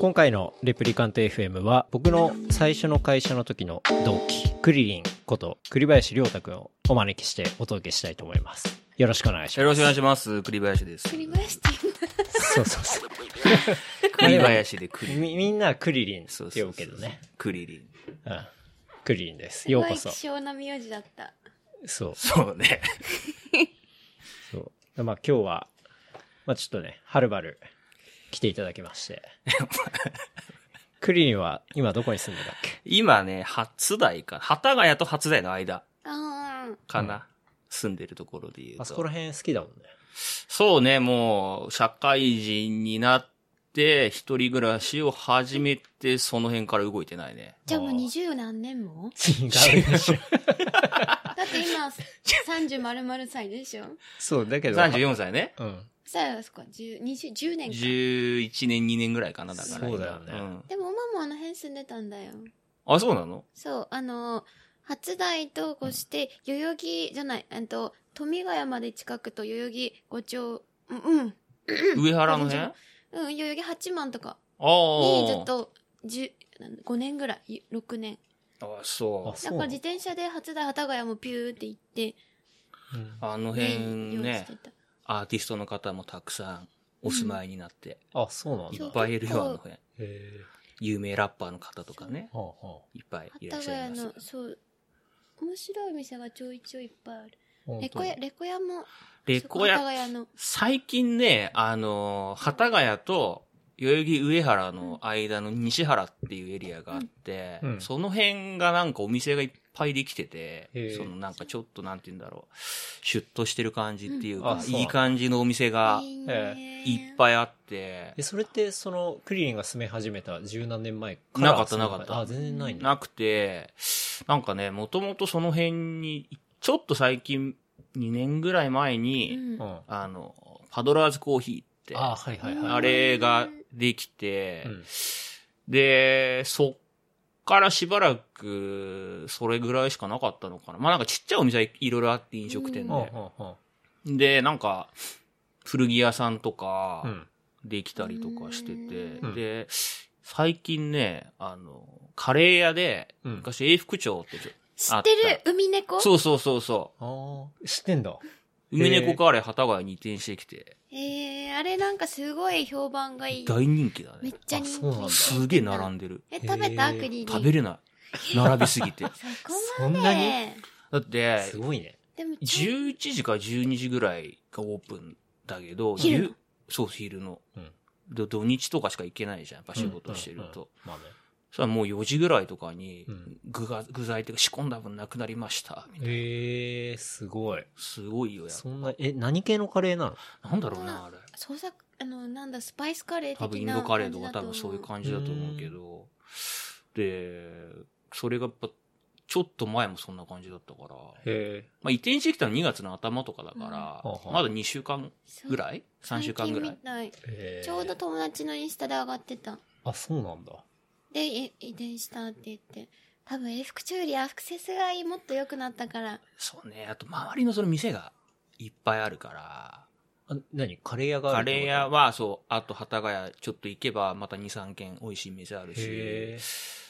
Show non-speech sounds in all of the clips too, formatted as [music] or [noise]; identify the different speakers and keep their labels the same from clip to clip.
Speaker 1: 今回のレプリカント FM は僕の最初の会社の時の同期、クリリンこと栗林亮太くんをお招きしてお届けしたいと思います。よろしくお願いし
Speaker 2: よ
Speaker 1: ま
Speaker 2: ろしくお願いします。栗林です。
Speaker 3: 栗林って言うんだ。
Speaker 1: す。そうそうそう。
Speaker 2: 栗林で栗。
Speaker 1: み、みんなクリリンって
Speaker 2: そうそう
Speaker 1: 言
Speaker 2: そうう
Speaker 1: けどね。
Speaker 2: 栗林。
Speaker 1: うん。クリリンです。ようこそ
Speaker 3: すごい。希少な名字だった。
Speaker 1: そう。
Speaker 2: そうね。
Speaker 1: そう。まあ今日は、まあちょっとね、はるばる来ていただきまして。クリリンは今どこに住んでたっけ
Speaker 2: 今ね、初台か。幡ヶ谷と初台の間
Speaker 3: あー
Speaker 2: かな。住んでるところで言うと。
Speaker 1: あそこら辺好きだもんね。
Speaker 2: そうね、もう、社会人になって、一人暮らしを始めて、その辺から動いてないね。
Speaker 3: じゃあもう二十何年も
Speaker 1: [laughs] 違うでしょ。
Speaker 3: だって今、三十丸々歳でしょ
Speaker 1: そう、だけど。
Speaker 2: 34歳ね。
Speaker 1: うん。
Speaker 3: さあ、そっか、十、二十、十年か。
Speaker 2: 11年、2年ぐらいかな、だから今。
Speaker 1: そうだよね
Speaker 2: ん
Speaker 3: でもママあの辺住んでたんだよ。
Speaker 2: あ、そうなの
Speaker 3: そう、あの、初台と越して、代々木じゃない、えっと、富ヶ谷まで近くと代々木五丁、うん、うん、
Speaker 2: 上原の辺
Speaker 3: あ
Speaker 2: あ
Speaker 3: うん、代々木八幡とか
Speaker 2: あ
Speaker 3: にずっ
Speaker 2: ー。
Speaker 3: と、十、五年ぐらい、六年。
Speaker 2: あ、そ
Speaker 1: あ、
Speaker 2: う。
Speaker 3: だ
Speaker 1: そ
Speaker 3: か
Speaker 1: う
Speaker 3: ら。自転車で初台、幡ヶ谷もピューって行って、
Speaker 1: うん
Speaker 2: あの辺
Speaker 3: ね用意
Speaker 2: ね
Speaker 3: して。た
Speaker 2: アーティストの方もたくさんお住まいになって、
Speaker 1: あ、そうなん
Speaker 2: い
Speaker 1: だ。
Speaker 2: っぱいいるよ、
Speaker 3: そう
Speaker 2: あの辺。
Speaker 1: へえ。
Speaker 2: 有名ラッパーの方とかね、
Speaker 1: はあはい
Speaker 2: っぱいいら
Speaker 3: 幡
Speaker 2: っ
Speaker 3: ヶ
Speaker 2: しゃいま
Speaker 3: 谷
Speaker 2: す
Speaker 3: の。そう面白い店がちょいちょいいっぱいある
Speaker 1: あ。
Speaker 3: レコヤレコヤも
Speaker 2: レコ
Speaker 3: そう幡ヶ
Speaker 2: ヤ、
Speaker 3: 谷の
Speaker 2: 最近ね、あの、幡ヶ谷と代々木上原の間の西原っていうエリアがあって、
Speaker 1: うんうん
Speaker 2: その辺がなんかお店がいっぱいできてて
Speaker 1: へえ、
Speaker 2: そのなんかちょっとなんて言うんだろう、シュッとしてる感じっていうか、
Speaker 1: うんあそう
Speaker 2: いい感じのお店が
Speaker 3: いい
Speaker 1: え
Speaker 3: ね
Speaker 2: いっぱいあって、
Speaker 1: え、それって、その、クリリンが住み始めた十何年前から
Speaker 2: なかったなかった
Speaker 1: あ、全然ないんだ。
Speaker 2: なくて、なんかね、もともとその辺に、ちょっと最近、2年ぐらい前
Speaker 3: う
Speaker 2: に、
Speaker 3: ん
Speaker 1: うん。
Speaker 3: うん
Speaker 1: あ、
Speaker 2: あの、パドラーズコーヒーって、あ
Speaker 1: はいはいはい。
Speaker 2: れができて、
Speaker 1: うん
Speaker 2: で、そっからしばらく、それぐらいしかなかったのかな。まあなんかちっちゃいお店はいろいろあって飲食店
Speaker 1: うんん
Speaker 2: で。
Speaker 1: うん
Speaker 2: で、なんか、古着屋さんとか、
Speaker 1: うん。うん。
Speaker 2: できたりとかしてて、
Speaker 1: うん
Speaker 2: で、最近ね、あの、カレー屋で、
Speaker 1: うん
Speaker 2: 昔永福町ってちょ、
Speaker 3: 知って
Speaker 2: あっ
Speaker 3: る海猫
Speaker 2: そうそうそうそ
Speaker 1: ああ、知ってんだ。
Speaker 2: う。梅猫カレー幡ヶ谷に移転してきて、
Speaker 3: えー、あれなんかすごい評判がいい
Speaker 2: 大人気だ
Speaker 3: めっ
Speaker 2: ね。
Speaker 3: ちゃ
Speaker 1: あそうなん
Speaker 3: 人
Speaker 1: だ
Speaker 3: 気
Speaker 2: すげえ並んでる。
Speaker 3: え食べた
Speaker 1: へー
Speaker 3: クリリン
Speaker 2: 食べれ
Speaker 3: [laughs]
Speaker 2: ない。並びすぎて。だ
Speaker 3: そこ
Speaker 1: そん
Speaker 3: ま
Speaker 1: なに
Speaker 3: です
Speaker 2: って
Speaker 1: す、ごいね。
Speaker 3: でもちょい
Speaker 2: 11時か12時ぐらいがオープンだけど、
Speaker 3: 昼の
Speaker 2: ゆそう、昼の
Speaker 1: うん。
Speaker 2: で土日とかしか行けないじゃん、やっぱ仕事してると。
Speaker 1: うん。うんまあね。
Speaker 2: それはもう4時ぐらいとかに
Speaker 1: うん
Speaker 2: 具が、具材っていうか仕込んだ分なくなりました。みたいな
Speaker 1: えー、すごい。
Speaker 2: すごいよ、やっ
Speaker 1: そんな、え、何系のカレーなの
Speaker 2: ぱなんだろうな、あれ。
Speaker 3: 創作あのなんだスパイスカレー
Speaker 2: 多分イ
Speaker 3: 的
Speaker 2: ン
Speaker 3: な
Speaker 2: ドカレーとか多
Speaker 3: 感じだ
Speaker 2: 分そういう
Speaker 3: 思
Speaker 2: 感じだと思うけど。で、それがやっぱ、ちょっと前もそんな感じだったから。
Speaker 1: へえ。
Speaker 2: まあ移転してきたの2月の頭とかだか
Speaker 1: うんはあ
Speaker 2: ら、
Speaker 1: はあ
Speaker 2: まだ2週間
Speaker 3: そう
Speaker 2: ぐらい ?3 週間ぐらい
Speaker 3: 最近みたい
Speaker 1: へー
Speaker 3: ちょうど友達のインスタで上がってた
Speaker 1: あ、そうなんだ。
Speaker 3: で、い遺伝したって言って。多分、永福中よりアクセスがいいもっと良くなったから。
Speaker 2: そうね。あと周りのその店がいっぱいあるから。
Speaker 1: あ、何カレー屋が
Speaker 2: カ
Speaker 1: あるって
Speaker 2: レ
Speaker 1: こ
Speaker 2: ー
Speaker 1: と
Speaker 2: 屋は、そう、あと、幡ヶ谷、ちょっと行けば、また2、3軒美味しい店ある
Speaker 1: へ
Speaker 2: し、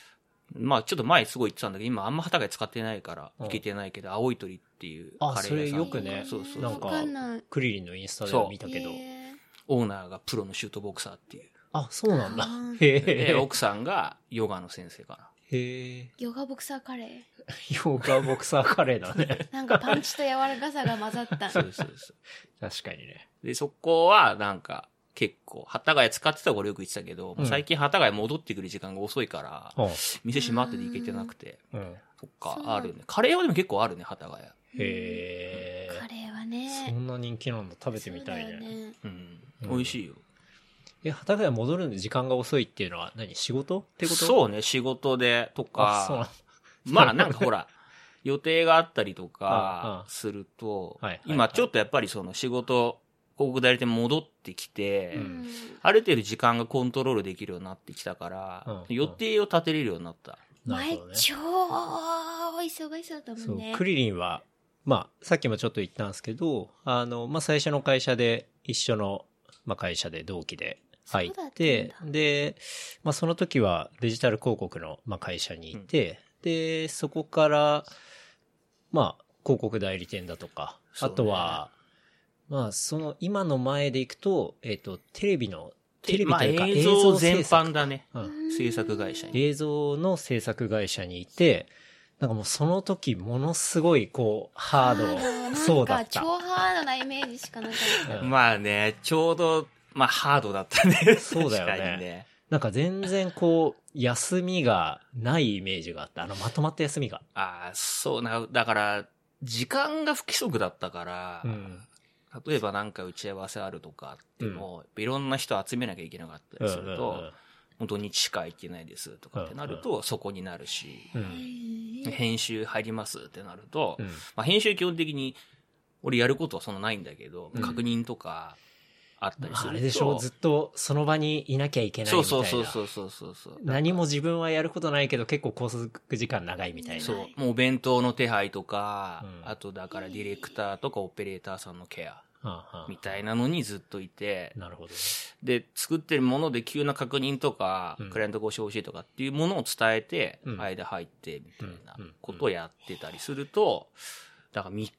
Speaker 2: まあ、ちょっと前すごい行ってたんだけど、今、あんま幡ヶ谷使ってないから、
Speaker 1: うん
Speaker 2: 行けてないけど、青い鳥っていう
Speaker 1: あ
Speaker 2: カレー屋さん
Speaker 1: それよくね
Speaker 2: そうそうそ
Speaker 1: な
Speaker 3: わ
Speaker 1: ん
Speaker 2: う。
Speaker 1: か
Speaker 3: かんない。
Speaker 1: クリリンのインスタで
Speaker 2: そう
Speaker 1: 見たけど。
Speaker 3: へ
Speaker 2: オーナーがプロのシュートボクサーっていう。
Speaker 1: あ、そうなんだ
Speaker 3: あー。
Speaker 1: へ
Speaker 2: で、
Speaker 1: え。
Speaker 2: 奥さんがヨガの先生か
Speaker 1: へえ。
Speaker 3: ーヨガボクサーカレ
Speaker 1: [laughs] ヨガボクサーカレーだね。
Speaker 3: ー。なんかパンチと柔らかさが混ざっ
Speaker 2: な。
Speaker 3: た。
Speaker 2: そうですそうです。
Speaker 1: 確かにね。
Speaker 2: で、そこは、なんか、結構、幡ヶ谷使ってた頃よく行ってたけど、もう最近幡ヶ谷戻ってくる時間が遅いから、店閉まってて行けてなくて、
Speaker 1: うん。うん。
Speaker 2: そっか
Speaker 3: そ、う
Speaker 2: あるよね。カレー屋はでも結構あるね、幡ヶ谷。
Speaker 1: [laughs] へ
Speaker 3: カ
Speaker 1: え。
Speaker 3: レーはね。
Speaker 1: そんな人気なんだ。食べてみたい
Speaker 3: そうだ
Speaker 1: ね。
Speaker 3: よね。
Speaker 2: うん
Speaker 1: うん
Speaker 2: 美味しいよ。
Speaker 1: え、畑が戻るのに時間が遅いっていうのは何仕事ってことう。
Speaker 2: そうね、仕事でと
Speaker 1: あ、そうなん
Speaker 2: か
Speaker 1: だ、。
Speaker 2: まあなんか
Speaker 1: [laughs]
Speaker 2: ほら、予定があったりと
Speaker 1: あ
Speaker 2: か
Speaker 1: あ
Speaker 2: すると
Speaker 1: はいはい、はい
Speaker 2: 今ちょっとやっぱりその仕事、広告代理店戻ってきて
Speaker 1: う、
Speaker 3: うんん。
Speaker 2: ある程度時間がコントロールできるようになってきたから、
Speaker 1: うん
Speaker 2: 予定を立てれるようになった。
Speaker 1: なるほ
Speaker 3: 前
Speaker 1: ど、ね。
Speaker 3: 超忙しそうだも
Speaker 1: そ
Speaker 3: ん
Speaker 1: う
Speaker 3: ね。、
Speaker 1: クリリンは、まあ、さっきもちょっと言ったんですけど、あの、まあ、最初の会社で、一緒の、まあ、会社で同期で入
Speaker 3: そうだ
Speaker 1: っ
Speaker 3: ったん
Speaker 1: て
Speaker 3: だ、
Speaker 1: で、まあ、その時はデジタル広告の、まあ、会社にいて、で、そこから、まあ、広告代理店だとか、
Speaker 2: そ
Speaker 1: あ
Speaker 2: うね
Speaker 1: とは、まあ、その今の前でいくと、えっ、と、テレビの、テレビ
Speaker 2: ま
Speaker 1: と
Speaker 2: あ
Speaker 1: いうか、
Speaker 2: 映像全
Speaker 1: 制作
Speaker 2: 般だね。
Speaker 1: うん
Speaker 2: 制作会社に。
Speaker 1: 映像の制作会社にいて、なんかもうその時ものすごいこう、ハード、
Speaker 3: そ
Speaker 1: そううだ
Speaker 3: だ
Speaker 1: った。
Speaker 3: 超ハードなイメージしかなかった。
Speaker 1: うん
Speaker 2: まあね、ちょうど、まあハードだったね。
Speaker 1: [laughs] そうだよね
Speaker 2: 確かにね。
Speaker 1: なんか全然こう、休みがないイメージがあった。あの、まとまった休みが。
Speaker 2: ああ、そうな、だから、時間が不規則だったから、
Speaker 1: うん。
Speaker 2: 例えばなんか打ち合わせあるとかでも、いろんな人集めなきゃいけなかったりすると、もう土日しか行けないですとかってなると、そこになるし、
Speaker 1: うん、う
Speaker 3: へ
Speaker 1: ん。
Speaker 3: ー
Speaker 2: 編集入りますってなると
Speaker 1: う、ん。
Speaker 2: まあ、編集基本的に、俺やることはそんなないんだけど
Speaker 1: う、ん
Speaker 2: 確認とかあったりすると。
Speaker 1: あれでしょずっとその場にいなきゃいけない
Speaker 2: そ
Speaker 1: み
Speaker 2: う
Speaker 1: たい
Speaker 2: そう
Speaker 1: な。
Speaker 2: そうそうそうそうそう。
Speaker 1: 何も自分はやることないけど結構拘束時間長いみたいな。
Speaker 2: そう。もうお弁当の手配とか、
Speaker 1: うん
Speaker 2: あとだからディレクターとかオペレーターさんのケア
Speaker 1: あ
Speaker 2: みたいなのにずっといて、
Speaker 1: なるほど。
Speaker 2: で、作ってるもので急な確認とか、
Speaker 1: うん
Speaker 2: クライアントが教えてほしいとかっていうものを伝えて、
Speaker 1: うん
Speaker 2: 間入ってみたいな
Speaker 1: うんうん
Speaker 2: ことをやってたりすると、だから3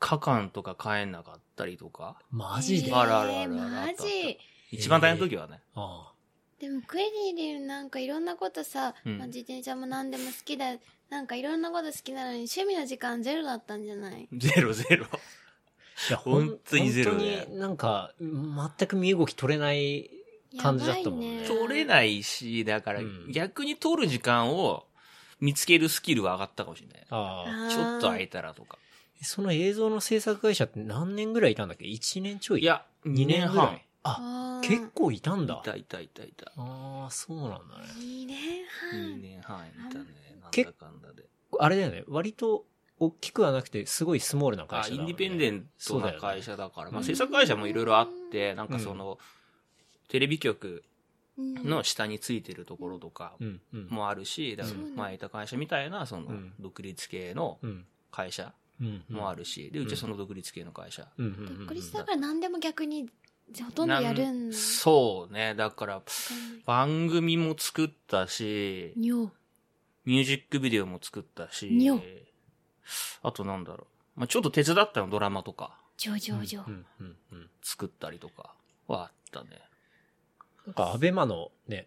Speaker 2: 日間とか帰んなかったりとか、
Speaker 1: マジで、
Speaker 2: あらあらあらあら
Speaker 3: マジ
Speaker 2: 一番大変な時はね、
Speaker 1: あ
Speaker 3: でもクエリリンなんかいろんなことさ、
Speaker 2: うん
Speaker 3: まあ、自転車も何でも好きだなんかいろんなこと好きなのに趣味の時間ゼロだったんじゃない
Speaker 2: [laughs] ゼロゼロ。
Speaker 1: いや、ほん
Speaker 2: 本当にゼロね
Speaker 1: 本当になんか、全く身動き取れない感じだったもんね
Speaker 3: やばいね
Speaker 2: 取れないし、だから
Speaker 1: うん
Speaker 2: 逆に取る時間を見つけるスキルは上がったかもしれない。
Speaker 1: ああ。
Speaker 3: あー
Speaker 2: ちょっと空いたらとか。
Speaker 1: その映像の制作会社って何年ぐらいいたんだっけ ?1 年ちょい
Speaker 2: い、や、2
Speaker 1: 2
Speaker 2: 年
Speaker 1: 年
Speaker 2: 半。
Speaker 1: 半。あ、
Speaker 3: あー
Speaker 1: 結構いたん
Speaker 2: い
Speaker 1: だ。
Speaker 2: たいたいたいた。
Speaker 1: ああ、そうなんだね。
Speaker 3: 2年
Speaker 2: 2
Speaker 3: 半
Speaker 2: 年半いたね。なんだ
Speaker 1: 結
Speaker 2: かんだで。
Speaker 1: あれだよね。割と大きくはなくて、すごいスモールな会
Speaker 2: あ
Speaker 1: 社だ、
Speaker 2: インディペンデント
Speaker 1: そうだ
Speaker 2: な
Speaker 1: よね
Speaker 2: 会社だから、ま
Speaker 1: う
Speaker 2: あ
Speaker 1: ん
Speaker 2: 制作会社もいろいろあって、なんかその、テレビ局
Speaker 3: うん
Speaker 2: の下についてるところとか
Speaker 1: うん、うん。
Speaker 2: もあるし、だから
Speaker 3: うん
Speaker 2: 前いた会社みたいな、その
Speaker 1: うん、
Speaker 2: 独立系の
Speaker 1: うん。
Speaker 2: 会社
Speaker 1: うん。
Speaker 2: もあ
Speaker 1: る。
Speaker 2: るし、で、うちは
Speaker 1: うん
Speaker 2: その独立系の会社。
Speaker 1: うん。うんうん
Speaker 3: 独立だから何でも逆にほとんどやるん
Speaker 2: な
Speaker 3: だ
Speaker 2: そうね。だから、番組も作ったし、
Speaker 3: にょ
Speaker 2: ミュージックビデオも作った
Speaker 3: に
Speaker 2: し
Speaker 3: ょ、
Speaker 2: あとなんだろう。まあちょっと手伝ったのドラマとか
Speaker 3: 上々上
Speaker 1: うんうんうんうん。
Speaker 2: 作ったりとかはあったね。
Speaker 1: なんか、アベマのね。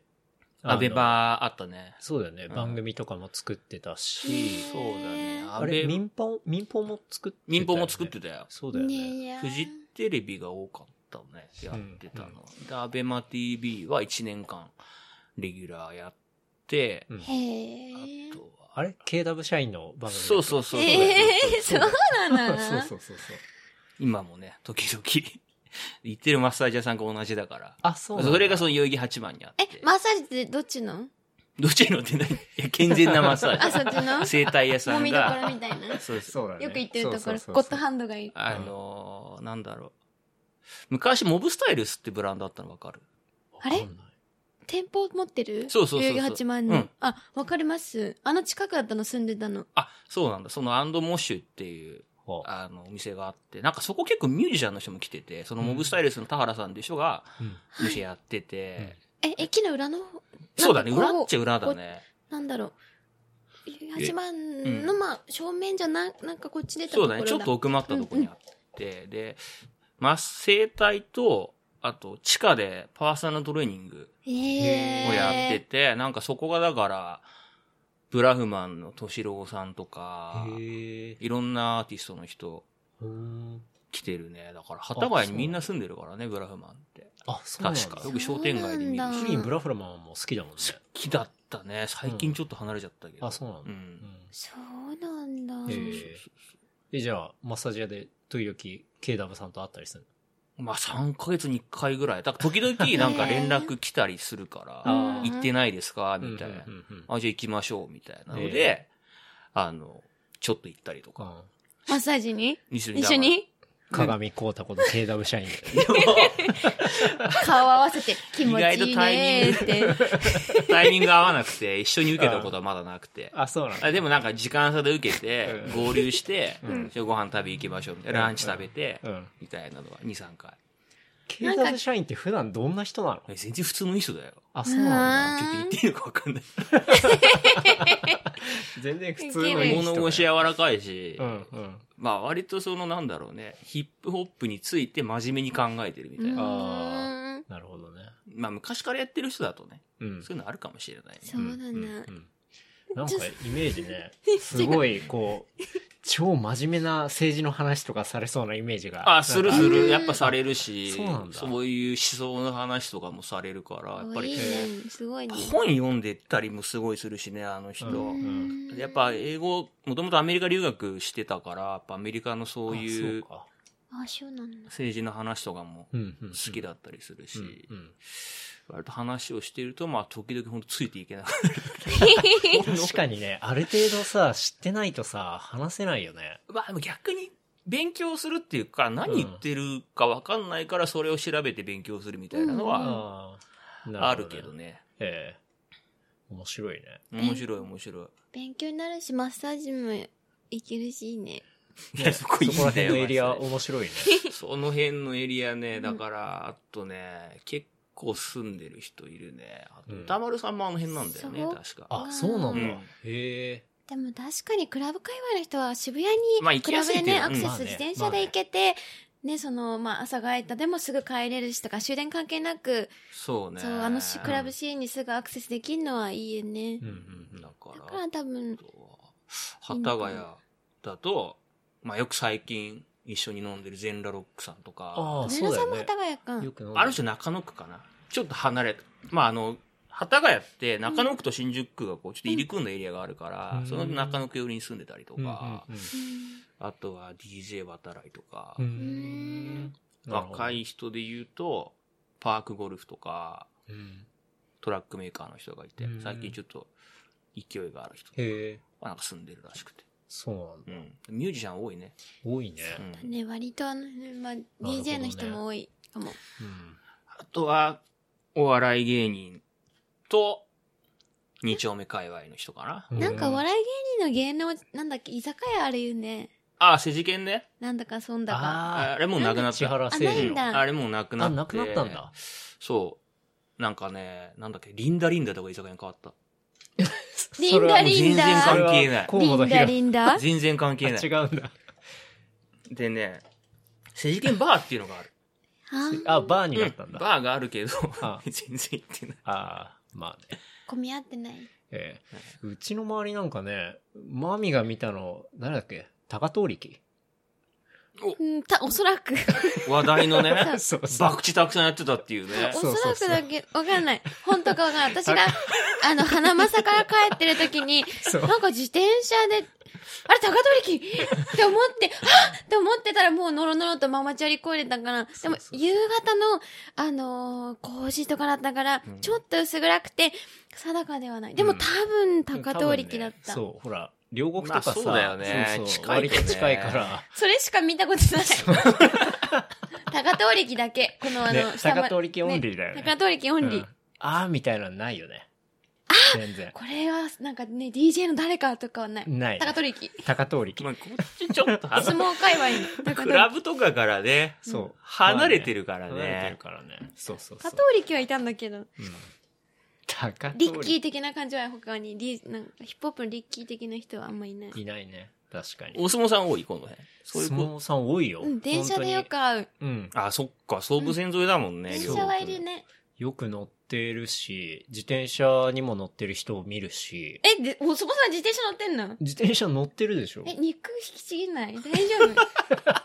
Speaker 1: あの
Speaker 2: アベ。バあったね。
Speaker 1: そうだよね、
Speaker 2: うん
Speaker 1: 番組とかも作ってたし。
Speaker 3: ね
Speaker 2: そうだね。
Speaker 1: あ
Speaker 2: ア
Speaker 1: れ、
Speaker 2: ベ
Speaker 1: 民放、民放も作ってた、
Speaker 2: 民放も作って。たよ。
Speaker 1: そうだよ
Speaker 3: ね
Speaker 1: ね。
Speaker 3: えや
Speaker 2: フジテレビが多かったね。やってたの。で、アベマ TV は1年間レギュラーやって、
Speaker 1: うん
Speaker 3: へ
Speaker 2: あ
Speaker 3: え
Speaker 2: とは、
Speaker 1: あれ ?KW 社員の番組。
Speaker 2: そうそうそう。
Speaker 3: えー [laughs] そうなの
Speaker 1: そうそうそうそう。
Speaker 2: 今もね、時々、 [laughs] 行ってるマッサージ屋さんが同じだから。
Speaker 1: あ、そうなんだ
Speaker 2: それがその代々木八番にあって
Speaker 3: え。マッサージってどっちの
Speaker 2: どっちのって何 [laughs] いや、健全なマッサ
Speaker 3: あそ
Speaker 2: ー
Speaker 3: っ
Speaker 2: [laughs]
Speaker 3: ちの
Speaker 2: ジ。整体屋さ
Speaker 3: 揉
Speaker 2: ん
Speaker 3: みどころ
Speaker 2: が、
Speaker 3: みたいなよ
Speaker 2: そうです。
Speaker 1: そうだね。
Speaker 3: く言ってるとこ
Speaker 1: そう
Speaker 3: ろ
Speaker 1: そうそうそう
Speaker 3: ゴッドハンドがいる
Speaker 2: あのー、なんだろう。昔、モブスタイルスってブランドあったのわかる
Speaker 3: あれ
Speaker 1: わかんない
Speaker 3: 店舗持ってる
Speaker 2: そうそうそうそう
Speaker 3: 代々木八幡に、
Speaker 2: うん
Speaker 3: あ、わかります。あの近くだったの住んでたの。
Speaker 2: あ、そうなんだ。そのアンドモッシュっていう、
Speaker 1: ほう
Speaker 2: あの、お店があって、なんかそこ結構ミュージシャンの人も来てて、そのモブスタイルスの田原さんっていう人が、
Speaker 1: うん
Speaker 2: 店やってて、
Speaker 3: え、駅の裏の方
Speaker 2: そうだね、
Speaker 3: なんか
Speaker 2: 裏
Speaker 3: こ
Speaker 2: っちゃ裏だね。
Speaker 3: なんだろう。代々木八幡の、
Speaker 2: う
Speaker 3: まあ、正面じゃな、なんかこっち出たと
Speaker 2: そ
Speaker 3: こ
Speaker 2: うだ
Speaker 3: ろだ
Speaker 2: ね、ちょっと奥まったとこにあって、で、まあ、整体と、あと、地下でパーソナルトレーニング
Speaker 3: え
Speaker 2: をやって
Speaker 3: え
Speaker 2: て、なんかそこがだから、ブラフマンの敏郎さんとか、
Speaker 1: へえ。
Speaker 2: いろんなアーティストの人
Speaker 1: うん
Speaker 2: 来てるね。だから、幡ヶ谷にみんな住んでるからね、ブラフマンって。
Speaker 1: あ、そうなんだ。
Speaker 2: 確か。よく商店街で見
Speaker 3: そう
Speaker 2: る
Speaker 3: なん
Speaker 2: し
Speaker 3: だ。
Speaker 1: クリーンブラフラマンも好きだもんね。
Speaker 2: 好きだったね。最近ちょっと離れちゃったけど。
Speaker 1: あ、そうなん
Speaker 2: う。
Speaker 1: だ。うんん
Speaker 3: そうなんだ。
Speaker 1: へええ、じゃあ、マッサージ屋で、時々、KW さんと会ったりする
Speaker 2: まあ3ヶ月に1回ぐらい。だから時々なんか連絡来たりするか
Speaker 1: へ
Speaker 2: ら、
Speaker 1: あ
Speaker 2: 行ってないですか
Speaker 1: の
Speaker 2: みたいな
Speaker 1: う。んうんうん
Speaker 2: あ、じゃあ行きましょうみたいなの
Speaker 1: へ
Speaker 2: で、あの、ちょっと行ったりと
Speaker 1: う
Speaker 2: か。
Speaker 1: ん
Speaker 3: マッサージに
Speaker 2: 一緒に
Speaker 3: 一緒に
Speaker 1: 鏡光太こと KW 社員。 [laughs]
Speaker 3: 顔合わせ
Speaker 2: [laughs]
Speaker 3: て気持ちいいねーって。
Speaker 2: タイミング合わなくて、一緒に受けたことはまだなくて。
Speaker 1: あ、そうなんだ。
Speaker 2: あでもなんか時間差で受けて、合流して、じゃあご飯食べ行きましょうみたいな。
Speaker 1: うん
Speaker 2: ランチ食べて
Speaker 1: う、ん。
Speaker 2: みたいなのは2、3回。
Speaker 1: 警察社員って普段どんな人なの
Speaker 2: え全然普通のいい人だよ。
Speaker 1: あ、そうなんだ。
Speaker 2: ちょっと言っていいのかわかんない。
Speaker 1: 全然普通
Speaker 2: [laughs]
Speaker 1: のいい人だ
Speaker 2: 物
Speaker 1: よ。
Speaker 2: 腰柔らかいし、
Speaker 1: うんうん。
Speaker 2: まあ割とそのなんだろうね、ヒップホップについて真面目に考えてるみたいな。
Speaker 1: あ
Speaker 3: うーん
Speaker 1: なるほどね。
Speaker 2: まあ昔からやってる人だとね、
Speaker 1: うん。
Speaker 2: そういうのあるかもしれないね。
Speaker 3: そうなんだ
Speaker 1: んなんかイメージ
Speaker 3: [laughs]
Speaker 1: ね、すごいこう、超真面目な政治の話とかされそうなイメージが。
Speaker 2: あ、する
Speaker 1: なん
Speaker 2: す
Speaker 1: か
Speaker 2: る。やっぱされるし、
Speaker 1: そうなんだ
Speaker 2: そういう思想の話とかもされるから、やっぱ
Speaker 3: おい
Speaker 2: り
Speaker 3: い、ね。すごいね。
Speaker 2: 本読んでたりもすごいするしね、あの人。
Speaker 1: うん
Speaker 2: やっぱ英語、もともとアメリカ留学してたから、やっぱアメリカのそういう
Speaker 1: あか
Speaker 3: あ、そうなんだ。
Speaker 2: 政治の話とかも
Speaker 1: うんうん
Speaker 2: 好きだったりするし、
Speaker 1: うんうん
Speaker 3: [laughs]
Speaker 2: 割と話をしてると、まあ時々本当ついていけなく
Speaker 1: 確かにね、ある程度さ、知ってないとさ、話せないよね。
Speaker 2: まあでも逆に勉強するっていうか、何言ってるか分かんないからそれを調べて勉強するみたいなの
Speaker 3: うん
Speaker 2: は
Speaker 1: ああな
Speaker 2: あ
Speaker 1: ほ
Speaker 2: るけど。ね。
Speaker 1: ええ。面白いね。
Speaker 2: 面白い面白い。
Speaker 3: 勉強になるし、マッサージも行けるし、いいね。
Speaker 2: いや、そこいい
Speaker 1: そこら辺のエリア
Speaker 2: [laughs] マジで
Speaker 1: 面白いね。
Speaker 2: その辺のエリアね、だから、あとね、結構住んでる人いるね。あと、
Speaker 1: うん
Speaker 2: 歌丸さんもあの辺なんだよね、
Speaker 3: そう
Speaker 2: 確か。
Speaker 1: あ、そうなんだ。
Speaker 2: うん
Speaker 1: へえ。
Speaker 3: でも確かにクラブ界隈の人は渋谷
Speaker 2: まあ
Speaker 3: に
Speaker 2: 行き
Speaker 3: クラ
Speaker 2: や
Speaker 3: ブ
Speaker 2: すい
Speaker 3: で
Speaker 2: っていう
Speaker 3: ね、
Speaker 2: のは
Speaker 3: アクセ
Speaker 2: うんまあ
Speaker 3: ス
Speaker 1: ね
Speaker 3: 自転車で行けて、ね、その、まあ、朝帰ったでもすぐ帰れるしとか、終電関係なく、
Speaker 2: そうね。
Speaker 3: そう、あのしクラブ
Speaker 2: だ
Speaker 3: シーンにすぐアクセスできるのはいいよね
Speaker 1: う。ん
Speaker 2: か、
Speaker 3: だからら多
Speaker 2: あ、
Speaker 3: 分
Speaker 2: とは幡ヶ谷だと、まあよく最近一緒に飲んでるゼンラロックさんと
Speaker 1: あ
Speaker 2: か、
Speaker 1: あ、
Speaker 3: 上
Speaker 1: そう
Speaker 3: 野
Speaker 1: だ
Speaker 3: さん
Speaker 1: よ
Speaker 3: も
Speaker 1: ね
Speaker 3: 幡。ヶ谷か。
Speaker 1: よく飲んだ
Speaker 2: ある種中野区かな。ちょっと離れた。まああの、幡ヶ谷って中野区と新宿区がこうちょっと入り組んだエリアがあるから、
Speaker 1: うん
Speaker 2: その中野区寄りに住んでたりとか、
Speaker 1: うんうんうん
Speaker 2: あとは DJ 渡来とか、
Speaker 1: うー
Speaker 3: ん
Speaker 1: ん。
Speaker 2: 若い人で言うと、パークゴルフとか、
Speaker 1: うん。
Speaker 2: トラックメーカーの人がいて
Speaker 1: うん、
Speaker 2: 最近ちょっと勢いがある人
Speaker 1: へえ。
Speaker 2: はなんか住んでるらしくて。
Speaker 1: そうなんだ。
Speaker 2: うん。ミュージシャン多いね。
Speaker 1: 多いね。
Speaker 2: うん
Speaker 3: ね、割とあの、まあ、DJ の人も多いかも。
Speaker 1: うん。
Speaker 2: あとは、お笑い芸人と、二丁目界隈の人かな。
Speaker 1: うん
Speaker 3: なんかお笑い芸人の芸能、なんだっけ、居酒屋あるよね。
Speaker 2: ああ、世事件ね。
Speaker 3: なんだかそんだか。
Speaker 2: あれもうなくなっ
Speaker 1: 千
Speaker 2: た。
Speaker 1: 原
Speaker 3: あ
Speaker 1: せい
Speaker 3: ない
Speaker 1: じ
Speaker 3: ん
Speaker 1: の。
Speaker 3: だ。
Speaker 2: あれもうなくなっ
Speaker 1: あ、
Speaker 2: て。
Speaker 1: なくなったんだ。。
Speaker 2: そう。なんかね、なんだっけ、リンダリンダとか居酒屋に変わった。
Speaker 3: リン
Speaker 2: も
Speaker 3: ダ
Speaker 2: う
Speaker 3: リ
Speaker 2: 全然
Speaker 3: ンダ
Speaker 2: 関係ない
Speaker 1: 河
Speaker 3: リ
Speaker 1: 本
Speaker 3: ンダ
Speaker 1: 大
Speaker 3: リンダ
Speaker 2: 全然関係ない。
Speaker 1: 違うんだ。
Speaker 2: でね、世事件バーっていうのがある。 [laughs]
Speaker 3: あ
Speaker 1: あ、バーになったん
Speaker 2: うん
Speaker 1: だ。
Speaker 2: バーがあるけど
Speaker 1: あ、
Speaker 2: [laughs] 全然行ってない。
Speaker 1: あーまあね。
Speaker 3: 混み合ってない。
Speaker 1: ええ。うちの周りなんかね、マミが見たの、誰だっけ高遠力。
Speaker 3: うん、た、おそ
Speaker 1: [laughs]
Speaker 3: らく。
Speaker 2: 話題のね、 [laughs]
Speaker 1: そうそう。
Speaker 2: 博打たくさんやってたっていうね
Speaker 3: お。
Speaker 1: [laughs] そ
Speaker 3: そう
Speaker 1: そう
Speaker 3: ら
Speaker 1: そ
Speaker 3: く
Speaker 1: う
Speaker 3: だけ、わかんない。本当か
Speaker 1: [laughs]
Speaker 3: わかんない。私が、あの、花正から帰ってる時に、
Speaker 1: そう
Speaker 3: なんか自転車で、あれ、高取力って思って、あっって思ってたらもうノロノロとママチャリこえれたから、で
Speaker 1: そ
Speaker 3: も
Speaker 1: うそう
Speaker 3: 夕方の、あのー、工事とかだったから
Speaker 2: う、ん
Speaker 3: ちょっと薄暗くて、定かではない。でも
Speaker 2: うん
Speaker 3: 多分高取力だった。
Speaker 1: そう、ほら、両国とかさ、
Speaker 2: まあそうだよね
Speaker 1: そうそう
Speaker 2: 近いよね
Speaker 1: 割と近いから。
Speaker 3: それしか見たことない。 [laughs] 高取力だけ。このあ
Speaker 1: ね
Speaker 3: の、、下ま
Speaker 1: 高遠力オンリーだよね。
Speaker 3: ね高取力オンリー。
Speaker 1: うんあーみたいなのないよね。全然。
Speaker 3: これは、なんかね、DJ の誰かとかはない。
Speaker 1: ないね。
Speaker 3: 高取力。
Speaker 1: 高遠力。
Speaker 2: まあ、こっちちょっと
Speaker 3: 相
Speaker 2: 離
Speaker 3: 撲界隈の高
Speaker 2: [laughs] ク
Speaker 3: 取
Speaker 2: ラ
Speaker 3: 力。
Speaker 2: ブとかからね、
Speaker 1: そう。
Speaker 2: 離れてるから
Speaker 1: 離れてる
Speaker 2: ね。
Speaker 1: からね。そうそうそ
Speaker 3: 高
Speaker 1: う。
Speaker 3: 取力はいたんだけど、
Speaker 1: うん高遠
Speaker 3: リッ
Speaker 1: 力。
Speaker 3: キー的な感じは他に、リなんかヒップホップのリッキー的な人はあんまいない。
Speaker 1: いないね。確かに。
Speaker 2: お相撲さん多い、この辺。そういう
Speaker 1: 相
Speaker 2: こ
Speaker 1: 撲さん多いよ。
Speaker 3: うん、電車でよく
Speaker 1: 本
Speaker 3: 会う。
Speaker 1: 当に。うん。
Speaker 2: と。あ、そっか、総武線沿いだもんね。
Speaker 3: 電
Speaker 2: 両
Speaker 3: 車
Speaker 2: 方
Speaker 3: はいるね。
Speaker 1: よく乗ってるし、自転車にも乗ってる人を見るし、
Speaker 3: え、で、おそこさん自転車乗ってんの
Speaker 1: 自転車乗ってるでしょ
Speaker 3: え、肉引きちぎんない大丈夫
Speaker 2: [laughs]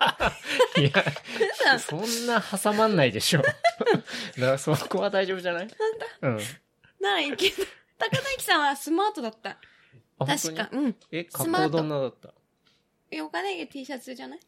Speaker 1: いや、
Speaker 3: 嘘
Speaker 1: そんな挟まんないでしょ。
Speaker 3: [laughs]
Speaker 1: だからそこは大丈夫じゃないうん。
Speaker 3: ならいけど。高之さんはスマートだった。
Speaker 1: あ
Speaker 3: 確。
Speaker 1: 本
Speaker 3: か
Speaker 1: 当。に
Speaker 3: うん。
Speaker 1: え、
Speaker 3: スマー
Speaker 1: 格好
Speaker 3: ト
Speaker 1: どんなだった
Speaker 3: えお金が T シャツじゃない
Speaker 2: も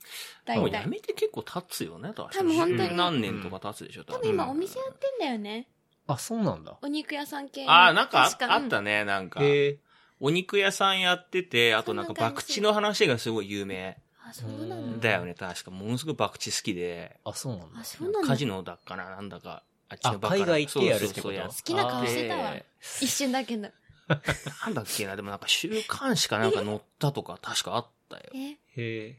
Speaker 3: 大
Speaker 2: うや
Speaker 3: 体。
Speaker 2: めて結構経つよね、確か
Speaker 3: 多分本
Speaker 1: 当に
Speaker 2: 十何年とか経つでしょ、
Speaker 3: 多
Speaker 2: 多
Speaker 3: 分今お店やってんだよね。
Speaker 1: あ、そうなんだ。
Speaker 3: お肉屋さん系の。
Speaker 2: あ、なんかあ
Speaker 3: 確
Speaker 2: あっ
Speaker 3: うん
Speaker 2: たね、なんか。
Speaker 1: へえ。
Speaker 2: お肉屋さんやってて、あとなんか
Speaker 3: そんな感じ
Speaker 2: 博打の話がすごい有名
Speaker 3: あ、そうな
Speaker 1: うん
Speaker 3: んだ。
Speaker 2: だよね、確か。ものすごい博打好きで、
Speaker 1: あ、そうなんだ
Speaker 3: あ、。そうなんだ
Speaker 2: カ。ジノだっかな、なんだか。あっ
Speaker 1: あ、海外行ってやるって
Speaker 2: そ
Speaker 1: こと
Speaker 2: うそうそうやっ
Speaker 3: 好きな顔してたわ
Speaker 1: あー。
Speaker 3: 一瞬だけ
Speaker 2: な
Speaker 3: ど。
Speaker 2: んだっけな、でもなんか週刊誌かなんか載ったとか確かあったよ。
Speaker 3: え、
Speaker 1: へえ。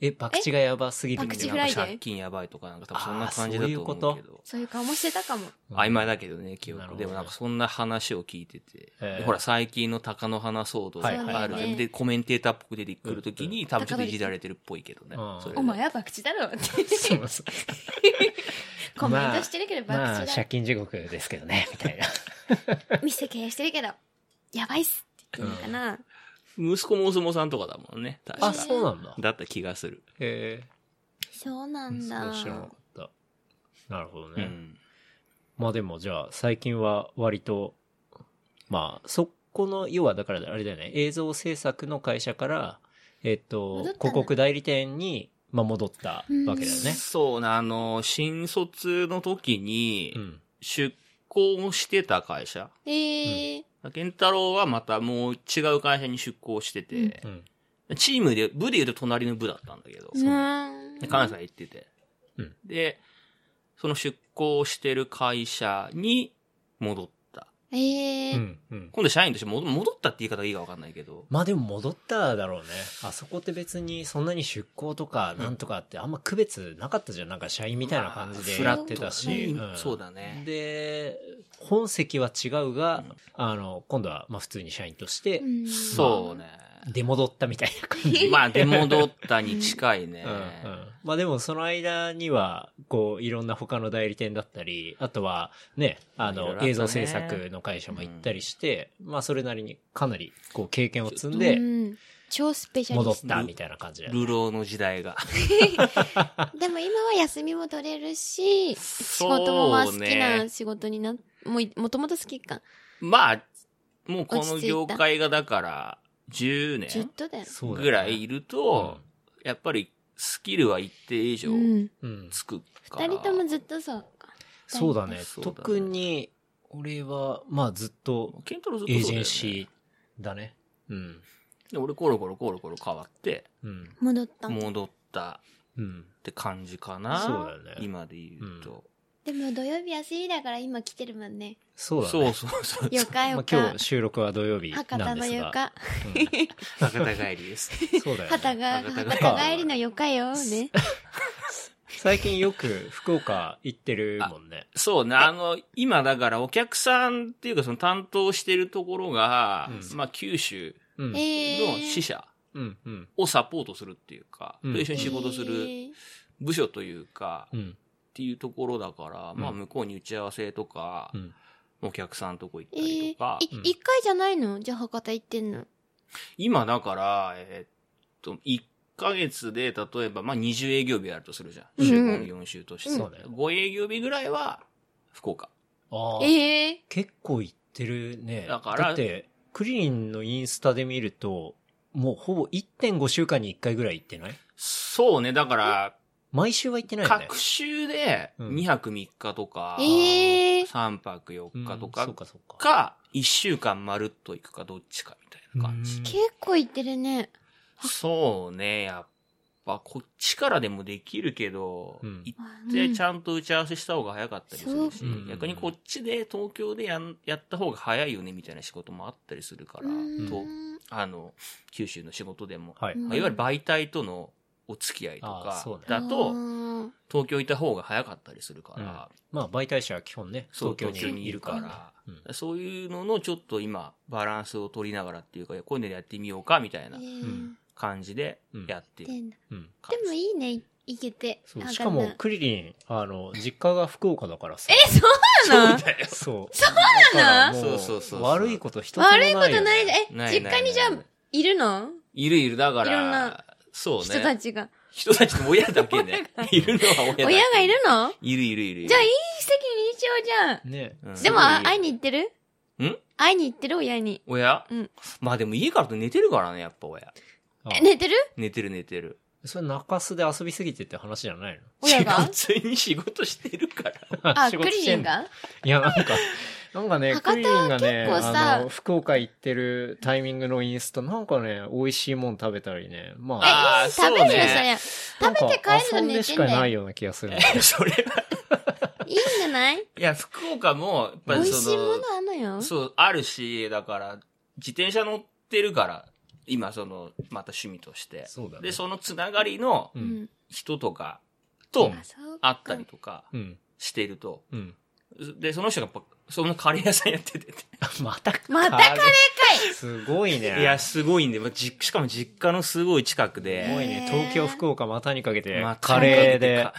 Speaker 1: え、パクチがやばすぎる
Speaker 3: パクチ
Speaker 2: で
Speaker 3: フ
Speaker 2: な
Speaker 3: ラ
Speaker 2: ん
Speaker 3: イデー
Speaker 2: か借金やばいとか、なんか多分そんな感じだと思うけ
Speaker 1: あーそうい
Speaker 2: ど。
Speaker 3: そういう顔もしてたかも。
Speaker 2: 曖昧だけどね、記憶。
Speaker 1: なるほどね
Speaker 2: でもなんかそんな話を聞いてて。
Speaker 1: ええ
Speaker 2: でほら、最近の鷹の花騒動が
Speaker 1: はい
Speaker 2: あるじゃん
Speaker 3: そうだよね
Speaker 2: で、コメンテーターっぽく出てくるときに、多分ちょっといじられてるっぽいけどね
Speaker 1: うん。
Speaker 2: それで
Speaker 3: お前は博打だろって
Speaker 1: そう
Speaker 3: [laughs]
Speaker 1: そう
Speaker 3: コメントしてるけど博打
Speaker 1: ま
Speaker 3: だ
Speaker 1: あ、借金地獄ですけどね、みたい
Speaker 3: [laughs]
Speaker 1: な。
Speaker 3: 店経営してるけど、やばいっすって言うのかな。
Speaker 2: 息子もお相撲さんとかだもんね、確
Speaker 1: あ、
Speaker 2: か。
Speaker 1: そうなんだ。
Speaker 2: だった気がする。
Speaker 1: へ
Speaker 3: そうな
Speaker 1: え。
Speaker 3: んだ。
Speaker 1: そう知らなかった。なるほど
Speaker 2: う
Speaker 1: ね。
Speaker 2: ん。
Speaker 1: まあでもじゃあ最近は割と、まあそこの、要はだからあれだよね、映像制作の会社から、えっと
Speaker 3: 戻った、んだ
Speaker 1: 広告代理店に、まあ戻ったわけだよね。
Speaker 2: そうな、あの、新卒の時
Speaker 1: う
Speaker 2: に、
Speaker 1: ん。
Speaker 2: 出向してた会社。
Speaker 3: えー、
Speaker 2: 健太郎はまたもう違う会社に出向してて
Speaker 1: う、ん。
Speaker 2: チームで、部で言うと隣の部だったんだけど、
Speaker 3: うーん。
Speaker 2: で関西行ってて、
Speaker 1: うん
Speaker 2: で、その出向してる会社に戻った。
Speaker 3: え
Speaker 1: う
Speaker 3: ー、
Speaker 1: ん。うん。
Speaker 2: 今度社員として戻戻ったって言い方がいいかわかんないけど、
Speaker 1: まあでも戻っただろうね。あそこって別にそんなに出向とかなんとかってあんま区別なかったじゃん。なんか社員みたいな感じで
Speaker 2: ま
Speaker 1: や
Speaker 2: あ
Speaker 1: ってたし。
Speaker 2: フラットだね
Speaker 1: ん
Speaker 2: そうだね
Speaker 1: で、本籍は違うが、
Speaker 2: うん
Speaker 1: あの、今度はまあ普通に社員として
Speaker 3: うん
Speaker 2: そうね。
Speaker 1: 出戻ったみたいな感じ。
Speaker 2: まあ、出戻ったに近いね。
Speaker 1: うんうんまあでもその間には、こう、いろんな他の代理店だったり、あとはね、あ
Speaker 2: いろいろあ
Speaker 1: の、
Speaker 2: ったね
Speaker 1: 映像制作の会社も行ったりして、まあそれなりにかなり、こう、経験を積んで
Speaker 3: [laughs] う、ん超スペシャ
Speaker 1: 戻
Speaker 3: リ
Speaker 1: っ
Speaker 3: ス
Speaker 1: たみたいな感じだよね
Speaker 2: 流浪の時代が。
Speaker 3: ト。でも今は休みも取れるし、仕
Speaker 2: そうね
Speaker 3: 事もまあ好きな仕事にな、もうもともと好きか。
Speaker 2: まあ、もうこの
Speaker 3: 落ち着いた
Speaker 2: 業界がだから、10
Speaker 3: ずっ
Speaker 2: 年
Speaker 3: とだよ。
Speaker 1: そうだね
Speaker 2: ぐらいいると、やっぱりスキルは一定以上
Speaker 3: うん。
Speaker 1: うん。
Speaker 2: つくから。
Speaker 3: 二人ともずっとそうか。
Speaker 1: そうだね。
Speaker 2: そうだね
Speaker 1: 特に、俺は、まあずっと、
Speaker 2: ケントロずっと
Speaker 1: エ
Speaker 2: そう
Speaker 1: ージ
Speaker 2: だよね
Speaker 1: ェンシーだね。うん。
Speaker 2: で俺コロコロコロコロ変わって、
Speaker 1: うん。
Speaker 3: 戻った。
Speaker 2: 戻った
Speaker 1: うん。
Speaker 2: って感じかな。
Speaker 1: そうだよね
Speaker 2: 今で言うと。
Speaker 3: でも土曜日休みだから今来てるもんね。
Speaker 1: そうだね。
Speaker 2: そうそうそう。
Speaker 3: よか
Speaker 1: ま
Speaker 3: よ
Speaker 1: あ今
Speaker 3: か
Speaker 1: 日。収録は土曜日なんです
Speaker 3: 博
Speaker 1: が。
Speaker 3: 多のよか。
Speaker 2: 博多帰りです。
Speaker 1: うんそうだ [laughs] よね。
Speaker 3: 博多
Speaker 2: 博多が
Speaker 3: 博多帰りのよかよ。ね。
Speaker 1: 最近よく福岡行ってるもんね。
Speaker 2: [laughs] そうね。あの、今だからお客さんっていうかその担当してるところが、
Speaker 1: うん
Speaker 2: まあ九州
Speaker 1: うん。
Speaker 2: の支
Speaker 3: ええ。
Speaker 2: 社
Speaker 1: うん。うん。
Speaker 2: をサポートするっていうか、
Speaker 1: うん
Speaker 2: と一緒に仕事す
Speaker 3: え
Speaker 2: る
Speaker 3: ー
Speaker 2: 部署というか、
Speaker 1: う
Speaker 2: っ
Speaker 1: ん。
Speaker 2: ていうところだから、まあ
Speaker 1: うん
Speaker 2: 向こうに打ち合わせとか、
Speaker 1: うん。
Speaker 2: お客さんとこ行っ
Speaker 3: え
Speaker 2: たりとか
Speaker 3: ー、い、
Speaker 1: うん
Speaker 3: 一回じゃないのじゃあ博多行ってんの。
Speaker 2: 今だから、えーっと、1ヶ月で、例えば、まあ、20営業日あるとするじゃ。
Speaker 3: うんん
Speaker 2: 週5、4週として。
Speaker 1: そうね
Speaker 2: 5営業日ぐらいは、福岡。
Speaker 1: ああ。
Speaker 3: ええ。
Speaker 1: 結構行ってるね。
Speaker 2: だから
Speaker 1: だって、クリリンのインスタで見ると、もうほぼ1.5週間に1回ぐらい行ってない
Speaker 2: そうね、だから、
Speaker 1: 毎週は行ってないよね
Speaker 2: 各。週で、
Speaker 1: うん
Speaker 2: 2泊3日とか、
Speaker 3: ええ。
Speaker 2: 3泊4日と
Speaker 1: うんそ
Speaker 2: か
Speaker 1: う、かそうか。
Speaker 2: か、1週間まるっと行くかどっちかみたいな感じ。
Speaker 1: うん
Speaker 3: 結構行ってるね。
Speaker 2: そうね、やっぱ、こっちからでもできるけど、
Speaker 1: うん
Speaker 2: 行
Speaker 3: あ
Speaker 2: っ
Speaker 3: うん
Speaker 2: てちゃんと打ち合わせした方が早かったりするし、
Speaker 1: そう
Speaker 2: 逆にこっちで東京でやんやった方が早いよねみたいな仕事もあったりするから、
Speaker 3: うん
Speaker 2: とあの、九州の仕事でも、
Speaker 1: はい。
Speaker 3: うん
Speaker 2: まあいわゆる媒体とのお付き合いと
Speaker 1: あ
Speaker 2: か
Speaker 1: そうね
Speaker 2: だ
Speaker 3: あ
Speaker 2: と、
Speaker 3: ー
Speaker 2: 東京いた方が早かったりするから、
Speaker 1: まあ、媒体者は基本ね、
Speaker 2: そう
Speaker 1: 東京
Speaker 2: 東京
Speaker 1: に
Speaker 2: に
Speaker 1: い
Speaker 2: い
Speaker 1: る
Speaker 2: る
Speaker 1: か。
Speaker 2: からら、
Speaker 1: うん
Speaker 2: そういうののちょっと今、バランスを取りながらっていうか、いやこういうのでやってみようかみたいな
Speaker 3: え
Speaker 1: ん
Speaker 3: ー
Speaker 2: 感じでやってる
Speaker 3: でんだ
Speaker 1: うん。
Speaker 2: 感
Speaker 3: でも
Speaker 2: じ。
Speaker 3: いいね、行けて。
Speaker 1: そう
Speaker 3: あ
Speaker 1: しかも、クリリン、あの、実家が福岡だからさ。
Speaker 3: え、そうなの
Speaker 2: だよ
Speaker 1: そう。
Speaker 3: う
Speaker 1: だから
Speaker 3: なの
Speaker 1: も
Speaker 2: そうそうそうそう
Speaker 1: 悪いこと一つもない
Speaker 3: 悪い
Speaker 1: よ
Speaker 3: こ
Speaker 1: ね。
Speaker 3: とないじゃん。え、
Speaker 2: ない
Speaker 3: 実
Speaker 2: ないない
Speaker 3: 家にじゃあ、いるの
Speaker 2: いるいる、だか
Speaker 3: いろんな
Speaker 2: ら、そうね。
Speaker 3: 人たちが。
Speaker 2: 人たちの親だけ
Speaker 3: [laughs]
Speaker 2: ね。いるのは親だけ。
Speaker 3: 親がいるの
Speaker 2: いるいるいる。
Speaker 3: じゃあ、いい席に一応じゃん。
Speaker 1: ね。
Speaker 2: うん
Speaker 3: でも、
Speaker 2: すごい
Speaker 3: あ会いに行ってる
Speaker 2: ん
Speaker 3: 会いに行ってる親に。
Speaker 2: 親
Speaker 3: うん
Speaker 2: まあでも家からと寝てるからね、やっぱ親。
Speaker 1: あ
Speaker 3: え、寝てる
Speaker 2: 寝てる寝てる。
Speaker 1: それ中洲で遊びすぎてって話じゃないの
Speaker 3: 親が
Speaker 2: 普通に仕事してるから。
Speaker 3: [laughs]
Speaker 1: [laughs]
Speaker 3: あ、
Speaker 1: 仕
Speaker 3: ク
Speaker 1: 事
Speaker 3: リ
Speaker 1: し
Speaker 3: リ
Speaker 1: て
Speaker 3: ン
Speaker 1: んの
Speaker 3: が
Speaker 1: いや、なんか、なんかね、
Speaker 3: 博多
Speaker 1: クリリンがね、
Speaker 3: 結構さ
Speaker 1: あの、福岡行ってるタイミングのインスタ、なんかね、美味しいもん食べたりね、まあ、
Speaker 2: あー
Speaker 3: 食べるのそれ。
Speaker 1: なんか
Speaker 3: 食べて帰るの
Speaker 1: 遊んで
Speaker 3: 寝
Speaker 1: して
Speaker 3: ん
Speaker 1: かな
Speaker 3: だ
Speaker 1: い
Speaker 3: よ。
Speaker 1: ような気がするの。
Speaker 2: それは。
Speaker 3: いいんじゃない
Speaker 2: いや、福岡も、やっぱ
Speaker 3: 美
Speaker 2: り
Speaker 3: 味
Speaker 2: そ
Speaker 3: しいもの
Speaker 2: の、
Speaker 3: あんのよ。
Speaker 2: そう、あるし、だから、自転車乗ってるから、今その、また趣味として。
Speaker 4: そうだね。
Speaker 2: で、そのつながりの
Speaker 4: う
Speaker 3: うんん。
Speaker 2: 人とかと
Speaker 3: あそうか
Speaker 2: 会ったりとか
Speaker 1: うん。
Speaker 2: していると、
Speaker 1: うん。
Speaker 2: で、その人がやっぱ、そのカレー屋さんやってて、
Speaker 1: [laughs] また、
Speaker 3: またカレーかい
Speaker 1: [laughs] すごいね。
Speaker 2: いや、すごいんで、まあじしかも実家のすごい近く
Speaker 1: すご
Speaker 2: で、
Speaker 1: いね。東京、福岡、またにかけて
Speaker 2: まあ、
Speaker 1: カレーで
Speaker 2: か。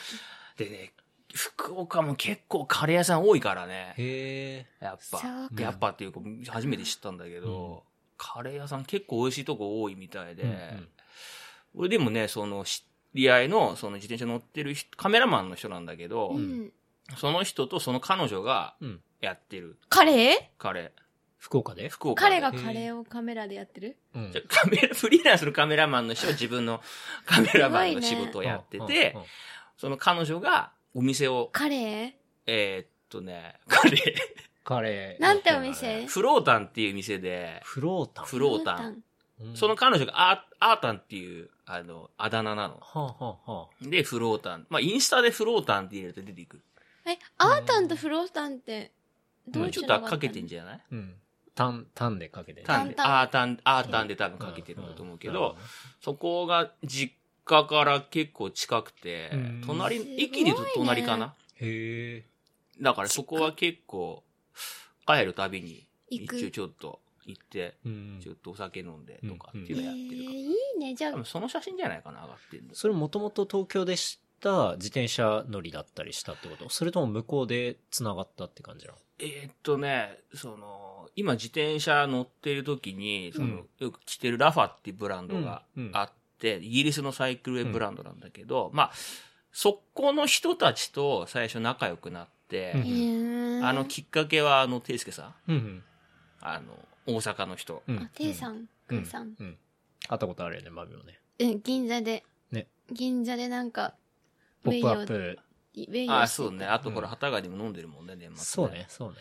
Speaker 2: でね、福岡も結構カレー屋さん多いからね。
Speaker 1: へえ。
Speaker 2: やっ
Speaker 3: そ
Speaker 2: ぱ
Speaker 3: う。
Speaker 1: か
Speaker 2: やっぱっていうか、初めて知ったんだけど、カレー屋さん結構美味しいとこ多いみたいで、
Speaker 1: うんうん
Speaker 2: 俺でもね、その知り合いの、その自転車乗ってる人カメラマンの人なんだけど、
Speaker 3: うん。
Speaker 2: その人とその彼女が
Speaker 1: うん
Speaker 2: やってる
Speaker 3: カレー
Speaker 2: カレ
Speaker 1: 福岡で
Speaker 2: ー。福岡で。
Speaker 3: 彼がカレーをカメラでやってる
Speaker 1: うん
Speaker 2: じゃカメラ、 [laughs] フリーランスのカメラマンの人は自分の [laughs] カメラマンの仕
Speaker 3: す
Speaker 2: 事をやってて、
Speaker 1: うんうん
Speaker 2: その彼女がお店を、
Speaker 3: カレー
Speaker 2: えーっとね、カレー、
Speaker 1: カレー。
Speaker 3: なんてお
Speaker 2: [laughs]
Speaker 3: 店
Speaker 2: フロータンっていう店で、
Speaker 1: フロータン。
Speaker 2: フロータン。
Speaker 1: うん
Speaker 2: その、彼女がアーアータンっていう、あの、あだ名なの。
Speaker 1: はあ、はあはあ、
Speaker 2: で、フロータン。まあ、インスタでフロータンって入れると出てくる。
Speaker 3: え、アータンとフロータンって、どう違う
Speaker 2: ちょっとかけてんじゃない
Speaker 1: うん。タン、タンでかけてね。
Speaker 2: タンで、
Speaker 3: タンタン
Speaker 2: アータン、アータンで多分かけてるんだと思うけ
Speaker 1: んんな
Speaker 2: ど
Speaker 1: る、
Speaker 2: そこが実家から結構近くて
Speaker 1: うん、
Speaker 2: 隣、
Speaker 3: すごいね
Speaker 2: 駅で言うと隣かな。
Speaker 1: ほどへえ。
Speaker 2: だからそこは結構、帰るたびに、
Speaker 3: 行く
Speaker 2: 一応ちょっと行って、
Speaker 1: うん
Speaker 2: ちょっとお酒飲んでとかっていうの
Speaker 3: え
Speaker 2: やってるから
Speaker 3: ー。いいね、じゃ
Speaker 2: 多
Speaker 3: あ
Speaker 2: 分、その写真じゃないかな、上がってるの。
Speaker 1: それもともと東京でした自転車乗りだったりしたってことそれとも向こうで繋がったって感じなの
Speaker 2: えーっとね、その、今自転車乗ってる時に、その、
Speaker 1: うん
Speaker 2: よく着てるラファっていうブランドが
Speaker 1: うんうん
Speaker 2: あって、イギリスのサイクルウェイブランドなんだけど、まあ、そこの人たちと最初仲良くなって、
Speaker 1: うん
Speaker 3: えー
Speaker 2: あの、きっかけは、あの、ていすけさん、
Speaker 1: うん
Speaker 2: あの、大阪の人。
Speaker 1: うん。う
Speaker 3: あ、ていさ
Speaker 1: ん。
Speaker 3: ん、
Speaker 1: う
Speaker 3: く
Speaker 1: ん
Speaker 3: んさん。。
Speaker 1: うん。会ったことあるよね、マミもね。
Speaker 3: うん、銀座で。
Speaker 1: ね
Speaker 3: 銀座でなんか、
Speaker 1: ポップアップ。
Speaker 3: ウェイを
Speaker 2: ああ、
Speaker 3: して
Speaker 2: そうね。あと、
Speaker 1: うん
Speaker 2: ほら、幡ヶ谷でも飲んでるもんね、年末、
Speaker 1: そう。ね、そうね。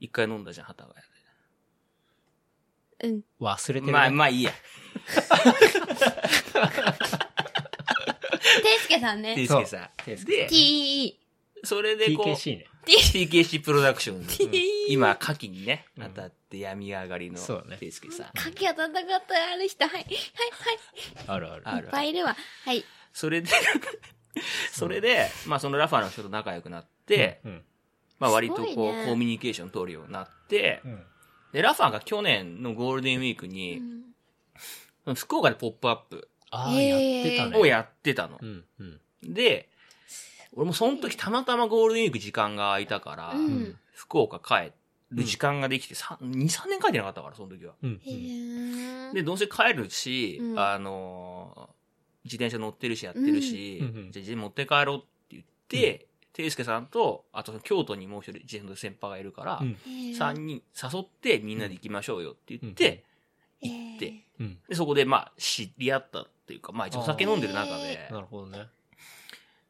Speaker 2: 一回飲んだじゃん、幡ヶ谷
Speaker 3: うん。
Speaker 1: 忘れて
Speaker 2: で。
Speaker 1: るね。
Speaker 2: まあ、まあいいや。
Speaker 3: ていすけさん
Speaker 2: て
Speaker 3: ね。
Speaker 2: いすけさん。で、
Speaker 3: TE。
Speaker 2: それでこう、
Speaker 1: TKC ね。
Speaker 2: TKC プロダクションズ。
Speaker 3: TE。
Speaker 2: 今、牡蠣にね、
Speaker 1: うん
Speaker 2: 当たって病み上がりの、
Speaker 1: そうだね
Speaker 2: ていすけさん。
Speaker 3: かき温かったある人、はい、はい、
Speaker 1: あるある。
Speaker 2: あ
Speaker 3: はい。い
Speaker 2: る
Speaker 3: っぱいいるわ。はい。
Speaker 2: それで、それで、まあそのラファの人と仲良くなって、
Speaker 1: うん、
Speaker 2: まあ割とこう、
Speaker 3: す
Speaker 2: コ
Speaker 3: ごいね
Speaker 2: ミュニケーション取るようになって
Speaker 1: う、ん。
Speaker 2: で、ラファが去年のゴールデンウィークに、福岡でポップアップ
Speaker 1: ああ、
Speaker 3: え
Speaker 1: やっ
Speaker 3: ー
Speaker 1: てたね。
Speaker 2: をやってたの
Speaker 1: う。ん、うん。
Speaker 2: で、俺もその時たまたまゴールデンウィーク時間が空いたから、
Speaker 3: うん
Speaker 2: 福岡帰る時間ができて、さ2、3年帰ってなかったから、その時は。
Speaker 1: うん
Speaker 3: へー
Speaker 2: で、どうせ帰るし、
Speaker 3: うん
Speaker 2: あのー自転車乗ってるし、やってるし、
Speaker 1: うんうんうん
Speaker 2: じゃあ自転車持って帰ろうって言って、ていすけさんと、あとその京都にもう一人自転車の先輩がいるから、
Speaker 1: うん
Speaker 3: へー
Speaker 2: 三人誘ってみんなで行きましょうよって言って、行って
Speaker 3: えー
Speaker 1: うん。
Speaker 2: で、そこでまあ知り合ったっていうか、まあ一応お酒飲んでる中
Speaker 3: あ
Speaker 2: で、
Speaker 1: なるほどね。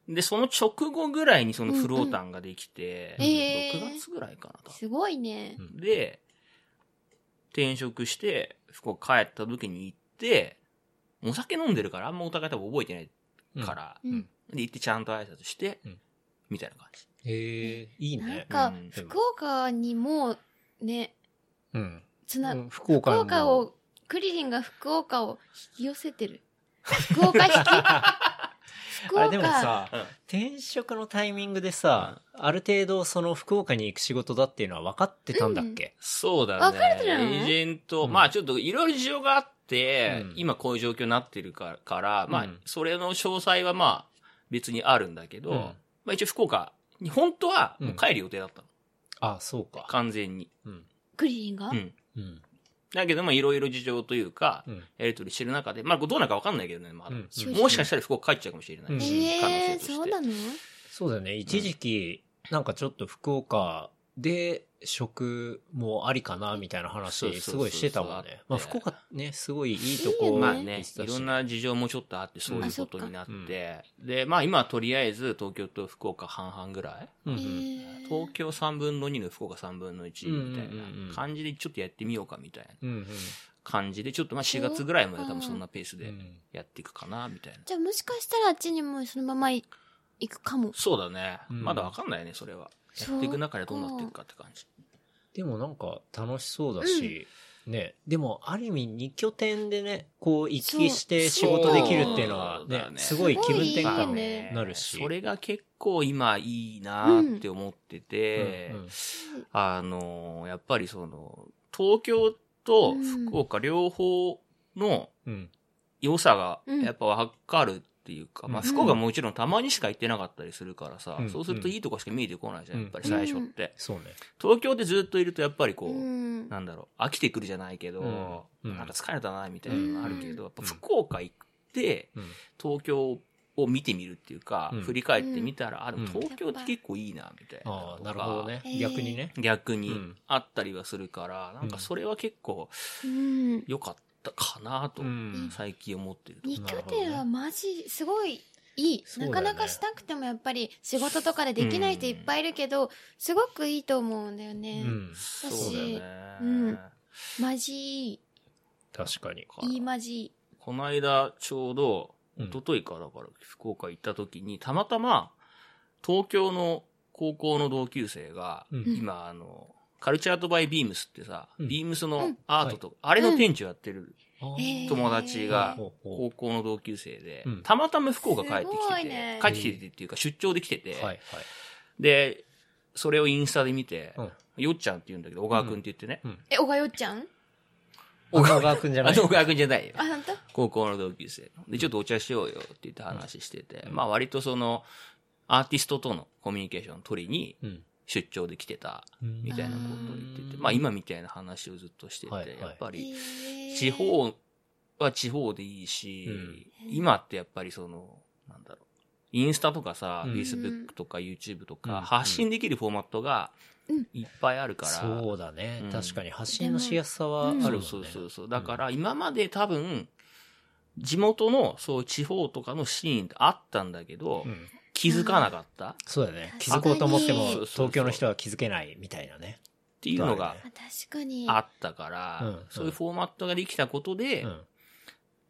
Speaker 2: で、その直後ぐらいにそのフロータンができて、
Speaker 3: うんうんえー
Speaker 2: 6月ぐらいかな、多分
Speaker 3: すごいね
Speaker 1: う。ん
Speaker 2: で、転職して、福岡帰った時に行って、お酒飲んでるから、あんまお互い多分覚えてないから、
Speaker 3: うんうん
Speaker 2: で、行ってちゃんと挨拶して、
Speaker 1: うん
Speaker 2: みたいな感じ。
Speaker 1: へえ、いい
Speaker 3: なん
Speaker 1: ね。
Speaker 3: か
Speaker 2: うん、
Speaker 1: でも
Speaker 3: 福岡にも、ね、
Speaker 1: うん。
Speaker 3: つな、
Speaker 1: 福岡
Speaker 3: 福
Speaker 1: の
Speaker 3: 岡を、クリリンが福岡を引き寄せてる。福岡引き
Speaker 1: [laughs]
Speaker 3: 福
Speaker 1: あ
Speaker 3: 岡。
Speaker 1: れでもさ、
Speaker 2: うん
Speaker 1: 転職のタイミングでさ、ある程度その福岡に行く仕事だっていうのは分かってたんだっけ、
Speaker 2: そうだね。
Speaker 3: わかるじゃない
Speaker 2: エージェント、
Speaker 1: うん
Speaker 2: まあちょっといろいろ事情があって、
Speaker 1: うん
Speaker 2: 今こういう状況になってるから、からまあ
Speaker 1: うん、
Speaker 2: それの詳細はまあ、別にあるんだけど、
Speaker 1: うん
Speaker 2: まあ一応福岡に、本当はもう帰る予定だったの。
Speaker 1: ああ、そうか。
Speaker 2: 完全に。
Speaker 1: うん。
Speaker 3: クリリンが、
Speaker 2: うん。
Speaker 1: うん。
Speaker 2: だけども、いろいろ事情というか、
Speaker 1: うん。
Speaker 2: やりとりしてる中で、まあ、どうなるかわかんないけどね、まあ、
Speaker 1: うん
Speaker 3: 正直
Speaker 2: もしかしたら福岡帰っちゃうかもしれないし、可能性
Speaker 3: えー、
Speaker 2: として。
Speaker 3: そうなの
Speaker 1: そうだよね。一時期、なんかちょっと福岡で食もありかな、みたいな
Speaker 2: そう
Speaker 1: 話、
Speaker 2: そうそう
Speaker 1: すごいしてたもんね。まあ、
Speaker 2: そう
Speaker 1: 福岡ね、すごいいいとこ
Speaker 3: いいよ
Speaker 2: まあ
Speaker 1: 行っ
Speaker 2: ね
Speaker 1: て、た
Speaker 2: い
Speaker 1: し
Speaker 2: ろんな事情もちょっとあって、そういうこ
Speaker 3: あそっ
Speaker 2: と
Speaker 3: か
Speaker 2: になって、で、まあ今はとりあえず東京と福岡半々ぐらい、
Speaker 1: うんうん
Speaker 3: えー
Speaker 2: 東京3分の2の福岡3分の1みたい
Speaker 1: うんうんうんうん
Speaker 2: な感じでちょっとやってみようかみたいな
Speaker 1: うん
Speaker 2: 感じで、ちょっとまあ4月ぐらいまで多分そんなペース
Speaker 1: うんう
Speaker 2: で
Speaker 1: ん
Speaker 2: やっていくかな、みたいな。
Speaker 3: じゃあもしかしたらあっちにもそのままい行くかも。
Speaker 2: そうだね。
Speaker 1: うん
Speaker 2: まだわかんないね、それは。やっていく中でどうなっていくかって感じ。
Speaker 1: でもなんか楽しそうだし、ね、でも、ある意味、二拠点でね、こう、行き来して仕事できるっていうのは
Speaker 2: そう
Speaker 1: ね
Speaker 2: だ、ね
Speaker 1: すごい気分転
Speaker 3: す
Speaker 1: 換
Speaker 3: ごい
Speaker 1: に
Speaker 3: ね
Speaker 1: なるし
Speaker 2: それが結構今いいなって思ってて、
Speaker 1: うんうん
Speaker 2: あの、やっぱりその、東京と福岡両方の
Speaker 1: うん。
Speaker 2: 良さが
Speaker 3: うん
Speaker 2: やっぱわかるっていうか、まあ
Speaker 1: うん
Speaker 2: 福岡ももちろんたまにしか行ってなかったりするからさ、
Speaker 1: うん
Speaker 2: そうするといいとこしか見えてこないじゃん、
Speaker 1: うん
Speaker 2: やっぱり最初って。
Speaker 1: そうね。
Speaker 2: 東京でずっといるとやっぱりこう、
Speaker 3: うん
Speaker 2: なんだろう、飽きてくるじゃないけど、
Speaker 1: うんうん
Speaker 2: なんか疲れたな、みたいなのがあるけ
Speaker 3: うん
Speaker 2: ど、やっぱ福岡行って、
Speaker 1: うん。
Speaker 2: 東京を見てみるっていうか、
Speaker 1: うん
Speaker 2: 振り返ってみたら、あ、で
Speaker 1: う
Speaker 2: も
Speaker 1: ん
Speaker 2: 東京って結構いいな、みたいなのとか。
Speaker 1: ああ、なるほどね
Speaker 3: え。ー
Speaker 1: 逆にね。
Speaker 2: 逆
Speaker 1: う
Speaker 2: に
Speaker 1: ん
Speaker 2: あったりはするから、なんかそれは結構
Speaker 3: うん
Speaker 2: 良かったかなと
Speaker 1: う、ん。
Speaker 2: 最近思ってるとこ
Speaker 3: 二拠点はマジすごいいい、
Speaker 1: そうだ
Speaker 3: な
Speaker 1: よ
Speaker 3: か
Speaker 1: ね
Speaker 3: なかしたくてもやっぱり仕事とかでできない人いっぱいいるけど、すごくいいと思うんだよね、
Speaker 1: うん。
Speaker 2: そうだよね。
Speaker 3: うんマジいい
Speaker 1: 確かに。
Speaker 3: いいマジいい
Speaker 2: この間、ちょうど、
Speaker 1: うん
Speaker 2: 一昨日からだから福岡行った時に、たまたま、東京の高校の同級生が、
Speaker 1: うん
Speaker 2: 今、あの、カルチャートバイビームスってさ、
Speaker 1: うん
Speaker 2: ビームス
Speaker 3: う
Speaker 2: の
Speaker 3: ん
Speaker 2: アートと、あれの店長やってる
Speaker 3: えー
Speaker 2: 友達が、
Speaker 1: ほうほ
Speaker 2: 高校の同級生で
Speaker 1: うん、
Speaker 2: たまたま福岡帰って
Speaker 3: す
Speaker 2: き
Speaker 3: ご
Speaker 2: て
Speaker 3: い
Speaker 2: て、
Speaker 3: ね
Speaker 2: 帰ってきててっていうか出張で来てて、
Speaker 1: うはいはい。
Speaker 2: で、それをインスタで見て、
Speaker 1: うん
Speaker 2: よっちゃんって言うんだけど、小川くんって言ってね。
Speaker 3: えおがよっちゃん
Speaker 1: 小川くんじゃな
Speaker 2: あ、
Speaker 1: い。
Speaker 2: 小川くんじゃないよ。
Speaker 3: あ本当
Speaker 2: 高校の同級生ので、ちょっとお茶しようよって言って話してて、まあ割とその、アーティストとのコミュニケーションを取りに
Speaker 1: うん。
Speaker 2: 出張で来てた
Speaker 1: うん
Speaker 2: みたいなことを言ってて、まあ今みたいな話をずっとしてて、
Speaker 1: はいはい
Speaker 2: やっぱり
Speaker 3: へー
Speaker 2: 地方は地方でいいし、
Speaker 1: う
Speaker 2: 今ってやっぱりその、なんだろう、インスタとかさ、
Speaker 1: うん
Speaker 2: Facebook とか YouTube と
Speaker 1: うん
Speaker 2: か、発信できるフォーマットが
Speaker 3: うん
Speaker 2: いっぱいあるから、
Speaker 1: そうだね
Speaker 2: う。ん
Speaker 1: 確かに発信のしやすさはあるもんね。
Speaker 2: そうそうそうそう。だから今まで多分、地元のそう地方とかのシーンってあったんだけど、
Speaker 1: うん。
Speaker 2: 気づかなかったっ
Speaker 1: そうだね。気
Speaker 3: 確
Speaker 1: づこ
Speaker 3: かに
Speaker 1: うと思って
Speaker 2: そうそ
Speaker 1: も、
Speaker 2: うそう
Speaker 1: 東京の人は気づけないみたいなね。
Speaker 2: ていうのが
Speaker 3: あ確かに
Speaker 2: あったから、
Speaker 1: うん
Speaker 2: そういうフォーマットができたことで、
Speaker 1: うん。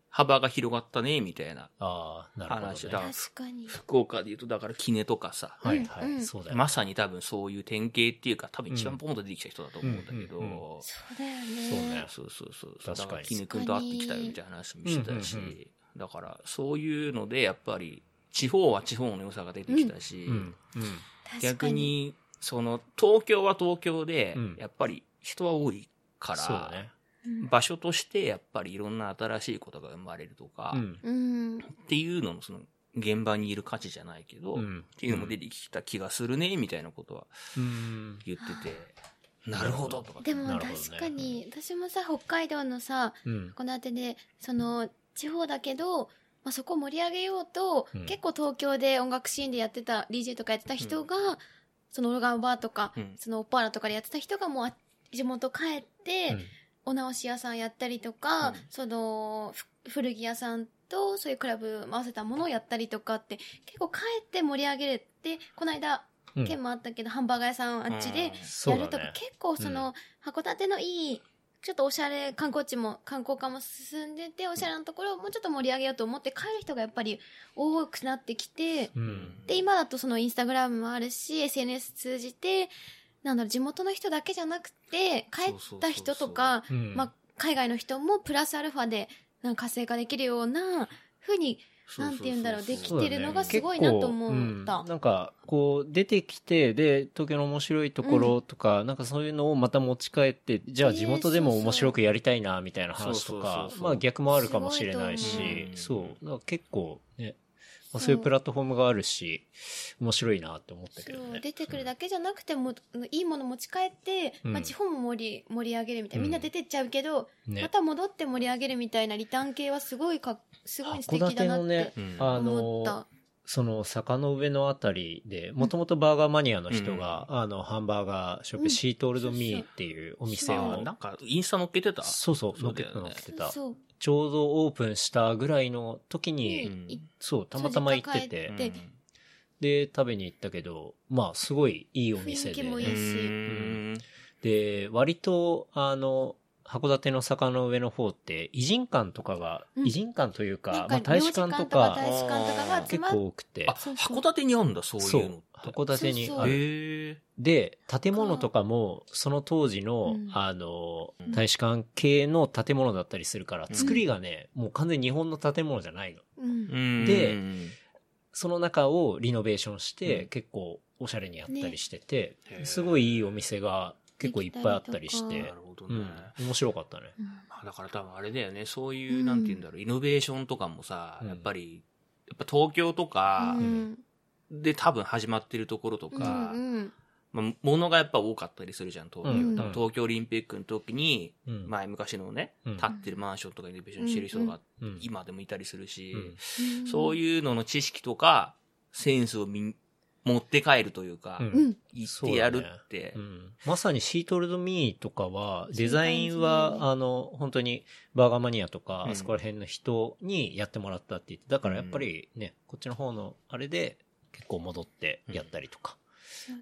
Speaker 2: 幅が広がったね、みたいな。
Speaker 1: ああ、なるほ
Speaker 2: 話
Speaker 1: ど、
Speaker 2: だ
Speaker 1: ね。
Speaker 2: から
Speaker 3: 確かに
Speaker 2: 福岡で言うと、だから、キネとかさ、
Speaker 1: はいはい、
Speaker 3: うんうん
Speaker 1: そうだよ、ね。
Speaker 2: まさに多分そういう典型っていうか、多分一番ポンと出てきた人だと思うんだけど、
Speaker 1: うんうん
Speaker 3: そうだよ
Speaker 1: そう
Speaker 3: ね
Speaker 1: ね
Speaker 2: そうそうそう。
Speaker 1: 確かに
Speaker 2: だから、絹くんと会ってきたよみたいな話もしてたし、
Speaker 1: うんうんう
Speaker 2: だから、そういうので、やっぱり、地方は地方の良さが出てきたし、
Speaker 1: うん。うん。
Speaker 3: 確か
Speaker 2: 逆に、その、東京は東京で、
Speaker 1: うん
Speaker 2: やっぱり人は多いか
Speaker 1: そう
Speaker 2: ら
Speaker 1: だ、ね。
Speaker 3: うん
Speaker 2: 場所として、やっぱりいろんな新しいことが生まれるとか、
Speaker 1: ん。
Speaker 3: うん
Speaker 2: っていうのの、その、現場にいる価値じゃないけど、っ
Speaker 1: ん。って
Speaker 2: いうのも出てきた気がするね、みたいなことは
Speaker 1: うん。
Speaker 2: 言ってて、なるほど、とかって。
Speaker 3: でも
Speaker 1: なるほどね
Speaker 3: 確かに私もさ北海道のさ
Speaker 1: うん。
Speaker 3: この宛てでその地方だけど、まあ、そこを盛り上げようと、
Speaker 1: うん
Speaker 3: 結構東京で音楽シーンでやってた DJ とかやってた人が、そのオルガンバーとか、
Speaker 2: うん
Speaker 3: そのオパラとかでやってた人がもうあ地元帰って、
Speaker 1: うん
Speaker 3: お直し屋さんやったりとか、
Speaker 2: うん
Speaker 3: そのふ古着屋さんとそういうクラブ合わせたものをやったりとかって結構帰って盛り上げるってこの間
Speaker 1: うん
Speaker 3: 県もあったけど、ハンバーガー屋さんあっち
Speaker 2: う
Speaker 3: で、
Speaker 2: ん
Speaker 1: そ
Speaker 3: や
Speaker 1: う
Speaker 3: る
Speaker 1: だ
Speaker 3: とか、
Speaker 1: ね。
Speaker 3: 結構その、函館のいいちょっとおしゃれ観光地も観光化も進んでておしゃれなところをもうちょっと盛り上げようと思って帰る人がやっぱり多くなってきて
Speaker 1: うん。
Speaker 3: で今だとそのインスタグラムもあるし SNS 通じてなんだろう地元の人だけじゃなくて帰った人とか
Speaker 1: うん。
Speaker 3: まあ、海外の人もプラスアルファでなんか活性化できるようなふうになんて言うんだろうできてるのがすごいなと思っ
Speaker 1: 結構
Speaker 3: た
Speaker 1: うん。なんか、こう、出てきて、で、東京の面白いところとか、なんかそういうのをまた持ち帰って、じゃあ地元でも面白くやりたいな、みたいな話とか
Speaker 2: そうそうそう、そう
Speaker 1: まあ逆もあるかもしれない
Speaker 3: すごいと
Speaker 1: し
Speaker 2: 思、う
Speaker 1: そう。だから結構ね、まあ、
Speaker 3: そう
Speaker 1: そういうプラットフォームがあるし、面白いなって思ったけど
Speaker 3: そう
Speaker 1: ね。
Speaker 3: 出てくるだけじゃなくても、いいもの持ち帰って、
Speaker 1: うん
Speaker 3: まあ、地方も盛り盛り上げるみたいな、
Speaker 1: うん
Speaker 3: みんな出てっちゃうけど、
Speaker 1: ね
Speaker 3: また戻って盛り上げるみたいなリターン系はすごいかすごい素
Speaker 1: 函
Speaker 3: 敵だ
Speaker 1: 館
Speaker 3: な
Speaker 1: の
Speaker 3: っ
Speaker 1: ね
Speaker 2: う
Speaker 3: て、
Speaker 2: ん
Speaker 1: あ
Speaker 3: 思
Speaker 1: の
Speaker 3: った、
Speaker 1: その坂の上のあたりで、もともとバーガーマニアの人が、あの、ハンバーガーショップ、
Speaker 3: うん
Speaker 1: シートールドミーっていうお店
Speaker 2: あ
Speaker 1: を、
Speaker 2: なんか、インスタ乗っけてた
Speaker 1: そうそう、
Speaker 2: そ
Speaker 1: 乗
Speaker 2: う
Speaker 1: っけ
Speaker 2: だ
Speaker 1: て
Speaker 2: よ
Speaker 1: た、乗
Speaker 2: ね
Speaker 1: っけてた。
Speaker 3: そう
Speaker 1: ちょうどオープンしたぐらいの時
Speaker 3: う
Speaker 1: に、
Speaker 3: ん
Speaker 2: うん
Speaker 1: そう、たまたま行って
Speaker 3: う
Speaker 1: て
Speaker 3: ん、で
Speaker 1: で、食べに行ったけど、まあ、すごいいいお店
Speaker 3: 雰囲気
Speaker 1: で、
Speaker 3: もいい
Speaker 2: うんうん
Speaker 3: し
Speaker 1: で、割と、あの、函館の坂の上の方って、偉人館とかが、
Speaker 3: うん
Speaker 1: 偉人館という
Speaker 3: な
Speaker 1: か
Speaker 3: ん、
Speaker 1: まあ、大使
Speaker 3: 領
Speaker 1: 館
Speaker 3: 事
Speaker 1: とか、
Speaker 3: 大使館とかが集
Speaker 1: 結
Speaker 3: まっ
Speaker 1: 構多くて
Speaker 2: あ、、
Speaker 3: そうそう
Speaker 2: 函館にあるんだ、そう
Speaker 1: そ
Speaker 2: いうの
Speaker 1: う、函館に
Speaker 3: そう
Speaker 1: あ
Speaker 3: そう
Speaker 1: る。
Speaker 2: へえ。
Speaker 1: で、建物とかも、その当時の、
Speaker 3: うん
Speaker 1: あの
Speaker 2: う、ん
Speaker 1: 大使館系の建物だったりするから、
Speaker 2: うん
Speaker 1: 作りがね、もう完全に日本の建物じゃないの。
Speaker 3: うん
Speaker 1: で
Speaker 2: うん、
Speaker 1: その中をリノベーションして、
Speaker 2: うん
Speaker 1: 結構おしゃれにやったりしてて、
Speaker 2: ね
Speaker 1: すごいいいお店が結構いっぱいあったりし
Speaker 3: できたり
Speaker 1: て
Speaker 2: なる、ほど
Speaker 1: う
Speaker 2: ね。
Speaker 1: ん、面白かったね。
Speaker 2: まあだから多分あれだよね、そういう、
Speaker 3: うん
Speaker 2: なんて言うんだろう、イノベーションとかもさ、
Speaker 1: うん
Speaker 2: やっぱり、やっぱ東京とか
Speaker 3: うん
Speaker 2: で多分始まってるところと
Speaker 3: うん
Speaker 2: か、
Speaker 3: うん
Speaker 2: まあ、ものがやっぱ多かったりするじゃん、東京。
Speaker 1: うん
Speaker 2: 多分東京オリンピックの時に、
Speaker 1: うん。
Speaker 2: 前昔のね、
Speaker 1: うん
Speaker 2: 立ってるマンションとかイノベーションしてる人が
Speaker 1: うん
Speaker 2: 今でもいたりするし、
Speaker 1: うん
Speaker 3: ん
Speaker 2: そういうのの知識とか、センスをみん持って帰るというか、
Speaker 1: うん
Speaker 3: うん
Speaker 2: 行ってやるって
Speaker 1: う。んまさにシートルドミーとかは、デザイン
Speaker 3: そういう感じだ
Speaker 1: は、
Speaker 3: よね
Speaker 1: あの、本当にバーガーマニアとか、
Speaker 2: うん
Speaker 1: あそこら辺の人にやってもらったって言って、だからやっぱりね、こっちの方のあれで結構戻ってやったりとか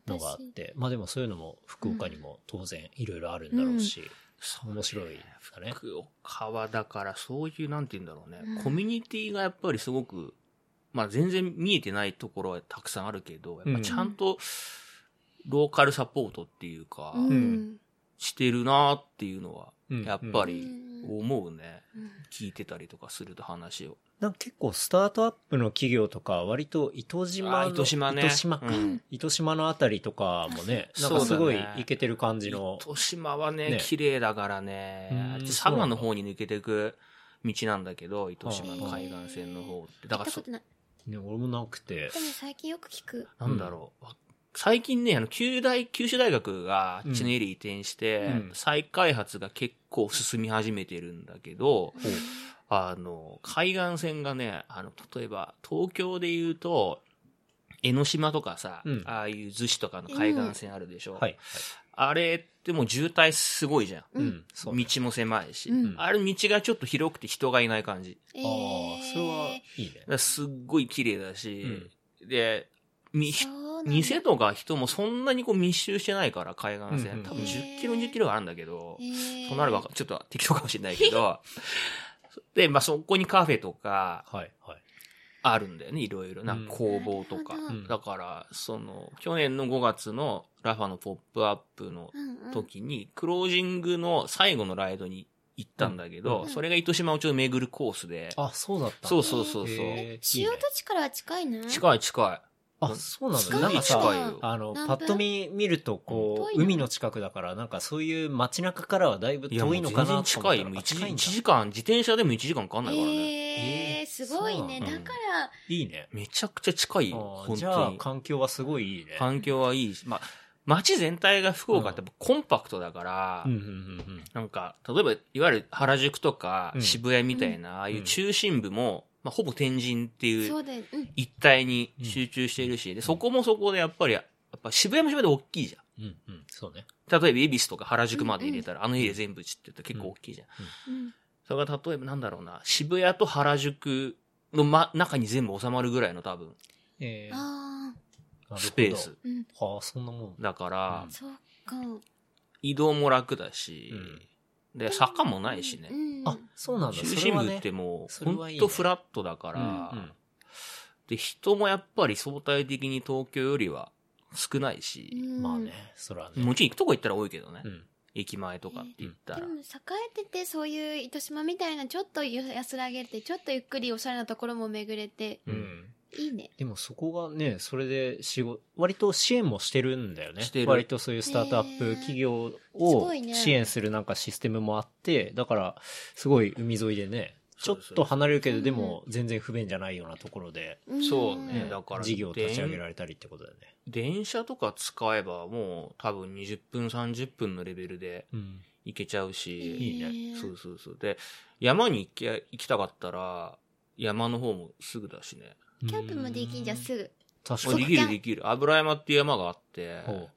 Speaker 1: のがあって、まあでもそういうのも福岡にも当然いろいろあるんだろうし、
Speaker 2: そう
Speaker 1: 面白いですかね。
Speaker 2: 福岡はだからそういう、なんて言うんだろうね、
Speaker 3: うん
Speaker 2: コミュニティがやっぱりすごく、まあ全然見えてないところはたくさんあるけど、やっぱちゃんとローカルサポートっていうか、
Speaker 3: うん
Speaker 1: うん
Speaker 2: してるなーっていうのは、
Speaker 1: うん
Speaker 2: やっぱ
Speaker 3: う
Speaker 2: り
Speaker 3: ん
Speaker 2: 思うね。
Speaker 3: うん
Speaker 2: 聞いてたりとかすると話を。
Speaker 1: なんか結構スタートアップの企業とか、割と糸島
Speaker 2: あ
Speaker 1: の、
Speaker 2: 糸島ね。
Speaker 1: 糸島
Speaker 2: う
Speaker 1: か。
Speaker 2: ん
Speaker 1: 糸島のあたりとかもね、なん
Speaker 2: そうだ
Speaker 1: か
Speaker 2: ね
Speaker 1: すごいイケてる感じの。
Speaker 2: 糸島はね
Speaker 1: ね、
Speaker 2: 綺麗だからね
Speaker 1: うん。
Speaker 2: あっち佐賀の方に抜けていく道なんだけど、糸島の海岸線の方って。だか
Speaker 3: 行
Speaker 2: ら
Speaker 3: った
Speaker 2: そ
Speaker 3: こ、とない
Speaker 1: ね、俺もなくて
Speaker 3: で。も最近よく聞く
Speaker 2: なんだろう。最近ね、あの、九大、九州大学があっちのエリ移転して、
Speaker 1: うん
Speaker 2: 再開発が結構進み始めてるんだけど、
Speaker 1: ほう
Speaker 2: あの、海岸線がね、あの、例えば、東京で言うと、江ノ島とかさ、
Speaker 1: うん
Speaker 2: ああいう逗子とかの海岸線あるでしょ、
Speaker 1: はい。
Speaker 2: あれってもう渋滞すごいじゃん。
Speaker 1: う
Speaker 3: うん
Speaker 1: ん、そうね。
Speaker 2: 道も狭いし、
Speaker 3: うん
Speaker 2: あれ道がちょっと広くて人がいない感じ。
Speaker 3: え
Speaker 1: ああ、それはいいね
Speaker 2: だ。からすっごい綺麗だし、で、み
Speaker 3: そうなんだ
Speaker 2: 店とか人もそんなにこう密集してないから、海
Speaker 1: う
Speaker 2: 岸
Speaker 1: んう
Speaker 2: 線。
Speaker 1: ん
Speaker 2: 多分
Speaker 3: へー
Speaker 2: 10キロ、20キロがあるんだけど、
Speaker 3: へー
Speaker 2: そうなればちょっと適当かもしれないけ
Speaker 3: [laughs]
Speaker 2: ど、で、まあそこにカフェとか、
Speaker 1: はい、はい。
Speaker 2: あるんだよね、いろいろ。なんか工房とか。
Speaker 3: なるほど
Speaker 1: うん
Speaker 2: だから、その、去年の5月のラファのポップアップの
Speaker 3: うんうん
Speaker 2: 時に、クロージングの最後のライドに行ったんだけど、
Speaker 3: うん
Speaker 2: それが糸島をちょっと巡るコースで、
Speaker 1: あ、そうだったんだ
Speaker 2: そうそうそうそう。
Speaker 1: へーいい
Speaker 3: 塩
Speaker 1: ね
Speaker 3: 土地からは近いな
Speaker 2: 近い近
Speaker 1: あ、そうなんだ。
Speaker 3: 近い
Speaker 1: なん
Speaker 2: い。
Speaker 1: か
Speaker 2: 近
Speaker 1: さ、
Speaker 2: いよ。
Speaker 1: あの、
Speaker 3: 何
Speaker 1: パ
Speaker 3: 分
Speaker 1: ッと見見ると、こ、
Speaker 3: 遠いうな
Speaker 1: 海の近くだから、なんかそういう街中からはだいぶ
Speaker 2: いや、も
Speaker 1: 遠
Speaker 2: う
Speaker 1: いの
Speaker 2: 全
Speaker 1: かなと思
Speaker 2: 然
Speaker 1: ったら
Speaker 2: 近いよ。もう
Speaker 1: あ
Speaker 2: 一時
Speaker 1: 近いん
Speaker 2: 一
Speaker 1: だ
Speaker 2: 時間、自転車でも1時間かかんないからね。
Speaker 3: えー、すごいね。
Speaker 2: そう
Speaker 3: だ
Speaker 2: なの
Speaker 3: から、
Speaker 1: いいね。
Speaker 2: めちゃくちゃ近いよ、
Speaker 1: あー
Speaker 2: 本
Speaker 1: じゃ
Speaker 2: 当
Speaker 1: あ、
Speaker 2: に。
Speaker 1: 環境はすごいいいね。
Speaker 2: 環境はいいし、まあ、街全体が福岡ってやっぱコンパクトだから、
Speaker 1: うん、うん、うん
Speaker 2: なんか、例えば、いわゆる原宿とか
Speaker 1: うん
Speaker 2: 渋谷みたいな、ああいう中心部も、まあ、ほぼ天神ってい
Speaker 3: そううだよ。うん。
Speaker 2: 一帯に集中しているし、で、そこもそこでやっぱり、やっぱ渋谷も渋谷で大きいじゃん。
Speaker 1: うん。うん、うん、そうね。
Speaker 2: 例えば、恵比寿とか原宿まで入れたら、あのエリア全部ちってたら結構大きいじゃん。
Speaker 3: うん
Speaker 2: それが例えば、なんだろうな、渋谷と原宿の、ま、中に全部収まるぐらいの多分、
Speaker 1: えー
Speaker 3: ああ、
Speaker 1: なるほど
Speaker 2: スペース。
Speaker 3: うん。
Speaker 1: はあ、そんなもん。
Speaker 2: だから
Speaker 1: うん、
Speaker 3: そっか。
Speaker 2: 移動も楽だし、で、坂もないしね
Speaker 3: う。ん。
Speaker 1: あ、そうなんだ。
Speaker 2: 中
Speaker 1: それ
Speaker 2: 心
Speaker 1: は
Speaker 2: 部っ
Speaker 1: ね
Speaker 2: ても、
Speaker 1: そうれ
Speaker 2: ほ
Speaker 1: はいい
Speaker 2: ん
Speaker 1: ね
Speaker 2: とフラットだから、
Speaker 1: うんうん
Speaker 2: で、人もやっぱり相対的に東京よりは少ないうし、
Speaker 3: ん
Speaker 1: まあね。、それはね。
Speaker 2: もちろん行くとこ行ったら多いけどね、
Speaker 1: うん。
Speaker 2: 駅前とかって言った
Speaker 3: で
Speaker 2: ら。
Speaker 3: も、栄えてて、そういう糸島みたいな、ちょっと安らげて、ちょっとゆっくりおしゃれなところも巡れて、
Speaker 1: う
Speaker 2: うんん。
Speaker 3: いいね。
Speaker 1: でもそこがね、それで仕事、割と支援もしてるんだよね。
Speaker 2: してる
Speaker 1: 割とそういうスタートアップ企業
Speaker 3: ーす
Speaker 1: を
Speaker 3: ごいね
Speaker 1: 支援するなんかシステムもあって、だから、すごい海沿いでね、ちょ
Speaker 2: そう
Speaker 1: っ
Speaker 2: です
Speaker 1: と離れるけど、
Speaker 3: うん
Speaker 1: でも全然不便じゃないようなところで、
Speaker 3: ん
Speaker 2: そうね
Speaker 1: ね
Speaker 2: だから
Speaker 1: 事業を立ち上げられたりってことだよね。
Speaker 2: 電車とか使えばもう多分20分30分のレベルで
Speaker 1: うん。
Speaker 2: 行けちゃうし、
Speaker 1: いい
Speaker 3: ね
Speaker 2: そうそうそう。で、山に行き行きたかったら、山の方もすぐだしね。
Speaker 3: キャンプもできんじゃん、すぐ。
Speaker 1: 確
Speaker 2: あ
Speaker 1: か
Speaker 2: で
Speaker 1: に。
Speaker 2: きるできる。油山っていう山があって、
Speaker 1: ほう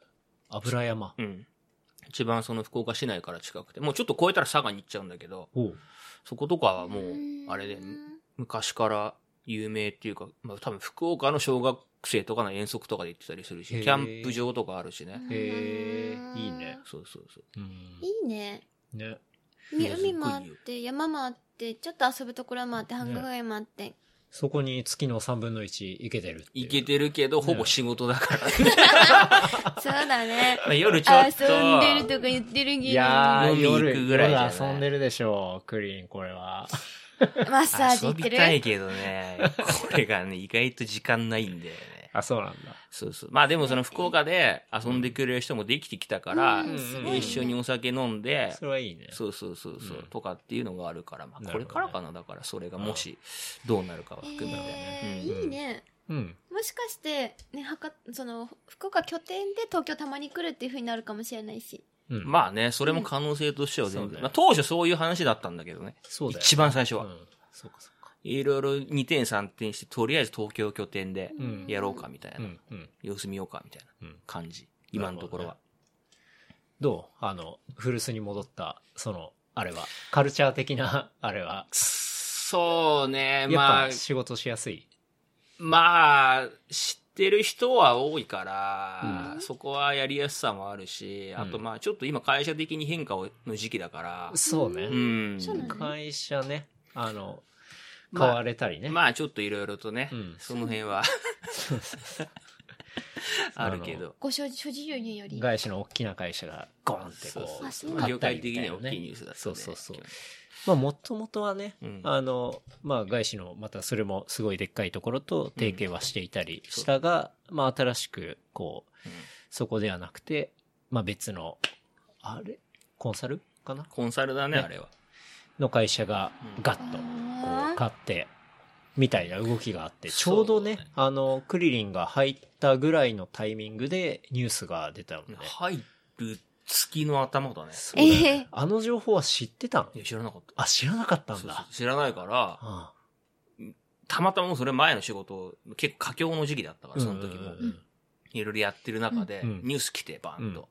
Speaker 1: 油山。
Speaker 2: うん。一番その福岡市内から近くて、もうちょっと越えたら佐賀に行っちゃうんだけど、
Speaker 1: ほう
Speaker 2: そことかはもう、あれで
Speaker 3: う、ん
Speaker 2: 昔から有名っていうか、まあ多分福岡の小学生とかの遠足とかで行ってたりする
Speaker 1: へ
Speaker 2: し、
Speaker 1: ー
Speaker 2: キャンプ場とかあるしね。
Speaker 1: へえいいね
Speaker 2: そうそうそう。
Speaker 1: うん
Speaker 3: いいね。
Speaker 1: ね。
Speaker 3: み
Speaker 2: うん
Speaker 3: 海もあって、山もあって、ちょっと遊ぶところもあって、繁華街もあって。
Speaker 1: そこに月の3分の1行けてるっていう。
Speaker 2: いけてるけど、ほぼ仕事だからね。
Speaker 3: そうだね。
Speaker 2: まあ夜 [laughs] ちょっと。
Speaker 3: 遊んでるとか言ってる
Speaker 1: い
Speaker 3: けど。
Speaker 1: や
Speaker 3: マ
Speaker 1: ー、
Speaker 2: 飲みに行
Speaker 1: 夜、
Speaker 2: くぐらいじゃない
Speaker 1: 夜遊んでるでしょう、クリーン、これは。
Speaker 3: ッサージ行
Speaker 2: 遊
Speaker 3: っ
Speaker 2: び
Speaker 3: てる
Speaker 2: たいけどね、これがね、意外と時間ないんだよね。
Speaker 1: あ、そうなんだ。
Speaker 2: そうそう。まあでもその福岡で遊んでくれる人もできてきたから、
Speaker 3: うん
Speaker 1: すごいね
Speaker 2: 一緒にお酒飲んで、
Speaker 1: [laughs] それはいいね。
Speaker 2: そうそうそうそう、
Speaker 1: うん
Speaker 2: とかっていうのがあるから、まあ、これからかな、だからそれが
Speaker 1: うん
Speaker 2: もしどうなるかは含めて。
Speaker 3: え
Speaker 2: うん
Speaker 3: ーいいね。
Speaker 1: うん。
Speaker 3: もしかして、ね、はか、その、福岡拠点で東京たまに来るっていう風になるかもしれないし。
Speaker 1: うん。あ、
Speaker 2: まあね、それも可能性としては全
Speaker 1: そう
Speaker 2: 然。
Speaker 1: ね
Speaker 2: まあ、当初そういう話だったんだけどね。
Speaker 1: そうだよ。
Speaker 2: 一番最初は。
Speaker 1: うん。そうか、そうか。
Speaker 2: いろいろ2点3点して、とりあえず東京拠点で
Speaker 1: うん
Speaker 2: やろうかみたいな。
Speaker 1: うん、うん、
Speaker 2: 様子見ようかみたいな
Speaker 1: うん。
Speaker 2: 感じ。今のところは。
Speaker 1: どうあの、古巣に戻った、その、あれは、カルチャー的な、 [laughs] あれは。
Speaker 2: そうね、ま
Speaker 1: やっ
Speaker 2: あ
Speaker 1: ぱ、仕事しやすい。
Speaker 2: まあ、知ってる人は多いから、
Speaker 3: うん
Speaker 2: そこはやりやすさもあるし、あと
Speaker 1: うん
Speaker 2: まあ、ちょっと今会社的に変化をの時期だから、
Speaker 1: そうね。
Speaker 2: うん。
Speaker 3: そうなの
Speaker 1: 会社ね、あの、
Speaker 2: まあ
Speaker 1: 買われたりね。
Speaker 2: まあ、ちょっといろいろとね、
Speaker 1: うん
Speaker 2: その辺は、 [laughs] あるけど。
Speaker 3: ご所所持輸入より。
Speaker 1: 外資の大きな会社がゴンってこ
Speaker 2: そううそう
Speaker 3: あそうなんだ
Speaker 2: 業界的には大きいニュースだったね。
Speaker 1: そうそうそうまあもともとはね、
Speaker 2: うん
Speaker 1: あの、まあ外資のまたそれもすごいでっかいところと提携はしていたりしたが、まあ新しくこう、
Speaker 2: うん
Speaker 1: そこではなくて、まあ別の、あれコンサルかな
Speaker 2: コンサルだね、
Speaker 1: ね
Speaker 2: あれは。
Speaker 1: の会社が
Speaker 2: うん
Speaker 1: ガッとこう買って、みたいな動きがあって、ちょうどね、
Speaker 2: そうだね
Speaker 1: あの、クリリンが入ったぐらいのタイミングでニュースが出たのね。
Speaker 2: 入る月の頭だね。
Speaker 1: そうだよ
Speaker 3: え
Speaker 1: ね
Speaker 3: え
Speaker 1: あの情報は知ってたの
Speaker 2: いや、知らなかった。
Speaker 1: あ、知らなかったん
Speaker 2: そう
Speaker 1: だ
Speaker 2: そう。知らないから、
Speaker 1: あ
Speaker 2: たまたまそれ前の仕事、結構佳境の時期だったから、その時
Speaker 1: う
Speaker 2: も。
Speaker 1: ん
Speaker 2: いろいろやってる中で、
Speaker 1: うん
Speaker 2: ニュース来て、バン
Speaker 1: うん
Speaker 2: と。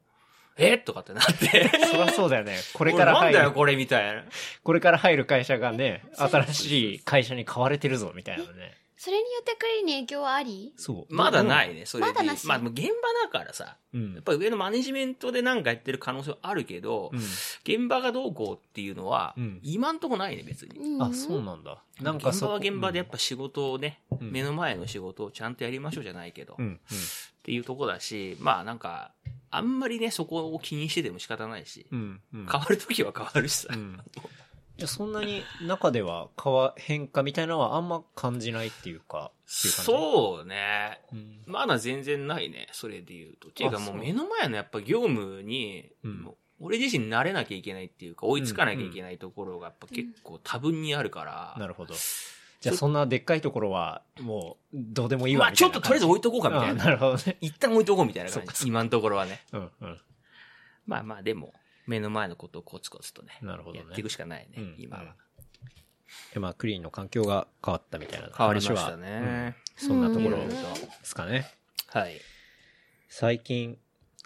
Speaker 2: えーとかってなって。
Speaker 1: そりゃそうだよね。こ
Speaker 2: こ
Speaker 1: れから
Speaker 2: なん
Speaker 1: 入
Speaker 2: だよ、
Speaker 1: る、
Speaker 2: これ、みたいな。
Speaker 1: これから入る会社がね、
Speaker 3: そうそうそ
Speaker 1: 新
Speaker 3: う
Speaker 1: しい会社に買われてるぞ、みたいなね。
Speaker 3: それによってクリに影響はあり
Speaker 1: そう。
Speaker 2: まだないね、それで。
Speaker 3: まだなし
Speaker 2: まあ、でも現場だからさ、
Speaker 1: うん。
Speaker 2: やっぱり上のマネジメントでなんかやってる可能性はあるけど、現場がどうこうっていうのは、
Speaker 1: うん
Speaker 2: 今んとこないね、別に。
Speaker 1: うんあ、そうなんだ。なんか
Speaker 2: 現場
Speaker 1: そ
Speaker 2: は
Speaker 1: こ
Speaker 2: 現場でやっぱ仕事をね、
Speaker 1: うん
Speaker 2: 目の前の仕事をちゃんとやりましょうじゃないけど、
Speaker 1: うん
Speaker 2: っ
Speaker 1: うん。
Speaker 2: ていうとこだし、まあなんか、あんまりね、そこを気にしてても仕方ないし、
Speaker 1: うん。うん。
Speaker 2: 変わるときは変わるしさ
Speaker 1: う。ん。じゃあそんなに中では変わ、変化みたいなのはあんま感じないっていうか、っていう感じ
Speaker 2: そうね。
Speaker 1: うん。
Speaker 2: まだ全然ないね、それで言うと。ていうかも
Speaker 1: そうう
Speaker 2: 目の前のやっぱ業務に、
Speaker 1: うん
Speaker 2: もう俺自身慣れなきゃいけないっていうか、追いつかなきゃいけないところがやっぱ結構多分にあるから。
Speaker 1: なるほど。じゃあそんなでっかいところは、もう、どうでもいいわ。
Speaker 2: まあちょっととりあえず置いとこうかみたい
Speaker 1: あ
Speaker 2: な。
Speaker 1: なるほどね。
Speaker 2: 一旦置いとこうみたいな感
Speaker 1: そうかそ
Speaker 2: じ。今のところはね。
Speaker 1: うんうん。
Speaker 2: まあまあでも、目の前のことをコツコツとね、
Speaker 1: なるほど
Speaker 2: や
Speaker 1: ね
Speaker 2: っていくしかないね、
Speaker 1: うん
Speaker 2: 今は。
Speaker 1: でまあ、クリーンの環境が変わったみたいな話は。
Speaker 2: 変わりましたね。
Speaker 1: うん。そんなところ
Speaker 2: うん
Speaker 1: ですかね。
Speaker 2: はい。
Speaker 1: 最近、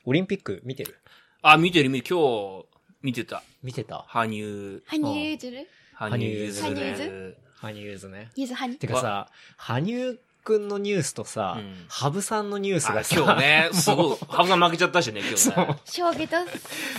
Speaker 1: オリンピック見てる
Speaker 2: あ、見てる見てる。今日、見てた。
Speaker 1: 見てた
Speaker 2: 羽生、
Speaker 3: ハニーユーズル
Speaker 2: 羽生結
Speaker 3: 羽
Speaker 2: 弦
Speaker 3: 生結
Speaker 1: 羽生結弦ね。
Speaker 3: ユーズハニ
Speaker 1: てかさ、羽生くんのニュースとさ
Speaker 2: うん、
Speaker 1: 羽生さんのニュースが
Speaker 2: あ
Speaker 1: さ、
Speaker 2: 今日 [laughs] ね、すごい、羽生さん負けちゃったしね、今日
Speaker 1: そう
Speaker 2: ね。
Speaker 3: 将棋と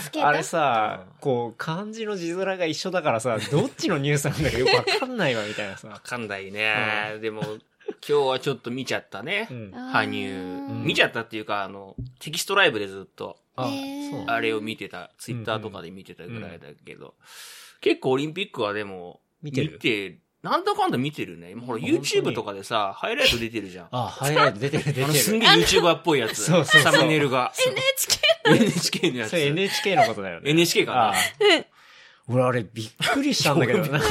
Speaker 3: スケ
Speaker 1: あ
Speaker 3: ー
Speaker 1: れ
Speaker 3: ト
Speaker 1: さ
Speaker 2: うん、
Speaker 1: こう、漢字の字面が一緒だから [laughs] さ、どっちのニュースなんだかよくわかんないわ、みたいな
Speaker 2: わ
Speaker 1: さ。
Speaker 2: かんないね。でも、今日はちょっと見ちゃったね
Speaker 1: う。ん。
Speaker 2: 羽
Speaker 3: う
Speaker 2: 生。
Speaker 1: ん
Speaker 2: 見ちゃったっていうか、あの、テキストライブでずっと、
Speaker 1: あ、
Speaker 3: へー
Speaker 1: そう
Speaker 2: あれを見てた、ツイッターとかで見てたぐらいだけど、結構オリンピックはでも、
Speaker 1: 見てる
Speaker 2: なんだかんだ見てるね。今ほら、
Speaker 1: あ本当に
Speaker 2: YouTube とかでさ、ハイライト出てるじゃん。あ
Speaker 1: あ、ハイライト出て [laughs] る出て
Speaker 2: の、すん
Speaker 1: る。
Speaker 2: げえ YouTuber っぽいや
Speaker 1: [laughs]
Speaker 2: つ。
Speaker 1: そうそうそう
Speaker 2: サムネイルが。 [laughs]
Speaker 3: NHK
Speaker 2: NHK のや
Speaker 1: そ
Speaker 2: つ。
Speaker 1: れ NHK のことだよね。
Speaker 2: NHK かな
Speaker 1: あ俺あれびっくりしたんだけど、
Speaker 2: [laughs]
Speaker 1: なんか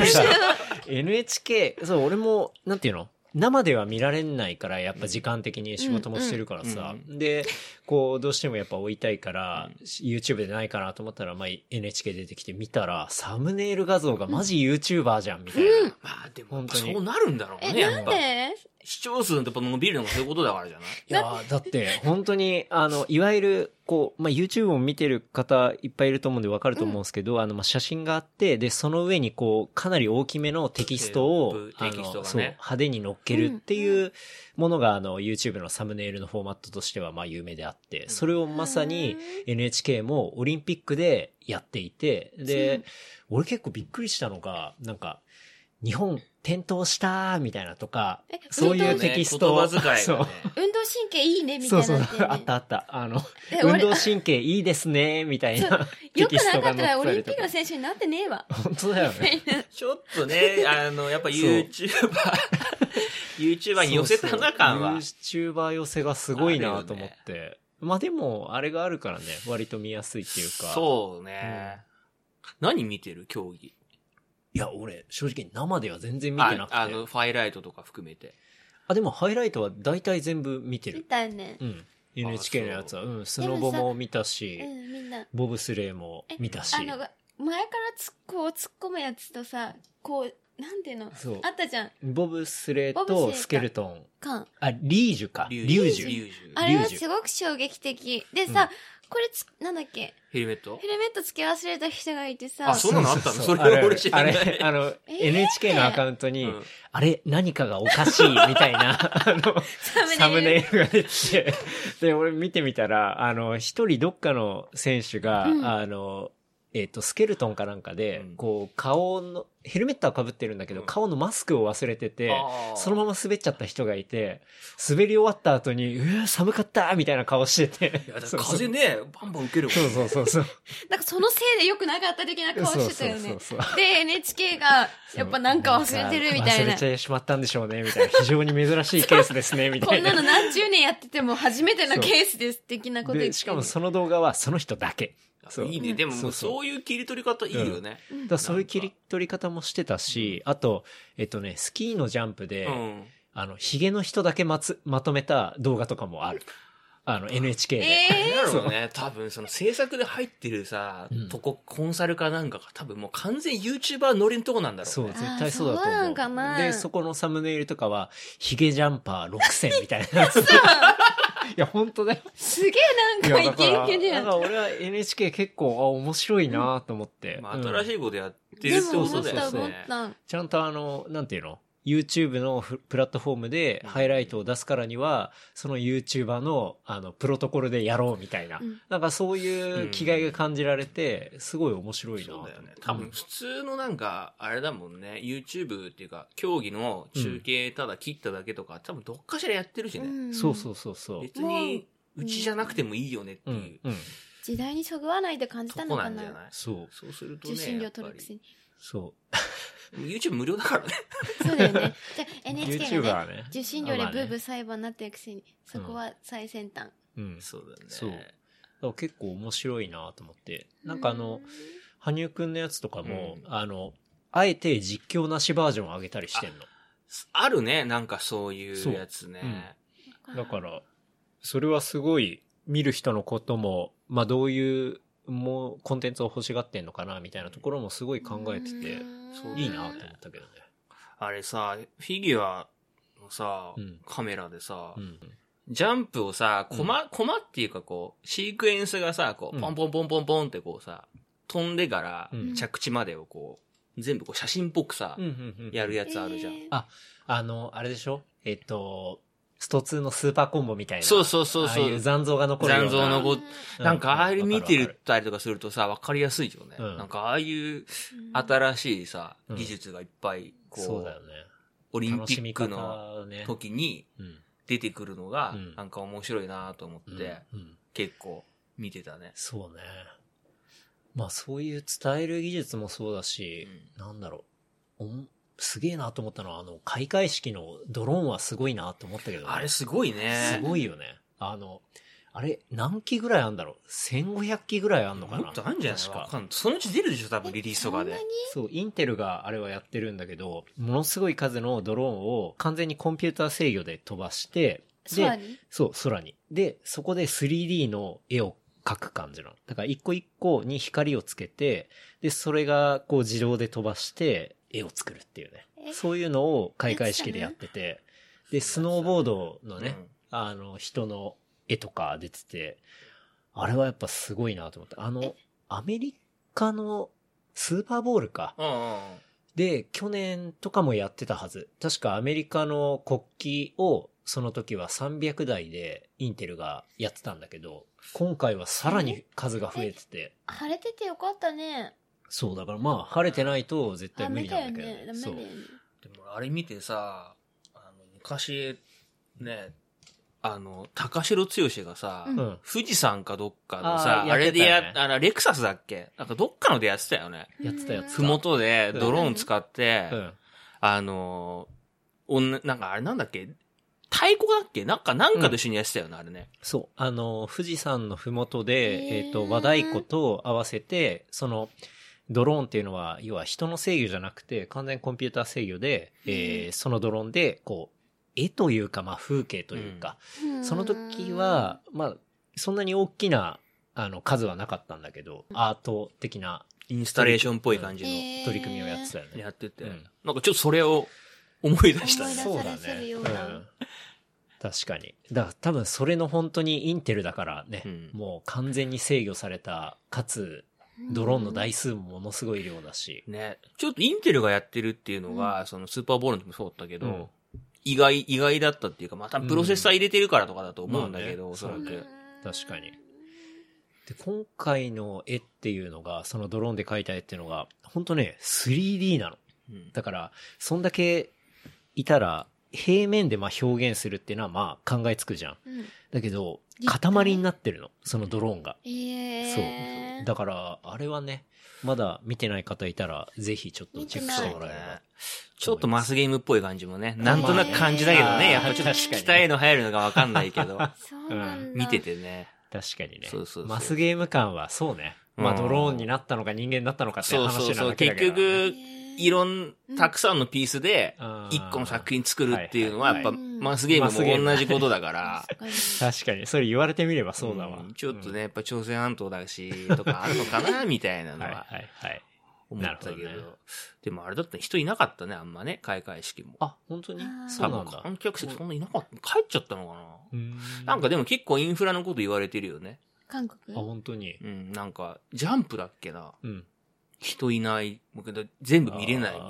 Speaker 1: NHK、そう、俺も、なんていうの生では見られないから、やっぱ時間的に仕事もしてるからさ。
Speaker 2: う
Speaker 1: で、こう、どうしてもやっぱ追いたいから、YouTube でないかなと思ったら、まあ、NHK 出てきて見たら、サムネイル画像がマジ YouTuber じゃん、みたいな。
Speaker 2: まあでも
Speaker 1: 本当に
Speaker 2: そうなるんだろうね、
Speaker 3: え、
Speaker 2: や
Speaker 3: な
Speaker 2: っ
Speaker 3: ん
Speaker 2: ぱ。
Speaker 3: で
Speaker 2: 視聴数ってやっぱ伸びるのもそういうことだからじゃない
Speaker 1: いやーだって、本当に、あの、いわゆる、こう、まあ、YouTube を見てる方いっぱいいると思うんでわかると思うんですけど、あの、まあ、写真があって、で、その上にこう、かなり大きめのテキストを、
Speaker 2: テキスト
Speaker 1: あの
Speaker 2: がね
Speaker 1: そう、派手に乗っけるっていうものが、あの、YouTube のサムネイルのフォーマットとしては、まあ、有名であって、それをまさに、NHK もオリンピックでやっていて、で、俺結構びっくりしたのが、なんか、日本転倒したーみたいなとか
Speaker 3: え、
Speaker 1: そう
Speaker 3: そう
Speaker 1: い
Speaker 3: だ
Speaker 1: う
Speaker 3: よね
Speaker 1: テキスト
Speaker 2: 言葉遣い
Speaker 1: そう
Speaker 2: がね。
Speaker 3: 運動神経いいねみた
Speaker 1: そ
Speaker 3: いうな
Speaker 1: そう
Speaker 3: のだよね、
Speaker 1: あったあった。あの、
Speaker 3: え
Speaker 1: 運
Speaker 3: 俺
Speaker 1: 動神経いいですね、みたいな。
Speaker 3: よくなかったらオリンピック
Speaker 1: た
Speaker 3: の
Speaker 1: り
Speaker 3: 選手になってねえわ
Speaker 1: とか。本当だ [laughs] よね。
Speaker 2: ちょっとね、あの、やっぱ
Speaker 1: そう
Speaker 2: YouTuber、YouTuber に寄せたな感は。
Speaker 1: YouTuber 寄せがすごいなと思って。まあでも、あれがあるからね、割と見やすいっていうか。
Speaker 2: そうね。何見てる競技。
Speaker 1: いや、俺、正直生では全然見てな
Speaker 2: あ
Speaker 1: くて。
Speaker 2: あ
Speaker 1: あ
Speaker 2: の、ファイライトとか含めて。
Speaker 1: でもハイライトは大体全部見て
Speaker 3: み
Speaker 1: る。
Speaker 3: たいね
Speaker 1: うん。NHK のやつは、うん、スノボも見たし
Speaker 3: う、んみんな
Speaker 1: ボブスレーも見たし
Speaker 3: あ。の前からつこう突っ込むやつとさこうなんていうの
Speaker 1: そう
Speaker 3: あったじゃん
Speaker 1: ボブスレー
Speaker 3: ボ
Speaker 1: と
Speaker 3: ブスレーか
Speaker 1: スケルトン。
Speaker 3: かん
Speaker 1: あ、リージュか。リュージュ。
Speaker 2: リュウジュ
Speaker 3: あれはすごく衝撃的で
Speaker 1: う
Speaker 3: さ、
Speaker 1: ん
Speaker 3: これつなんだっけ
Speaker 2: ヘルメット
Speaker 3: ヘルメットつけ忘れた人がいてさ
Speaker 2: あそんなのあったの
Speaker 1: ううう
Speaker 2: それは俺知ら
Speaker 1: あ
Speaker 2: な
Speaker 1: れ
Speaker 2: い
Speaker 1: あれ、あの、
Speaker 3: えー
Speaker 1: NHK のアカウントに、
Speaker 2: うん
Speaker 1: あれ、何かがおかしい、みたいな、あの、
Speaker 3: サ
Speaker 1: サムネイルが出てて、で、俺見てみたら、あの、一人どっかの選手が、
Speaker 3: うん
Speaker 1: あの、えっ、と、スケルトンかなんかで、
Speaker 2: うん
Speaker 1: こう、顔の、ヘルメットは被ってるんだけど、
Speaker 2: うん
Speaker 1: 顔のマスクを忘れてて、
Speaker 2: あー
Speaker 1: そのまま滑っちゃった人がいて、滑り終わった後に、うわ寒かったみたいな顔してて。
Speaker 2: いやだか
Speaker 1: そう
Speaker 2: ら
Speaker 1: そう
Speaker 2: 風ね、バンバン受けるもん
Speaker 1: そうそうそうそう。
Speaker 3: なんかそのせいで良くなかった的な顔してたよ
Speaker 1: そう
Speaker 3: ね
Speaker 1: そうそうそう
Speaker 3: で NHK がやっぱなんか忘れてるみたい
Speaker 1: 忘
Speaker 3: な
Speaker 1: れてしまったんでしょうね、みたいな。非常に珍しいケースですね、みた
Speaker 3: こ
Speaker 1: い
Speaker 3: ん [laughs]
Speaker 1: な。
Speaker 3: なの何十年やってても初めての
Speaker 1: そう
Speaker 3: ケースです的なこと言って
Speaker 1: で、
Speaker 3: る
Speaker 1: しかもその動画はその人だけ。そう
Speaker 2: いいね。でも
Speaker 1: そ
Speaker 2: も
Speaker 1: う
Speaker 2: う
Speaker 1: そう
Speaker 2: そういう切り取り方いいよね。
Speaker 3: うん
Speaker 1: だからそういう切り取り方もしてたし、あと、えっとね、スキーのジャンプで、
Speaker 2: うん。
Speaker 1: あの、ヒゲの人だけまつ、まとめた動画とかもある。あの、NHK で。
Speaker 3: え
Speaker 2: なるほどね。多分、その制作で入ってるさ
Speaker 1: うん、
Speaker 2: とこ、コンサルかなんかが多分もう完全 YouTuber 乗りのとこなんだろうね。
Speaker 1: そう、
Speaker 3: ー
Speaker 1: 絶対そうだと思う。
Speaker 3: そうなんかな
Speaker 1: で、そこのサムネイルとかは、ヒゲジャンパー6000みたい
Speaker 3: [laughs]
Speaker 1: [laughs] な。い
Speaker 3: ー、さあ
Speaker 1: や、本当だよ。
Speaker 3: すげえなんかイケイケじ
Speaker 1: だ
Speaker 3: ゃ
Speaker 1: か
Speaker 3: ん
Speaker 1: ら俺は NHK 結構、あ、面白いなと思って。
Speaker 2: まあ、
Speaker 1: うん
Speaker 2: 新しいことやってる
Speaker 3: で
Speaker 2: っ
Speaker 3: も
Speaker 2: てこ
Speaker 3: 思
Speaker 2: と
Speaker 3: っ
Speaker 2: だ
Speaker 3: た
Speaker 2: よ
Speaker 3: 思っ
Speaker 2: ね。
Speaker 3: たん
Speaker 1: ちゃんとあの、なんていうの ?YouTube のフプラットフォームで
Speaker 2: うん
Speaker 1: ハイライトを出すからには、その YouTuber のあの、プロトコルでやろうみたいな。
Speaker 3: うん
Speaker 1: なんかそういう気概が感じられて、すごい面白いなと
Speaker 2: そう
Speaker 1: 思っ
Speaker 2: だ
Speaker 1: て
Speaker 2: よね。多分、普通のなんか、あれだもんね、YouTube っていうか、競技の中継ただ切っただけとか、多分どっかしらやってるしね。
Speaker 1: うんそう
Speaker 3: う
Speaker 1: そ
Speaker 3: ん
Speaker 1: うそうそう。
Speaker 2: 別に、うちじゃなくてもいいよねって
Speaker 1: う
Speaker 2: い
Speaker 1: ん
Speaker 2: う、、
Speaker 1: うん。
Speaker 3: 時代にそぐわないと感じ
Speaker 2: と
Speaker 3: た
Speaker 2: こ
Speaker 3: の
Speaker 2: な
Speaker 3: か
Speaker 2: んじゃ
Speaker 3: な
Speaker 2: ない
Speaker 1: そう、
Speaker 2: そうするとね。
Speaker 3: 受信料
Speaker 2: やっぱ
Speaker 3: 取る
Speaker 2: り
Speaker 3: くせに
Speaker 1: そ
Speaker 2: YouTube 無料だからね。 [laughs]
Speaker 3: そうだよねじゃ
Speaker 1: う。
Speaker 3: あ [laughs] NHK がね
Speaker 1: はね。
Speaker 3: 受信料で
Speaker 1: ま
Speaker 3: ブ
Speaker 1: あね
Speaker 3: ーブー裁判になってるくせに、そこは最先端。
Speaker 1: うん。だか
Speaker 2: そうだね。
Speaker 1: そうら結構面白いなと思って。なんかあの、羽生くんのやつとかも、
Speaker 2: う
Speaker 1: あの、あえて実況なしバージョンを上げたりしてんの。
Speaker 2: あるね、なんかそういうやつ
Speaker 1: そううん
Speaker 2: ね。
Speaker 1: だから、それはすごい、見る人のことも、まあどういう、もうコンテンツを欲しがってんのかな、みたいなところもすごい考えてて、
Speaker 2: うん
Speaker 1: いいなと思ったけどね。
Speaker 2: あれさ、フィギュアのさ
Speaker 1: うん、
Speaker 2: カメラでさ
Speaker 1: う、ん。
Speaker 2: ジャンプをさ、コマ、コマっていうかこう、シークエンスがさ、こ
Speaker 1: うん
Speaker 2: う、ポンポンポンポンポンってこうさ、飛んでから
Speaker 1: うん
Speaker 2: 着地までをこう、全部こう写真っぽくさ
Speaker 1: うん、うんうん。
Speaker 2: やるやつあるじゃ
Speaker 3: え
Speaker 2: ん。
Speaker 1: ああの、あれでしょえっと、スト2のスーパーコンボみたいな。
Speaker 2: そうそうそう
Speaker 1: ああい
Speaker 2: そうう。
Speaker 1: 残像が残るような。
Speaker 2: 残像の残なんかああいう見て
Speaker 1: わか
Speaker 2: る
Speaker 1: る
Speaker 2: たりとかするとさ、わかりやすいよね。
Speaker 1: うん
Speaker 2: なんかああいう
Speaker 3: あ
Speaker 2: 新しいさ、
Speaker 1: うん
Speaker 2: 技術がいっぱい、
Speaker 1: そう
Speaker 2: こ
Speaker 1: だよ
Speaker 2: う、
Speaker 1: ね。
Speaker 2: オリン
Speaker 1: 楽
Speaker 2: ピ
Speaker 1: しみ
Speaker 2: ッ
Speaker 1: 方
Speaker 2: クの
Speaker 1: ね。
Speaker 2: 時に
Speaker 1: うん。
Speaker 2: 出てくるのが
Speaker 1: うん、
Speaker 2: なんか面白いなと思
Speaker 1: う
Speaker 2: っ
Speaker 1: ん
Speaker 2: て、
Speaker 1: うん
Speaker 2: 結構見てたね。
Speaker 1: そうね。まあそういう伝える技術もそうだし、なんだろう。おんすげえなと思ったのは、あの、開会式のドローンはすごいなと思ったけど、ね、
Speaker 2: あれすごい
Speaker 1: す
Speaker 2: ね。
Speaker 1: ごいよね。あの、あれ、何機ぐらいあんだろう ?1500 機ぐらいあんのかな
Speaker 2: もっとあんじゃない
Speaker 1: 確
Speaker 2: わ
Speaker 1: か
Speaker 2: か。んないそのうち出るでしょ、多分リリースとか
Speaker 3: そん
Speaker 2: で
Speaker 3: なに。
Speaker 1: そう、インテルがあれはやってるんだけど、ものすごい数のドローンを完全にコンピューター制御で飛ばして、
Speaker 3: そうだ
Speaker 1: で、
Speaker 3: ね
Speaker 1: そう、空に。で、そこで 3D の絵を描く感じなの。だから一個一個に光をつけて、で、それがこう自動で飛ばして絵を作るっていうね。
Speaker 3: え
Speaker 1: そういうのを開会式でやってて、で、スノーボードのね、
Speaker 2: うん
Speaker 1: あの、人の絵とか出てて、あれはやっぱすごいなと思って、あの
Speaker 3: え、
Speaker 1: アメリカのスーパーボールか。
Speaker 2: うんうんうん。
Speaker 1: で、去年とかもやってたはず。確かアメリカの国旗を、その時は300台でインテルがやってたんだけど、今回はさらに数が増えてて、
Speaker 3: 晴れててよかったね。
Speaker 1: そう、だからまあ、晴れてないと絶対
Speaker 3: ダ
Speaker 1: 無
Speaker 3: メ
Speaker 1: 理な
Speaker 3: だ
Speaker 1: ん
Speaker 3: よ
Speaker 1: だけど、
Speaker 3: ね。ダメだ
Speaker 1: そう
Speaker 3: よね。
Speaker 2: でもあれ見てさ、あの昔、ね、あの、高城剛がさ、
Speaker 3: うん
Speaker 1: うん。
Speaker 2: 富士山かどっかのさ、
Speaker 1: あ
Speaker 2: あ,、
Speaker 1: ーやって
Speaker 2: れ
Speaker 1: た
Speaker 2: で
Speaker 1: ね
Speaker 2: や、あの、レクサスだっけなんかどっかのでやってたよね。
Speaker 1: やってたやつ
Speaker 2: ふもとでドローン使って、
Speaker 1: うん。
Speaker 2: あの、おんなんかあれなんだっけ太鼓だっけなんか、なんかと一緒にやってたよね、あれね。
Speaker 1: そう。あの、富士山のふもとで、
Speaker 3: へ
Speaker 1: え
Speaker 3: ー
Speaker 1: っ、と、和太鼓と合わせて、その、ドローンっていうのは、要は人の制御じゃなくて、完全コンピューター制御で、えー
Speaker 3: う
Speaker 1: そのドローンで、こう、絵というか、まあ、風景というか、
Speaker 3: うん
Speaker 1: その時、は、まあ、そんなに大きな、あの、数はなかったんだけど、アート的な
Speaker 2: インスタレーションっぽい感じの、
Speaker 3: えー
Speaker 1: 取り組みをやってたよね。
Speaker 2: やってて、
Speaker 1: うん
Speaker 2: なんかちょっとそれを思い出した
Speaker 3: 思い出
Speaker 2: ね
Speaker 3: す。されてるような
Speaker 1: そうだねん確かに。だから多分それの本当にインテルだからね、
Speaker 2: うん
Speaker 1: もう完全に制御された、かつ、ドローンの台数もものすごい量だし。
Speaker 2: ね。ちょっとインテルがやってるっていうのが、そのスーパーボールの時もそうだったけど、
Speaker 1: うん
Speaker 2: 意外、意外だったっていうか、まあ多分プロセッサー入れてるからとかだと思うんだけど、
Speaker 1: うん
Speaker 2: おそら
Speaker 1: だ
Speaker 2: く。
Speaker 1: け
Speaker 3: うん
Speaker 1: 確かにで、今回の絵っていうのが、そのドローンで描いた絵っていうのが、本当ね、3D なの。
Speaker 2: うん
Speaker 1: だから、そんだけいたら、平面でまあ表現するっていうのはまあ考えつくじゃん。
Speaker 3: うん
Speaker 1: だけど、
Speaker 3: 立体
Speaker 1: 塊になってるの、そのドローンが。
Speaker 3: え
Speaker 1: そう。
Speaker 3: ー
Speaker 1: だから、あれはね、まだ見てない方いたら、ぜひちょっとチェックしてもらえれば。
Speaker 2: ちょっとマスゲームっぽい感じもね、なんとなく感じだけど
Speaker 1: うん
Speaker 2: ね、やっぱちょっと聞きたいの入るのがわかんないけ
Speaker 3: [laughs]
Speaker 2: ど、
Speaker 3: そうなんだ。
Speaker 2: 見ててね。
Speaker 1: 確かにね。
Speaker 2: そうそうそう
Speaker 1: マスゲーム感は、そうね。まあ、
Speaker 2: うん
Speaker 1: ドローンになったのか人間になったのかっていう
Speaker 2: そう
Speaker 1: 話な
Speaker 2: そう
Speaker 1: だけ
Speaker 2: そう、
Speaker 1: だけど
Speaker 2: 結
Speaker 1: ね、
Speaker 3: え
Speaker 2: 局、
Speaker 3: ー、
Speaker 2: いろん、たくさんのピースで、
Speaker 1: あー
Speaker 2: 一個の作品作るっていうのは、やっぱ、
Speaker 3: はいはいはい
Speaker 2: マスゲームも同じことだから、
Speaker 3: 確かに
Speaker 1: 確かに、それ言われてみればそうだわ。
Speaker 2: んちょっとね、やっぱ朝鮮半島だし、とかあるのか
Speaker 1: [laughs]
Speaker 2: な、みたいな
Speaker 1: うん。
Speaker 2: の
Speaker 1: はい
Speaker 2: は
Speaker 1: はいはい。
Speaker 2: 思ったけど
Speaker 1: なるほどね
Speaker 2: でもあれだったら人いなかったね、あんまね、開会式も。
Speaker 1: あ、本当に
Speaker 3: あー
Speaker 1: そ
Speaker 2: 多
Speaker 1: うなん
Speaker 2: 分
Speaker 1: だ。
Speaker 2: 観客席そんないなかった。帰っちゃったのか
Speaker 1: うーん
Speaker 2: な。なんかでも結構インフラのこと言われてるよね。
Speaker 3: 韓
Speaker 1: あ、
Speaker 3: 国。
Speaker 1: 本当に
Speaker 2: う。ん、なんか、ジャンプだっけな。
Speaker 1: うん。
Speaker 2: 人いない。もうけど全部見れないみたい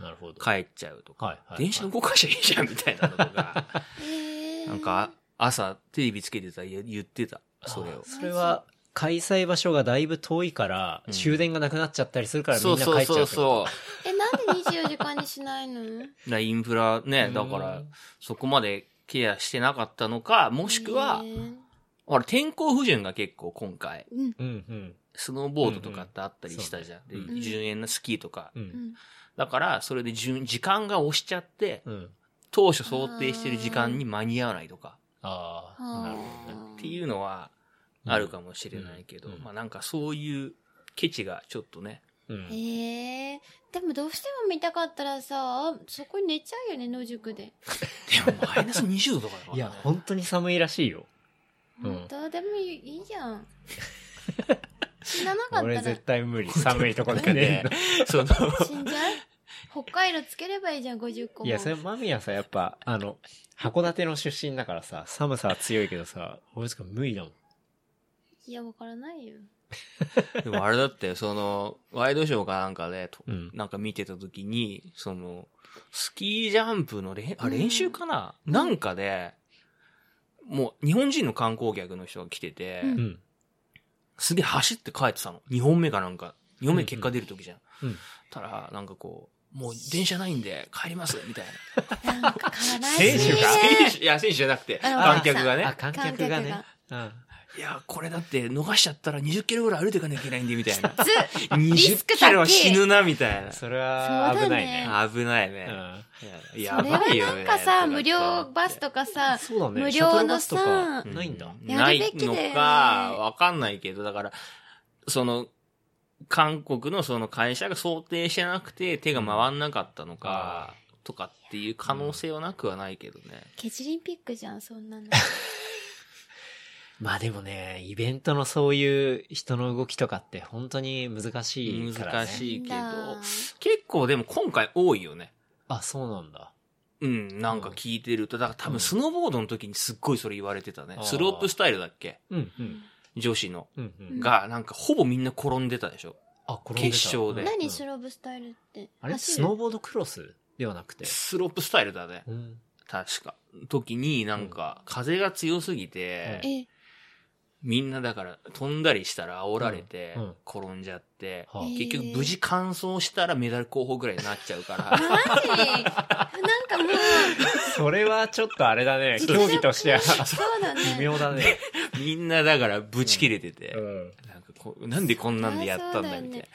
Speaker 2: な。
Speaker 1: なるほど。
Speaker 2: 帰っちゃうとか。
Speaker 1: はいはい。
Speaker 2: 電車動かしゃいいじゃんみたいなのと
Speaker 1: [laughs]
Speaker 2: か。
Speaker 3: えー
Speaker 2: なんか、、朝テレビつけてたら言言ってた。それ
Speaker 1: あ
Speaker 2: を
Speaker 1: ー。それは、開催場所がだいぶ遠いから、
Speaker 2: うん
Speaker 1: 終電がなくなっちゃったりするから、みん
Speaker 2: そう
Speaker 1: な帰っちゃって
Speaker 2: そうう
Speaker 1: こと。
Speaker 2: そうそう。
Speaker 3: え、なんで24時間にしない
Speaker 1: [laughs]
Speaker 3: の
Speaker 2: なインフラね、
Speaker 1: ん
Speaker 2: だから、そこまでケアしてなかったのか、もしくは
Speaker 3: え、ー
Speaker 2: ほら、天候不順が結構今回、
Speaker 3: うん。
Speaker 1: うんうん。
Speaker 2: スノーボードとかってあったりしたじゃん。
Speaker 1: うんうん
Speaker 3: そう
Speaker 2: で
Speaker 3: ね
Speaker 2: 順延のスキーとか。
Speaker 1: う。
Speaker 3: うんん
Speaker 2: だから、それで順時間が押しちゃって、
Speaker 1: うん。
Speaker 2: 当初想定してる時間に間に合わないとか、
Speaker 1: ああ、
Speaker 3: はあ
Speaker 1: なるほどね。
Speaker 2: っていうのは
Speaker 1: うん
Speaker 2: あるかもしれないけど、
Speaker 1: うん
Speaker 2: まあなんかそういうケチがちょっとね、
Speaker 1: うん。
Speaker 3: えー、でもどうしても見たかったらさ、そこに寝ちゃうよね、野宿で。
Speaker 2: でもマイナス20度とかだから、
Speaker 1: いや、本当に寒いらしいよ。うん
Speaker 3: 本当、でもいいいいじゃ
Speaker 1: [laughs]
Speaker 3: ん。死ななかっ
Speaker 1: 俺
Speaker 3: たら
Speaker 1: 絶対無理。寒いとこで
Speaker 2: なんかね
Speaker 1: ね。、
Speaker 2: その、
Speaker 3: 死んじゃう北海道つければいいじゃん、50個も。
Speaker 1: いや、それマミヤさ、やっぱ、あの、函館の出身だからさ、寒さは強いけどさ、俺しか無理だもん。
Speaker 3: いやわからないよ。
Speaker 2: でもあれだって、その、ワイドショーかなんかで、と
Speaker 1: うん
Speaker 2: なんか見てた時に、その、スキージャンプのれんあ、
Speaker 3: うん
Speaker 2: 練習かな、なんかで、もう日本人の観光客の人が来てて、
Speaker 3: うん
Speaker 1: うん。
Speaker 2: すげえ走って帰ってたの。2本目かなんか。2本目結果出る時じゃん。
Speaker 1: うん。
Speaker 2: たら、なんかこう、もう電車ないんで帰ります、みたいな。
Speaker 3: なんか悲しい、ね。
Speaker 1: 選手が
Speaker 2: 選手いや、選手じゃなくて、
Speaker 3: あの
Speaker 2: 観客が
Speaker 1: あ、
Speaker 2: ね。
Speaker 1: 観客がね
Speaker 3: 観。
Speaker 1: うん。
Speaker 2: いや、これだって逃しちゃったら20キロぐらい歩いていかなきゃいけないんで、みたいな。
Speaker 3: ずリ
Speaker 2: 20
Speaker 3: スク
Speaker 2: キ
Speaker 3: 高い
Speaker 2: ロは死ぬな、みたいな。
Speaker 1: それは危ない
Speaker 3: そうだ
Speaker 1: ね。
Speaker 3: ね
Speaker 2: 危ないね。
Speaker 1: うん。
Speaker 2: いや
Speaker 3: それはなんかさ、無料バス
Speaker 2: か
Speaker 3: とかさ、
Speaker 1: そうだね。
Speaker 3: 無料の
Speaker 1: シャトルバスとか
Speaker 3: さ
Speaker 1: ないんだ。
Speaker 3: や
Speaker 2: な
Speaker 3: る
Speaker 2: い
Speaker 3: べきだよ
Speaker 2: の
Speaker 3: ね
Speaker 2: か、わかんないけど、だから、その、韓国のその会社が想定してなくて手が回んなかったのか、とかっていう可能性はなくはないけどね。
Speaker 3: ケチリンピックじゃん、そんなの。
Speaker 1: まあでもね、イベントのそういう人の動きとかって本当に難しいからね。
Speaker 2: 難しいけど
Speaker 3: なんだ
Speaker 2: 結構でも今回多いよね。
Speaker 1: あ、そうなんだ。
Speaker 2: うん、なんか聞いてると、だから多分スノーボードの時にすっごいそれ言われてたね
Speaker 1: あ。ー
Speaker 2: スロープスタイルだっけ
Speaker 1: うん
Speaker 3: う
Speaker 1: うんん。
Speaker 2: 女子の。
Speaker 1: うんうん。
Speaker 2: が、なんかほぼみんな転んでたでしょ。
Speaker 1: あ、転んでた
Speaker 2: 決勝で
Speaker 1: うん
Speaker 3: 何スローブスタイルって
Speaker 1: あれ
Speaker 3: 走
Speaker 1: ス
Speaker 3: る
Speaker 1: ノーボードクロスではなくて。
Speaker 2: スロープスタイルだね。
Speaker 1: うん。
Speaker 2: 確か。時になんか風が強すぎて、
Speaker 1: うん
Speaker 3: え
Speaker 2: みんなだから飛んだりしたら煽られて
Speaker 1: うんうん、
Speaker 2: 転んじゃって、
Speaker 1: はあ
Speaker 3: えー
Speaker 2: 結局無事完走したらメダル候補ぐらいになっちゃうか
Speaker 3: マ
Speaker 1: [laughs]
Speaker 3: ジ
Speaker 2: ら、
Speaker 3: なんかもう
Speaker 1: それはちょっとあれだね。
Speaker 3: 実
Speaker 1: 競
Speaker 3: 力
Speaker 1: 技としては。
Speaker 3: そうだ
Speaker 1: 微
Speaker 3: ね
Speaker 1: 妙だね。
Speaker 2: みんなだからブチ切れてて、
Speaker 1: ん。
Speaker 2: なんかこうなんでこんなんでやったんだ
Speaker 3: あーそうだよね
Speaker 2: みたいな。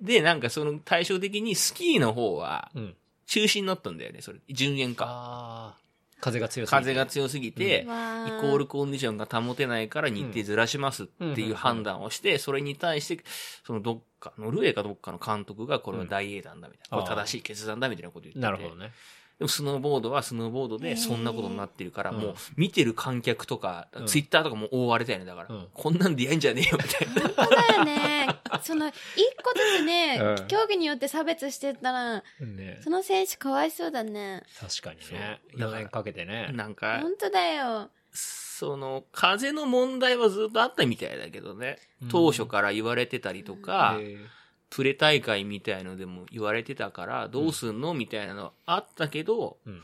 Speaker 2: で、なんかその対照的にスキーの方は
Speaker 1: うん。
Speaker 2: 中止になったんだよね、それ。順延か。
Speaker 1: あー風が強すぎて
Speaker 2: 風が強すぎて、イ
Speaker 3: わー
Speaker 2: コールコンディションが保てないから日程ずらしますっていう判断をして、それに対して、そのどっか、ノルウェーかどっかの監督がこれは大英断だみたいな、
Speaker 1: うん
Speaker 2: これ正しい決断だみたいなこと言ってて。
Speaker 1: なるほどね。
Speaker 2: でもスノーボードはスノーボード
Speaker 3: へ
Speaker 2: で
Speaker 3: ー
Speaker 2: そんなことになってるから、
Speaker 1: うん
Speaker 2: もう見てる観客とか、
Speaker 1: うん
Speaker 2: ツイッターとかも大荒れだよね、だから。
Speaker 1: うん
Speaker 2: こんなんでやんじゃねえよ、みたい
Speaker 1: [laughs]
Speaker 2: な。
Speaker 3: 本当だよねその一個ずつね、
Speaker 1: うん
Speaker 3: 競技によって差別してたら
Speaker 1: ね
Speaker 3: その選手かわいそうだね
Speaker 1: 確かにね。
Speaker 2: そう
Speaker 1: 4年かけてね。
Speaker 2: なんか、
Speaker 3: 本当だよ
Speaker 2: その、風の問題はずっとあったみたいだけどね。当初から言われてたりとか、
Speaker 1: えー
Speaker 2: プレ大会みたいのでも言われてたから、どうすんのみたいなのあったけど、
Speaker 1: うん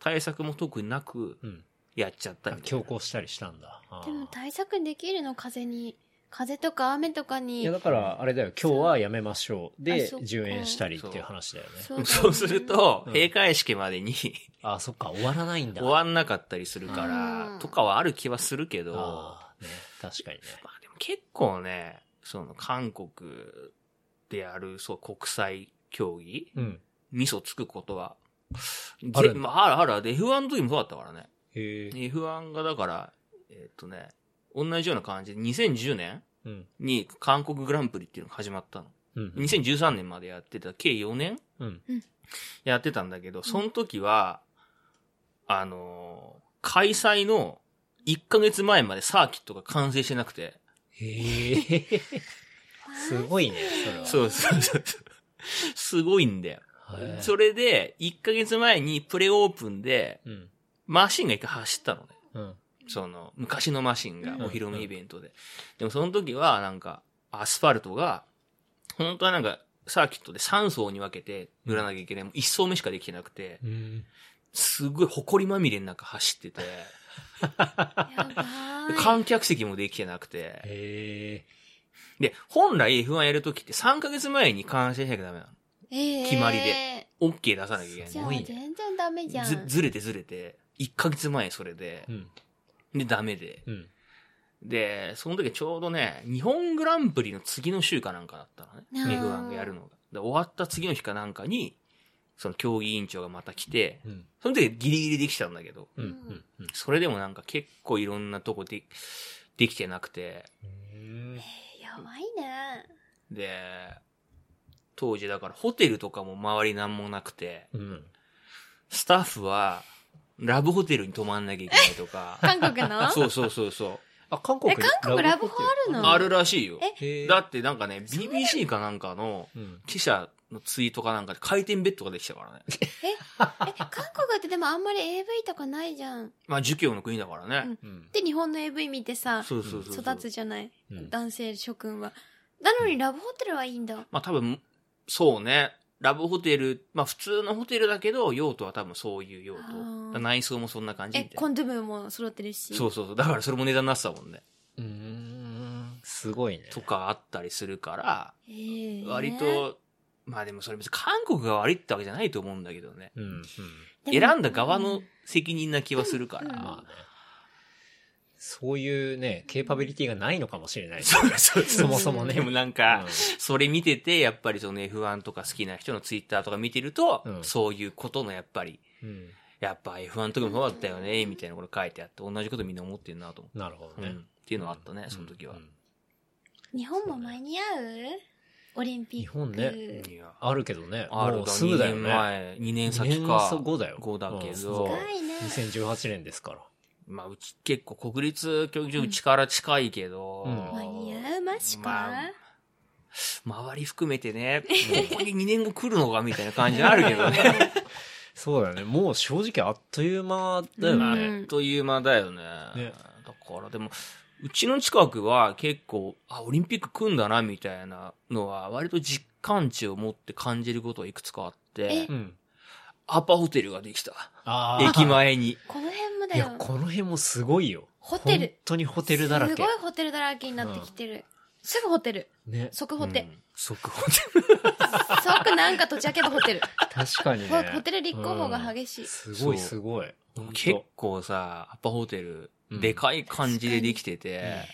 Speaker 2: 対策も特になく
Speaker 1: うん。
Speaker 2: やっちゃったみたいな。
Speaker 1: 強行したりしたんだ。あー
Speaker 3: でも対策できるの風に風とか雨とか
Speaker 1: い
Speaker 3: に
Speaker 1: や、だから、あれだよ。今日はやめましょう。
Speaker 3: あ
Speaker 1: で
Speaker 3: そっ、か
Speaker 1: 順延したりっていう話だよね。
Speaker 3: だよね
Speaker 2: そうすると、
Speaker 1: うん
Speaker 2: 閉会式までに
Speaker 1: あ、そっか。終わらないんだ。
Speaker 2: 終わんなかったりするか
Speaker 3: うん
Speaker 2: ら、とかはある気はするけど、ま
Speaker 1: あーね。確かにね。
Speaker 2: あでも結構ね、その韓国でやる、そう、国際競技、
Speaker 1: うん。
Speaker 2: ミソつくことは、
Speaker 1: ある
Speaker 2: ぜまあ、あるある、F1 の時もそうだったからね。
Speaker 1: へえ。
Speaker 2: F1 がだから、えっとね、同じような感じで、2010年
Speaker 1: うん。
Speaker 2: に韓国グランプリっていうのが始まったの。
Speaker 1: うん。
Speaker 2: 2013年までやってた、計4年
Speaker 1: うん。
Speaker 2: やってたんだけど、その時は、あのー開催の1ヶ月前までサーキットが完成してなくて。
Speaker 1: へえ。 [laughs] すごいね、それは。
Speaker 2: そうそうそう。すごいんだよ。
Speaker 1: へー
Speaker 2: それで、1ヶ月前にプレオープンで、
Speaker 1: うん。
Speaker 2: マシンが一回走ったのね。
Speaker 1: うん。
Speaker 2: その、昔のマシンが
Speaker 3: うん
Speaker 2: お披露目イベントで。でもその時は、なんか、アスファルトが、本当はなんか、サーキットで3層に分けて塗らなきゃいけない。もう1層目しかできてなくて、
Speaker 1: うん。
Speaker 2: すごい埃まみれの中走ってて、
Speaker 3: やばい
Speaker 2: 観客席もできてなくて。
Speaker 1: へえ。
Speaker 2: で、本来 F1 やるときって3ヶ月前に完成しなきゃダメなの。
Speaker 3: ええ
Speaker 2: 決まりで OK 出さなきゃいけ
Speaker 3: じ
Speaker 2: な
Speaker 3: ゃ
Speaker 1: す
Speaker 3: あ
Speaker 1: ごい
Speaker 3: 全
Speaker 1: ね
Speaker 3: 然ダメじゃ
Speaker 2: い。
Speaker 3: ん
Speaker 2: ず、ずれてずれて、1ヶ月前それで
Speaker 1: う、ん。
Speaker 2: で、ダメで。
Speaker 1: うん。
Speaker 2: で、その時ちょうどね、日本グランプリの次の週かなんかだったのね。
Speaker 3: あー
Speaker 2: F1 がやるのが。で、終わった次の日かなんかに、その競技委員長がまた来て、
Speaker 1: うん。
Speaker 2: その時ギリギリできたんだけど、
Speaker 1: うん。うん。うん
Speaker 2: それでもなんか結構いろんなとこで、できてなくて、
Speaker 1: うん。
Speaker 3: やばいね
Speaker 2: で、当時だからホテルとかも周りなんもなくて、
Speaker 1: うん。
Speaker 2: スタッフは、ラブホテルに泊まんなきゃいけない
Speaker 1: [laughs]
Speaker 2: とか。
Speaker 3: 韓
Speaker 2: [laughs]
Speaker 3: 国の
Speaker 2: そうそうそうそう。
Speaker 1: あ、韓国
Speaker 3: え韓国ラブホあるの
Speaker 2: あるらしいよ。
Speaker 1: へえ。
Speaker 2: だってなんかね、BBC かなんかの
Speaker 1: うん。
Speaker 2: 記者のツイートかなんかで回転ベッドができたからね。
Speaker 3: え韓国ってでもあんまり AV とかないじゃん
Speaker 2: まあ、儒教の国だからね。
Speaker 1: うん。
Speaker 3: で日本の AV 見てさ
Speaker 2: そうそうそうそう。
Speaker 3: 育つじゃない
Speaker 1: うん
Speaker 3: 男性諸君はなのにラブホテルはいいんだ
Speaker 2: まあ多分、そうね。ラブホテル、まあ普通のホテルだけど、用途は多分そういう用
Speaker 3: あー
Speaker 2: 途。内装もそんな感じ
Speaker 3: え
Speaker 2: みたいな。
Speaker 3: コンドームも揃ってるし
Speaker 2: そうそうそう。だからそれも値段になってたもんね。
Speaker 1: うーん。すごいね。
Speaker 2: とかあったりするから、
Speaker 3: えー
Speaker 2: 割と、まあでもそれ別に韓国が悪いってわけじゃないと思うんだけどね。
Speaker 1: うん。うん。
Speaker 3: でも
Speaker 2: 選んだ側の責任な気はするか
Speaker 3: うん
Speaker 1: まあ
Speaker 2: ら。
Speaker 1: ね。そういうね、ケーパビリティがないのかもしれないです
Speaker 2: そ
Speaker 1: ね。
Speaker 2: うそうそ。
Speaker 1: そうもそもね。
Speaker 2: でもなん
Speaker 1: う
Speaker 2: か
Speaker 1: ん、
Speaker 2: それ見てて、やっぱりその F1 とか好きな人のツイッターとか見てると
Speaker 1: う、ん
Speaker 2: そういうことのやっぱり、
Speaker 1: うん。
Speaker 2: やっぱ F1 とかもそうだったよね、みたいなこと書いてあって、同じことみんな思ってるなと思
Speaker 1: なるほ
Speaker 2: う。
Speaker 1: ど
Speaker 2: う
Speaker 1: ね
Speaker 2: ん。っていうのはあったね
Speaker 1: う、ん
Speaker 2: その時は
Speaker 1: う。ん
Speaker 3: 日本も間に合うオリンピ
Speaker 1: 日
Speaker 3: ック
Speaker 1: 本ね
Speaker 2: いや
Speaker 1: あるけどね。
Speaker 2: あ
Speaker 1: も
Speaker 2: る
Speaker 1: う
Speaker 2: だ、
Speaker 1: す
Speaker 2: 2
Speaker 1: ぐだよ
Speaker 2: 年
Speaker 1: ね。
Speaker 2: 前、2年先か。
Speaker 1: 後だよ。
Speaker 2: 後だけど
Speaker 1: うん
Speaker 3: 近いね
Speaker 1: 2018年ですから。
Speaker 2: まあ、うち結構国立競技場うちから近いけど、
Speaker 1: うん
Speaker 3: 間に合うマシか
Speaker 2: まあ周り含めてね、ここに2年後来るのかみたいな感じあるけどね。
Speaker 1: そうだね。もう正直あっという間だよ
Speaker 3: う
Speaker 2: あ
Speaker 1: ね。
Speaker 3: ん
Speaker 2: っという間だよね。
Speaker 1: ね
Speaker 2: だから、でも、うちの近くは結構、あ、オリンピック来んだな、みたいなのは、割と実感値を持って感じることはいくつかあって
Speaker 3: え
Speaker 1: う、ん。
Speaker 2: アパホテルができた。
Speaker 1: あー
Speaker 2: 駅前に。
Speaker 3: [laughs] この辺もだ
Speaker 1: い
Speaker 3: よ
Speaker 1: や、この辺もすごいよ。
Speaker 3: ホテル
Speaker 1: 本当にホテルだら
Speaker 3: す
Speaker 1: け
Speaker 3: ごい。ホテルだらけになってきてる、すぐホテル
Speaker 1: ね。
Speaker 3: 即ホテ、
Speaker 1: 即ホテ
Speaker 3: 即なんか土地明けばホテル、
Speaker 1: ル。確かに
Speaker 3: ほ
Speaker 1: ね。
Speaker 3: ホテル立候補が激しい、
Speaker 1: すごいすごい。
Speaker 2: うん結構さ、アパホテル、
Speaker 1: うん
Speaker 2: でかい感じでできてて、
Speaker 3: え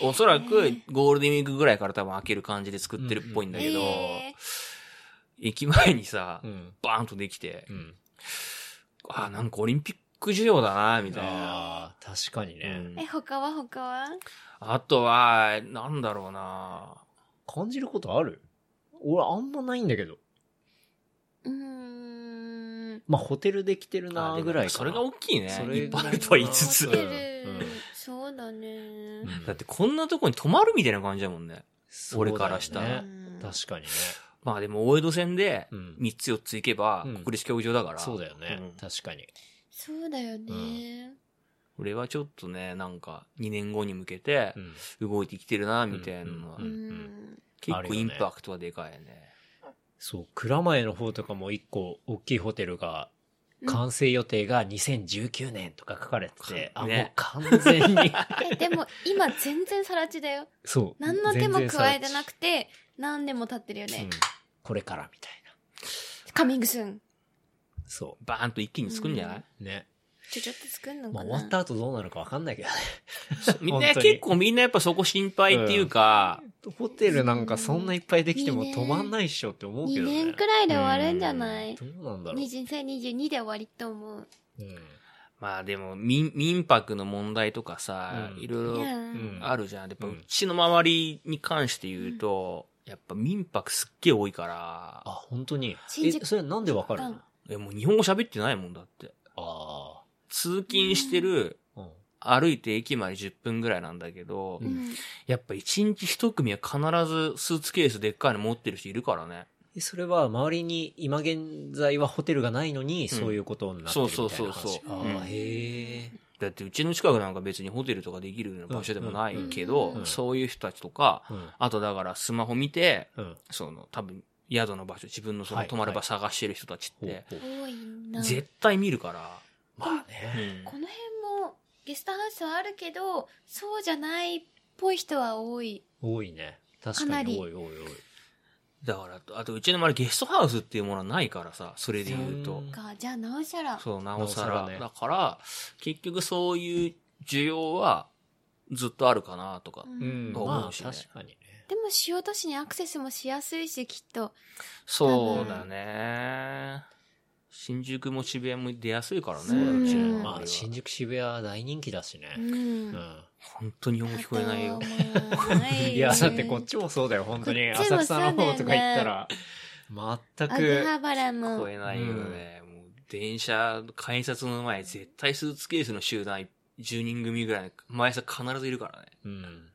Speaker 3: ー
Speaker 2: おそらくゴールデンウィークぐらいから多分開ける感じで作ってるっぽいんだけど、
Speaker 3: え
Speaker 2: 駅前にさ
Speaker 1: う、ん。
Speaker 2: バーンとできて
Speaker 1: う、ん。
Speaker 2: あ、なんかオリンピック需要だな、みたいな。
Speaker 1: ああ、確かにね。
Speaker 2: うん
Speaker 3: え他は他は
Speaker 2: あとは、なんだろうな。
Speaker 1: 感じることある俺あんまないんだけど。
Speaker 3: うーん
Speaker 1: まあ、ホテルできてる
Speaker 2: あ
Speaker 1: な
Speaker 2: で
Speaker 1: ー
Speaker 2: も
Speaker 1: ぐらいかな。
Speaker 2: それが大きいね。
Speaker 1: それ
Speaker 2: いっぱいあるとは言いつ
Speaker 3: ホ
Speaker 2: つ
Speaker 1: ぐ。ら
Speaker 3: テ
Speaker 1: い
Speaker 3: ル、
Speaker 1: うんうん
Speaker 3: そうだね、
Speaker 1: うん
Speaker 2: だってこんなとこに泊まるみたいな感じだもんね。
Speaker 1: そうだよね
Speaker 2: 俺からしたら
Speaker 3: うん
Speaker 1: 確かにね。
Speaker 2: まあでも大江戸線で
Speaker 1: うん
Speaker 2: 3つ4つ行けば
Speaker 1: うん
Speaker 2: 国立競技場だから。
Speaker 1: そうだよね。
Speaker 2: うん
Speaker 1: 確かに。
Speaker 3: そうだよね、
Speaker 2: 俺はちょっとね、なんか2年後に向けて
Speaker 1: うん
Speaker 2: 動いてきてるな、みたいなのは
Speaker 1: う
Speaker 3: うんん
Speaker 2: 結
Speaker 1: ある
Speaker 2: 構
Speaker 1: よね
Speaker 2: インパクトはでかいね。
Speaker 1: そう、蔵前の方とかも一個大きいホテルが、
Speaker 3: うん
Speaker 1: 完成予定が2019年とか書かれてて、あ、もう
Speaker 2: ね
Speaker 1: 完全
Speaker 2: [laughs]
Speaker 1: に。
Speaker 3: えでも今全然さら地だよ
Speaker 1: [laughs] そう。
Speaker 3: 何の手も加えてな
Speaker 1: て
Speaker 3: くて何年も経ってるよね、
Speaker 1: これからみたい
Speaker 3: カミングスーン
Speaker 1: な。そ
Speaker 2: バーンと一気に作るんじゃない、
Speaker 3: うん
Speaker 1: う。ね。
Speaker 3: ちょちょっと作んのか
Speaker 1: まあ
Speaker 3: な、
Speaker 1: 終わった後どうなるかわかんないけどね。
Speaker 2: みん
Speaker 1: 本
Speaker 2: な
Speaker 1: 当に
Speaker 2: 結構みんなやっぱそこ心配っていうか、
Speaker 1: ホテルなんかそんないっぱいできても
Speaker 3: いいね
Speaker 1: 止まんないっしょって思うけ
Speaker 3: 2
Speaker 1: どね。
Speaker 3: 年くらいで終わるんじゃない
Speaker 1: どうなんだろう
Speaker 3: に。人生22で終わりと思う。
Speaker 1: うん
Speaker 2: まあでも民民泊の問題とかさ、
Speaker 1: うん
Speaker 2: いろいろ
Speaker 1: うん
Speaker 2: あるじゃん。やっぱ
Speaker 1: うん
Speaker 2: うちの周りに関して言うと、やっぱ民泊すっげえ多いから
Speaker 1: あ、、本当に。え
Speaker 3: 新、宿
Speaker 1: それなんでわかるの
Speaker 3: うん
Speaker 2: え、もう日本語喋ってないもんだって。
Speaker 1: あ
Speaker 2: 通勤してる、
Speaker 1: あ。うん。
Speaker 2: 歩いて駅まで10分ぐらいなんだけど、
Speaker 1: う
Speaker 3: うんん。
Speaker 2: やっぱ1日1組は必ずスーツケースでっかいの持ってる人いるからね。
Speaker 1: えそれは周りに今現在はホテルがないのにそういうことになってるみたいな話、
Speaker 2: そうそうそうそう
Speaker 1: あ
Speaker 2: うん
Speaker 1: あへえ
Speaker 2: だってうちの近くなんか別にホテルとかできるような場所でもないけど、
Speaker 3: うん
Speaker 1: うん
Speaker 2: そういう人たちとか、
Speaker 1: うん
Speaker 2: あとだからスマホ見て、
Speaker 1: うん
Speaker 2: その多分宿の場所、自分のそ
Speaker 1: は
Speaker 2: の
Speaker 1: い
Speaker 2: 泊まる場探してる人たちって、
Speaker 1: ほうほう
Speaker 3: 多いな。
Speaker 2: 絶対見るから、
Speaker 1: まあ
Speaker 2: う
Speaker 1: ね、
Speaker 2: ん
Speaker 3: この辺もゲストハウスはあるけど、そうじゃないっぽい人は多い。
Speaker 1: 多いね確
Speaker 3: か
Speaker 1: か
Speaker 3: な
Speaker 1: に
Speaker 3: り
Speaker 1: 多い多い多い
Speaker 2: だから、あとうちの周りゲストハウスっていうものはないからさ、それで言うと
Speaker 1: うん。
Speaker 3: か、じゃあなおさら。
Speaker 2: そう、なおさら。
Speaker 1: なおさらね
Speaker 2: だから、結局そういう需要はずっとあるかなとか。
Speaker 3: うん
Speaker 1: うん
Speaker 2: と
Speaker 1: ま
Speaker 2: 思
Speaker 1: あ
Speaker 2: うしね
Speaker 1: 確かにね
Speaker 3: でも主要都市にアクセスもしやすいし、きっと。
Speaker 2: そうだね。新宿も渋谷も出やすいからね、
Speaker 1: そうだ
Speaker 3: ん
Speaker 2: うちの周
Speaker 1: ね
Speaker 2: りは
Speaker 1: まあ新宿渋谷は大人気だしね
Speaker 3: う
Speaker 1: うん、
Speaker 3: ん。
Speaker 2: 本当に日本語聞こえないよ。
Speaker 3: あとはな
Speaker 1: [laughs]
Speaker 3: い
Speaker 1: いやだってこっちもそうだよ本当に
Speaker 3: こっち
Speaker 1: 浅
Speaker 3: も
Speaker 1: 草の方とか行ったら全
Speaker 3: 秋
Speaker 1: く
Speaker 3: 葉原
Speaker 2: 聞
Speaker 3: も
Speaker 2: こ。えないよね。もう電車、改札の前、絶対スーツケースの集団10人組ぐらい、毎朝必ずいるからね。
Speaker 1: うん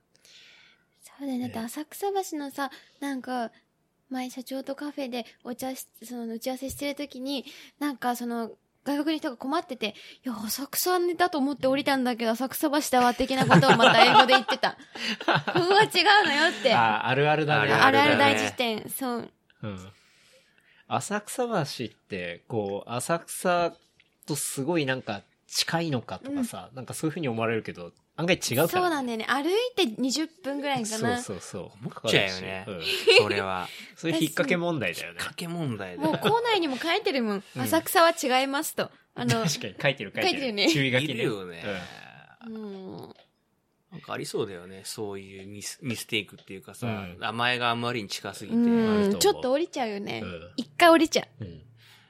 Speaker 3: そうだよね。だって浅草橋のさ、なんか、前社長とカフェでお茶し、その打ち合わせしてる時に、なんかその、外国の人が困ってて、いや、浅草だと思って降りたんだけど、浅草橋だわ、的なことをまた英語で言ってた。
Speaker 1: [laughs]
Speaker 3: ここは違うのよって。あ
Speaker 1: ああるあるだね
Speaker 2: あ
Speaker 3: るあ
Speaker 2: だ
Speaker 3: る大
Speaker 2: ね
Speaker 3: 事典。そう。
Speaker 1: うん浅草橋って、こう、浅草とすごいなんか近いのかとかさ、なんかそういうふうに思われるけど、案外違うから、
Speaker 3: そうなんだよね。歩いて20分ぐらいかな。
Speaker 1: そうそうそう。
Speaker 2: 思っちゃうよね
Speaker 1: うん
Speaker 2: それは。
Speaker 1: それ引っ掛け問題だ
Speaker 3: [laughs]
Speaker 1: よね。
Speaker 2: 掛け問題だ
Speaker 3: もう校内にも書いてるもん。
Speaker 1: うん
Speaker 3: 浅草は違いますと。あ
Speaker 1: 確か
Speaker 3: の、
Speaker 1: に書いてる書い
Speaker 3: 書い
Speaker 1: て
Speaker 3: てる
Speaker 1: る。
Speaker 3: よね
Speaker 1: 注意書
Speaker 2: い
Speaker 1: きね。
Speaker 2: るよね。
Speaker 3: うん。
Speaker 2: なんかありそうだよね。そういうミスミステイクっていうかさ、
Speaker 1: うん
Speaker 2: 名前があまりに近すぎて。だか
Speaker 3: う
Speaker 1: ると思
Speaker 3: ん。
Speaker 1: う
Speaker 3: ちょっと降りちゃうよね
Speaker 1: うん。
Speaker 3: 一回降りちゃう。
Speaker 1: うん。うん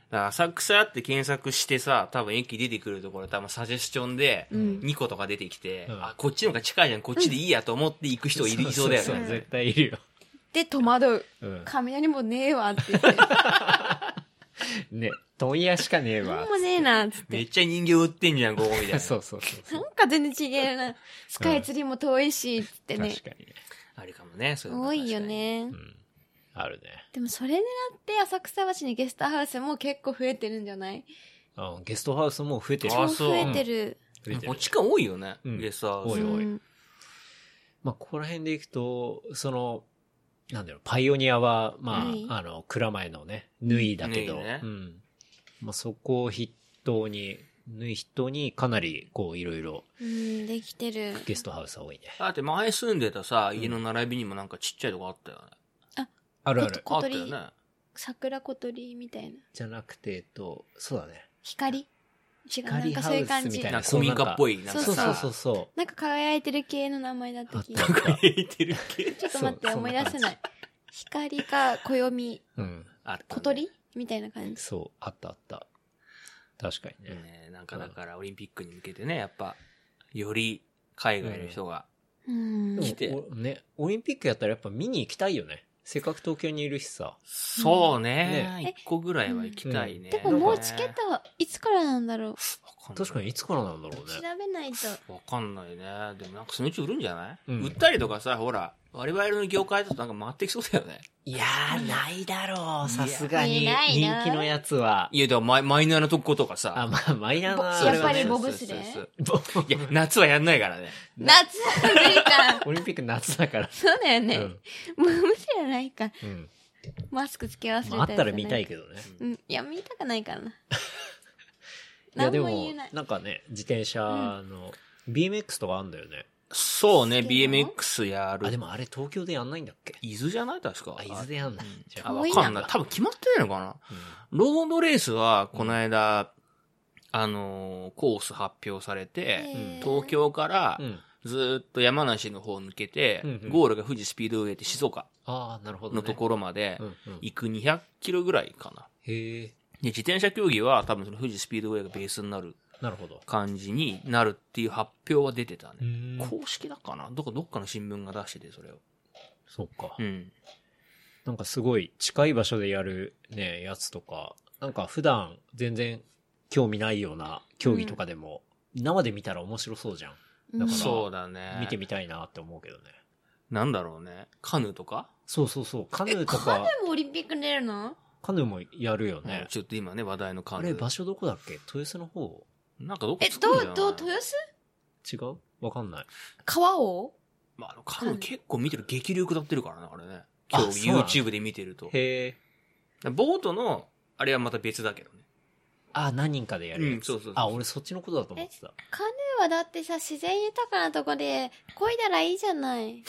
Speaker 2: ら浅草って検索してさ、多分駅出てくるところ、多分サジェスチョンで、
Speaker 3: うん。
Speaker 2: 2個とか出てきて、
Speaker 1: うん
Speaker 2: あ、こっちの方が近いじゃん、こっちでいいやと思って行く人いる、いそうだよ
Speaker 1: そ
Speaker 2: ね。
Speaker 1: うそう絶対いるよ。
Speaker 3: で、戸惑う。
Speaker 1: うん。
Speaker 3: 雷もねえわって言って。
Speaker 1: [laughs] ね、問屋しかねえわ
Speaker 3: 何。もねえなっつっ。
Speaker 2: めってちゃ人形売ってんじゃん、ここみたい
Speaker 1: [laughs]
Speaker 2: な。
Speaker 1: そうそうそうそ
Speaker 3: な
Speaker 1: う。
Speaker 3: んか全然ちげえな。スカイツリーも遠いし、つってね
Speaker 1: 確。かにね。
Speaker 2: あれかもね、そういうの
Speaker 3: 多いよ。ね
Speaker 1: う。ん。あるね。
Speaker 3: でもそれ狙って浅草橋にゲストハウスも結構増えてるんじゃない
Speaker 1: うん、ゲストハウスも増えてる。
Speaker 2: あ
Speaker 3: 超
Speaker 2: そう
Speaker 3: 増えてる。
Speaker 1: 増えて
Speaker 2: こ
Speaker 1: る
Speaker 2: っ。ちか多いよね、
Speaker 1: うん
Speaker 2: ゲストハウ
Speaker 1: 多
Speaker 2: ス
Speaker 1: い。多い
Speaker 3: うん
Speaker 1: まあ、ここら辺でいくと、その、なんだろう、パイオニアは、ま
Speaker 3: ぬい
Speaker 1: あ、あの、蔵前のね、縫いだけど、
Speaker 2: 縫いね
Speaker 1: うん。まあ、そこを筆頭に、縫い筆頭にかなり、こう、いろいろ
Speaker 3: うん、できてる。
Speaker 1: ゲストハウスは多いね。
Speaker 2: だって前住んでたさ、家の並びにもなんかちっちゃいとこあったよね。
Speaker 1: あるあ
Speaker 3: こと
Speaker 1: る。
Speaker 3: こ
Speaker 2: あ
Speaker 3: 小
Speaker 2: った
Speaker 3: 鳥
Speaker 2: よね。
Speaker 3: 桜小鳥みたいな。
Speaker 1: じゃなくて、えっと、そうだね。
Speaker 3: 光違う、な
Speaker 1: 光
Speaker 3: んかそういう
Speaker 1: ハウ
Speaker 3: 感
Speaker 1: スみ
Speaker 3: じ
Speaker 1: たい。
Speaker 2: な
Speaker 1: なん
Speaker 2: か古民家っぽい、なんか
Speaker 3: そう
Speaker 1: そうそうそ
Speaker 2: さ
Speaker 1: う、そ
Speaker 3: なんか輝いてる系の名前だっ
Speaker 1: う。
Speaker 3: た
Speaker 1: あっ
Speaker 3: 気が
Speaker 1: た。あった
Speaker 2: 言ってるけ
Speaker 3: ちょっと待って、
Speaker 1: そう
Speaker 3: 思い出せない。光か暦、
Speaker 1: うん。
Speaker 2: あったね
Speaker 3: 小鳥みたいな感じ。
Speaker 1: そう、あったあった。確かにね。
Speaker 2: ねなんかだからオリンピックに向けてね、やっぱ、より海外の人が。
Speaker 3: うん。
Speaker 2: 来て
Speaker 1: でもおね、オリンピックやったらやっぱ見に行きたいよね。せっかく東京にいるしさ。
Speaker 2: そうね
Speaker 1: ね
Speaker 2: 一個ぐらいは行きたいね。
Speaker 3: でももうチケットはいつからなんだろう。
Speaker 1: 確かにいつからなんだろう
Speaker 3: 調
Speaker 1: ね。
Speaker 3: べないと。
Speaker 2: わかんないね。でもなんかそのうち売るんじゃない、
Speaker 1: うん
Speaker 2: 売ったりとかさ、ほら、我々の業界だとなんか回ってきそうだよね。
Speaker 1: いやー、ないだろう。さす
Speaker 3: がにいやないな人気の
Speaker 1: やつは。
Speaker 2: いや、でもマイマイナーなとことか
Speaker 1: あ、
Speaker 2: さ。
Speaker 1: まあ、マイナーな、
Speaker 3: ぼやっぱり
Speaker 1: ね
Speaker 3: ボブスレー
Speaker 2: そうそ
Speaker 1: ぼ
Speaker 2: うそういや、夏はやんないからね。
Speaker 3: 夏は無理か。
Speaker 1: オリンピック夏だから。
Speaker 3: [laughs] そうだよね。
Speaker 1: うん
Speaker 3: もう無視じゃないか。
Speaker 1: うん。
Speaker 3: マスクつけ忘れた
Speaker 1: まあ、あったら見たい
Speaker 3: け
Speaker 1: けどね。
Speaker 3: ど。うん。いや、見たくな
Speaker 1: [laughs]
Speaker 3: いからな。
Speaker 1: いや、
Speaker 3: 何
Speaker 1: で
Speaker 3: も
Speaker 1: も
Speaker 3: 言えない、。
Speaker 1: なんかね、自転車の、BMX とかあんだよね。
Speaker 2: そうね、
Speaker 3: 好きなの
Speaker 2: BMX や
Speaker 1: あ、で
Speaker 2: る。
Speaker 1: もあれ東京でやんないんだっけ
Speaker 2: 伊豆じゃない確か。
Speaker 1: あ、伊豆でやんない。じゃ
Speaker 2: あ、
Speaker 1: あ
Speaker 2: わ
Speaker 3: 遠いな
Speaker 2: かんない。多分決まってないのかなロードレースは、この間、あのーコース発表され
Speaker 3: へ
Speaker 2: て、
Speaker 3: ー
Speaker 2: 東。京から
Speaker 1: う、ん。
Speaker 2: ずーっと山梨の方抜けて
Speaker 1: うんう、ん
Speaker 2: ゴールが富士スピードウェイって静岡
Speaker 1: ああ、なるほど、ね。
Speaker 2: のところまで
Speaker 1: う、んうん。
Speaker 2: 行く200キロぐらいかな。
Speaker 1: へえ、
Speaker 2: で、自転車競技は多分その富士スピードウェイがベースになる
Speaker 1: なるほど。
Speaker 2: 感じになるっていう発表は出てた
Speaker 1: う
Speaker 2: ね。
Speaker 1: ん
Speaker 2: 公式だっかなどこ、どっかの新聞が出してて、それを。
Speaker 1: そうか
Speaker 2: う。ん。
Speaker 1: なんかすごい近い場所でやるね、やつとか、なんか普段全然興味ないような競技とかでも、生で見たら面白そうじゃん。だから
Speaker 2: そうだね。
Speaker 1: 見てみたいなって思うけどね。
Speaker 2: なんだろうね。カヌーとか
Speaker 1: そうそうそう、カヌ
Speaker 3: え、カヌ
Speaker 1: ーとか、
Speaker 3: ーもオリンピックに出るの
Speaker 1: カヌーもやるよ
Speaker 2: うん
Speaker 1: ね。
Speaker 2: ちょっと今ね、話題のカ
Speaker 1: あ
Speaker 2: ヌ
Speaker 1: れ、
Speaker 2: ー
Speaker 1: 場。所どこだっけ豊洲の方
Speaker 2: なんかどこ
Speaker 3: え、
Speaker 2: 作るんじゃな
Speaker 3: ど、
Speaker 2: いう
Speaker 3: どう、豊洲
Speaker 1: 違うわかんない。
Speaker 3: 川を
Speaker 2: まあ、あの、カヌー結構見てる、激流下ってるからな、あれね。
Speaker 1: あ
Speaker 2: 今
Speaker 1: そ
Speaker 2: 日
Speaker 1: うなの
Speaker 2: YouTube で見てると。
Speaker 1: へえ。
Speaker 2: ボートの、あれはまた別だけどね。
Speaker 1: あ、何人かでやるやつ。
Speaker 2: うんそうそうそう
Speaker 1: あ、俺そっちのことだと思ってた。
Speaker 3: カヌーはだってさ、自然豊かなとこで、漕いだらいいじ
Speaker 1: [laughs]
Speaker 3: ゃない。なんで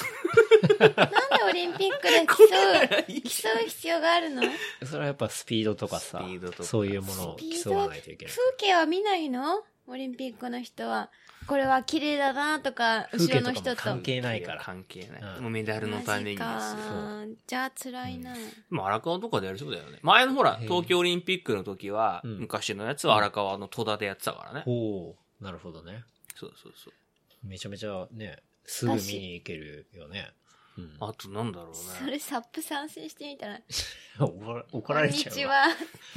Speaker 3: オリンピックで競う、競う必要があるの風
Speaker 1: それはやっぱスピードとかさ
Speaker 2: スピードとか
Speaker 1: そういうものを競わないといけない。
Speaker 3: 景は見ないのオリンピックの人は。これは綺麗だなとか、
Speaker 1: 風景
Speaker 3: 後ろ
Speaker 1: と
Speaker 3: の
Speaker 1: か
Speaker 3: 人
Speaker 1: も [laughs]
Speaker 3: と。
Speaker 1: 関係ないから。
Speaker 2: 関係ない。
Speaker 1: うん
Speaker 2: もうメダルのためにですよ。
Speaker 3: マジ
Speaker 2: そう
Speaker 3: か。じゃあ辛いな。
Speaker 2: でも荒川とかでやりそうだよね。前のほら、
Speaker 1: へえ
Speaker 2: 東京オリンピックの時は、
Speaker 1: うん
Speaker 2: 昔のやつは荒川の戸田でやってたからね。
Speaker 1: ほう、なるほどね。
Speaker 2: そうそうそう。
Speaker 1: めちゃめちゃね、すぐ見に行けるよね。うん、
Speaker 2: あとなんだろ
Speaker 3: そう
Speaker 2: ね。
Speaker 3: れサップ参戦してみたら。
Speaker 1: 怒ら [laughs] 怒
Speaker 3: こ
Speaker 1: ら
Speaker 3: ん
Speaker 1: れ
Speaker 3: に
Speaker 1: ちゃうわ。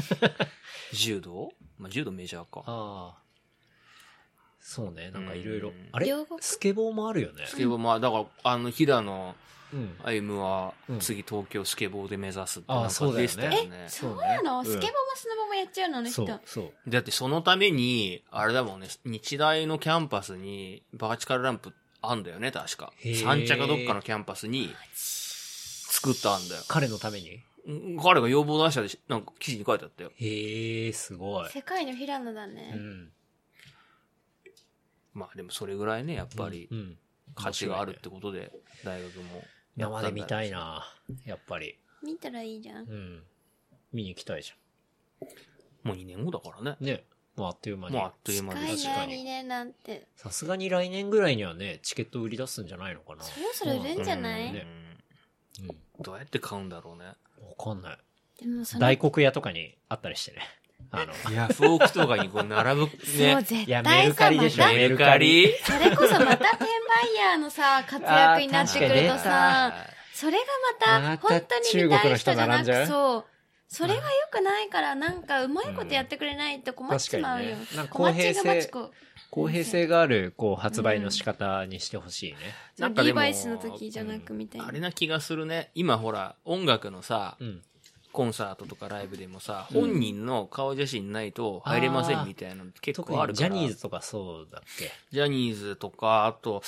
Speaker 3: ちは。
Speaker 2: 柔道まあ、柔道メジャーか。
Speaker 1: ああ。そうね、なんかいろいうろ
Speaker 2: ん。
Speaker 1: あれ
Speaker 3: 両国
Speaker 1: スケボーもあるよね。
Speaker 2: スケボー、まあ、だから、あの、平野
Speaker 1: うん。
Speaker 2: 歩夢は
Speaker 1: う、ん
Speaker 2: 次東京スケボーで目指すって
Speaker 1: あ
Speaker 2: なん
Speaker 1: そ
Speaker 2: か
Speaker 1: うだよ
Speaker 2: 出
Speaker 1: ね
Speaker 2: てたよね。
Speaker 3: そうなの、
Speaker 1: うん
Speaker 3: スケボーもスノボもやっちゃうの、あの人。
Speaker 1: そう、そう。
Speaker 2: だってそのために、あれだもんね、日大のキャンパスにバーチカルランプあんだよね、確か。
Speaker 1: へー
Speaker 2: 三茶かどっかのキャンパスに作ったんだよ。
Speaker 1: 彼のために
Speaker 2: うん彼が要望出したでし、なんか記事に書いてあったよ。
Speaker 1: へえ、すごい。
Speaker 3: 世界の平野だ
Speaker 1: う
Speaker 3: ね。
Speaker 1: ん。
Speaker 2: まあでもそれぐらいね、やっぱり
Speaker 1: うん。
Speaker 2: 価値があるってことで、大学も。
Speaker 1: 生で見たい。な、やっぱり。
Speaker 3: 見たらいいじゃん
Speaker 1: う。ん。見に行きたいじ
Speaker 2: もう2年後だからね
Speaker 1: ゃん。。ね。もうあっという間に
Speaker 2: もうあ。っという間
Speaker 3: 近
Speaker 2: で
Speaker 3: い
Speaker 2: す
Speaker 1: 確
Speaker 3: な、
Speaker 1: か
Speaker 3: 2
Speaker 1: に
Speaker 3: 年なんて。
Speaker 1: さすがに来年ぐらいにはね、チケット売り出すんじゃないのかな。
Speaker 3: そろそろ売れんじゃな
Speaker 1: うん
Speaker 3: い
Speaker 1: ねうん。
Speaker 2: どうやって買うんだろうね。
Speaker 1: わかんない。
Speaker 3: でもその、
Speaker 1: 大黒屋とかにあったり
Speaker 3: [laughs]
Speaker 1: してね。あの、
Speaker 2: ヤフオクとかに [laughs] こう並ぶ
Speaker 3: もう
Speaker 2: ね。
Speaker 3: 絶
Speaker 1: いやメ
Speaker 3: 対
Speaker 1: ル
Speaker 3: さ、
Speaker 1: カ
Speaker 3: ま
Speaker 1: リでしょ
Speaker 3: た、
Speaker 1: メルカリ
Speaker 2: メル
Speaker 3: それこそまた転売ヤーのさ、活躍になってくると
Speaker 2: カ
Speaker 3: さ、
Speaker 2: リ
Speaker 3: それがまた、
Speaker 1: また
Speaker 3: 本当に見たい人じゃな
Speaker 1: 中国の人並んじゃ
Speaker 3: く
Speaker 1: う
Speaker 3: そう。それが良くないから、なんか、うまいことやってくれないと困っちまうよ
Speaker 1: うん確かにねなん。か
Speaker 3: 困っち
Speaker 1: 公平性
Speaker 3: がまちこ。
Speaker 1: 公平性がある、こう、発売の仕方にしてほしいね。
Speaker 3: その
Speaker 2: なんかで
Speaker 3: リー
Speaker 2: も
Speaker 3: バイスの時じゃなくみたいな。
Speaker 2: あれな気がするね。今ほら、音楽のさ、
Speaker 1: うん。
Speaker 2: コンサートとかライブでもさ、
Speaker 1: うん
Speaker 2: 本人の顔写真ないと入れませんみたいなのって結
Speaker 1: 特
Speaker 2: 構あ
Speaker 1: に
Speaker 2: る
Speaker 1: ジ
Speaker 2: か
Speaker 1: ャ
Speaker 2: ら。
Speaker 1: ニーズとかそうだっけ
Speaker 2: ジャニーズとか、あと、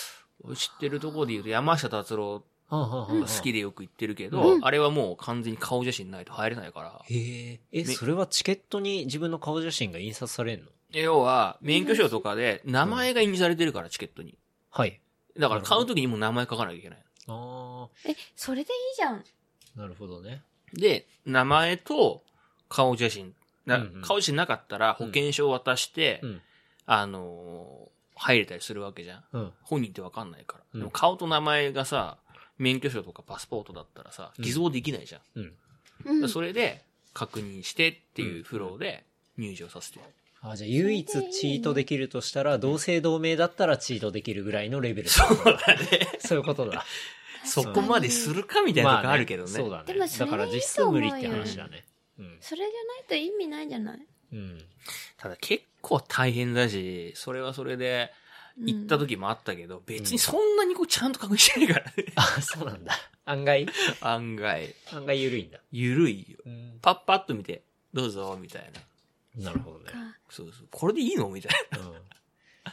Speaker 2: 知ってるところで言うと山下達郎
Speaker 1: 好
Speaker 2: が好き
Speaker 1: で。
Speaker 2: でよく行ってるけど、
Speaker 3: うん
Speaker 2: あれはもう完全に顔写真ないと入れないから。
Speaker 1: へえ。え、
Speaker 2: ね
Speaker 1: それはチケットに自分の顔写真が印刷されんの
Speaker 2: 要は、免許証とかで名前が印字されてるから、チケットに。
Speaker 1: はい。
Speaker 2: だから買う時にもう名前書かなきゃいけない。
Speaker 1: あ
Speaker 3: え、それでいいじゃん。
Speaker 1: あ、なるほどね。
Speaker 2: で、名前と顔写真。な
Speaker 1: うんうん
Speaker 2: 顔写真なかったら保険証を渡して、
Speaker 1: うん
Speaker 2: あのー入れたりするわけじゃん。
Speaker 1: うん。
Speaker 2: 本人ってわかんないから。
Speaker 1: うん
Speaker 2: でも顔と名前がさ、免許証とかパスポートだったらさ、
Speaker 1: うん
Speaker 2: 偽造できないじゃん。
Speaker 1: うん。
Speaker 3: うん。
Speaker 2: それで確認してっていうフローで入場させてる。
Speaker 1: あじゃあ唯一チートできるとしたら、同姓同名だったらチートできるぐらいのレベルだ
Speaker 2: そうだね。
Speaker 1: そういうことだ。
Speaker 2: そこまでするかみたいな
Speaker 1: ま
Speaker 2: とこあるけどね。
Speaker 1: そうだ
Speaker 3: で
Speaker 1: ね。
Speaker 3: もそ
Speaker 1: だ
Speaker 3: れ
Speaker 1: から実質無理って話だね。うん。
Speaker 3: それじゃないと意味ないじゃない
Speaker 1: うん。
Speaker 2: ただ結構大変だし、それはそれで
Speaker 3: うん
Speaker 2: 行った時もあったけど、別にそんなにこうちゃんと確認してないからね。
Speaker 1: [laughs]
Speaker 2: [laughs]
Speaker 1: あ、そうなんだ。案外、
Speaker 2: 案外、
Speaker 1: 案外緩いんだ。
Speaker 2: ゆるいよ。
Speaker 1: うん。
Speaker 2: パッパッと見て、どうぞ、みたいな。
Speaker 1: なるほどね。
Speaker 3: か
Speaker 2: そうそう。これでいいのみたい
Speaker 1: うん。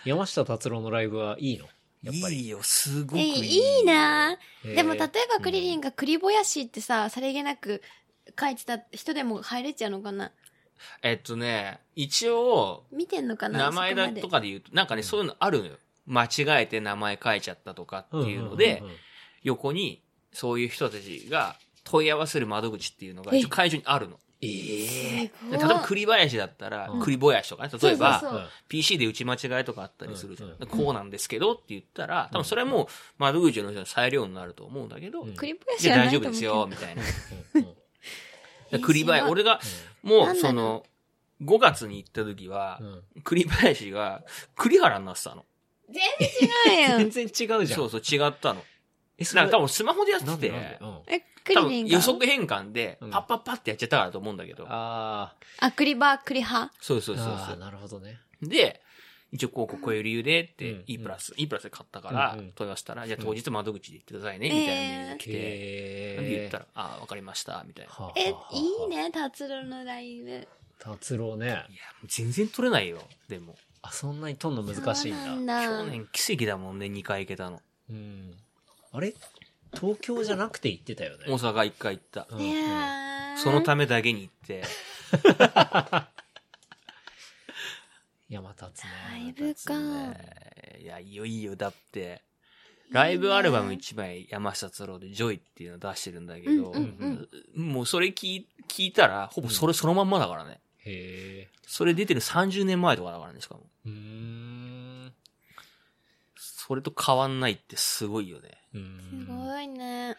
Speaker 1: 山下達郎のライブはいいのや
Speaker 2: な。
Speaker 1: っぱ
Speaker 2: い
Speaker 1: り。
Speaker 2: いよ、すごく
Speaker 3: え、
Speaker 2: いい。
Speaker 3: いいなぁ。でも、
Speaker 1: へ
Speaker 3: 例え
Speaker 1: ー
Speaker 3: ばクリリンが栗林ってさ、さりげなく書いてた人でも入れちゃうのかな
Speaker 2: えっとね、一応、
Speaker 3: 見てんのか
Speaker 2: 名
Speaker 3: な
Speaker 2: 前
Speaker 3: そこ
Speaker 2: だ
Speaker 3: まで
Speaker 2: とかで言うと、なんかね、そういうのあるのよ。間違えて名前書いちゃったとかっていうので
Speaker 1: ん、んんん
Speaker 2: 横に、そういう人たちが問い合わせる窓口っていうのが、
Speaker 3: え
Speaker 2: 一応会場にあるの。
Speaker 1: ええ
Speaker 3: すご
Speaker 2: 例え
Speaker 3: い
Speaker 2: ば栗林だったら
Speaker 1: うん、
Speaker 2: 栗林とかね、例え
Speaker 3: そ
Speaker 2: ば
Speaker 3: う、
Speaker 2: PC で打ち間違いとかあったりするじゃ。
Speaker 1: うんんうん
Speaker 2: こうなんですけどって言ったら、多分それはもう窓口の人の裁量になると思うんだけど、
Speaker 1: うん
Speaker 3: 栗林
Speaker 2: じ
Speaker 3: は
Speaker 2: ゃあ
Speaker 3: ない
Speaker 2: 大
Speaker 3: と
Speaker 2: 丈
Speaker 3: 思
Speaker 2: 夫
Speaker 3: う
Speaker 2: で
Speaker 3: け
Speaker 2: す
Speaker 3: ど
Speaker 2: よ、みた
Speaker 3: [laughs]
Speaker 2: い
Speaker 1: うん
Speaker 2: な。
Speaker 1: うん
Speaker 3: え
Speaker 2: 栗
Speaker 3: す
Speaker 2: 林、
Speaker 3: ごい
Speaker 2: 俺がもう、
Speaker 3: なんなの
Speaker 2: その、5月に行った時は
Speaker 1: う、
Speaker 2: [laughs]
Speaker 1: ん
Speaker 2: 栗林が栗原になってたの。
Speaker 3: 違うや
Speaker 1: 全
Speaker 3: ん。
Speaker 1: 然違うじゃん。
Speaker 2: そうそう、違ったの。
Speaker 1: え、それ
Speaker 2: なんか多分スマホでやって
Speaker 1: なんでなん
Speaker 2: て
Speaker 1: で、うん
Speaker 3: え、ク
Speaker 2: 多
Speaker 3: リリン
Speaker 2: 分
Speaker 3: が。
Speaker 2: 予測変換で、
Speaker 1: う
Speaker 2: パ
Speaker 1: ん
Speaker 2: ッパッパってやっちゃったからだと思うんだけど。
Speaker 1: あー
Speaker 3: あ、クリバー、クリハ。
Speaker 2: そうそうそう
Speaker 1: あ
Speaker 2: そ
Speaker 1: ー、なるほどね。
Speaker 2: う。で、一応こうこうこういう理由でって、
Speaker 1: うん
Speaker 2: E プラス、E プラスで買ったから
Speaker 1: うんうん、
Speaker 2: 問い合わせたら、じゃ
Speaker 1: う
Speaker 2: あ
Speaker 1: ん
Speaker 2: 当日窓口で行ってくださいね、みたいなメールが来て、
Speaker 1: へ
Speaker 2: で言ったら、ああ、わかりました、みたいな。
Speaker 1: はあ
Speaker 3: え、い
Speaker 1: はあ
Speaker 3: い。ね、達郎のライブ。
Speaker 1: 達郎ね
Speaker 2: い。や、全然取れないよ、でも。
Speaker 1: あ、そんなに撮んの難しい
Speaker 3: そうん
Speaker 1: だ。
Speaker 3: な
Speaker 2: 去
Speaker 3: んだ。
Speaker 2: 年奇跡だもんね、2回行けたの。
Speaker 1: うん。あれ東京じゃなくて行ってたよね。
Speaker 2: 大阪1回行った。
Speaker 1: うん
Speaker 3: い
Speaker 1: うん
Speaker 3: やー
Speaker 2: そのためだけに行って、
Speaker 1: 山達ね。
Speaker 3: ライブか。
Speaker 2: えーいや、いいよいいよ、だって、ライブアルバム1枚山下達郎でジョイっていうの出してるんだけど、
Speaker 3: うんうん
Speaker 2: もうそれ聞い聞いたら、ほぼそれそのまんまだからね。
Speaker 1: へえ。
Speaker 2: それ出てる30年前とかだからね、しかも。
Speaker 1: うーん。
Speaker 2: それと変わんないってすごいよね。
Speaker 1: う
Speaker 3: す
Speaker 1: ん
Speaker 3: ごいね。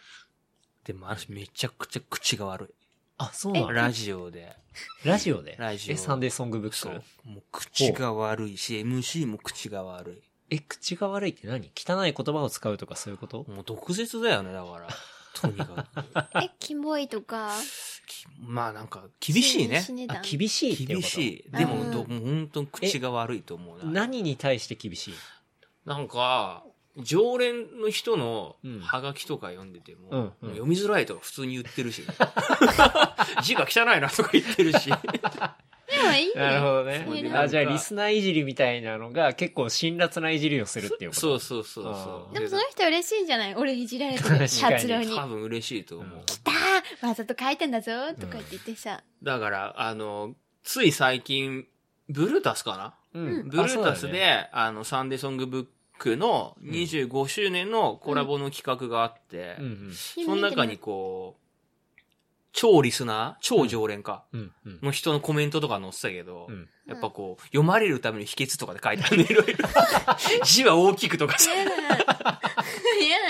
Speaker 2: でも、私めちゃくちゃ口が悪い。
Speaker 1: あ、そうなの
Speaker 2: ラジオで。
Speaker 1: ラジオで
Speaker 2: ラジオ
Speaker 1: え、サンデーソングブッ
Speaker 2: そ
Speaker 1: ク
Speaker 2: う。もう口が悪いし、MC も口が悪い。
Speaker 1: え、口が悪いって何汚い言葉を使うとかそういうこと
Speaker 2: もう毒舌だよね、だ
Speaker 1: [laughs]
Speaker 2: から。とにかく。
Speaker 3: え、キモいとか。
Speaker 2: きまあなんか、厳しいね。
Speaker 3: 死ねた
Speaker 1: あ、厳しいっていう
Speaker 2: 厳
Speaker 1: こと
Speaker 2: しい。
Speaker 3: うん
Speaker 2: でも、どもう本当に口が悪いと思うな。
Speaker 1: 何に対して厳しい
Speaker 2: なんか、常連の人の
Speaker 1: うん
Speaker 2: ハガキとか読んでても、
Speaker 1: うんうん
Speaker 2: もう読みづらいとか普通に言ってるし、 [laughs] 字が汚いなとか言ってるし、
Speaker 3: でもいいね。
Speaker 1: なるほど
Speaker 3: そういう
Speaker 1: ね。
Speaker 3: の
Speaker 1: あ、じゃあリスナーいじりみたいなのが結構辛辣ないじりをするっていうこと
Speaker 2: そうそうそう
Speaker 1: あ
Speaker 2: そ
Speaker 1: ー
Speaker 2: う。
Speaker 3: でもその人嬉しいんじゃない俺いじられて
Speaker 1: 確か
Speaker 3: る。
Speaker 1: に
Speaker 3: 達郎に。
Speaker 2: 多分嬉しいと思う。
Speaker 1: うん
Speaker 3: だーわざと書いてんだぞとか言って言ってさ。
Speaker 2: だから、あの、つい最近、ブルータスかな
Speaker 1: う
Speaker 3: うん
Speaker 1: ん。
Speaker 2: ブルータ
Speaker 1: あそ
Speaker 2: ス
Speaker 1: う
Speaker 2: で、
Speaker 1: だよね
Speaker 2: あの、サンデーソングブックの25周年のコラボの企画があって、
Speaker 1: うんうん
Speaker 2: その中にこう、超リスナー超常連か、
Speaker 1: うんうん。
Speaker 2: の人のコメントとか載ってたけど、
Speaker 1: うん
Speaker 2: やっぱこう、読まれるための秘訣とかで書いてあるね、いろいろ。
Speaker 1: [laughs]
Speaker 2: 字は大きくとかさ、
Speaker 3: 嫌な、嫌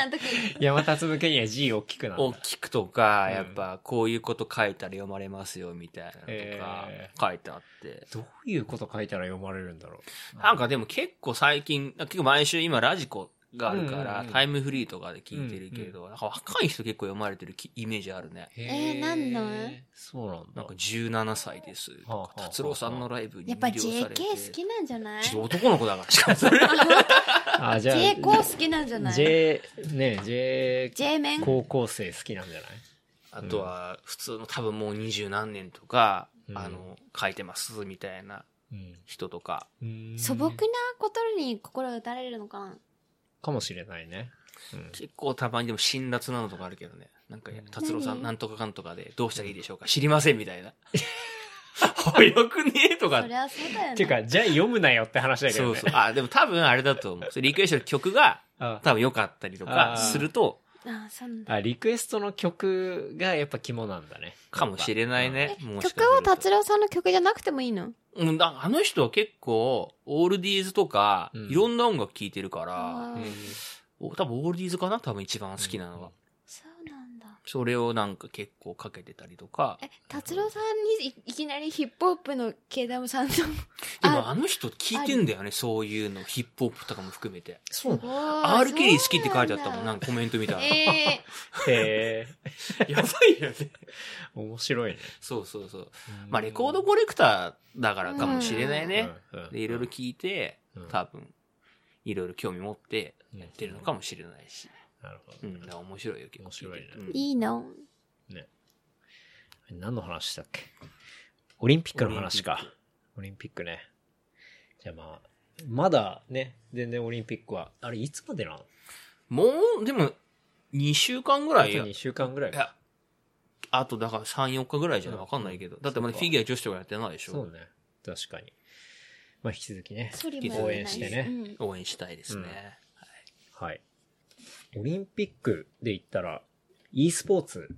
Speaker 3: な時に。
Speaker 1: 山立向けには G 大きくなる
Speaker 2: 大
Speaker 1: んだ。
Speaker 2: きくとか、
Speaker 1: うん
Speaker 2: やっぱこういうこと書いたら読まれますよ、みたいなのとか
Speaker 1: へ、
Speaker 2: 書いてあって。
Speaker 1: どういうこと書いたら読まれるんだろう。
Speaker 2: なんかでも結構最近、結構毎週今ラジコがあるか
Speaker 1: うんうん
Speaker 2: ら
Speaker 1: う、ん
Speaker 2: タイムフリーとかで聞いてるけれど、なんか若い人結構読まれてるきイメージあるね。
Speaker 3: えーなんなん
Speaker 1: そうなんだ。
Speaker 2: なんか17歳ですと
Speaker 1: は
Speaker 2: か。
Speaker 1: あはあはあ
Speaker 2: 達郎さんのライブに
Speaker 3: やっぱ
Speaker 2: 魅了され
Speaker 3: JK
Speaker 2: て。
Speaker 3: 好きなんじゃない
Speaker 2: ちょっと男の子だから、しかもそれ。
Speaker 1: あ、じゃあ、
Speaker 3: J コ好きなんじゃない
Speaker 1: J、ね J、
Speaker 3: J メン
Speaker 1: 高校生好きなんじゃない
Speaker 2: あとは、普通の多分もう二十何年とか、
Speaker 1: うん
Speaker 2: あの、書いてますみたいな人とか。
Speaker 1: うん。
Speaker 3: 素朴なことに心打たれるのかな
Speaker 1: かもしれないね。うん
Speaker 2: 結構たまにでも辛辣なのとかあるけどね。なんか、いや
Speaker 1: うん
Speaker 2: 達郎さん
Speaker 3: 何
Speaker 2: なんとかかんとかでどうしたらいいでしょうか知りませんみた
Speaker 1: [laughs]
Speaker 2: いな。あよくねえとか
Speaker 3: そ。りゃそうだよね。
Speaker 1: っていうか、じゃあ読むなよって話だけ
Speaker 2: そ
Speaker 1: ど
Speaker 2: う
Speaker 1: ね
Speaker 2: そう。。あ、でも多分あれだと思う。それリクエストの曲が
Speaker 1: あ
Speaker 2: 多分良かったりと
Speaker 1: あ
Speaker 2: か
Speaker 1: ー
Speaker 2: すると、
Speaker 3: あ、そうなんだ。
Speaker 1: あ、リクエストの曲がやっぱ肝なんだね。
Speaker 2: かもしれないね。もしかする
Speaker 3: 曲
Speaker 2: と
Speaker 3: は達郎さんの曲じゃなくてもいいの
Speaker 2: うん、だあの人は結構、オールディーズとか、
Speaker 1: うん
Speaker 2: いろんな音楽聴いてるから、
Speaker 3: あ
Speaker 1: うん。
Speaker 3: ー
Speaker 2: お多分オールディーズかな多分一番好きなのは。
Speaker 3: そうなんだ。
Speaker 2: それをなんか結構かけてたりとか。
Speaker 3: え、達郎さんにいいきなりヒップホップのケイダムさん
Speaker 2: [laughs]
Speaker 3: の。
Speaker 2: でもあの人聴いてんだよね、そういうの。ヒップホップとかも含めて。
Speaker 1: そう
Speaker 3: おー
Speaker 2: R. ケリー好きって書いてあったもん、なんか
Speaker 3: か。
Speaker 2: コメント見たら。
Speaker 3: ええ
Speaker 1: へえ、 [laughs]
Speaker 2: やばいよね。
Speaker 1: 面白いね。
Speaker 2: そうそうそう。まあレコードコレクターだからかもしれないね。
Speaker 1: うん、うん
Speaker 2: で、いろいろ聞いて
Speaker 1: うん、
Speaker 2: 多分、いろいろ興味持ってやってるのかもしれないし。
Speaker 1: なるほ
Speaker 2: う
Speaker 1: どね
Speaker 2: ん、だから面白いよ、結構聞てて。
Speaker 1: 面白いね
Speaker 2: うん
Speaker 3: いいの
Speaker 1: 何の話したっけオリンピックの話か。オリンピックね。じゃあまあ、まだね、全然オリンピックは、あれいつまでなの
Speaker 2: もう、でも、2週間ぐ
Speaker 1: あ
Speaker 2: ら
Speaker 1: と
Speaker 2: いや。
Speaker 1: 2
Speaker 2: い
Speaker 1: 週間ぐらいか。
Speaker 2: や、あとだから3、4日ぐらいじゃない
Speaker 1: うん
Speaker 2: わかんないけど。だってまだ
Speaker 1: そうか
Speaker 2: フィギュア女子とかやってないでし
Speaker 1: そう
Speaker 2: ょ。
Speaker 1: ね。確かに。まあ引き続きね。
Speaker 3: ソリ
Speaker 2: も
Speaker 3: も
Speaker 1: 応
Speaker 2: やらない
Speaker 1: 援してね
Speaker 3: うん
Speaker 2: 応援したいですね。
Speaker 1: はい。オリンピックで言ったら、e スポーツ、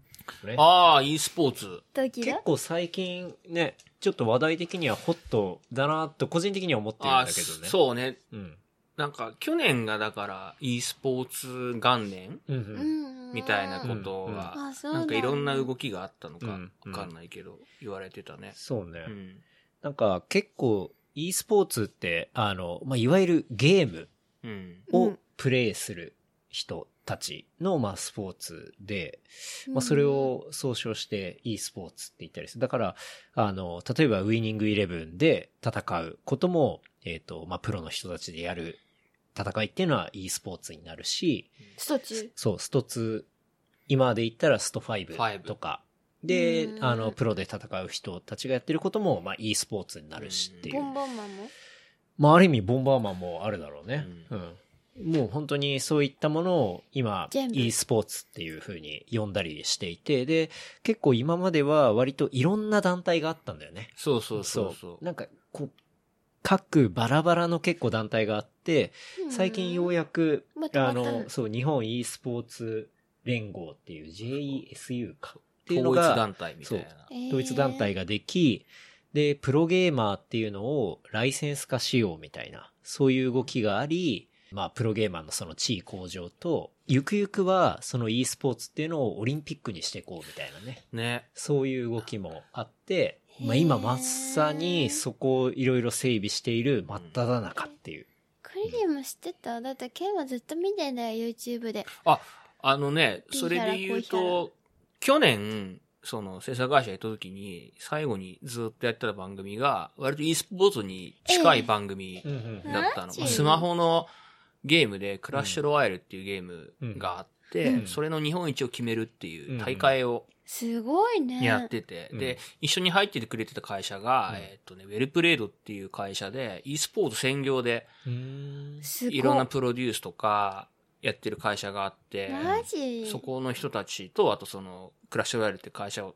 Speaker 1: ね。
Speaker 2: ああ、e スポーツ。
Speaker 3: ドキ
Speaker 1: 結
Speaker 3: ド
Speaker 1: 構最近ね、ちょっと話題的にはホットだなと個人的には思ってるんだ
Speaker 2: ああ、
Speaker 1: けどね。う。
Speaker 2: そうね。
Speaker 1: ん。
Speaker 2: なんか、去年がだから、e スポーツ元年
Speaker 1: うんう
Speaker 3: キ
Speaker 1: ん。
Speaker 3: み
Speaker 2: みたいなこと
Speaker 3: うんうんあ
Speaker 2: は、
Speaker 3: そうなんだ
Speaker 2: なんかいろんな動きがあったのか
Speaker 1: うん、うん
Speaker 2: わかんないけど、言われてたね。
Speaker 1: そうね。
Speaker 2: うん。
Speaker 1: なんか結構 e スポーツって、あの、まあ、いわゆるゲーム
Speaker 2: うん。
Speaker 3: う
Speaker 1: を
Speaker 3: ん
Speaker 1: プレイする人たちの、まあ、スポーツで、まあ、それ。を総称して e スポーツって言ったりする。だから、あの、例えばウィニングイレブンで戦うことも、えっ、と、まあ、プロの人たちでやる戦いっていうのは e スポーツになるし、
Speaker 3: スト中。
Speaker 1: そう、スト2、今で言ったらスト5
Speaker 2: 5
Speaker 1: とか、で
Speaker 3: う、ん
Speaker 1: あの、プロで戦う人たちがやってることも、まあ、e スポーツになるしってい
Speaker 3: ボ
Speaker 1: う。
Speaker 3: ンボンマンも
Speaker 1: まあ、ある意味、ボンバーマンもあるだろうね。う。
Speaker 2: うん
Speaker 1: もう本当にそういったものを今、
Speaker 3: 全部
Speaker 1: e スポーツっていう風に呼んだりしていて、で、結構今までは割といろんな団体があったんだよね。
Speaker 2: そうそうそうそう。
Speaker 1: なんか、こう、各バラバラの結構団体があって、最近よう
Speaker 3: や
Speaker 1: やく、
Speaker 3: また
Speaker 1: あ
Speaker 3: また
Speaker 1: の、そう、日本 e スポーツ連合っていう JESU か。っていうの
Speaker 2: 統一
Speaker 1: が
Speaker 2: 団体みたいな。
Speaker 1: 統一団体
Speaker 3: が。
Speaker 1: ができ、で、プロゲーマーっていうのをライセンス化しようみたいな、そういう動きがあり、まあ、プロゲーマーのその地位向上と、ゆくゆくはその e スポーツっていうのをオリンピックにしていこうみたいなね、
Speaker 2: ね。
Speaker 1: そういう動きもあって、まあ
Speaker 3: へー
Speaker 1: 今まさにそこをいろいろ整備している真っ只中っていう。
Speaker 3: クリリム知ってただってケンはずっと見てんだよ、YouTube で。
Speaker 2: あ、あのね、それで言う
Speaker 3: ピーヒャラコ
Speaker 2: と、去年、その制作会社行った時に、最後にずっとやってた番組が、割と e スポーツに近い番組
Speaker 1: うん
Speaker 2: だったの。
Speaker 3: ええマジ
Speaker 2: スマホのゲームで、クラッシュロワイヤルっていうゲームがあって、
Speaker 1: うん
Speaker 2: それの日本一を決めるっていう大会を
Speaker 3: すごいね。
Speaker 2: やってて、
Speaker 1: うんう
Speaker 2: で
Speaker 1: ん、
Speaker 2: 一緒に入っててくれてた会社が、
Speaker 1: うん
Speaker 2: えっとね、ウェルプレードっていう会社で、e スポーツ専業で、
Speaker 1: うん。
Speaker 3: すごい。
Speaker 2: いろんなプロデュースとか、やってる会社があって、
Speaker 3: マジ
Speaker 2: そこの人たちと、あとその、クラッシュロイヤルって会社を、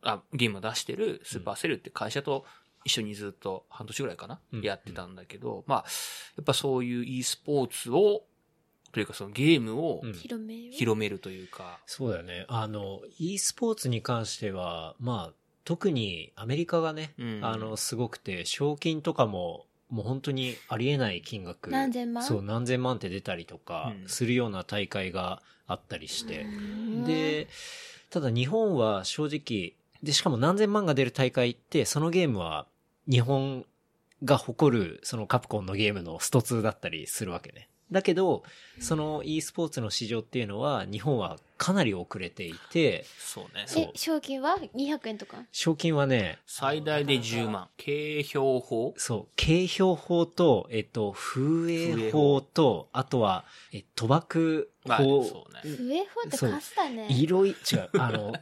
Speaker 2: あ、ゲームを出してるスーパーセルって会社と一緒にずっと半年ぐらいかな、
Speaker 1: うん
Speaker 2: やってたんだけど、まあ、やっぱそういう e スポーツを、というかそのゲームを
Speaker 1: うん
Speaker 3: 広めよう。
Speaker 2: 広めるというか、
Speaker 1: そうだよね。あの、e スポーツに関しては、まあ、特にアメリカがね、
Speaker 2: うん
Speaker 1: あの、すごくて、賞金とかも、もう本当にありえない金額。
Speaker 3: 何千万
Speaker 1: そう、何千万って出たりとか
Speaker 2: う、ん
Speaker 1: するような大会があったりして。
Speaker 3: うん
Speaker 1: で、ただ日本は正直、で、しかも何千万が出る大会って、そのゲームは、日本が誇る、そのカプコンのゲームのスト2だったりするわけね。だけど、その e スポーツの市場っていうのは、日本はかなり遅れていて、
Speaker 2: そうね。
Speaker 1: そう
Speaker 3: え、賞金は200円とか
Speaker 1: 賞金はね、
Speaker 2: 最大で10万。軽票法
Speaker 1: そう、景表法と、えっと、風営法と、あとは、え賭博
Speaker 2: まあ、
Speaker 1: 法
Speaker 2: そ、うね。
Speaker 3: 上法ってカスだね。
Speaker 1: いろい、違う、あ
Speaker 2: [laughs]
Speaker 1: の、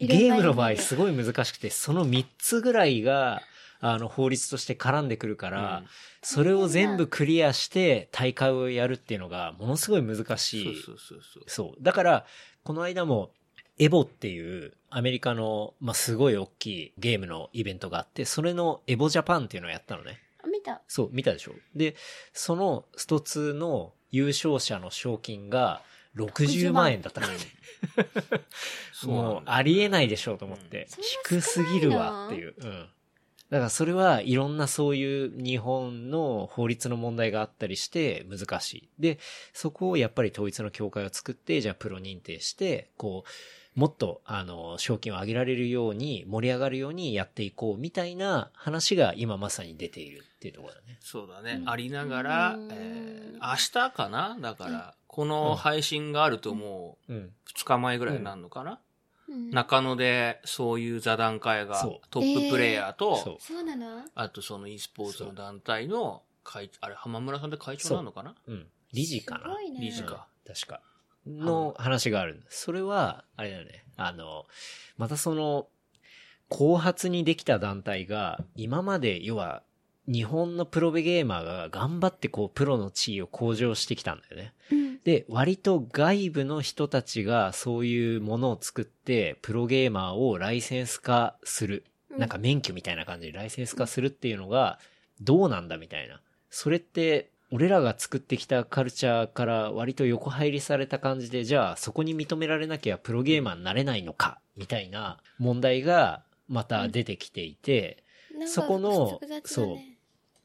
Speaker 3: いろいろ
Speaker 1: ゲームの場合すごい難しくて、その3つぐらいが、あの、法律として絡んでくるから、
Speaker 2: うん
Speaker 1: それを全部クリアして大会をやるっていうのが、ものすごい難しい。
Speaker 2: そうそうそうそ
Speaker 1: そう。だから、この間も、エボっていうアメリカの、まあ、すごい大きいゲームのイベントがあって、それのエボジャパンっていうのをやったのね。
Speaker 3: あ見た。
Speaker 1: そう、見たでしょ。で、そのスト2の優勝者の賞金が60万円だったからね。
Speaker 2: う。そう
Speaker 1: もうありえ
Speaker 2: い。
Speaker 1: ないでしょうと思って、
Speaker 3: うん
Speaker 1: 低すぎるわっていう。うん。だからそれはいろんなそういう日本の法律の問題があったりして難しい。で、そこをやっぱり統一の協会を作って、じゃあプロ認定して、こう、もっとあの、賞金を上げられるように盛り上がるようにやっていこうみたいな話が今まさに出ているっていうところだね。
Speaker 2: そうだね。ありながら
Speaker 3: うん、
Speaker 2: えー明日かなだから、この配信があるとも
Speaker 1: うん。
Speaker 2: う2日前ぐらいになるのかな
Speaker 3: うん
Speaker 2: 中野でそういう座談会が
Speaker 1: そう、
Speaker 2: トッププレイヤー
Speaker 1: えーそう
Speaker 2: と、
Speaker 3: そうなの
Speaker 2: あとその e スポーツの団体の会、あれ、浜村さんって会長なのかな
Speaker 1: うん。理事か
Speaker 3: す
Speaker 1: な
Speaker 3: ごいね。
Speaker 2: 理事か
Speaker 1: 確か。の話があるんです。それは、あれだよね。あの、またその、後発にできた団体が、今まで、要は、日本のプロゲーマーが頑張ってこう、プロの地位を向上してきたんだよね。
Speaker 3: うん。
Speaker 1: で、割と外部の人たちがそういうものを作って、プロゲーマーをライセンス化する。なんか免許みたいな感じでライセンス化するっていうのが、どうなんだみたいな。それって、俺らが作ってきたカルチャーから割と横入りされた感じで、じゃあそこに認められなきゃプロゲーマーになれないのか、みたいな問題がまた出てきていて、
Speaker 3: なんか
Speaker 1: そこの
Speaker 3: 複雑だね
Speaker 1: そう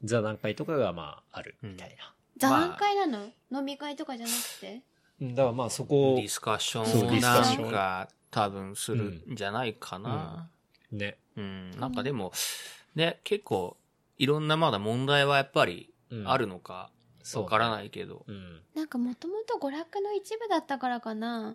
Speaker 1: 座談会とかがまああるみたいな。
Speaker 3: 座談会なの飲み会とかじゃなくて
Speaker 1: うんだからまあそこを
Speaker 2: ディスカッショ
Speaker 1: そうデ
Speaker 2: ン
Speaker 1: ィ
Speaker 2: を
Speaker 1: スカ
Speaker 3: ッ
Speaker 2: な
Speaker 3: ショ
Speaker 1: ン
Speaker 2: んか多分するんじゃないかな。
Speaker 1: ね、
Speaker 2: うん。なんかでも、ね、結構、いろんなまだ問題はやっぱり
Speaker 1: うん
Speaker 2: あるのか、わからないけど。
Speaker 1: そうね。うん。
Speaker 3: なんかもともと娯楽の一部だったからかな。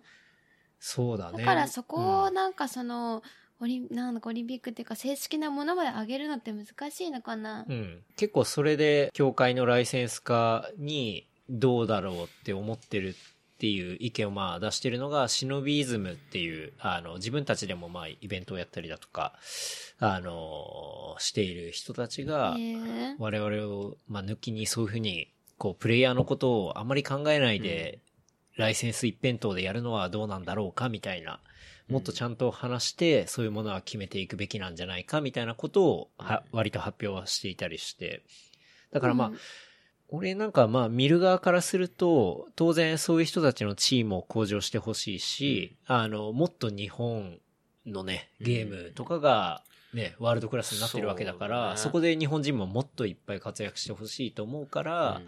Speaker 1: そうだね。
Speaker 3: だからそこを
Speaker 1: うん
Speaker 3: なんかその、オリなんかオリンピックっていうか正式なものまで上げるのって難しいのかな。
Speaker 1: うん。結構それで、協会のライセンス化にどうだろうって思ってるっていう意見をまあ出してるのが、シノビイズムっていう、あの、自分たちでもまあイベントをやったりだとか、あの、している人たちが
Speaker 3: へ、え
Speaker 1: 我々を、まあ、抜きにそういうふうに、こう、プレイヤーのことをあまり考えないで、ライセンス一辺倒でやるのはどうなんだろうか、みたいな。もっとちゃんと話して、そういうものは決めていくべきなんじゃないか、みたいなことを、は、割と発表はしていたりして。だからまあ、
Speaker 3: うん
Speaker 1: 俺なんかまあ見る側からすると、当然そういう人たちの地位も向上してほしいし、あの、もっと日本のね、ゲームとかがね、ワールドクラスになってるわけだから、そ
Speaker 2: そうだね
Speaker 1: こで日本人ももっといっぱい活躍してほしいと思うから、
Speaker 2: うん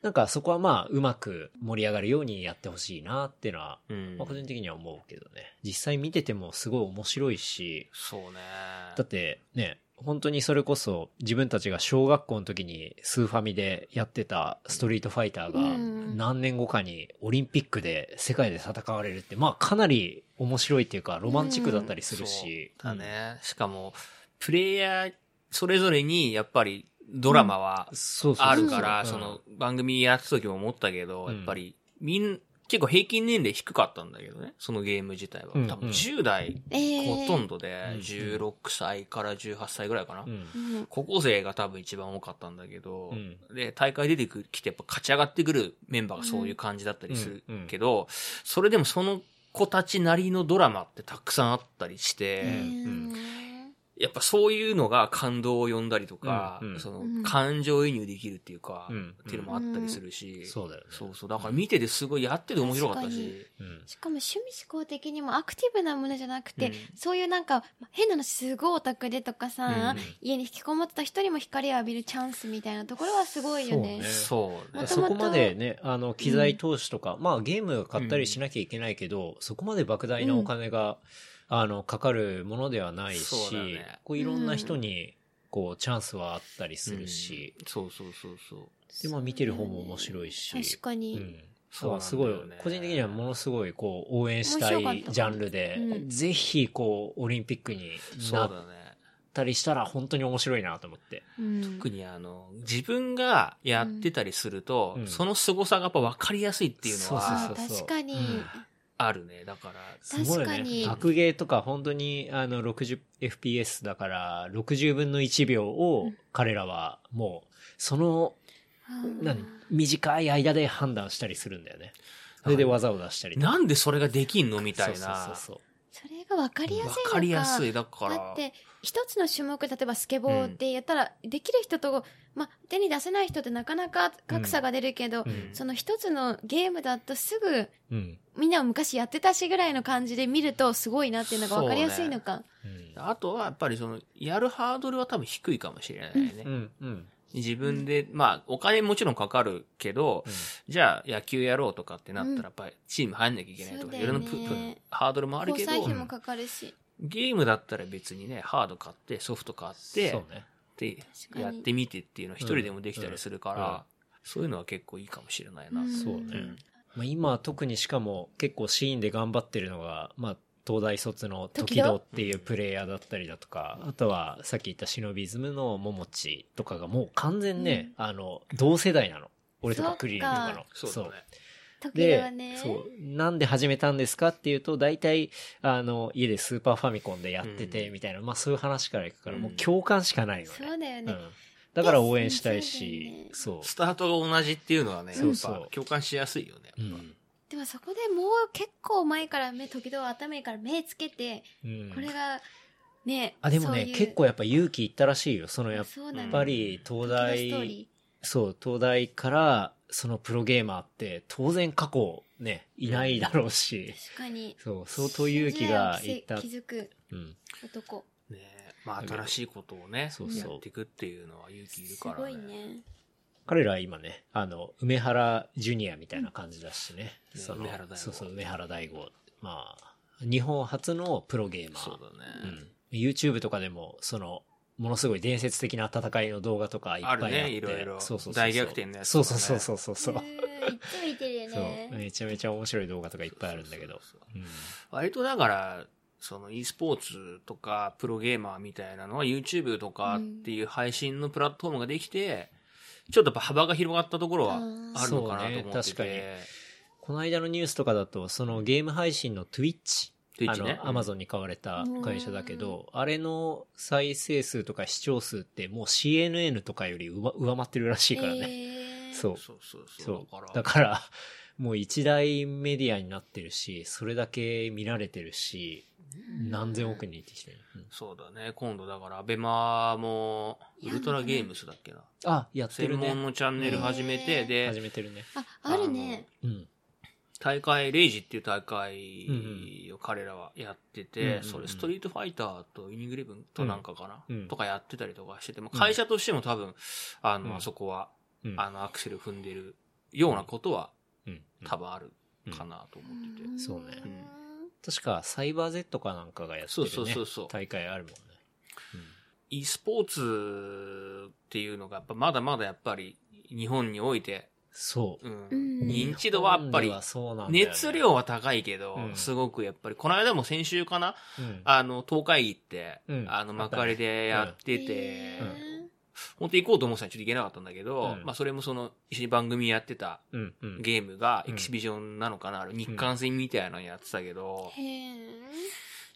Speaker 1: なんかそこはまあうまく盛り上がるようにやってほしいなっていうのは、
Speaker 2: うん
Speaker 1: まあ個人的には思うけどね。実際見ててもすごい面白いし、
Speaker 2: そうね。
Speaker 1: だってね、本当にそれこそ自分たちが小学校の時にスーファミでやってたストリートファイター
Speaker 3: う
Speaker 1: が
Speaker 3: ん
Speaker 1: 何年後かにオリンピックで世界で戦われるって、まあかなり面白いっていうかロマンチックだったりするし。
Speaker 2: そうだね。しかも、プレイヤーそれぞれにやっぱりドラマは
Speaker 1: うん。そうそうそう
Speaker 2: あるから、
Speaker 1: うん
Speaker 2: その番組やった時も思ったけど、
Speaker 1: うん
Speaker 2: やっぱり、みん、結構平均年齢低かったんだけどね、そのゲーム自体は。
Speaker 1: うん
Speaker 2: 多
Speaker 1: うん
Speaker 2: 分10代、
Speaker 3: えー
Speaker 2: ほとんどで、
Speaker 1: うん
Speaker 2: 16歳から18歳ぐらいかな。
Speaker 1: うん
Speaker 3: うん
Speaker 2: 高校生が多分一番多かったんだけど、
Speaker 1: うん
Speaker 2: で、大会出てくきてやっぱ勝ち上がってくるメンバーがそういう感じだったりする
Speaker 1: うんうん
Speaker 2: けど、それでもその子たちなりのドラマってたくさんあったりして、
Speaker 1: うん
Speaker 3: うん
Speaker 2: やっぱそういうのが感動を呼んだりとか、
Speaker 1: うんうん
Speaker 2: その
Speaker 3: うん
Speaker 2: 感情移入できるっていうか、
Speaker 1: うん
Speaker 2: っていうのもあったりするし、
Speaker 1: そうだよね。
Speaker 2: そうそうだから見ててすごいやってて面白かったし、
Speaker 1: うん
Speaker 3: しかも趣味思考的にもアクティブなものじゃなくて、
Speaker 2: うん
Speaker 3: そういうなんか変なのすごいオタクでとかさ、
Speaker 2: うん
Speaker 3: 家に引きこもってた人にも光を浴びるチャンスみたいなところはすごいよね。
Speaker 2: そう
Speaker 3: も
Speaker 2: ね
Speaker 3: と
Speaker 1: そ
Speaker 3: もと
Speaker 1: こまでね、あの、機材投資とか、まあゲーム買ったりしなきゃいけないけど、そこまで莫大なお金が、あの、かかるものではない
Speaker 2: そう
Speaker 1: し、
Speaker 2: だね
Speaker 1: こういろんな人に、こう、チャンスはあったりするし、
Speaker 2: うんそうそうそうそう
Speaker 1: でも見てる方も面白いし。
Speaker 3: 確か
Speaker 1: う
Speaker 3: に。
Speaker 1: ん。そう、すごい、個人的にはものすごい、こう、応援した
Speaker 3: 面白
Speaker 1: い
Speaker 3: かった
Speaker 1: ジャンルで、
Speaker 3: うん
Speaker 1: ぜひ、こう、オリンピックに
Speaker 2: そ
Speaker 1: な
Speaker 2: う
Speaker 1: っ
Speaker 2: だね。
Speaker 1: たりしたら、本当に面白いなと思って。
Speaker 3: 特
Speaker 2: 特。にあの、自分がやってたりすると、
Speaker 1: うん
Speaker 2: その凄さがやっぱ分かりやすいっていうの
Speaker 3: あ
Speaker 2: は
Speaker 1: そうそう
Speaker 3: ー
Speaker 1: そう
Speaker 3: 確かに。
Speaker 2: あるね。だから、
Speaker 1: すごい
Speaker 3: 確か
Speaker 1: ね
Speaker 3: に。
Speaker 1: 格ゲーとか本当にあの 60fps だから60分の1秒を彼らはもうその
Speaker 3: うん
Speaker 1: 何短い間で判断したりするんだよね。それで技を出したりとか
Speaker 2: なんでそれができんのみたいな。
Speaker 1: そうそうそうそう。
Speaker 3: それが分かりやすいのか。
Speaker 2: 分かりやすい。だから。
Speaker 3: だって、一つの種目、例えばスケボーってやったら、できる人と、まあ、手に出せない人ってなかなか格差が出るけど、
Speaker 1: うん
Speaker 3: その一つのゲームだとすぐ、
Speaker 1: うん。
Speaker 3: みんな昔やってたしぐらいの感じで見るとすごいなっていうのが分かりやすいのか。
Speaker 1: うん
Speaker 2: あとは、やっぱりその、やるハードルは多分低いかもしれないね。
Speaker 1: うん。うん。
Speaker 2: 自分で、まあ、お金もちろんかかるけど、じゃあ野球やろうとかってなったら、
Speaker 3: うん
Speaker 2: やっぱりチーム入んなきゃいけないと
Speaker 3: そう
Speaker 2: か、
Speaker 3: だ
Speaker 2: い
Speaker 3: よ
Speaker 2: ろいろ
Speaker 3: ね
Speaker 2: なププハードルもあるけ
Speaker 3: 交
Speaker 2: ど、
Speaker 3: 際費もかかるし。
Speaker 2: ゲームだったら別にね、ハード買って、ソフト買って、
Speaker 1: そうね。
Speaker 2: で
Speaker 3: 確かに
Speaker 2: やってみてっていうのは一人でもできたりするから、
Speaker 1: うんうん
Speaker 2: そういうのは結構いいかもしれないな。
Speaker 3: うん
Speaker 1: そうね。まあ、今は特にしかも結構シーンで頑張ってるのが、まあ、東大卒の時戸っていうプレイヤーだったりだとか、あとはさっき言ったシノビズムのももちとかがもう完全ね、あの、同世代なの。俺とかクリリンとかの。
Speaker 2: そうだね。
Speaker 3: 時計は
Speaker 1: で、
Speaker 3: ね。
Speaker 1: そう。なんで始めたんですかっていうと、大体、あの、家でスーパーファミコンでやってて、
Speaker 2: うん
Speaker 1: みたいな、まあそういう話からいくから、
Speaker 2: うん
Speaker 1: もう共感しかないのね。
Speaker 3: そうだよ
Speaker 1: う
Speaker 3: ね。
Speaker 1: ん。だから応援したいし
Speaker 3: で、
Speaker 1: そ
Speaker 2: スタートが同じっていうのはね、やっ
Speaker 1: そうそう
Speaker 2: ぱ共感しやすいよね。
Speaker 1: う。う
Speaker 2: やっぱ
Speaker 1: ん。
Speaker 3: でもそこでもう結構前から目、時々頭いいから目つけて、
Speaker 1: うん
Speaker 3: これが、ね。
Speaker 1: あ、でもね、
Speaker 3: そういう
Speaker 1: 結構やっぱ勇気いったらしいよ。そのやっ
Speaker 3: そうなんだ
Speaker 2: やっ
Speaker 1: ぱり東
Speaker 3: 時々ストーリ
Speaker 1: 大、そう、東大からそのプロゲーマーって当然過去ね、いないだろうし、
Speaker 3: ー確かに。
Speaker 1: そう、相当勇気がい
Speaker 3: 信
Speaker 1: っ
Speaker 3: じない
Speaker 1: た
Speaker 3: を。気づく
Speaker 1: うん。
Speaker 3: 男。
Speaker 2: ねまあ新しいことをね、
Speaker 1: そうそう
Speaker 2: やっていくっていうのは勇気いる
Speaker 3: す
Speaker 2: から
Speaker 3: ご
Speaker 2: ね。
Speaker 3: いね。
Speaker 1: 彼らは今ね、あの、梅原ジュニアみたいな感じだしね。
Speaker 2: うん
Speaker 1: その
Speaker 2: 梅原大吾
Speaker 1: そうそう、梅原大吾。まあ、日本初のプロゲーマー。
Speaker 2: そうだ
Speaker 1: う
Speaker 2: ね。
Speaker 1: ん。YouTube とかでも、その、ものすごい伝説的な戦いの動画とかいっぱいあって。
Speaker 2: あるねいろいろ
Speaker 1: そうそうそうそう
Speaker 2: 大逆転のやつ
Speaker 1: そ
Speaker 2: と
Speaker 1: う
Speaker 2: か
Speaker 1: そ
Speaker 2: ね
Speaker 1: うそうそうそうそう
Speaker 3: う。ーんいっつも見てるよ
Speaker 1: そう。
Speaker 3: ね。
Speaker 1: めちゃめちゃ面白い動画とかいっぱいあるんだけど
Speaker 2: そう。そう
Speaker 1: う
Speaker 2: そう
Speaker 1: ん
Speaker 2: 割とだから、その e スポーツとかプロゲーマーみたいなのは YouTube とかっていう配信のプラットフォームができて、ちょっとやっぱ幅が広がったところはあるのかなと思ってて。
Speaker 1: うんそうね確かにこの間のニュースとかだと、そのゲーム配信の Twitch。
Speaker 2: Twitch
Speaker 1: あの
Speaker 2: ね、
Speaker 1: アマゾンに買われた会社だけど、あれの再生数とか視聴数ってもう CNN とかより上上回ってるらしいからね。
Speaker 3: えー
Speaker 1: そう。
Speaker 2: そうそうそう
Speaker 1: そ。
Speaker 2: だから
Speaker 1: う。だから、もう一大メディアになってるし、それだけ見られてるし、何千億人ってきてる。うん
Speaker 2: そうだね。今度だから、アベマも、ウルトラゲームスだっけな。
Speaker 1: あ、やって
Speaker 2: 専
Speaker 1: る
Speaker 2: 門
Speaker 1: ね。
Speaker 2: のチャンネル始め
Speaker 3: へ
Speaker 2: て、
Speaker 3: ー
Speaker 1: 始
Speaker 2: で、
Speaker 1: めてるね。
Speaker 3: あ、あるね。
Speaker 1: うん。
Speaker 2: 大会、レイジっていう大
Speaker 1: うん
Speaker 2: 会を彼らはやって
Speaker 1: うんうんう
Speaker 2: て、
Speaker 1: ん
Speaker 2: それストリートファイターとイニングイレブンとなんかか
Speaker 1: う
Speaker 2: な、
Speaker 1: ん
Speaker 2: とかやってたりとかしてて、まあ
Speaker 1: うん
Speaker 2: 会社としても多分、あ
Speaker 1: うん
Speaker 2: の、あそこは、
Speaker 1: うん。
Speaker 2: あの、アクセル踏んでるようなことは
Speaker 1: うん、
Speaker 2: 多分あるかなと思ってて。
Speaker 3: ん
Speaker 1: そうね
Speaker 2: うん
Speaker 1: 確か、サイバー Z かなんかがやってるね。
Speaker 2: そうそうそうそう
Speaker 1: 大会あるもんね。
Speaker 2: e スポーツっていうのが、やっぱまだまだやっぱり、日本において、
Speaker 1: そうう。
Speaker 2: ん
Speaker 3: うん
Speaker 2: 認知度はやっぱり
Speaker 1: 日本ではそうなんだよね
Speaker 2: 熱、量は高いけど、
Speaker 1: うん
Speaker 2: すごくやっぱり、この間も先週かな、
Speaker 1: うん
Speaker 2: あの、東海議って、
Speaker 1: うん
Speaker 2: あの、幕張でやってて、本当に行こうと思ってたらちょっと行けなかったんだけど、
Speaker 1: うん
Speaker 2: まあそれもその、一緒に番組やってた
Speaker 1: うんうん
Speaker 2: ゲームが、
Speaker 1: うん
Speaker 2: エキシビジョンなのかな、あれ日韓戦みたいなのやってたけど、
Speaker 3: へえ。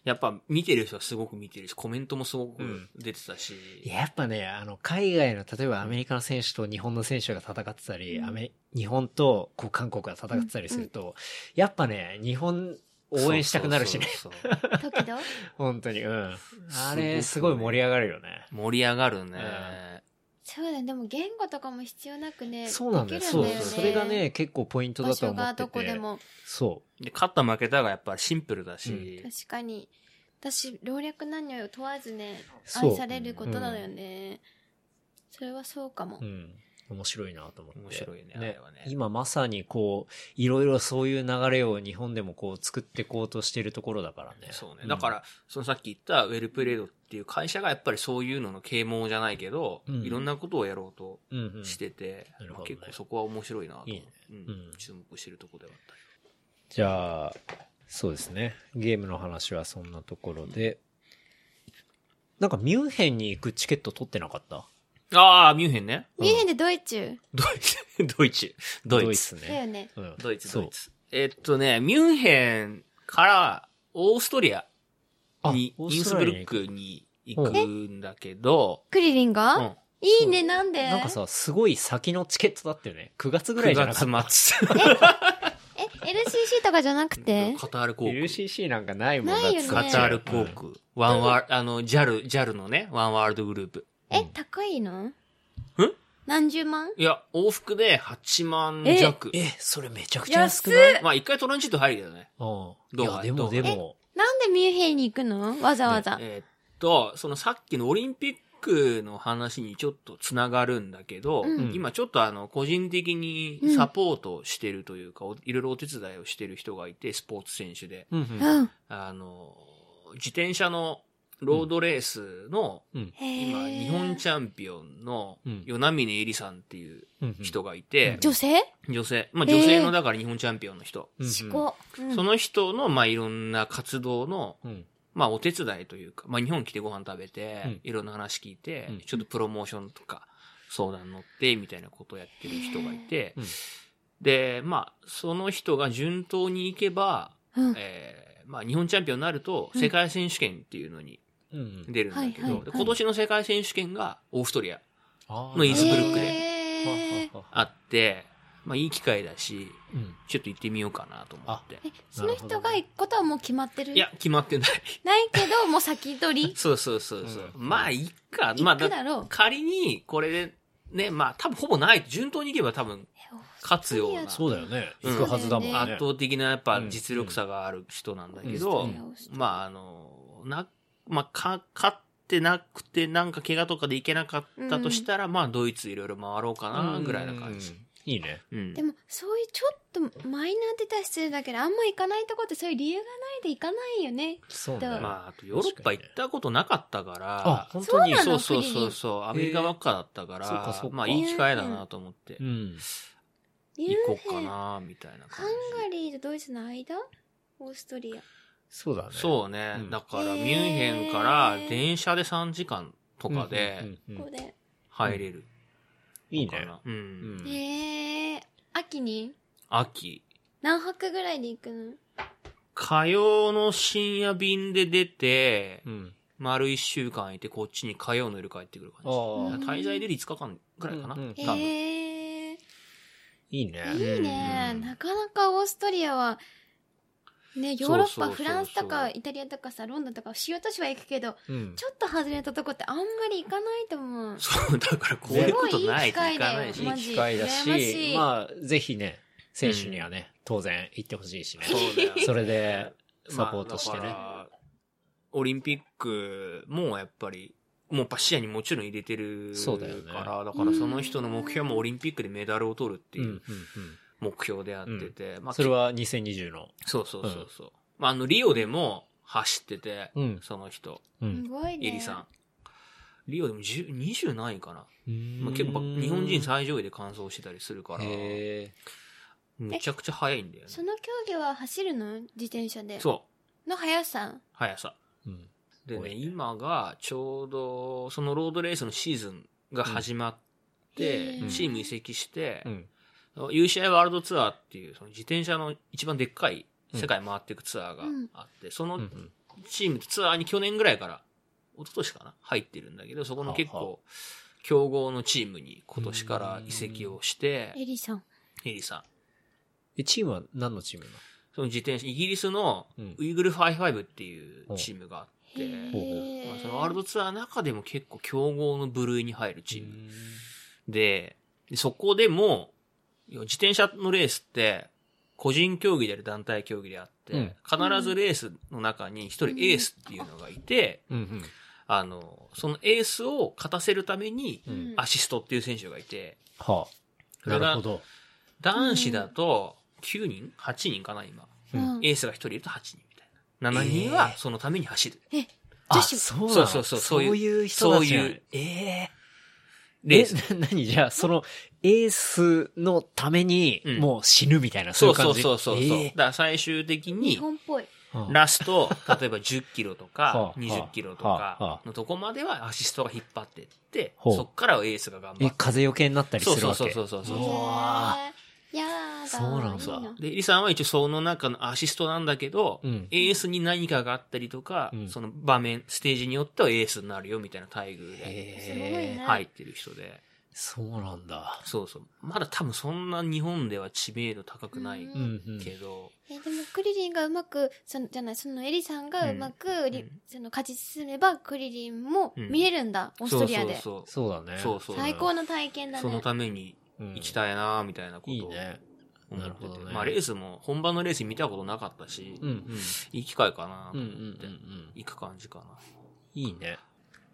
Speaker 2: やっぱ見てる人はすごく見てるし、コメントもすごく
Speaker 1: うん
Speaker 2: 出てたし、
Speaker 1: やっぱね、あの、海外の、例えばアメリカの選手と日本の選手が戦ってたり、
Speaker 3: うん
Speaker 1: アメ日本とこう韓国が戦ってたりすると、やっぱね、日本応援したくなるしね。
Speaker 2: そうそうそうそう
Speaker 1: [laughs]
Speaker 3: 時々
Speaker 1: 本当に、うん。あれ、す
Speaker 2: す
Speaker 1: ご
Speaker 2: ご
Speaker 1: い
Speaker 2: い
Speaker 1: 盛り上がるよね。
Speaker 2: 盛り上がるね。
Speaker 3: そうだね。でも言語とかも必要なくね。
Speaker 1: そうなんだよ。
Speaker 3: でき
Speaker 1: そ
Speaker 3: るん
Speaker 1: う
Speaker 3: だよね
Speaker 1: それがね、、結構ポイント
Speaker 3: 場
Speaker 1: だと
Speaker 3: 所
Speaker 1: 思
Speaker 3: が
Speaker 1: って
Speaker 3: どこで
Speaker 1: て。
Speaker 3: も。
Speaker 1: そ
Speaker 2: で、勝った負けたがやっぱりシンプルだし、
Speaker 3: 確かに。私、老若男女を問わずね、
Speaker 1: そう
Speaker 3: 愛されることなのよね。それはそうかも
Speaker 1: う。う。ん。面白いなと思って。
Speaker 2: 面白いねあれはね
Speaker 1: 今まさにこう、いろいろそういう流れを日本でもこう作ってこうとしてるところだからね。
Speaker 2: そうね。だから、そのさっき言ったウェルプレードっていう会社がやっぱりそういうのの啓蒙じゃないけど、
Speaker 1: うん
Speaker 2: いろんなことをやろうと
Speaker 1: うん、うんうん。
Speaker 2: してて、
Speaker 1: うんなる
Speaker 2: まあ
Speaker 1: ほどね
Speaker 2: 結構そこは面白いなと思う
Speaker 1: いいね
Speaker 2: うん
Speaker 1: うん
Speaker 2: 注目してるとこではあったり
Speaker 1: じゃあ、そうですね。ゲームの話はそんなところで。なんかミュンヘンに行くチケット取ってなかった
Speaker 2: ああ、ミュンヘンね。
Speaker 1: うん
Speaker 3: ミュンヘンでドイツ
Speaker 2: ドイツ、 [laughs] ドイツ、ドイツ。
Speaker 3: だよ
Speaker 1: ね。
Speaker 3: ね。
Speaker 1: うん
Speaker 2: ドイツ、
Speaker 1: そ
Speaker 2: ド
Speaker 1: う
Speaker 2: イツ。えっとね、ミュンヘンからオーストリアに、
Speaker 1: あオ
Speaker 2: イ
Speaker 1: ー
Speaker 2: ン
Speaker 1: ス
Speaker 2: ス
Speaker 1: ト
Speaker 2: ブ
Speaker 1: ラリアに
Speaker 2: ルッ
Speaker 1: 行く
Speaker 2: クに行くんだけど、
Speaker 3: クリリン
Speaker 2: う
Speaker 3: が、
Speaker 2: ん。
Speaker 3: いいね、なんで
Speaker 1: なんかさ、すごい先のチケットだったよね。9月ぐらいじゃなかった
Speaker 2: 9月末。
Speaker 3: え、LCC とかじゃなくて
Speaker 2: カタール航空。
Speaker 1: LCC なんかないもんだ
Speaker 3: ないよね
Speaker 2: カタール航空。ワンワール、あの、JAL、JAL のね、ワンワールドグループ。
Speaker 3: え、高いのん
Speaker 2: ん
Speaker 3: 何十万
Speaker 2: いや、往復で8万
Speaker 3: え
Speaker 2: 弱。
Speaker 1: え、それめちゃくちゃ安
Speaker 3: 安
Speaker 1: く
Speaker 3: っ
Speaker 1: ない
Speaker 2: まあ、一回トランジット入るけどね。
Speaker 1: うん。い
Speaker 2: どう
Speaker 1: や、で
Speaker 2: ど
Speaker 1: も
Speaker 2: う
Speaker 1: でも、
Speaker 3: なんでミュンヘンに行くのわざわざ。
Speaker 2: えーっと、そのさっきのオリンピックの話にちょっとつながるんだけど、
Speaker 3: うん
Speaker 2: 今ちょっとあの、個人的にサポートをしてるというか、おいろいろお手伝いをしてる人がいて、スポーツ選手で。
Speaker 1: うんう
Speaker 3: うんん。
Speaker 2: あの、自転車のロードレースの、
Speaker 1: うん
Speaker 3: へー
Speaker 2: 今、日本チャンピオンの
Speaker 1: うん、
Speaker 2: 与那峰えりさんっていう
Speaker 1: うん。
Speaker 2: 人がい
Speaker 1: うん
Speaker 2: て、
Speaker 3: 女性
Speaker 2: 女性、まあ
Speaker 3: へー
Speaker 2: 女性のだから日本チャンピオンの人。
Speaker 1: うん
Speaker 3: 思考。うん
Speaker 2: その人の、まあいろんな活動の、
Speaker 1: うん。
Speaker 2: まあお手伝いというか、まあ日本来てご飯食べて、
Speaker 1: うん
Speaker 2: いろんな話聞いて、
Speaker 1: うん
Speaker 2: ちょっとプロモーションとか相談乗って、みたいなことをやってる人がいて、
Speaker 1: うん
Speaker 2: で、まあその人が順当に行けば、
Speaker 3: うん
Speaker 2: えーまあ日本チャンピオンになると
Speaker 3: うん
Speaker 2: 世界選手権っていうのに
Speaker 1: うんうん。
Speaker 2: 出るんだけど、
Speaker 3: はいはい
Speaker 2: で
Speaker 3: はい
Speaker 2: 今年の世界選手権がオーストリア
Speaker 1: あー
Speaker 2: のイースブルックで
Speaker 3: へー
Speaker 1: ははは
Speaker 2: あって、まあいい機会だし、
Speaker 1: うん。
Speaker 2: ちょっと行ってみようかなと思って。
Speaker 3: え、その人が行くことはもう決まってる
Speaker 2: いや、決まってない。
Speaker 3: ないけど、もう先取り
Speaker 2: そうそうそうそう。
Speaker 1: うん
Speaker 2: まあ、いっか。 [laughs] ま
Speaker 3: 行
Speaker 2: あ、
Speaker 3: く
Speaker 2: だ
Speaker 3: だろう。
Speaker 2: 仮に、これで、ね、まあ、多分ほぼない。順当にいけば多分、勝つような、
Speaker 3: 本当にや
Speaker 2: 圧
Speaker 1: そうだよね。
Speaker 2: うん
Speaker 1: 行くはずだもんね。
Speaker 3: だ
Speaker 2: 倒的な、やっぱ、実力差がある人なんだけ
Speaker 1: う
Speaker 2: ど
Speaker 1: ん、
Speaker 2: まあ、あの、な、まあ、か、勝ってなくて、なんか怪我とかでいけなかったとしたら、まあ、ドイツいろいろ回ろうかな、ぐらいな感じ。
Speaker 1: うん。いいね。
Speaker 2: うん
Speaker 3: で。も、そういうちょっとマイナーって言ったら失礼だけど、あんま行かないとこってそういう理由がないで行かないよね。
Speaker 1: そう
Speaker 3: だ
Speaker 1: だ
Speaker 3: よね
Speaker 2: まあ、あと、ヨーロッパ行ったことなかったから、
Speaker 1: あ、本当に
Speaker 3: そうな。
Speaker 2: そ
Speaker 3: の
Speaker 2: うそう
Speaker 3: 国
Speaker 2: そ
Speaker 3: 々
Speaker 2: うそう、アメリカばっかだったから、
Speaker 1: そうかそうか
Speaker 2: まあいい機会だなと思って、
Speaker 1: うん。
Speaker 3: ミュン
Speaker 2: 行こう
Speaker 3: ヘ
Speaker 2: か
Speaker 3: ン
Speaker 2: な、みたいな
Speaker 3: ハ
Speaker 2: 感
Speaker 3: ンガ
Speaker 2: じ。
Speaker 3: リーとドイツの間オーストリア。
Speaker 1: そうだね。
Speaker 2: そうね、
Speaker 1: うん
Speaker 2: だからミ
Speaker 3: へー
Speaker 2: ュンヘンから電車で3時間と
Speaker 1: うんうん
Speaker 2: か
Speaker 1: うん
Speaker 2: で
Speaker 1: うん
Speaker 3: ここで。
Speaker 2: 入れる
Speaker 1: いい
Speaker 2: のか
Speaker 1: ね。
Speaker 2: な。うん
Speaker 1: うん
Speaker 3: へえー、秋に
Speaker 2: 秋。
Speaker 3: 何泊ぐらいで行くの
Speaker 2: 火曜の深夜便で出て、
Speaker 1: うん。
Speaker 2: 丸1週間いて、こっちに火曜の夜帰ってくる
Speaker 1: あ
Speaker 2: 感
Speaker 1: あ
Speaker 2: じ。
Speaker 3: うん
Speaker 2: 滞在で5日間くらいかな、
Speaker 1: うんうん
Speaker 2: 多分。
Speaker 3: へえ
Speaker 1: いい
Speaker 3: ー、
Speaker 1: ね。
Speaker 3: いいね、
Speaker 2: うん
Speaker 3: なかなかオーストリアは、ね、ヨーロッ
Speaker 2: そうそう
Speaker 3: パ、
Speaker 2: そうそう
Speaker 3: フランスとかイタリアとかさ、ロンドンとか主要都市は行くけど、
Speaker 1: うん。
Speaker 3: ちょっと外れたとこってあんまり行かないと思う。
Speaker 2: そう、だからこういうことないと行かない
Speaker 3: す
Speaker 2: し
Speaker 3: ごいいい機会だよ。マジ
Speaker 1: 機会だし、
Speaker 3: 羨ましい
Speaker 1: まあ、ぜひね、選手にはね、当然行ってほしいしね。
Speaker 2: そうだよね
Speaker 1: それで、サポートしてね。
Speaker 2: まあだからオリンピックもやっぱり、もうやっぱ視野にもちろん入れてる
Speaker 1: そうだよね
Speaker 2: から、だからその人の目標もオリンピックでメダルを取るって
Speaker 1: うん、う
Speaker 2: い
Speaker 1: ん
Speaker 2: う、目標であってて、
Speaker 1: う
Speaker 2: ま
Speaker 1: ん。
Speaker 2: あ、
Speaker 1: それは2020の。
Speaker 2: そうそうそうそう。まあ、あの、リオでも走ってて、
Speaker 1: うん。
Speaker 2: その人、
Speaker 1: う
Speaker 3: す
Speaker 1: ん。
Speaker 3: ごいね。
Speaker 2: エリさん。リオでも10 20何位かな。まあ、
Speaker 1: 結
Speaker 2: 結構日本人最上位で完走してたりするから、
Speaker 1: へ
Speaker 2: めちゃくちゃ速いんだよね
Speaker 3: そ。の競技は走るの自転車で。
Speaker 2: そう、
Speaker 3: の速さ。
Speaker 2: 速さ。
Speaker 1: ーうん。
Speaker 2: で
Speaker 1: 多い
Speaker 2: ね、
Speaker 1: ね
Speaker 2: 今がちょうど、そのロードレースのシーズンが始まって、
Speaker 3: うん
Speaker 2: チーム移籍して
Speaker 1: う、ん。
Speaker 2: UCI ワールドツアーっていう、その自転車の一番でっかい世界回っていくツアーが
Speaker 3: うん
Speaker 2: あって、そうの
Speaker 1: ん
Speaker 2: チームツアーに去年ぐらいから、一昨年かな入ってるんだけど、そこの結
Speaker 1: はあは
Speaker 2: 構、強豪のチームに今年から移籍をして、
Speaker 3: エリさん。
Speaker 2: エリさん。
Speaker 1: え、チームは何のチームなの
Speaker 2: その自転車、イギリスの
Speaker 1: うん
Speaker 2: ウイグル55っていうチームがあっ
Speaker 3: へ
Speaker 2: て、
Speaker 3: ー
Speaker 1: ほう
Speaker 2: まあ、そのワールドツアーの中でも結構強豪の部類に入るチーム。で、そこでも、要は自転車のレースって、個人競技であり団体競技であって、
Speaker 1: うん
Speaker 2: 必ずレースの中に一人エースっていうのがいて、
Speaker 1: うんうん。
Speaker 2: あの、そのエースを勝たせるために、
Speaker 1: うん
Speaker 2: アシストっていう選手がいて、
Speaker 1: はあ。
Speaker 2: だから
Speaker 1: なるほど。
Speaker 2: 男子だと9人 ?8 人かな、今。
Speaker 1: うん
Speaker 2: エースが1人いると8人みたいな。7人はそのために走る。
Speaker 1: あ、
Speaker 3: 女子
Speaker 1: そうな
Speaker 2: そ
Speaker 1: の
Speaker 2: うそうそう
Speaker 1: そ
Speaker 2: そういう
Speaker 1: ういう人
Speaker 2: そ
Speaker 1: た
Speaker 2: う
Speaker 1: ちなの
Speaker 2: いう、ええレ
Speaker 1: え
Speaker 2: ース。、
Speaker 1: な、何 [laughs] じゃあ、その、エースのために
Speaker 2: う、ん
Speaker 1: もう死ぬみたいな、そう
Speaker 2: そ
Speaker 1: いうう感
Speaker 2: そう
Speaker 1: じ。
Speaker 2: そうそう。
Speaker 1: え
Speaker 2: だ
Speaker 1: ー
Speaker 2: から最終的
Speaker 3: 日
Speaker 2: に、
Speaker 3: 本っぽい。
Speaker 1: うん
Speaker 2: ラスト、例えば10キロと
Speaker 1: は
Speaker 2: か
Speaker 1: あ、
Speaker 2: 20キロと
Speaker 1: はあは
Speaker 2: か
Speaker 1: あ
Speaker 2: のとこまではアシストが引っ張ってって、
Speaker 1: ほう
Speaker 2: そっからはエースが頑張
Speaker 1: え、
Speaker 2: る。
Speaker 1: 風よけになったりす
Speaker 2: そう
Speaker 1: る
Speaker 2: そう
Speaker 1: わけ
Speaker 2: そうそうそうそうう。
Speaker 1: わー
Speaker 3: へーやだ。
Speaker 1: そうなんだ
Speaker 3: いいな
Speaker 2: で、リさんは一応その中のアシストなんだけど、
Speaker 1: うん
Speaker 2: エースに何かがあったりとか、
Speaker 1: うん
Speaker 2: その場面、ステージによってはエースになるよみたいな待遇で
Speaker 3: ーすごい
Speaker 1: へえ
Speaker 3: ね
Speaker 2: 入ってる人で、
Speaker 1: そうなんだ。
Speaker 2: そうそう。まだ多分そんな日本では知名度高くない
Speaker 1: うんうん。
Speaker 2: けど、
Speaker 3: えでもクリリンがうまくそのじゃないそのエリさんがうまく、り
Speaker 2: うん
Speaker 3: その勝ち進めばクリリンも見えるんだ、オース
Speaker 2: そ
Speaker 3: ト
Speaker 2: う
Speaker 3: リ
Speaker 2: そう
Speaker 3: アで
Speaker 2: そう。
Speaker 1: そうだね。
Speaker 2: そうそう
Speaker 3: 最高の体験だ
Speaker 2: その
Speaker 3: ね
Speaker 2: ために
Speaker 1: うん
Speaker 2: 行きたいなみたいなことを
Speaker 1: いいね。
Speaker 2: 思っ
Speaker 1: な
Speaker 2: て
Speaker 1: るほ
Speaker 2: て、
Speaker 1: どね
Speaker 2: まあレースも、本番のレース見たことなかったし、
Speaker 1: うん
Speaker 2: いい機会かな
Speaker 1: うん。うんう
Speaker 2: と
Speaker 1: んう
Speaker 2: 思っ
Speaker 1: ん
Speaker 2: て、
Speaker 1: うん。
Speaker 2: 行く感じかな。
Speaker 1: いいね。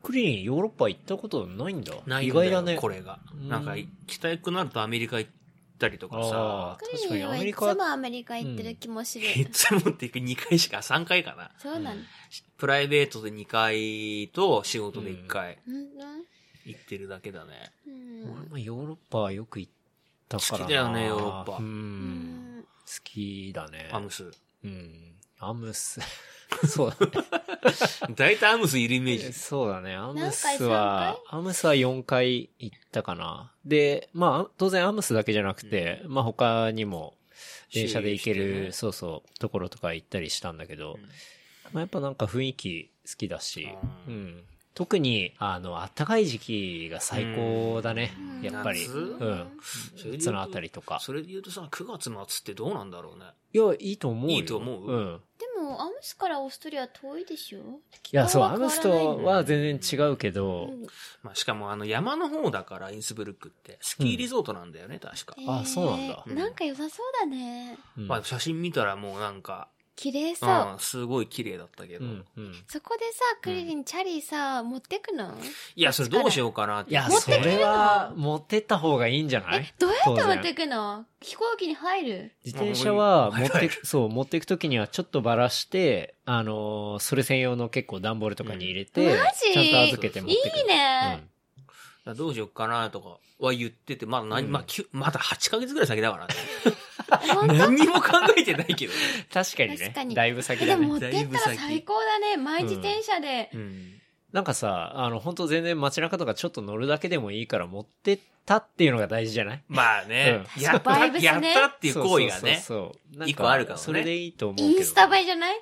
Speaker 1: クリリン、ヨーロッパ行ったことないんだ。
Speaker 2: ないん
Speaker 1: 意
Speaker 2: だ
Speaker 1: 外
Speaker 2: よ
Speaker 1: だね。
Speaker 2: これが
Speaker 1: う。ん
Speaker 2: なんか、行きたくなるとアメリカ行ったりとか
Speaker 1: あ
Speaker 2: さ
Speaker 1: あ、、
Speaker 3: ク
Speaker 1: 確か
Speaker 3: リ
Speaker 1: に
Speaker 3: リン
Speaker 1: ア
Speaker 3: は
Speaker 1: メ
Speaker 3: い
Speaker 1: リ
Speaker 3: つ
Speaker 1: カ、
Speaker 3: もアメリカ行ってる気
Speaker 2: [laughs]
Speaker 3: もする、
Speaker 2: いつもって行く2回しか、3回かな。
Speaker 3: そうなんだ、
Speaker 2: プライベートで2回と仕事で1回
Speaker 3: うん
Speaker 2: 行ってるだけだね。
Speaker 3: うん
Speaker 1: 俺もヨーロッパはよく行ったからな。
Speaker 2: 好きだよねヨーロッパ
Speaker 1: う。
Speaker 3: うんん
Speaker 1: 好きだね。
Speaker 2: アムス。
Speaker 1: うん。アムス。 [laughs] そうだね。
Speaker 2: 大体アムスいるイメージ。
Speaker 1: そうだね。アムス
Speaker 3: 何回
Speaker 1: は、アムスは4回行ったかな。で、まあ、当然アムスだけじゃなくて、まあ他にも、電車で行け
Speaker 2: 周遊して
Speaker 1: る、
Speaker 2: ね
Speaker 1: そうそう、ところとか行ったりしたんだけど、
Speaker 2: うん
Speaker 1: まあやっぱなんか雰囲気好きだし、
Speaker 2: う
Speaker 1: うんん。特に、あの、暖かい時期が最高だね。
Speaker 3: うん
Speaker 1: やっぱり。
Speaker 2: 夏
Speaker 1: うん。
Speaker 2: それで言うと
Speaker 1: そのあたりとか。
Speaker 2: それで言うとさ、9月末ってどうなんだろうね。
Speaker 1: いや、いいと思うよ。
Speaker 2: いいと思う
Speaker 1: うん。
Speaker 3: でもアムスからオーストリア遠いでしょ
Speaker 1: いや、そう、
Speaker 3: 北は
Speaker 1: アムス
Speaker 3: 変わらないんだ
Speaker 1: とは全然違うけど、
Speaker 3: うん
Speaker 2: まあ、しかもあの山の方だから、インスブルックって、スキーリゾートなんだよね、確か。
Speaker 1: あそうなんだ
Speaker 3: えーなんか良さそうだね
Speaker 1: うん
Speaker 2: まあ、写真見たらもうなんか、
Speaker 3: 綺麗そう、
Speaker 2: うん、すごい綺麗だったけ
Speaker 1: う
Speaker 2: ど。
Speaker 1: ん、うん。
Speaker 3: そこでさクリリンチャリさ持ってくの
Speaker 2: いや、それどうしようかなって。
Speaker 1: いや、
Speaker 3: 持っ
Speaker 1: そ
Speaker 3: てくるの
Speaker 1: れは持ってった方がいいんじゃな
Speaker 3: え
Speaker 1: い
Speaker 3: どうやって
Speaker 1: 当然
Speaker 3: 持ってくの飛行機に入る
Speaker 1: 自転車は持っ
Speaker 2: 入
Speaker 1: て、 [laughs] そう、持っていくときにはちょっとばらして、あのーそれ専用の結構段ボールとかに入れて、
Speaker 3: うんマジ
Speaker 1: ちゃんと預けて持っ
Speaker 3: い
Speaker 1: てくる。
Speaker 3: いね、
Speaker 2: いやどうしようかなとかは言ってて、まだ何、
Speaker 1: うん
Speaker 2: まあ、きゅまだ8ヶ月ぐらい先だからね。
Speaker 3: 本当
Speaker 2: 何にも考えてないけどね。
Speaker 1: うん。確かにね。
Speaker 3: 確かに
Speaker 1: だいぶ先
Speaker 3: で
Speaker 1: だ
Speaker 3: も
Speaker 1: ね
Speaker 3: 持。ってったら最高だね毎自転車で、
Speaker 2: うん。
Speaker 1: なんかさ、あの、本当全然街中とかちょっと乗るだけでもいいから持ってったっていうのが大事じゃない
Speaker 2: まあね、
Speaker 1: うん
Speaker 2: やった、
Speaker 3: バイブスね
Speaker 2: やったっていう行為
Speaker 1: そう
Speaker 2: がね。
Speaker 1: そうそうそう。なん
Speaker 2: 一個あるかもね
Speaker 1: それでいいと思うけど。
Speaker 3: インスタ映えじゃない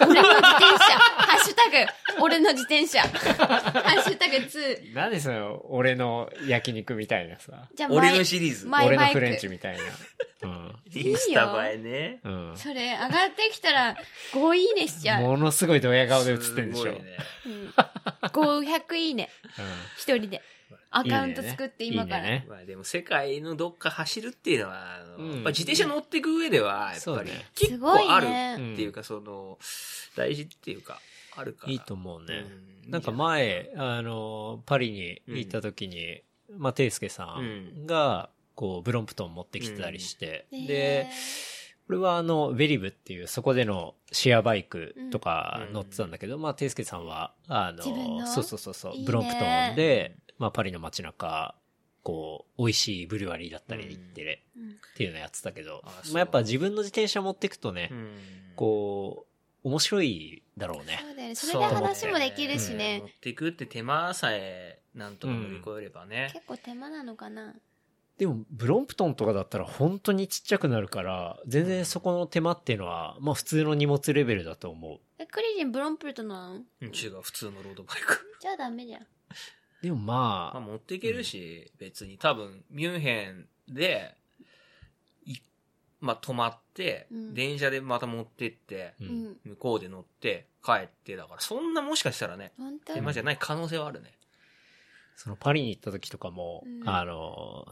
Speaker 3: 俺の
Speaker 1: [laughs]
Speaker 3: 自転車ハッシュタグ俺の自転車ハッシュタグ2
Speaker 1: なんでその、俺の焼肉みたいなさ。
Speaker 3: じゃあマイ
Speaker 2: 俺のシリーズ。
Speaker 3: マイ
Speaker 1: 俺の
Speaker 3: イク
Speaker 1: フレンチみた
Speaker 3: [laughs]
Speaker 1: いな。
Speaker 2: インスタ映えね。
Speaker 1: うん。うん。
Speaker 3: それ上がってきたら5いいねしちゃう、
Speaker 1: ものすごいドヤ顔で映ってるんでし
Speaker 2: す
Speaker 1: ょ。
Speaker 2: ごいね
Speaker 3: うん、500いいね一人でアカウント作って
Speaker 1: うん
Speaker 3: 今から
Speaker 1: いいね。
Speaker 2: まあでも世界のどっか走るっていうのは、あの
Speaker 1: うん
Speaker 2: やっぱ自転車乗ってく上では、やっ
Speaker 1: そ
Speaker 2: ぱ
Speaker 1: う
Speaker 2: り
Speaker 1: ね
Speaker 2: 結
Speaker 3: すご
Speaker 2: 構あ
Speaker 3: い
Speaker 2: る
Speaker 3: ね、
Speaker 1: うん
Speaker 2: っていうか、その、大事っていうか、あるから。
Speaker 1: いいと思うね。
Speaker 2: う
Speaker 1: なんか前、あの、パリに行った時に、まあ、ていすけさんが、こう、ブロンプトン持ってきてたりして、
Speaker 3: うん
Speaker 1: で
Speaker 3: へ、
Speaker 1: これはあの、ベリブっていう、そこでのシェアバイクとか
Speaker 2: うん
Speaker 1: 乗ってたんだけど、まあ、ていすけさんは、あの、
Speaker 3: 自分の
Speaker 1: そうそうそうそう
Speaker 3: いいね
Speaker 1: ブロンプトンで、まあ、パリの街中、こう、美味しいブリュワリーだったり行って、
Speaker 3: うん
Speaker 1: っていうのやってたけど
Speaker 2: あ、そう
Speaker 1: まあ、やっぱ自分の自転車持ってくとね、
Speaker 2: うん
Speaker 1: こう、面白いだろうね
Speaker 3: そ。うだよねそれで話もできるしね
Speaker 2: そう持っていくって手間さえなんとか乗り越えればね。
Speaker 3: 結構手間なのかな
Speaker 1: でも、ブロンプトンとかだったら本当にちっちゃくなるから、全然そこの手間っていうのは、まあ普通の荷物レベルだと思
Speaker 3: えクリリンブロンプルトな
Speaker 2: う
Speaker 3: の
Speaker 2: ん違う、普通のロードバイク。
Speaker 3: じゃあダメじゃん
Speaker 1: う。でも
Speaker 2: ま
Speaker 1: まあ、
Speaker 2: あ持っていけるし、別に多分、ミュンヘンで、いまあ泊まって、
Speaker 3: うん
Speaker 2: 電車でまた持ってって、
Speaker 1: う
Speaker 3: うんん
Speaker 2: 向こうで乗って帰ってだから、そんなもしかしたらね、
Speaker 3: 本当
Speaker 2: 手間じゃない可能性はあるね。
Speaker 1: そのパリに行った時とかも
Speaker 3: う、ん
Speaker 1: あの、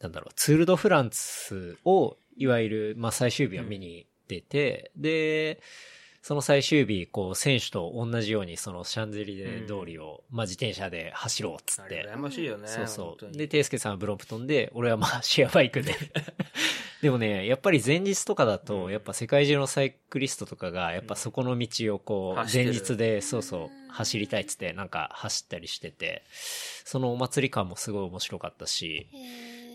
Speaker 1: なんだろう、ツールドフランスを、いわゆる、まあ最終日は見に出て、で、その最終日、こう、選手と同じように、そのシャンゼリゼ通りを、まあ、自転車で走ろうっつ
Speaker 2: あ
Speaker 1: っ
Speaker 2: れ
Speaker 1: て。
Speaker 2: 羨ましいよね。
Speaker 1: そうそう。で、
Speaker 2: で、
Speaker 1: テイスケさんはブロンプトンで、俺はまあ、 [laughs] シェアバイク
Speaker 2: [laughs]
Speaker 1: で。でもね、やっぱり前日とかだ
Speaker 2: う
Speaker 1: と、
Speaker 2: ん
Speaker 1: やっぱ世界中のサイクリストとかが、やっぱそこの道をこう、
Speaker 2: 走って
Speaker 1: 前
Speaker 2: る
Speaker 1: 日で、そうそう、走りたいっつって、なんか走ったりしてて、そのお祭り感もすごい面白かったし、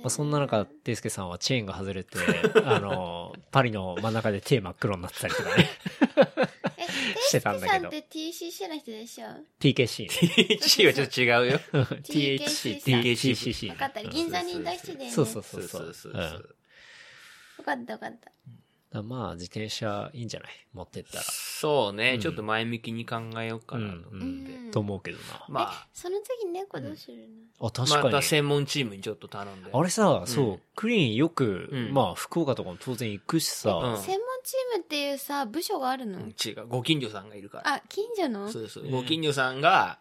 Speaker 1: まあ、そんな中、デイスケさんはチェーンが外れて、
Speaker 3: [laughs]
Speaker 1: あの、パリの真ん中で手真っ黒になってたりとかね、
Speaker 2: [laughs]
Speaker 3: え、
Speaker 1: してたんだけ
Speaker 3: さん
Speaker 1: ど
Speaker 3: って TCC の人でしょ
Speaker 1: TKC ね。
Speaker 2: 1位はちょっと違 [laughs] うよ。
Speaker 1: THC、
Speaker 2: THC
Speaker 1: TKCC ね。
Speaker 3: 分かった、銀座にいた人だよね。
Speaker 1: そうそううそうそう。うんだか
Speaker 3: 分かった分かった。
Speaker 1: らまあ、自転車いいんじゃない持ってったら。
Speaker 2: そうね、
Speaker 1: うん
Speaker 2: ちょっと前向きに考えようかなと思
Speaker 1: う
Speaker 2: って。
Speaker 1: ん
Speaker 3: うん
Speaker 1: と思うけどな。
Speaker 2: まあ、
Speaker 3: その次猫どうするの、
Speaker 1: あ、確か
Speaker 2: ま
Speaker 1: に。
Speaker 2: た専門チームにちょっと頼んで。
Speaker 1: あれさ、
Speaker 2: う
Speaker 1: そう、クリーンよく、
Speaker 2: うん
Speaker 1: まあ、福岡とかも当然行くし
Speaker 2: う
Speaker 1: さ
Speaker 2: ん、
Speaker 3: 専門チームっていうさ、部署があるの、
Speaker 2: うん違う。ご近所さんがいるから。
Speaker 3: あ、近所の
Speaker 2: そうそう。
Speaker 1: ね
Speaker 2: ご近所さんが、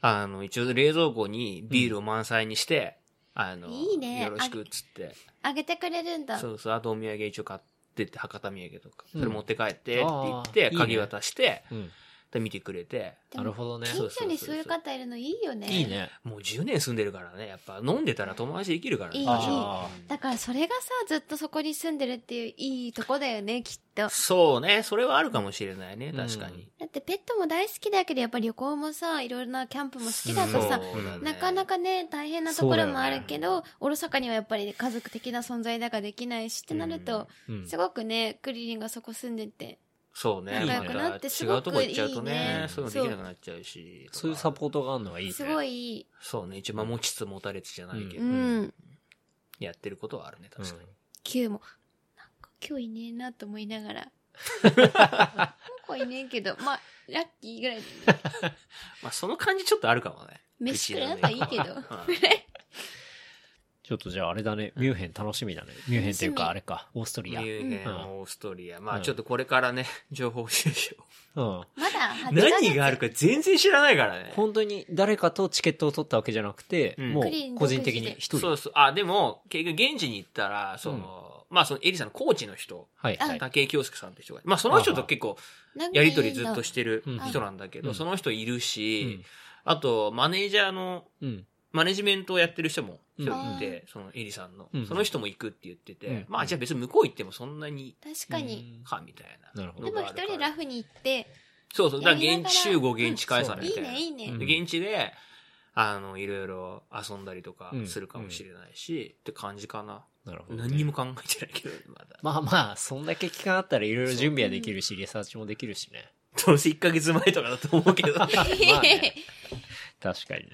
Speaker 2: あの、一応冷蔵庫にビールを満載にして、あの、
Speaker 3: いいね
Speaker 2: よろしくっつって。
Speaker 3: あげてくれるんだ。
Speaker 2: そうそう。あとお土産一応買ってって、博多土産とか。
Speaker 1: う
Speaker 2: そ
Speaker 1: ん
Speaker 2: れ持って帰ってって言って、
Speaker 1: あーいいね
Speaker 2: 鍵渡して、
Speaker 1: うん。
Speaker 2: で見てくれて。
Speaker 3: でも
Speaker 1: なるほどね。
Speaker 2: そう
Speaker 3: 近所にそういう方いるのいいよね。
Speaker 1: いい。ね。
Speaker 2: もう10年住んでるからね。やっぱ飲んでたら友達できるからね。
Speaker 3: いい
Speaker 2: 多少
Speaker 3: いい
Speaker 1: あ
Speaker 3: だからそれがさ、ずっとそこに住んでるっていういいとこだよね、きっと。
Speaker 2: そうね。それはあるかもしれないね。確かに。
Speaker 3: だってペットも大好きだけど、やっぱり旅行もさ、いろいろなキャンプも好きだとさ、
Speaker 2: そうだね
Speaker 3: なかなかね、大変なところもあるけど、おろそかにはやっぱり家族的な存在だができないしってなると、
Speaker 1: ーうん
Speaker 3: すごくね、クリリンがそこ住んでて。
Speaker 2: そうね。
Speaker 1: 仲良く
Speaker 3: なって
Speaker 2: また
Speaker 3: す
Speaker 2: 違
Speaker 3: ごく
Speaker 2: うとこ行っちゃうと
Speaker 3: いい
Speaker 2: ね
Speaker 1: ね、
Speaker 2: そういうのできなくなっちゃうし。
Speaker 1: そういうサポー
Speaker 2: ト。
Speaker 1: トがあるのはいいね。
Speaker 3: すごいいい。
Speaker 2: そうね。一番持ちつ持たれつじゃないけ
Speaker 3: う
Speaker 2: ど、
Speaker 3: ん。
Speaker 2: やってることはあるね、
Speaker 1: うん。
Speaker 2: 確かに。
Speaker 3: Q も、なんか今日いねえなと思いながら。今日いねえけど、まあ、ラッキーぐらいで、ね。
Speaker 2: まあ、その感じちょっとあるかもね。
Speaker 3: 飯食らえばいいけど
Speaker 2: うち [laughs] のね。
Speaker 1: ちょっとじゃああれだね、ミュンヘン楽しみだね。ミュンヘンという
Speaker 3: 楽しみ
Speaker 1: かあれか、オースト
Speaker 2: ミ
Speaker 1: リア。う
Speaker 2: ュンヘン、
Speaker 1: うん
Speaker 2: オーストリア。ま
Speaker 1: う
Speaker 2: あ、
Speaker 1: ん
Speaker 2: ちょっとこれからね、情報収集を。
Speaker 1: ん。
Speaker 3: まだ8月
Speaker 2: 何があるか全然知らないからね。
Speaker 1: 本当に誰かとチケットを取ったわけじゃなくて、
Speaker 2: うん
Speaker 1: もう個人的に一
Speaker 2: そ
Speaker 1: 人。
Speaker 2: うそう。あ、でも、結局現地に行ったら、その、まあ、そのエリさんのコーチの人、
Speaker 1: はいはい。
Speaker 2: 竹井京介さんって人が、まあ、その人と結構、
Speaker 3: なんか
Speaker 2: やりとりずっと
Speaker 3: し
Speaker 2: してる
Speaker 1: うん
Speaker 2: 人なんだけ
Speaker 1: う
Speaker 2: ど、
Speaker 1: ん
Speaker 2: その人いる
Speaker 1: う
Speaker 2: し
Speaker 1: ん、
Speaker 2: あと、マネージャーの、
Speaker 1: うん。
Speaker 2: マネジメントをやってる人も一
Speaker 1: うん
Speaker 2: 人いて、そのエリさんの
Speaker 1: うん。
Speaker 2: その人も行くって言って
Speaker 1: うん
Speaker 2: て、まあじゃあ別に向こう行ってもそんなに、
Speaker 3: 確かに。
Speaker 2: か、みたいな。
Speaker 1: なるほど
Speaker 3: でも一人ラ
Speaker 2: フ。
Speaker 3: フに行って、
Speaker 2: そうそう。だか
Speaker 3: やり
Speaker 2: ら
Speaker 3: なが
Speaker 2: 現
Speaker 3: ら
Speaker 2: 地集合、現地解散
Speaker 1: うん
Speaker 2: み
Speaker 3: いい
Speaker 2: たいな。
Speaker 3: ね、いいね。
Speaker 1: うん
Speaker 2: で現地で、あの、いろいろ遊んだりとか
Speaker 1: うん
Speaker 2: するかもしれないし、って感じかな。
Speaker 1: なるほどね。
Speaker 2: 何にも考えてないけど、まだ。 [laughs]
Speaker 1: まあまあ、そんだけ期間あったらいろいろ準備はできるし、リサーチもできるしね。
Speaker 2: どうせ1ヶ月前とかだと思
Speaker 1: [laughs]
Speaker 2: うけど。
Speaker 1: まあ
Speaker 3: [laughs]
Speaker 1: ね確かにね。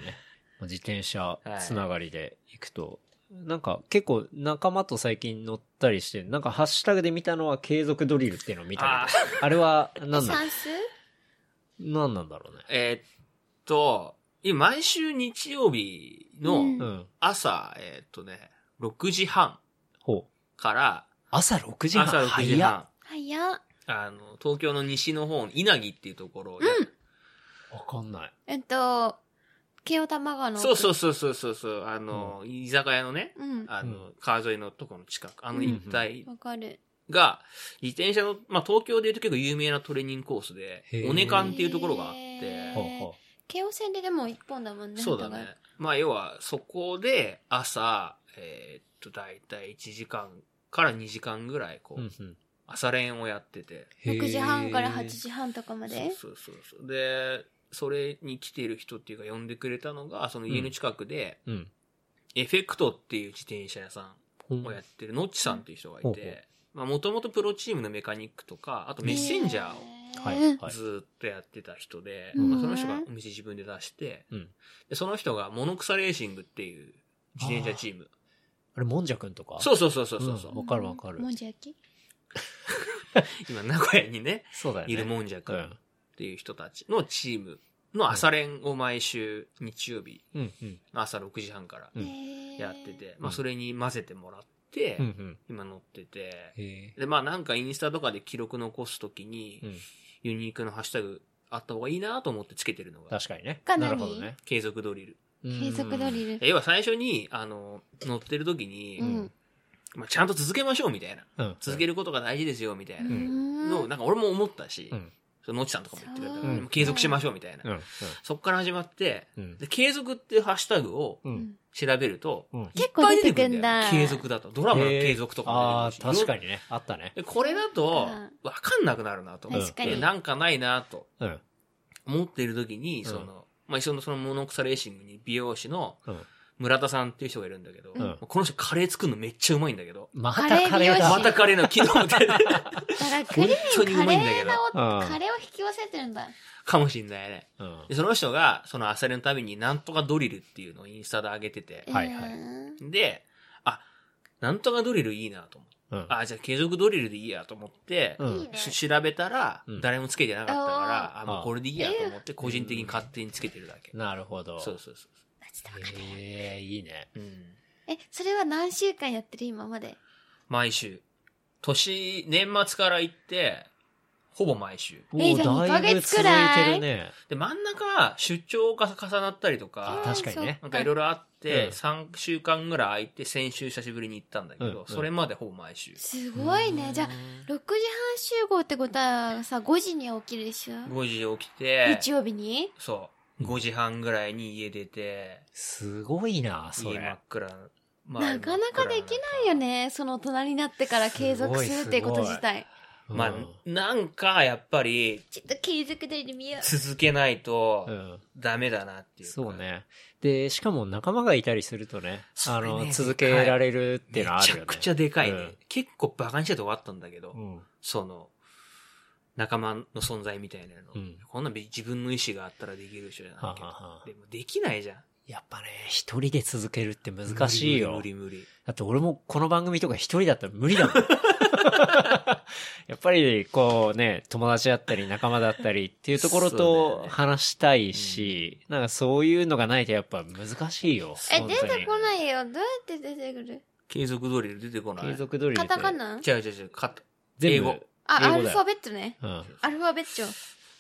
Speaker 1: まあ自転車つながりで行くと、なんか結構仲間と最近乗ったりして、なんかハッシュタグで見たのは継続ドリルっていうのを見た
Speaker 2: あ
Speaker 1: けど、あれは何なん
Speaker 3: 算数
Speaker 1: なんなんだろうね。
Speaker 2: えーっと、今毎週日曜日の、
Speaker 3: うん
Speaker 1: うん。
Speaker 2: 朝、えーっとね、6時半
Speaker 1: ほう。
Speaker 2: から、
Speaker 1: 朝6時半。
Speaker 2: 朝6時
Speaker 1: 早っ
Speaker 2: 半、
Speaker 3: 早っ。
Speaker 2: あの、東京の西の方、稲城っていうところをや
Speaker 1: わかんない。
Speaker 3: えっと、京王玉川の。
Speaker 2: そうそうそうそうそうそう、あの、居酒屋のね、
Speaker 3: う。うん。
Speaker 2: あの、
Speaker 1: う
Speaker 2: 川沿いのところの近く、あの一帯
Speaker 3: わかる。
Speaker 2: が、自転車の、まあ、東京でいうと結構有名なトレーニングコースで
Speaker 1: へ、ー
Speaker 2: おねかんっていうところがあっ
Speaker 3: へ
Speaker 2: て、
Speaker 1: ほうほう。
Speaker 3: 京王線ででも一本だもんね。
Speaker 2: そうだ
Speaker 3: 本
Speaker 2: ね。まあ、要は、そこで、朝、えーっと、だいたい1時間から2時間ぐらい、こう、
Speaker 1: うんうん
Speaker 2: 朝練をやってて、
Speaker 3: 当が6時半から8。
Speaker 1: へ
Speaker 3: 時半とかまで。
Speaker 2: そうそうそうそうでそれに来ている人っていうか呼んでくれたのがその家の近くで、
Speaker 1: ーうん。
Speaker 2: エフェクトっていう自転車屋さ
Speaker 1: ほ
Speaker 2: ん
Speaker 1: ん
Speaker 2: をやってるノッチさんっていう人が
Speaker 1: ほう
Speaker 2: い
Speaker 1: ほう
Speaker 2: てもともとプロチームのメカニックとかあとメッセンジャーを
Speaker 3: を
Speaker 1: はいはい。
Speaker 2: ずーっとやってた人で、
Speaker 3: うん
Speaker 2: まあ、その人がお店自分で出して、
Speaker 1: うん
Speaker 2: でその人がモノクサレーシングっていう自転車チーム
Speaker 1: あれ、もんじゃくんとか
Speaker 2: そうそうそうそうそうそう
Speaker 1: わかるわかる
Speaker 3: もんじゃ焼き
Speaker 2: 今名古屋にね
Speaker 1: そうだよね。
Speaker 2: いるもんじゃく
Speaker 1: うん
Speaker 2: っ。ていう人たちのチームの朝練を毎週日曜日
Speaker 1: うんうん。
Speaker 2: 朝6時半から
Speaker 1: うん
Speaker 2: やって。
Speaker 3: へー
Speaker 2: て、まあそれに混ぜてもらって、
Speaker 1: うんうん。
Speaker 2: 今乗ってて、
Speaker 1: へ
Speaker 2: で、まあなんかインスタとかで記録残すときに、
Speaker 1: ーうん。
Speaker 2: ユニークなハッシュタグあった方がいいなと思ってつけてるのが、
Speaker 1: 確かにね。
Speaker 3: か
Speaker 1: な
Speaker 3: な
Speaker 1: る
Speaker 3: り
Speaker 1: ほどね。
Speaker 2: 継続ドリル。
Speaker 3: 継続ドリル。
Speaker 2: 要は最初に、あの、乗ってるときに、
Speaker 3: うん
Speaker 2: まあちゃんと続けましょうみたいな。
Speaker 1: ル。うん。
Speaker 2: 続け
Speaker 1: る。
Speaker 2: ることが大事ですよみたいな。
Speaker 1: ん
Speaker 2: の、なんか俺も思ったし、
Speaker 1: うん。
Speaker 2: そののちさんとかも言ってくれたか
Speaker 1: そ
Speaker 2: ら、
Speaker 1: う
Speaker 2: でも継続しましょうみたいな。
Speaker 1: うん。
Speaker 2: そっから始まって、
Speaker 1: うん。
Speaker 2: で、継続っていうハッシュタグを
Speaker 1: うん。
Speaker 2: 調べると、
Speaker 1: うん。
Speaker 3: 結構出てくん
Speaker 2: い
Speaker 3: だ
Speaker 2: っぱい出てくよ継続だと。ドラマの継続とか
Speaker 1: あ
Speaker 2: も
Speaker 1: あ
Speaker 2: 出て
Speaker 1: ー、
Speaker 2: くる
Speaker 1: 確
Speaker 2: し
Speaker 1: かにね。あったね。
Speaker 2: でこれだと
Speaker 3: うん、
Speaker 2: わかんなくなるなと。
Speaker 3: 確かに
Speaker 2: でなんかないなと
Speaker 1: うん。
Speaker 2: 思っている時に、
Speaker 1: ん
Speaker 2: その、まあ、一緒のそのモノクサレーシングに美容師の
Speaker 1: うん。
Speaker 2: 村田さんっていう人がいるんだけど、
Speaker 3: うん
Speaker 2: この人カレー作るのめっちゃうまいんだけど、
Speaker 1: ま
Speaker 3: カ
Speaker 1: た
Speaker 3: レー
Speaker 1: カレー
Speaker 3: 美
Speaker 1: だ。
Speaker 3: 容
Speaker 2: ま
Speaker 3: 師
Speaker 2: たカレーの昨日みたいな
Speaker 3: だからクリ
Speaker 2: 本当に
Speaker 3: ー
Speaker 2: う
Speaker 3: ンカ
Speaker 2: ま
Speaker 3: レ
Speaker 2: いんだけ
Speaker 3: ー
Speaker 2: ど
Speaker 3: のお、
Speaker 1: うん
Speaker 3: カレーを引き寄せてるんだ。
Speaker 2: [laughs] かもしんないね。
Speaker 1: うん。
Speaker 2: で、その人が、そのアサリのためになんとかドリルっていうのをインスタで上げてて、
Speaker 1: はいはい
Speaker 3: うん
Speaker 2: で、あ、なんとかドリルいいなと思って、
Speaker 1: うん。
Speaker 2: あ、じゃあ継続ドリルでいいやと思って、
Speaker 1: うん
Speaker 3: いいね。
Speaker 2: し調べたら
Speaker 1: うん、
Speaker 2: 誰もつけてなかったから、
Speaker 1: あー
Speaker 2: あ、もうこれでいいやと思って、個人的に勝手につけてるだけ。
Speaker 1: なるほど。
Speaker 2: そうそうそ
Speaker 3: マジでわかる
Speaker 1: ええ、いいね。
Speaker 2: う。うん。
Speaker 3: え、それは何週間やってる今まで。
Speaker 2: 毎週。年、年末から行って、ほぼ毎週。
Speaker 3: えじゃあ
Speaker 1: おーだいぶ続いてるね。
Speaker 2: で、真ん中、出張が重なったりと
Speaker 1: あ
Speaker 2: か、
Speaker 1: 確かにね
Speaker 2: なんかいろい
Speaker 3: ろ。
Speaker 2: ろあって、
Speaker 1: うん
Speaker 2: 3週間ぐらい空いて、先週久しぶりに行ったんだけ
Speaker 1: うんう
Speaker 2: ど、
Speaker 1: ん
Speaker 2: それまでほぼ毎週。
Speaker 3: すごいね。じゃあ、6時半集合ってことはさ、5時には起きるでしょ
Speaker 2: 5時起きて、
Speaker 3: 日曜日に
Speaker 2: そう、5時半ぐらいに家出て、
Speaker 1: すごいな、そ
Speaker 2: 家真
Speaker 1: れ
Speaker 2: っ。暗。まあ
Speaker 3: なかなかできないよ。ね。その大人になってから継続するっていうこと自体。
Speaker 2: まあ
Speaker 1: うん、
Speaker 2: なんか、やっぱり、
Speaker 3: ちょっと継続で見よう。
Speaker 2: 続けないと
Speaker 1: う、ん。
Speaker 2: ダメだなっていうか。
Speaker 1: そうね。で、しかも仲間がいたりするとね、
Speaker 2: そ
Speaker 1: あ
Speaker 2: れね
Speaker 1: の、続けられるっていうのはあるよね。
Speaker 2: めちゃくちゃでかいね。
Speaker 1: うん
Speaker 2: 結構バカにしてたとこあったんだけど、
Speaker 1: うん。
Speaker 2: その、仲間の存在みたいなの。
Speaker 1: うん
Speaker 2: こんなん自分の意思があったらできる人じゃないけど。
Speaker 1: ははは
Speaker 2: でもできないじゃん。
Speaker 1: やっぱね、一人で続けるって難しいよ
Speaker 2: 無。理無理無理。
Speaker 1: だって俺もこの番組とか一人だったら無理
Speaker 2: [laughs]
Speaker 1: だもん。やっぱりこうね、友達だったり仲間だったりっていうところ
Speaker 2: そうだよ
Speaker 1: と
Speaker 2: ね
Speaker 1: 話したいし、なんかそういうのがないとやっぱ難しいよ。
Speaker 3: え、
Speaker 1: 本
Speaker 3: 出
Speaker 1: 当
Speaker 3: て
Speaker 1: に
Speaker 3: こないよ。どうやって出てくる
Speaker 2: 継続ドリル出てこない。
Speaker 1: 継続通りで
Speaker 3: カタカナ
Speaker 2: 違う違う違う。か
Speaker 1: 全部
Speaker 2: 英語
Speaker 3: あ、
Speaker 1: 英語だ
Speaker 3: ア
Speaker 1: よ
Speaker 3: ルファベットね。
Speaker 1: うん。あ
Speaker 3: アルファベット。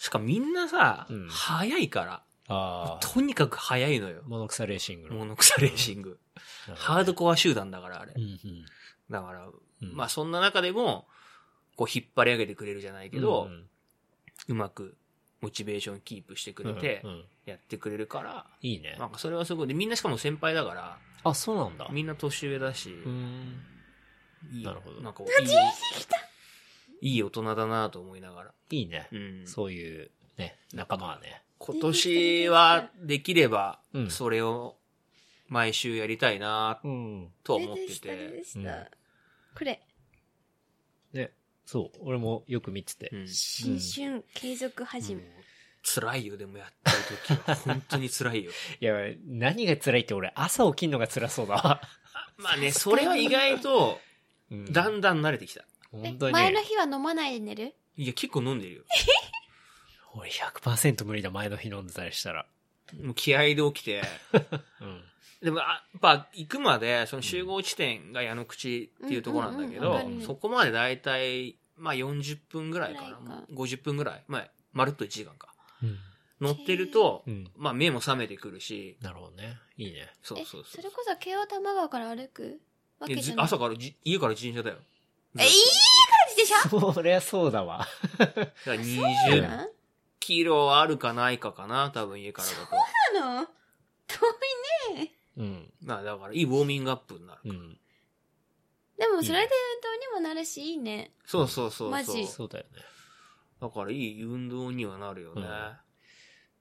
Speaker 2: しかもみんなさ、
Speaker 1: うん
Speaker 2: 早いから。
Speaker 1: あー。
Speaker 2: とにかく早いのよ。
Speaker 1: モノクサレーシング
Speaker 2: モ
Speaker 1: の。
Speaker 2: ノクサレーシング。ハードコア集団だから、あれ
Speaker 1: う。んうん
Speaker 2: だから、
Speaker 1: うん
Speaker 2: まあそんな中でも、こう引っ張り上げてくれるじゃないけど、
Speaker 1: うん
Speaker 2: うまくモチベーションキープしてくれて
Speaker 1: うんう、ん
Speaker 2: やってくれるから、
Speaker 1: いいね
Speaker 2: な。んかそれはすごい。で、みんなしかも先輩だから、
Speaker 1: あ、そうなんだ。
Speaker 2: みんな年上だし、
Speaker 1: うん。
Speaker 2: いい
Speaker 1: なるほど
Speaker 2: なんかいい、いい大人だなと思いながら。
Speaker 1: いいね
Speaker 2: う。ん。
Speaker 1: そういうね、仲間はね。
Speaker 2: 今年はできれば
Speaker 1: う、ん
Speaker 2: それを毎週やりたいな
Speaker 1: うん。
Speaker 2: とは
Speaker 3: 出
Speaker 2: 思ってて
Speaker 3: きた、出
Speaker 2: て
Speaker 3: て。き
Speaker 1: うん
Speaker 3: た。これ、
Speaker 1: ね。そう。俺もよく見てて
Speaker 2: う。ん
Speaker 3: 新春継続始め。
Speaker 2: 辛いよ、でもやった時は。本当に辛い [laughs] よ。
Speaker 1: いや、何が辛いって俺、朝起きんのが辛そうだ
Speaker 2: [laughs]
Speaker 1: わ。
Speaker 2: まあね、それは意外と、だんだん慣れてきた。
Speaker 3: え
Speaker 1: 本当に。
Speaker 3: 前の日は飲まないで寝る
Speaker 2: いや、結構飲んでるよ。
Speaker 1: 俺100%無理だ、前の日飲んでたりしたら。
Speaker 2: もう気合で起きて。
Speaker 1: うん。
Speaker 2: [laughs] でも、あやっぱ、行くまで、その集合地点が矢野口っていうところなんだけ
Speaker 1: うんうん
Speaker 2: ど
Speaker 1: うんうんうん、
Speaker 2: そこまでだいたい、まあ40分ぐらいか
Speaker 3: ぐらい
Speaker 2: な
Speaker 3: か。
Speaker 2: 50分ぐらい。まあ、まるっと1時間か。
Speaker 1: うん。
Speaker 2: 乗ってると
Speaker 1: う、ん。
Speaker 2: まあ目も覚めてくるし、
Speaker 1: なるほどね。いいね。 [laughs]
Speaker 2: そう
Speaker 3: え、
Speaker 2: そう
Speaker 3: そ
Speaker 2: そう
Speaker 3: れ。こそ京王多摩川から歩くわけ
Speaker 2: で
Speaker 3: じ
Speaker 2: ず
Speaker 3: ゃない。
Speaker 2: 朝からじ、家から自転車だよ。
Speaker 3: え、いい感じでしょ
Speaker 1: そりゃそうだわ。
Speaker 2: だから
Speaker 1: そう
Speaker 2: 20
Speaker 1: な
Speaker 2: キロあるかないかかな、多分家からだと。
Speaker 3: なの遠い
Speaker 1: うん。
Speaker 2: まあだから、いいウォーミングアップになる。
Speaker 1: うん。
Speaker 3: でもそれで運動にもなるしいいね
Speaker 2: そうそうそうそう。
Speaker 3: マジ
Speaker 1: そうだよね。
Speaker 2: だからいい運動にはなるよね。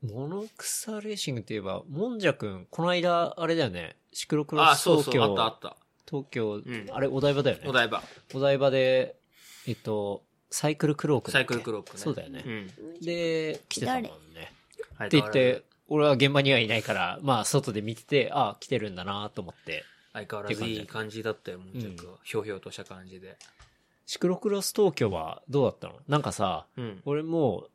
Speaker 1: モノクサレーシングといえば、もんじゃくん、この間、あれだよね。シクロクロ
Speaker 2: あ、
Speaker 1: ス
Speaker 2: そう
Speaker 1: 東
Speaker 2: そう、
Speaker 1: 京。
Speaker 2: あったあった。
Speaker 1: 東京、
Speaker 2: ん
Speaker 1: あれ、お台場だよね。
Speaker 2: お台場。
Speaker 1: お台場で、えっと、サイクルクロークだ
Speaker 2: サ
Speaker 1: っ
Speaker 2: イ
Speaker 1: け
Speaker 2: クルクロックね。
Speaker 1: そうだよね。
Speaker 2: うん。
Speaker 1: で、来てたもんね。
Speaker 2: はい
Speaker 1: って言って、、俺は現場にはいないから、まあ、外で見てて、ああ、来てるんだなと思って。
Speaker 2: 相変わらずいい感じだったよ、もうちょっ
Speaker 1: う
Speaker 2: と。ひょうひょうとした感じで。
Speaker 1: シクロクロス東京はどうだったのなんかさ、
Speaker 2: うん。
Speaker 1: 俺も、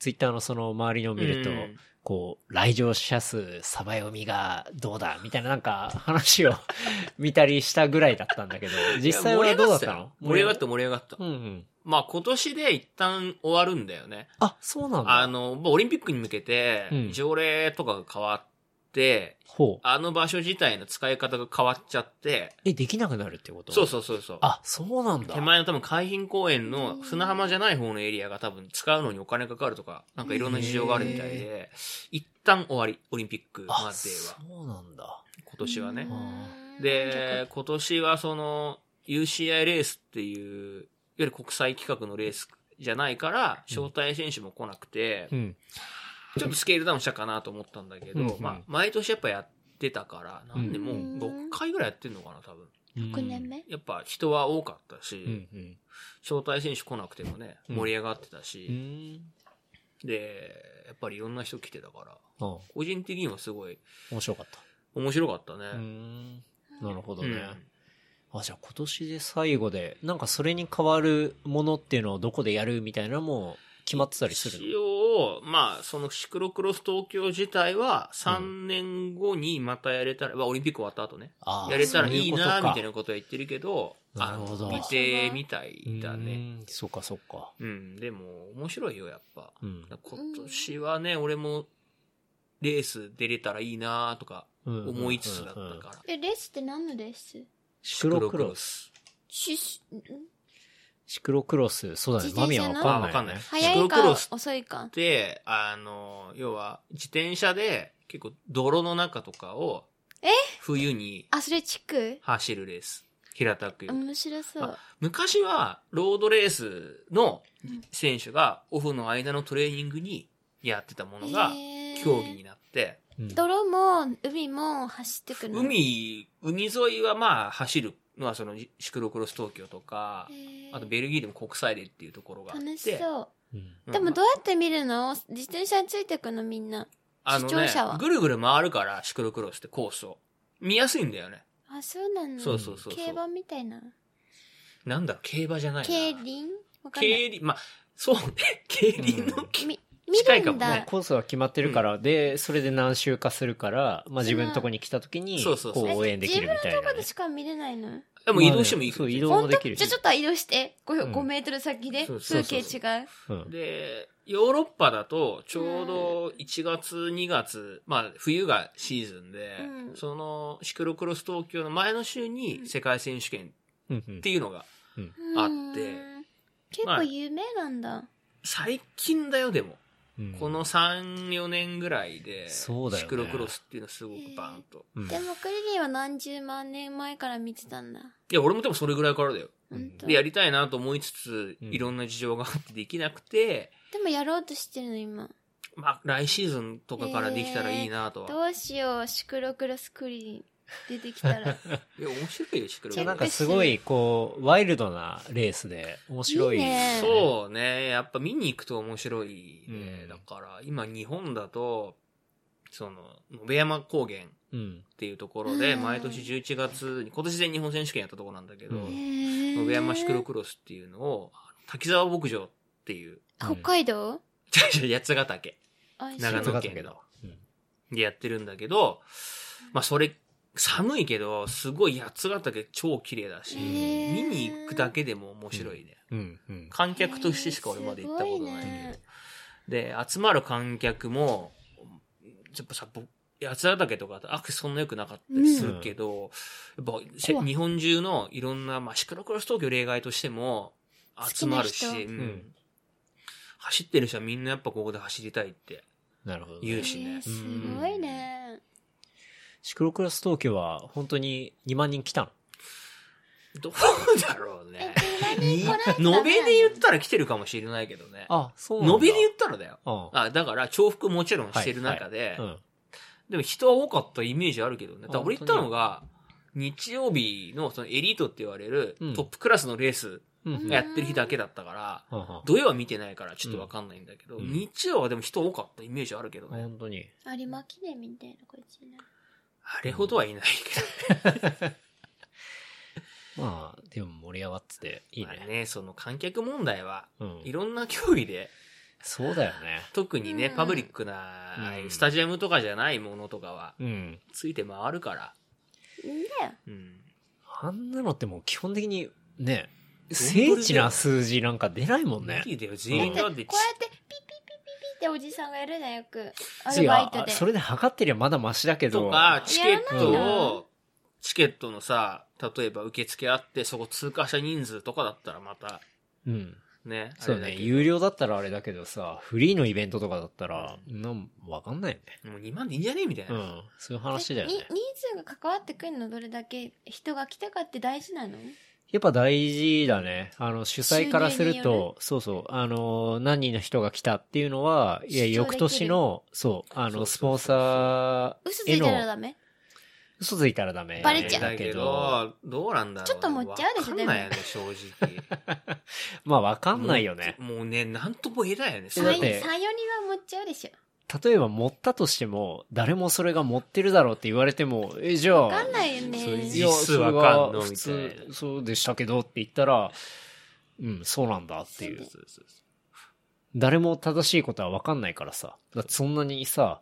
Speaker 1: ツイッターのその周りのを見ると、
Speaker 2: うん
Speaker 1: こう、来場者数、サバ読みがどうだ、みたいななんか話を [laughs] 見たりしたぐらいだったんだけど、実際はどうだったの
Speaker 2: 盛り上がった盛り上がった。
Speaker 1: うんうん。
Speaker 2: まあ今年で一旦終わるんだよね。
Speaker 1: あ、そうなんだ。
Speaker 2: あの、もうオリンピックに向けて
Speaker 1: う、ん
Speaker 2: 条例とかが変わっって、
Speaker 1: ほう。
Speaker 2: あの場所自体の使い方が変わっちゃって、
Speaker 1: え、できなくなるってこと
Speaker 2: そうそうそうそう。
Speaker 1: あ、そうなんだ。
Speaker 2: 手前の多分海浜公園の砂浜じゃない方のエリアが多分使うのにお金かかるとか、なんかいろんな事情があるみたいで、一旦終わり、オリンピックまで
Speaker 1: あ、
Speaker 2: は、
Speaker 1: そうなんだ。
Speaker 2: 今年はね。
Speaker 3: うん
Speaker 2: で、今年はその UCI レースっていう、いわゆる国際企画のレースじゃないから、
Speaker 1: うん
Speaker 2: 招待選手も来なくて、
Speaker 1: うん。
Speaker 2: ちょっとスケールダウンしたかなと思ったんだけど、
Speaker 1: うんうん
Speaker 2: まあ、毎年やっぱやってたから、なんでもう
Speaker 3: うん
Speaker 2: 6回ぐらいやってんのかな、多分。
Speaker 3: 六年目
Speaker 2: やっぱ人は多かったし、
Speaker 1: うんうん。
Speaker 2: 招待選手来なくてもね、
Speaker 1: うん
Speaker 2: 盛り上がってた
Speaker 1: う
Speaker 2: し、
Speaker 1: ん。
Speaker 2: で、やっぱりいろんな人来てたから、
Speaker 1: あ
Speaker 2: 個人的にはすごい
Speaker 1: 面白かっ
Speaker 2: 面白かったね。
Speaker 1: た。うん。なるほど
Speaker 2: う
Speaker 1: ね。
Speaker 2: ん
Speaker 1: あ、じゃあ今年で最後で、なんかそれに変わるものっていうのをどこでやるみたいなのも決まってたりするの
Speaker 2: 一応、まあ、そのシクロクロス東京自体は3年後にまたやれたら、まあオリンピック終わった後ね、
Speaker 1: あー
Speaker 2: やれたらいい
Speaker 1: そううこ
Speaker 2: な
Speaker 1: と
Speaker 2: み
Speaker 1: か
Speaker 2: たいなことは言ってるけど、
Speaker 1: なるほど
Speaker 2: あの未定みたいだ
Speaker 1: う
Speaker 2: ね。
Speaker 1: んそっかそっか。
Speaker 2: うん、でも面白いよ、やっぱ。
Speaker 1: うん。
Speaker 2: 今年はね、俺もレース出れたらいいなとか思いつつだった
Speaker 1: うんうんうん
Speaker 2: から。
Speaker 3: え、レースって何のレース
Speaker 1: シクロクロス。
Speaker 2: ス。
Speaker 3: シュシュん
Speaker 1: シクロクロス、そうだね。
Speaker 3: 自
Speaker 1: マミ
Speaker 3: 転
Speaker 1: は
Speaker 3: 車
Speaker 1: わ
Speaker 3: の
Speaker 1: かんない、ね。
Speaker 2: あわかんない
Speaker 3: 早
Speaker 2: シクロ
Speaker 3: い
Speaker 2: クロ
Speaker 3: か
Speaker 2: ス
Speaker 3: 遅いか。
Speaker 2: で、あの、要は、自転車で、結構、泥の中とかを、
Speaker 3: え
Speaker 2: 冬に
Speaker 3: アスレチック
Speaker 2: 走るレース。平たく言うと
Speaker 3: 面白そう。
Speaker 2: 昔は、ロードレースの
Speaker 3: うん
Speaker 2: 選手が、オフの間のトレーニングにやってたものが、
Speaker 3: へー
Speaker 2: 競技になって、
Speaker 1: うん
Speaker 3: 泥も海も走ってくるの
Speaker 2: 海、海沿いはまあ、走るのは、その、シクロクロス東京とか
Speaker 3: へ、ー
Speaker 2: あとベルギーでも国際デーっていうところがあって。
Speaker 3: 楽しそう。
Speaker 1: うん
Speaker 2: うん
Speaker 3: でもどうやって見るの自転車についてくのみんな。
Speaker 2: あの
Speaker 3: 視聴者は
Speaker 2: ね、ぐるぐる回るから、シクロクロスってコースを。見やすいんだよね。
Speaker 3: あ、そうなの
Speaker 2: そうそうそうそう。
Speaker 3: 競馬みたいな。
Speaker 2: なんだろう、競馬じゃないな。
Speaker 3: 競輪わかんない。
Speaker 2: 競輪、まあ、そうね、 [laughs] 競輪の、
Speaker 1: うん
Speaker 3: み、
Speaker 2: 近
Speaker 3: 見
Speaker 2: いか
Speaker 3: る
Speaker 2: も
Speaker 3: ん
Speaker 2: ね
Speaker 1: まあ
Speaker 3: だ。
Speaker 1: コースは決まってるから、で、それで何周かするから、まあ自分のとこに来た時に、
Speaker 2: そうそうそう
Speaker 1: こう応援できるみたい
Speaker 3: 自
Speaker 1: な
Speaker 3: 分の
Speaker 1: ね、
Speaker 3: とこでしか見れないの
Speaker 2: でも移動してもいい
Speaker 1: まあねそう移動
Speaker 3: ほん
Speaker 1: もで
Speaker 3: と
Speaker 1: きるし
Speaker 3: じゃあちょっと移動して
Speaker 1: う
Speaker 3: 5、
Speaker 1: ん
Speaker 3: 5メートル先で
Speaker 2: そうそう
Speaker 3: 風
Speaker 2: そ
Speaker 3: 景
Speaker 2: う
Speaker 3: 違う。
Speaker 1: うん。
Speaker 2: で、ヨーロッパだと、ちょうど1月、2月、まあ、冬がシーズンで、
Speaker 3: うん
Speaker 2: その、シクロクロス東京の前の週に世界選手権
Speaker 1: うんうん
Speaker 2: っていうのが、あって
Speaker 3: うん結構有名なんだ。
Speaker 2: 最近だよ、でも。
Speaker 1: うん
Speaker 2: この3、4年ぐらいで、
Speaker 1: そうだよね
Speaker 2: シクロクロスっていうのすごくバーンと。
Speaker 1: うん
Speaker 3: でもクリリンは何十万年前から見てたんだ。
Speaker 2: いや、俺もでもそれぐらいからだよ。
Speaker 1: う
Speaker 3: ほ
Speaker 1: ん
Speaker 3: んと。
Speaker 2: で、
Speaker 3: で
Speaker 2: やりたいなと思いつつ、
Speaker 1: うん
Speaker 2: いろんな事情があってできなくて、
Speaker 3: もやろうとしてるの今。
Speaker 2: まあ、来シーズンとかからできたらいいなとは。
Speaker 3: どうしよう、シクロクロスクリリン出てき
Speaker 2: [laughs]
Speaker 3: たら。
Speaker 2: いや、面白いよ、シクロク
Speaker 1: じゃあ
Speaker 2: ロ
Speaker 1: なん
Speaker 2: ス
Speaker 1: かすごい、こう、ワイルドなレースで、面白い。
Speaker 3: いいね
Speaker 2: そうね。やっぱ見に行くと面白いね、
Speaker 1: うん
Speaker 2: だから、今日本だと、その、野辺山高原っ
Speaker 1: う。うん。
Speaker 2: ていうところで、
Speaker 3: うん
Speaker 2: 毎年11月に、今年で日本選手権やったところなんだけど、
Speaker 1: うん
Speaker 2: 野
Speaker 3: 野
Speaker 2: 辺山シクロクロスっていうのを、滝沢牧場っていう、 [laughs]
Speaker 3: 北海道
Speaker 2: 違う違う八ヶ岳
Speaker 3: あ一緒
Speaker 2: 長野
Speaker 1: だ
Speaker 2: 県
Speaker 1: ったけど。うん
Speaker 2: でやってるんだけど、まあそれ、寒いけど、すごい八ヶ岳超綺麗だし、
Speaker 3: へー
Speaker 2: 見に行くだけでも面白いね。
Speaker 1: うん。うん。
Speaker 2: 観客としてしか俺まで行ったことないんだけど。で、集まる観客も、やっぱさ、ぼ八ヶ岳とかとアクセスそんな良くなかったりするけど、やっぱせ
Speaker 3: 怖い
Speaker 2: 日本中のいろんな、まあ、シクロクロス東京例外としても集まるし、
Speaker 3: 好きな
Speaker 2: う
Speaker 3: 人
Speaker 2: ん
Speaker 1: うん
Speaker 2: 走ってる人はみんなやっぱここで走りたいって
Speaker 1: なるほどね。
Speaker 2: 言
Speaker 3: え
Speaker 2: うしね
Speaker 3: ー。すごいね。
Speaker 1: シクロクロス東京は、本当に2万人来たの
Speaker 2: どうだろう
Speaker 3: え
Speaker 2: ね。、
Speaker 3: 車に来られた
Speaker 2: [laughs] 延べで言ったら来てるかもしれないけどね。
Speaker 1: あ、そうなんだ。
Speaker 2: 延べで言ったらだよ。
Speaker 1: うん。
Speaker 2: あだから、重複もちろんしてる中で、
Speaker 1: うん。
Speaker 2: でも人は多かったイメージあるけどね。だから俺行ったのが、日曜日のそのエリートって言われる
Speaker 1: うん
Speaker 2: トップクラスのレース
Speaker 1: うんうん
Speaker 2: やってる日だけだったから、
Speaker 1: うんうん
Speaker 2: 土曜は見てないからちょっとわかんないんだけど、
Speaker 1: うん
Speaker 2: 日曜はでも人多かったイメージあるけどね。
Speaker 1: 本当に。
Speaker 3: 有馬記念みたいな感じね。
Speaker 2: あれほどはいないけど。
Speaker 1: まあ、でも盛り上がってて、いい
Speaker 2: まあ
Speaker 1: ね。
Speaker 2: ね、その観客問題は、
Speaker 1: うん
Speaker 2: い。ろんな競技で、
Speaker 1: そうだよね。
Speaker 2: 特にね、
Speaker 3: うん
Speaker 2: パブリックな、
Speaker 1: うん
Speaker 2: ああいうスタジアムとかじゃないものとかは、
Speaker 1: うん。
Speaker 2: ついて回るから。
Speaker 3: いいんだよ。
Speaker 2: うん。
Speaker 1: あんなのってもう基本的に、ね、
Speaker 2: どんぶりだよ
Speaker 1: 精緻な数字なんか出ないもんね
Speaker 2: 無。理だよ、全員だってち
Speaker 3: こうやってピッピッピッピッピッってっておじさんがやるじゃん、よく。ア
Speaker 1: い
Speaker 3: ルバイ
Speaker 1: や
Speaker 3: トで。
Speaker 1: それで測ってりゃまだマシだけど。
Speaker 2: とか、チケッ
Speaker 1: やら
Speaker 3: ない
Speaker 2: ト
Speaker 3: の
Speaker 2: を、チケットのさ、例えば受付あって、そこ通過した人数とかだったらまた、
Speaker 1: うん。
Speaker 2: ね。あ
Speaker 1: そう
Speaker 2: れだ
Speaker 1: ね。
Speaker 2: けど
Speaker 1: 有料だったらあれだけどさ、フリーのイベントとかだったら、なんわかんないよね。
Speaker 2: もう2万でいいんじゃねえみたいうな。
Speaker 1: ん。そういう話だよね
Speaker 3: に。人数が関わってくるのどれだけ人が来たかって大事なの
Speaker 1: やっぱ大事だね。あの、主催からする
Speaker 3: 収入によ
Speaker 1: と、そうそう、あの、何人の人が来たっていうのは、いや、
Speaker 3: 主張できる
Speaker 1: 翌年の、そう、あ
Speaker 2: そうそうそう
Speaker 1: の、スポンサ
Speaker 3: 嘘つ
Speaker 1: ーへ
Speaker 3: いたら
Speaker 1: の、
Speaker 3: ダメ
Speaker 1: 嘘ついたらダメ。
Speaker 3: バレちゃう
Speaker 1: だ
Speaker 2: だ
Speaker 1: け
Speaker 2: け
Speaker 1: ど、
Speaker 2: ど、どうなんだろうね。
Speaker 3: ちょっと持っちゃうでしょ
Speaker 2: わかんないよね、正
Speaker 1: [laughs]
Speaker 2: 直。
Speaker 1: まあ、わかんないよね。
Speaker 2: もうね、なんとも言えないよね。
Speaker 1: だっ
Speaker 3: 34
Speaker 1: て
Speaker 3: 人は持っちゃうでしょ
Speaker 1: 例えば、持ったとしても、誰もそれが持ってるだろうって言われても、え、じゃあ、
Speaker 3: わかんないよね
Speaker 2: そういう
Speaker 1: いや
Speaker 2: 実数わかんの
Speaker 1: それは普
Speaker 2: みたい
Speaker 1: 通、
Speaker 2: な
Speaker 1: そうでしたけどって言ったら、うん、そうなんだっていう。
Speaker 2: そうそうそう
Speaker 1: 誰も正しいことは分かんないからさ。だってそんなにさ、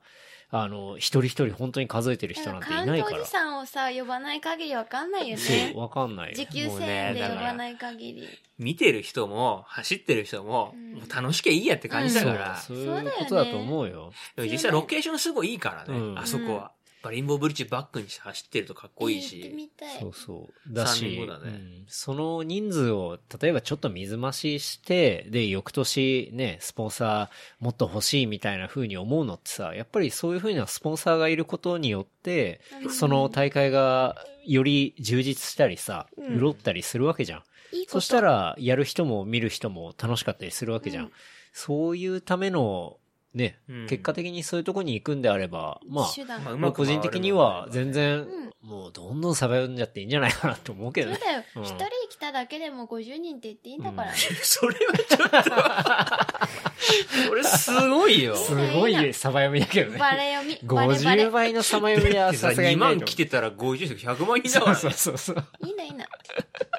Speaker 1: あの、一人一人本当に数えてる人なんて
Speaker 3: カ
Speaker 1: い
Speaker 3: ウン
Speaker 1: ない
Speaker 3: トお
Speaker 1: から。
Speaker 3: じさんをさ呼ばない限りわかんないよ
Speaker 1: そう、
Speaker 3: ね
Speaker 1: 分かんないよ。
Speaker 3: 時給
Speaker 2: もう
Speaker 3: 1000
Speaker 2: ね
Speaker 3: 円で
Speaker 2: だ
Speaker 3: 呼
Speaker 2: から
Speaker 3: ばない限り
Speaker 2: 見てる人も、走ってる人も、
Speaker 3: うん
Speaker 2: もう楽しきゃいいやって感じだから。
Speaker 1: そうそういうことだと思うよ。
Speaker 2: でも実際ロケーションすごいいいからね、
Speaker 1: うん
Speaker 2: あそこは。やっぱレインボーブリッジバックにして走ってるとかっこいいし。
Speaker 3: 行ってみたい
Speaker 1: そうそう。だ
Speaker 2: 三
Speaker 1: し、
Speaker 2: 人後だね
Speaker 1: うんその人数を、例えばちょっと水増しして、で、翌年ね、スポンサーもっと欲しいみたいな風に思うのってさ、やっぱりそういう風なスポンサーがいることによって、
Speaker 3: うん
Speaker 1: その大会がより充実したりさ、
Speaker 3: うん
Speaker 1: 潤ったりするわけじゃん。
Speaker 3: いいこ
Speaker 1: そ
Speaker 3: と
Speaker 1: したら、やる人も見る人も楽しかったりするわけじゃん。
Speaker 3: うん
Speaker 1: そういうための、ね、
Speaker 2: うん
Speaker 1: 結果的にそういうとこに行くんであれば、まあ、
Speaker 3: 手段
Speaker 2: まあ
Speaker 3: そうう
Speaker 1: ま
Speaker 2: ま
Speaker 1: あ
Speaker 2: く
Speaker 1: 個
Speaker 2: 回る
Speaker 1: 人的には全然
Speaker 3: うん、
Speaker 1: もうどんどんさば読んじゃっていいんじゃないかなと思うけどね。
Speaker 3: だよ
Speaker 1: うん
Speaker 3: 一人来ただけでも50人って言っていいんだからね
Speaker 2: それはちょっ [laughs] と、それすごいよ。
Speaker 1: すごいさば読みだけどね。
Speaker 3: [laughs] バレ読みバレバレ
Speaker 1: 50倍のさば読み
Speaker 2: [laughs]
Speaker 1: はさすが
Speaker 2: 2
Speaker 1: にない
Speaker 2: 万
Speaker 1: と思う
Speaker 2: 来てたら50人、100万人だか
Speaker 1: そう
Speaker 2: ら
Speaker 1: そう
Speaker 2: ね。
Speaker 1: そうそう。
Speaker 3: いいのいいの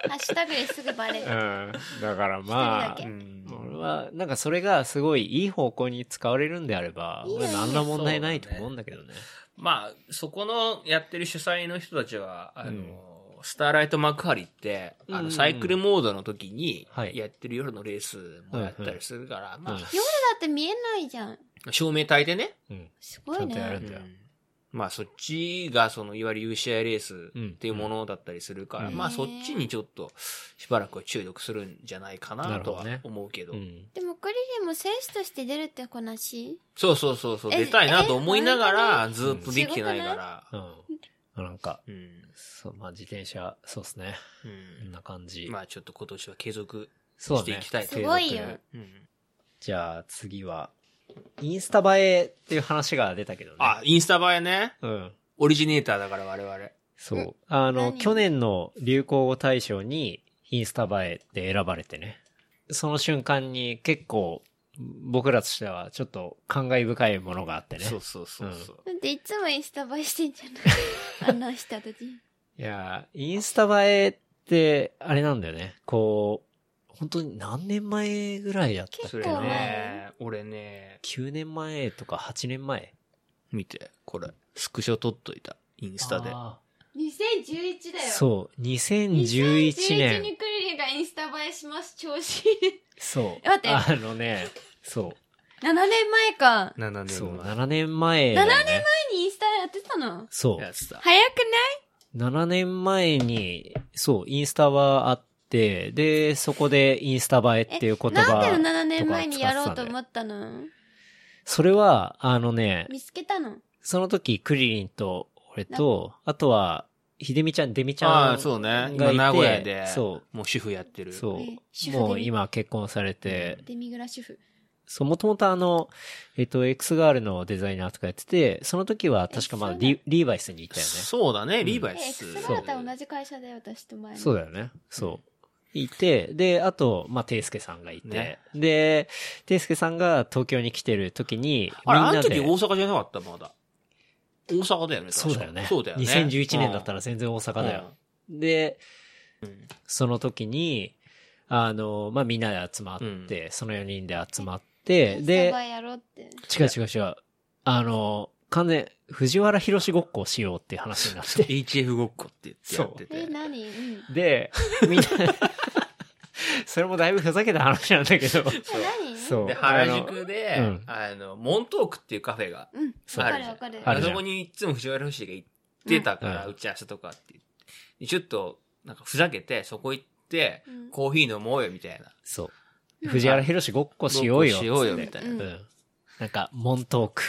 Speaker 3: ハッシュタグですぐバ
Speaker 1: [laughs]
Speaker 3: レ
Speaker 1: う
Speaker 3: る
Speaker 1: ん。だからま
Speaker 3: 一人だけ
Speaker 1: あ、
Speaker 2: ん
Speaker 1: 俺は、なんかそれがすごいいい方向に使われるんであれば、
Speaker 3: いいね
Speaker 1: 俺何ら問題ないと思うんだけどね。
Speaker 2: まあ、そこのやってる主催の人たちは、あの、スターライト幕張って、あ
Speaker 1: うんうん
Speaker 2: の、サイクルモードの時に
Speaker 1: はい、
Speaker 2: やってる夜のレースもやったりするから、ま
Speaker 1: うん
Speaker 2: あ、
Speaker 3: 夜だって見えないじゃん
Speaker 2: 照明焚いてね、
Speaker 1: うん。
Speaker 3: すごい
Speaker 1: ちゃんとやる
Speaker 3: ね
Speaker 1: んだよ
Speaker 2: うんまあ、そっちが、その、いわゆる UCI レースっていうものだったりするから、
Speaker 1: うん
Speaker 2: ま
Speaker 3: う
Speaker 2: あ、
Speaker 3: ん
Speaker 2: そっちにちょっと、しばらくは注力するんじゃないか
Speaker 1: な
Speaker 2: な
Speaker 1: るほ
Speaker 2: と
Speaker 1: ど
Speaker 2: は
Speaker 1: ね
Speaker 2: 思うけど。
Speaker 1: うん。
Speaker 3: でもクリリンも選手として出るってこなし
Speaker 2: そうそうそうそう、
Speaker 3: え
Speaker 2: 出たいなと思いながら、
Speaker 1: 当
Speaker 2: ず
Speaker 1: に
Speaker 2: っとできてないから。
Speaker 1: うん。なんか、
Speaker 2: うん。
Speaker 1: そう、まあ自転車、そうですね。こんな感
Speaker 2: う
Speaker 1: じ。
Speaker 2: ん。まあ、ちょっと今年は継続
Speaker 1: そう
Speaker 2: し
Speaker 1: だ
Speaker 2: てい
Speaker 1: ね
Speaker 2: き。たい
Speaker 3: すごいよ
Speaker 2: うん
Speaker 1: じゃあ次は、インスタ映えっていう話が出たけどね。
Speaker 2: あ、インスタ映えね。
Speaker 1: うん。
Speaker 2: オリジネーターだから我々。
Speaker 1: そう。あの、
Speaker 3: 何
Speaker 1: 去年の流行語大賞にインスタ映えって選ばれてね。その瞬間に結構僕らとしてはちょっと感慨深いものがあってね。
Speaker 2: そうそうそうそう。
Speaker 3: だっていつもインスタ映えしてんじ
Speaker 1: [laughs]
Speaker 3: ゃないあの人たち
Speaker 1: いやー、インスタ映えってあれなんだよね。こう、本当に何年前ぐらいだったっけ
Speaker 2: それ
Speaker 3: 結構
Speaker 1: ね。
Speaker 2: ね、俺ね、
Speaker 1: 9年前とか8年前。
Speaker 2: 見て、これ、スクショ撮っといた。インスタで。
Speaker 1: あ
Speaker 3: 2011だ
Speaker 1: ー
Speaker 3: よ
Speaker 1: そう。2011年
Speaker 3: 2011に。クリリンがインスタ映えします調子いい
Speaker 1: そう。
Speaker 3: 待って
Speaker 1: あのね、そ
Speaker 3: 7年前か
Speaker 2: 7
Speaker 1: う。そう、
Speaker 2: 年前。
Speaker 1: 7年前だよね、
Speaker 3: 7前にインスタやってたの
Speaker 1: そ
Speaker 2: や
Speaker 1: う。
Speaker 2: つだ。
Speaker 3: 早く
Speaker 1: 7年前に、そう、インスタはあって、で、そこでインスタ映えっていう言
Speaker 3: な
Speaker 1: 葉。
Speaker 3: いなんで7年前にやろうと思ったの
Speaker 1: それは、あのね、
Speaker 3: 見つけたの
Speaker 1: その時、クリリンと、俺と、あとは、ひでみちゃん、でみちゃん
Speaker 2: あ
Speaker 1: がい
Speaker 2: あ、
Speaker 1: て。
Speaker 2: そうね。今、名古屋で、
Speaker 1: そ
Speaker 2: もう主婦やって
Speaker 1: う。
Speaker 2: る。
Speaker 1: そ
Speaker 3: え主
Speaker 1: う。
Speaker 3: 婦で
Speaker 1: もう今結婚されて、
Speaker 3: デミグラ主婦
Speaker 1: そう、もともとあの、えっと、X ガールのデザイナーとかやってて、その時は確かまだ
Speaker 3: え
Speaker 1: リリーバイスにいたよね。
Speaker 2: そうだね、リーバ
Speaker 3: え
Speaker 2: イ
Speaker 3: エク
Speaker 2: ス。
Speaker 3: スラータ同じ会社だよ私と前の
Speaker 1: そうだよね。そう。いて、で、あと、まあ、ていすけさんがいて、
Speaker 2: ね
Speaker 1: で、ていすけさんが東京に来てる時に、
Speaker 2: あれ、あ
Speaker 1: みん
Speaker 2: の
Speaker 1: なで
Speaker 2: 時大阪じゃなかった、まだ。大阪だよね、確か
Speaker 1: そうだよね。
Speaker 2: そうだよね。
Speaker 1: 2011年だった
Speaker 2: ら
Speaker 1: ら全然大阪だよ。で、
Speaker 2: うん
Speaker 1: その時に、あの、まあ、みんなで集まって、その4人で集まって、
Speaker 3: インス
Speaker 1: で
Speaker 3: タ、映えやろうって
Speaker 1: 違う違う違う。あの、完全、藤原博ごっこをしようっていう話になっ
Speaker 2: [laughs]
Speaker 1: て。
Speaker 2: [laughs] HF ごっこって言ってやって
Speaker 3: え
Speaker 2: て。
Speaker 3: 何うん
Speaker 1: で、みんな、それもだいぶふざけた話なんだけど、
Speaker 3: え何
Speaker 1: そう
Speaker 2: [laughs] で、
Speaker 1: あ
Speaker 2: 原
Speaker 1: の
Speaker 2: 宿で、
Speaker 1: うん
Speaker 2: あの、モントークっていうカフェが
Speaker 3: うん。
Speaker 1: そう
Speaker 3: わ
Speaker 2: あ
Speaker 3: か
Speaker 2: る
Speaker 3: る
Speaker 2: じゃ
Speaker 3: わ
Speaker 2: ん
Speaker 3: かる。
Speaker 1: あ
Speaker 2: あ
Speaker 1: るじゃん
Speaker 2: そこにいつも藤原氏が行ってたから、
Speaker 1: うん
Speaker 2: 打ち合わせとかって言って。ちょっと、なんかふざけて、そこ行って、
Speaker 3: うん
Speaker 2: コーヒー飲もうよ、みたいな。
Speaker 1: そう。藤原博ごっこしようよ。
Speaker 2: しようよ、みたい
Speaker 1: うん
Speaker 2: な。
Speaker 1: なんか、モントーク、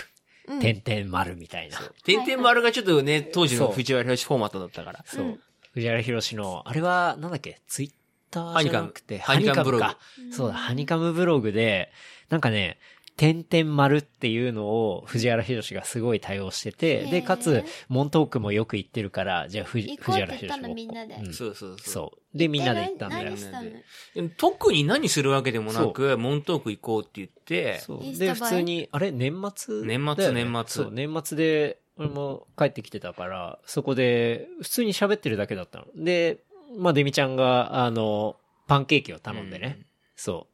Speaker 3: うん
Speaker 1: 点々丸みたいな。
Speaker 2: 点々丸がちょっとね、当時の藤原氏フォーマットだったから。
Speaker 1: そう
Speaker 3: うん
Speaker 1: 藤原博の、あれは、なんだっけ、ツイッター
Speaker 2: ハニ
Speaker 1: じ
Speaker 2: カ
Speaker 1: ゃ
Speaker 2: ム
Speaker 1: なくて、
Speaker 2: ハニカムブログ
Speaker 1: ハニカ
Speaker 3: うん
Speaker 1: そうだ、ハニカムブログで、なんかね、点々丸っていうのを藤原博がすごい対応してて、
Speaker 3: へー
Speaker 1: で、かつ、モントークもよく行ってるから、じゃあふじ
Speaker 3: 行こう
Speaker 1: 藤原
Speaker 3: って言っ
Speaker 1: 博
Speaker 3: た
Speaker 1: が
Speaker 3: のみんなで
Speaker 1: うん
Speaker 2: そうそうそう。
Speaker 1: そう。で、みんなで行ったんだ
Speaker 3: え
Speaker 1: よ
Speaker 3: 何。したの
Speaker 2: でも特に何するわけでもなく、モントーク行こうって言って、
Speaker 1: そ
Speaker 3: イン
Speaker 1: う。
Speaker 3: スタ映
Speaker 1: で、
Speaker 3: え
Speaker 1: 普通に、あれ年末だよね
Speaker 2: 年末年末
Speaker 1: そう、年末で、俺も帰ってきてたから、そこで、普通に喋ってるだけだったの。で、まあ、デミちゃんが、あの、パンケーキを頼んでね。
Speaker 2: うん
Speaker 1: そ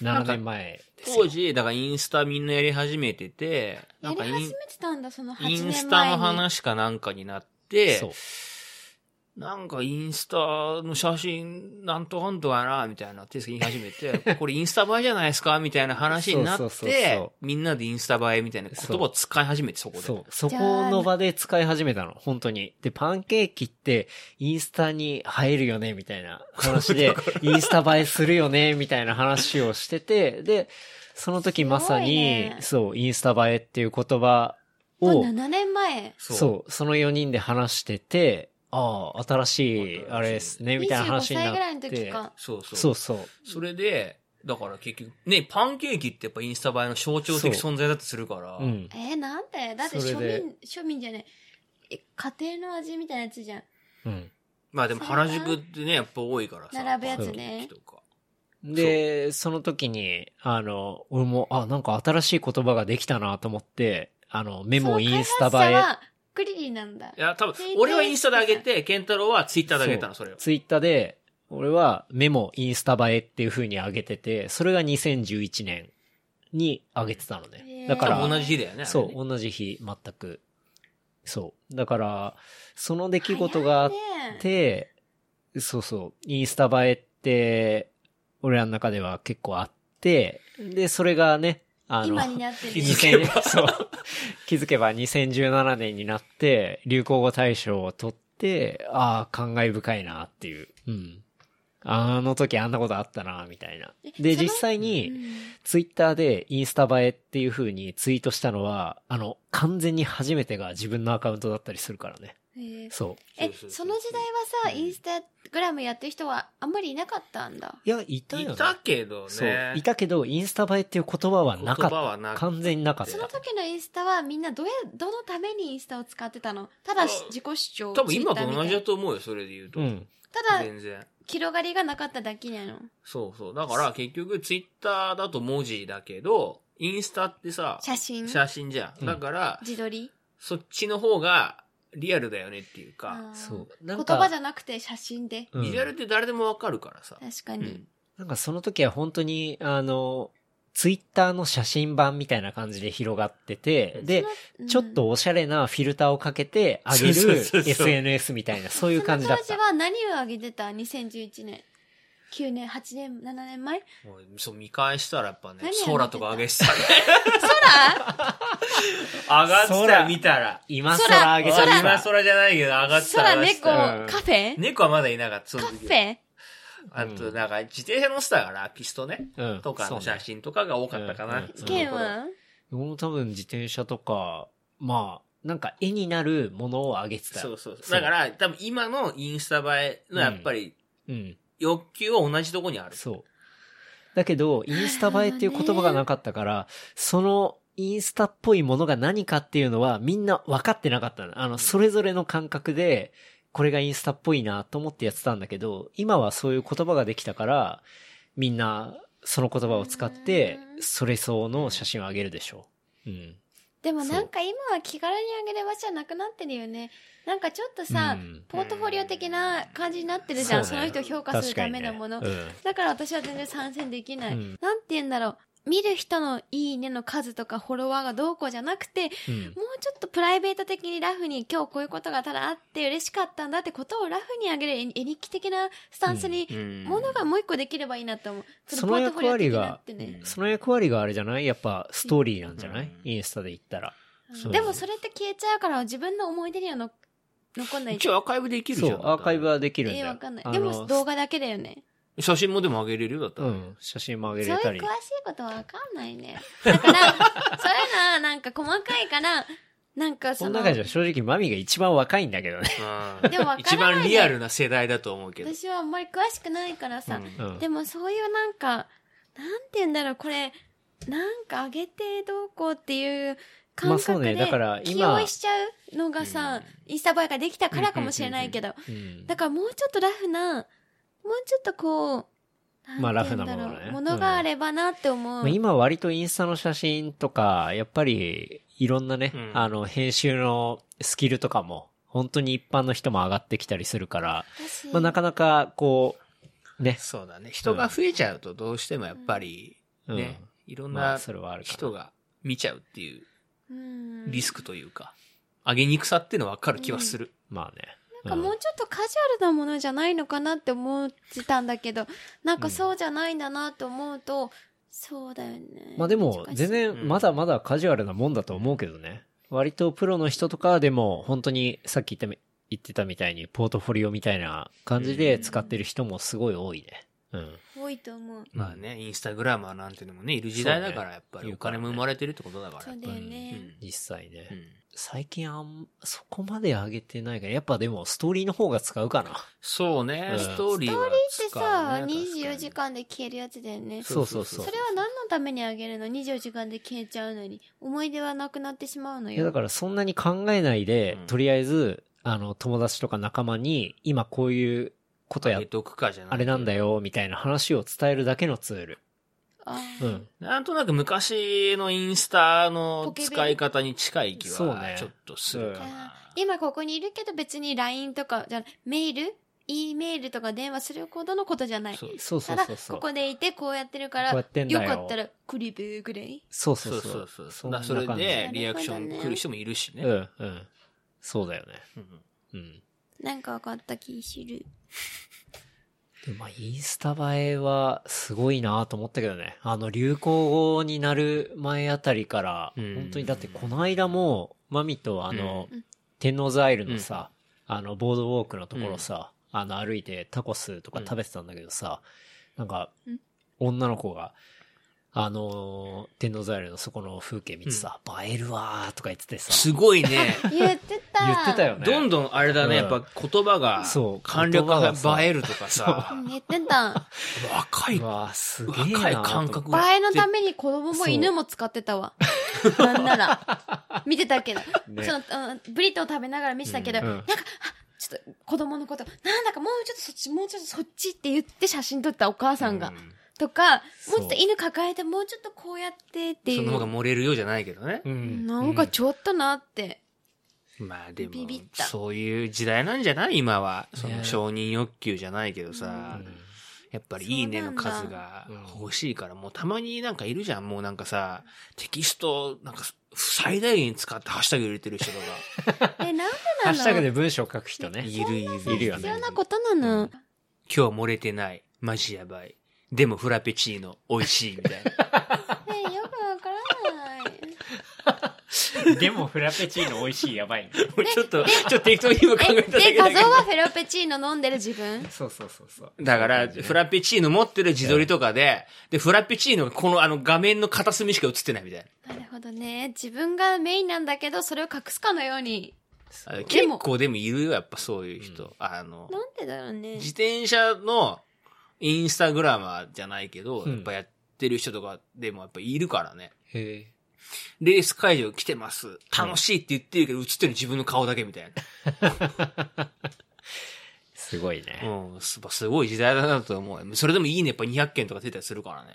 Speaker 1: う。
Speaker 2: なん
Speaker 1: 7
Speaker 2: か
Speaker 1: 年前ですよ
Speaker 2: 当時、だからインスタみんなやり始めてて、な
Speaker 3: や
Speaker 2: ん
Speaker 3: り
Speaker 2: かイン
Speaker 3: 始めてたんだ、その8
Speaker 2: イ
Speaker 3: 年前に。
Speaker 2: ンスタの話かなんかになって
Speaker 1: そう、。
Speaker 2: なんかインスタの写真なんとかんとかな、みたいな、手すき言い始め
Speaker 1: [laughs]
Speaker 2: て、これインスタ映えじゃないですかみたいな話にな
Speaker 1: そ
Speaker 2: っ
Speaker 1: うそうそう
Speaker 2: て
Speaker 1: そ、
Speaker 2: みんなでインスタ映えみたいな言葉を使い始めて、そこで。
Speaker 1: そう。そこの場で使い始めたの、本当に。で、パンケーキって、インスタに映えるよね、みたいな話
Speaker 3: [laughs]
Speaker 1: で、インスタ映えするよね、みたいな話をしてて、で、その時まさに、
Speaker 3: すごいね
Speaker 1: そう、インスタ映えっていう言葉
Speaker 3: もう
Speaker 1: を、
Speaker 3: 7年前。
Speaker 2: そう
Speaker 1: そう、その4人で話してて、ああ、新しい、あれですね、みたいな
Speaker 3: 25
Speaker 1: 話にな
Speaker 3: 歳
Speaker 1: っ
Speaker 3: ぐらいの時
Speaker 1: て。
Speaker 3: か。
Speaker 2: そうそう。
Speaker 1: そうそう。
Speaker 2: それで、だから結局、ね、パンケーキってやっぱインスタ映えの象徴的存在だとするから、
Speaker 1: うん。
Speaker 3: えー、なんでだって
Speaker 1: それ
Speaker 3: 庶
Speaker 1: で
Speaker 3: 民、庶民じゃない。え家庭の味みたいなやつじゃん。
Speaker 1: うん。
Speaker 2: まあでも原宿ってね、やっぱ多いからさ。
Speaker 3: 並ぶやつね
Speaker 2: パンケーキとか
Speaker 1: で、その時に、あの、俺も、あ、なんか新しい言葉ができたなと思って、あの、メモインスタ
Speaker 3: その開
Speaker 1: 映
Speaker 3: 発者はクリリンなんだ
Speaker 2: い。や、多分
Speaker 3: ツイッター、
Speaker 2: 俺はインスタで上げて、ケンタロウはツイッターで上げたの、それ
Speaker 1: え。
Speaker 2: を。
Speaker 1: ツイッターで、俺はメモインスタ映えっていう風に上げてて、それが2011年に上げてたの
Speaker 3: へ
Speaker 1: ね。
Speaker 3: ー
Speaker 1: だか
Speaker 2: 多
Speaker 1: ら、
Speaker 2: 分同じ日だよね。あれ
Speaker 1: そ
Speaker 2: ね。
Speaker 1: う、同じ日、全く。そう。だから、その出来事があっ
Speaker 3: 早いね
Speaker 1: て、そうそう、インスタ映えって、俺らの中では結構あって、で、それがね、あの、
Speaker 3: 今になってる。
Speaker 2: 気づけば
Speaker 1: 2000そう。 [laughs] 気づけば2017年になって、流行語大賞を取って、ああ、感慨深いなっていう。うん。あの時あんなことあったな、みたいな。
Speaker 3: え
Speaker 1: で、
Speaker 3: その
Speaker 1: 実際
Speaker 3: う
Speaker 1: に、
Speaker 3: ん
Speaker 1: ツイッターでインスタ映えっていう風にツイートしたのは、あの、完全に初めてが自分のアカウントだったりするからね。
Speaker 3: えー
Speaker 1: そう。
Speaker 3: え
Speaker 2: そうそうそう
Speaker 3: その時代はさ、インスタグラムやってる人はあんまりいなかったんだ。
Speaker 1: いや、いたよ、ね。
Speaker 2: いたけど
Speaker 1: そう
Speaker 2: ね。。
Speaker 1: いたけど、インスタ映えっていう言葉はなかっ
Speaker 2: 言
Speaker 1: た。
Speaker 2: 葉はなかった
Speaker 1: 完全になかっ
Speaker 3: その
Speaker 1: た。
Speaker 3: 時のインスタはみんなどやどのためにインスタを使ってたのただし
Speaker 2: あ
Speaker 3: 自己主張
Speaker 2: 多分今と同じだ
Speaker 3: Twitter み
Speaker 2: と思うよ、それで言うと。
Speaker 1: うん。
Speaker 3: たいなただ
Speaker 2: 全然。
Speaker 3: 広がりがなかっただけなの
Speaker 2: そうそう。だから結局ツイッターだと文字だけど、インスタってさ、
Speaker 3: 写真
Speaker 2: 写真じゃ
Speaker 1: うん
Speaker 2: ん。だから、
Speaker 3: 自撮り
Speaker 2: そっちの方がリアルだよねっていう
Speaker 3: あ
Speaker 2: か
Speaker 3: ー、
Speaker 1: そう。
Speaker 3: 言葉じゃなくて写真で
Speaker 1: うん
Speaker 2: ビジュアルって誰でもわかるからさ。
Speaker 3: 確か
Speaker 2: う
Speaker 3: に
Speaker 2: ん
Speaker 1: なんかその時は本当に、あの、ツイッターの写真版みたいな感じで広がってて、で、
Speaker 3: うん
Speaker 1: ちょっとおしゃれなフィルターをかけて上げ
Speaker 2: そうそう
Speaker 1: る
Speaker 2: そうそう
Speaker 1: SNS みたいな、そういう感じだっ
Speaker 3: そ
Speaker 1: た
Speaker 3: の当時。は何を上げてた2011年9年8年7年前
Speaker 2: もうそう見返したらやっぱね
Speaker 3: 何やって、た
Speaker 2: 空とか上げてたね。
Speaker 3: 空
Speaker 2: 上がってたら
Speaker 1: 空
Speaker 2: 見たら。
Speaker 1: 今更上げちゃ
Speaker 3: 空
Speaker 2: 今
Speaker 1: った。
Speaker 2: 空じゃないけど上がってたら上が
Speaker 3: 空
Speaker 2: って
Speaker 3: 猫
Speaker 2: たら。
Speaker 1: うん
Speaker 3: カフェ
Speaker 2: 猫はまだいなかった。その
Speaker 3: カ
Speaker 2: 時
Speaker 3: フ
Speaker 2: は
Speaker 3: ェ
Speaker 2: あと、なんか、自転車乗ってたから、ピストね。
Speaker 1: うん
Speaker 2: とかの写真とかが多かったか
Speaker 1: うん
Speaker 2: な
Speaker 1: うん。
Speaker 3: ケンは
Speaker 1: 俺も多分自転車とか、まあ、なんか絵になるものを上げてた。
Speaker 2: そうそうそう。だから、多分今のインスタ映えの、やっぱり、
Speaker 1: うん。
Speaker 2: 欲求は同じとこにある。
Speaker 1: そう。だけど、インスタ映えっていう言葉がなかったから、そのインスタっぽいものが何かっていうのはみんな分かってなかったの。あの、それぞれの感覚で、これがインスタっぽいなと思ってやってたんだけど、今はそういう言葉ができたから、みんなその言葉を使って、
Speaker 3: うん
Speaker 1: それ相応の写真をあげるでしょう。うん。
Speaker 3: でもなんか今は気軽にあげる場所はなくなってるよねなんかちょっとさ、
Speaker 1: うん
Speaker 3: ポートフォリオ的な感じになってるじゃんそ,、
Speaker 1: そう
Speaker 3: の
Speaker 1: ね
Speaker 3: 人を評価
Speaker 1: 確
Speaker 3: する
Speaker 1: か
Speaker 3: た
Speaker 1: に
Speaker 3: め
Speaker 1: ね
Speaker 3: のもの、
Speaker 1: うん
Speaker 3: だから私は全然参戦できない、
Speaker 1: うん
Speaker 3: なんて言うんだろう見る人のいいねの数とかフォロワーがどうこうじゃなくて、もうちょっとプライベート的にラフに今日こういうことがただあって嬉しかったんだってことをラフにあげる絵日記的なスタンスにものがもう一個できればいいなと思う。
Speaker 1: その役割が
Speaker 3: ポートフォリオ的なってね、
Speaker 1: その役割があれじゃないやっぱストーリーなんじゃない、インスタで言ったら。
Speaker 3: うん
Speaker 1: そう
Speaker 3: でもそれって消えちゃうから自分の思い出にはの残んない
Speaker 2: 一応アーカイブできる
Speaker 1: そ
Speaker 2: じゃ
Speaker 1: う、
Speaker 2: ん。
Speaker 1: アーカイブはできるんだ
Speaker 3: え
Speaker 1: よ。
Speaker 3: わかんない
Speaker 1: あ。の
Speaker 3: でも動画だけだよね。
Speaker 2: 写真もでも上げれるよだった
Speaker 1: う
Speaker 2: ら。
Speaker 1: ん、写真も上
Speaker 3: そうい
Speaker 1: げ
Speaker 3: う
Speaker 1: れ
Speaker 3: 詳
Speaker 1: た
Speaker 3: しい
Speaker 1: り。
Speaker 3: ことはわかんないね。だから、
Speaker 1: [laughs]
Speaker 3: そういうのはなんか細かいから、なんか
Speaker 1: こ
Speaker 3: そ
Speaker 1: の
Speaker 3: の、
Speaker 1: 中じゃ正直マミが一番若いんだけどね。
Speaker 2: うん
Speaker 3: でもわからない
Speaker 2: 一番リアルな世代だと思うけど。
Speaker 3: 私はあんまり詳しくないからさ、
Speaker 2: うん
Speaker 1: うん
Speaker 3: でもそういうなんか、なんて言うんだろう、これ、なんか上げてどうこうっていう
Speaker 1: ま
Speaker 3: 感
Speaker 1: あそう
Speaker 3: 覚
Speaker 1: ねだから
Speaker 3: で
Speaker 1: 今
Speaker 3: 起用しちゃうのがさ、インスタ映えができたからかもしれないけど、
Speaker 1: うん
Speaker 3: だからもうちょっとラフな、もうちょっとこう、
Speaker 1: まあ
Speaker 3: んて言うんだろう
Speaker 1: ラフなものね
Speaker 3: ものがあればなって思
Speaker 1: ま
Speaker 3: う。
Speaker 1: あ今割とインスタの写真とか、やっぱりいろんなね、
Speaker 2: うん
Speaker 1: あの、編集のスキルとかも、本当に一般の人も上がってきたりするから、
Speaker 3: 私
Speaker 1: まあなかなかこう、ね、
Speaker 2: そうだね。人が増えちゃうとどうしてもやっぱり、
Speaker 1: うん
Speaker 2: ね、いろん
Speaker 1: ま
Speaker 2: な
Speaker 1: あそれはあるかな
Speaker 2: 人が見ちゃうっていう
Speaker 3: うん
Speaker 2: リスクというか、上げにくさっていうのは分かる気はする。
Speaker 1: まあね。
Speaker 3: なんかもうちょっとカジュアルなものじゃないのかなって思ってたんだけど、なんかそうじゃないんだなと思うと、そうだよね。
Speaker 1: まあでも、全
Speaker 2: うん
Speaker 1: 然まだまだカジュアルなもんだと思うけどね。割とプロの人とかはでも、本当にさっき言ったみ言ってたみたいに、ポートフォリオみたいな感じで使ってる人もすごい多いね。うん。
Speaker 3: 多いと思う。
Speaker 2: まあね、インスタグラマーなんてのもね、いる時代だから、やっぱ
Speaker 1: そう
Speaker 2: り
Speaker 1: ね
Speaker 2: お金も生まれてるってことだから。
Speaker 3: そうだよね。
Speaker 1: 実際ね。
Speaker 2: うんうん
Speaker 1: 最近あん、そこまで上げてないから、やっぱでもストーリーの方が使うかな。
Speaker 2: そうね、
Speaker 1: うん
Speaker 2: ストーリーは
Speaker 3: で
Speaker 2: 使う
Speaker 3: さ、
Speaker 2: ね。
Speaker 3: 24時
Speaker 2: 確か
Speaker 3: 間で消えるやつだよね。
Speaker 2: に。
Speaker 3: そ
Speaker 1: そうそうそう
Speaker 3: れは何のためにあげるの ?24 時間で消えちゃうのに。思い出はなくなってしまうの
Speaker 1: いや、だ
Speaker 3: よ。
Speaker 1: からそんなに考えないで、
Speaker 2: うん
Speaker 1: とりあえず、あの、友達とか仲間に、今こういうことや
Speaker 2: 上げ、とくかじゃない
Speaker 1: あれなんだ
Speaker 2: よ。
Speaker 1: よ、みたいな話を伝えるだけのツール。
Speaker 3: あ
Speaker 1: う
Speaker 3: ー
Speaker 1: ん。
Speaker 2: なんとなく昔のインスタの
Speaker 3: ポケベル
Speaker 2: 使い方に近い気
Speaker 1: そう
Speaker 2: は
Speaker 1: ね
Speaker 2: ちょっとするか
Speaker 3: あ
Speaker 2: な。
Speaker 3: ー今ここにいるけど別に LINE とか、じゃあメール ?E メールとか電話するほどのことじゃない。
Speaker 2: そう
Speaker 1: そうそ
Speaker 3: た
Speaker 1: う
Speaker 3: だ
Speaker 1: そうそう。
Speaker 3: ここでいてこうやってる
Speaker 1: こ
Speaker 3: か
Speaker 1: う
Speaker 3: ら
Speaker 1: やってんだ
Speaker 3: よ
Speaker 1: よ
Speaker 3: かったらクリブぐらい
Speaker 1: そうそ
Speaker 2: そうう
Speaker 1: そ
Speaker 2: そうう。そう。
Speaker 1: そ
Speaker 2: そ
Speaker 1: ん
Speaker 2: う
Speaker 1: な
Speaker 2: だ
Speaker 1: 感
Speaker 2: そ
Speaker 1: じ
Speaker 2: れでリアクショ
Speaker 3: なるほ
Speaker 2: ン
Speaker 3: どね
Speaker 2: 来る人もいるしね。
Speaker 1: うん、うん。そうだよね。
Speaker 2: うん
Speaker 1: うん。
Speaker 3: なんか分かった気する
Speaker 1: でもまあ、インスタ映えはすごいなと思ったけどね。あの、流行語になる前あたりから、
Speaker 2: うん
Speaker 1: 本当にだってこの間も、マミとあの、
Speaker 3: うん
Speaker 1: 天王洲アイルのさ、あの、ボードウォークのところさ、あの、歩いてタコスとか食べてたんだけどさ、なんか
Speaker 3: うん、
Speaker 1: 女の子が、あのー天王洲アイルのそこの風景見てさ、映えるわーとか言っててさ、
Speaker 2: すごいね。
Speaker 3: 言ってた
Speaker 1: 言ってたよね。
Speaker 2: どんどんあれだ
Speaker 1: う
Speaker 2: ね、や
Speaker 1: ん
Speaker 2: っぱ言葉が
Speaker 1: そう、
Speaker 2: 簡
Speaker 1: 言
Speaker 2: 略化
Speaker 1: 葉がさ
Speaker 2: が映えるとかさ、
Speaker 3: 言っ
Speaker 1: [laughs]
Speaker 3: てた
Speaker 2: 若いう
Speaker 1: わーすげえな
Speaker 2: 若い
Speaker 1: ーと思
Speaker 2: 感
Speaker 1: って
Speaker 2: 覚
Speaker 3: 映えのために子供も犬も使ってた
Speaker 1: [laughs]
Speaker 3: わなんなら見てたけど、
Speaker 1: ね
Speaker 3: そのうんブリトー食べながら見てたけど、
Speaker 1: うん
Speaker 3: なんかあちょっと子供のことなんだかもうちょっとそっちもうちょっとそっちって言って写真撮ったお母さんが、とかもうちょっと犬抱えてもうちょっとこうやってってい
Speaker 2: そうの方が漏れるようじゃないけどね。
Speaker 1: うん
Speaker 3: なんかちょっとなって、
Speaker 2: まあでも
Speaker 3: ビビっ、た
Speaker 2: そういう時代なんじゃない今は。そ
Speaker 1: ね
Speaker 2: の承認欲求じゃないけどさ、やっぱりいいねの数が
Speaker 1: そうなんだ
Speaker 2: 欲しいから、もうたまになんかいるじゃん。もうなんかさ、テキスト、なんか最大限使ってハッシュタグ入れてる人とか。
Speaker 3: えなんで
Speaker 1: ハ
Speaker 3: な
Speaker 1: ッシュタグ
Speaker 3: の
Speaker 1: で文章を書く人ね。
Speaker 2: [laughs] いるいる
Speaker 1: いるよね
Speaker 3: 必要なことなの、
Speaker 2: 今日漏れてない。マジやばい。でもフラペチーノ、美味しい、み
Speaker 3: [laughs]
Speaker 2: たいな。
Speaker 3: ねえよくわからない。
Speaker 1: でもフラペチーノ美味しい、やばい、
Speaker 2: もうちょっと、ちょっと適当に今考えただ
Speaker 3: で、
Speaker 2: け
Speaker 3: 画
Speaker 2: だけ
Speaker 3: 像
Speaker 2: ど。
Speaker 3: はフェロペチーノ飲んでる自分
Speaker 1: そうそうそうそう。
Speaker 2: だから、フラペチーノ持ってる自撮りとかで、で、フラペチーノがこのあの画面の片隅しか映ってないみたいな。
Speaker 3: なるほどね。自分がメインなんだけど、それを隠すかのように。
Speaker 2: あ結構でもいるよ、やっぱそういう人。あの、
Speaker 3: なんでだろうね。
Speaker 2: 自転車のインスタグラマーじゃないけど、
Speaker 1: うん
Speaker 2: やっぱやってる人とかでもやっぱいるからね。
Speaker 1: へ
Speaker 2: レース会場来てます。楽しいって言ってるけど、映ってる自分の顔だけみたい
Speaker 1: すごい
Speaker 2: な。
Speaker 1: ね。
Speaker 2: うん、すすごい時代だなと思う。それでもいいね、やっぱ200件とか出たりするからね。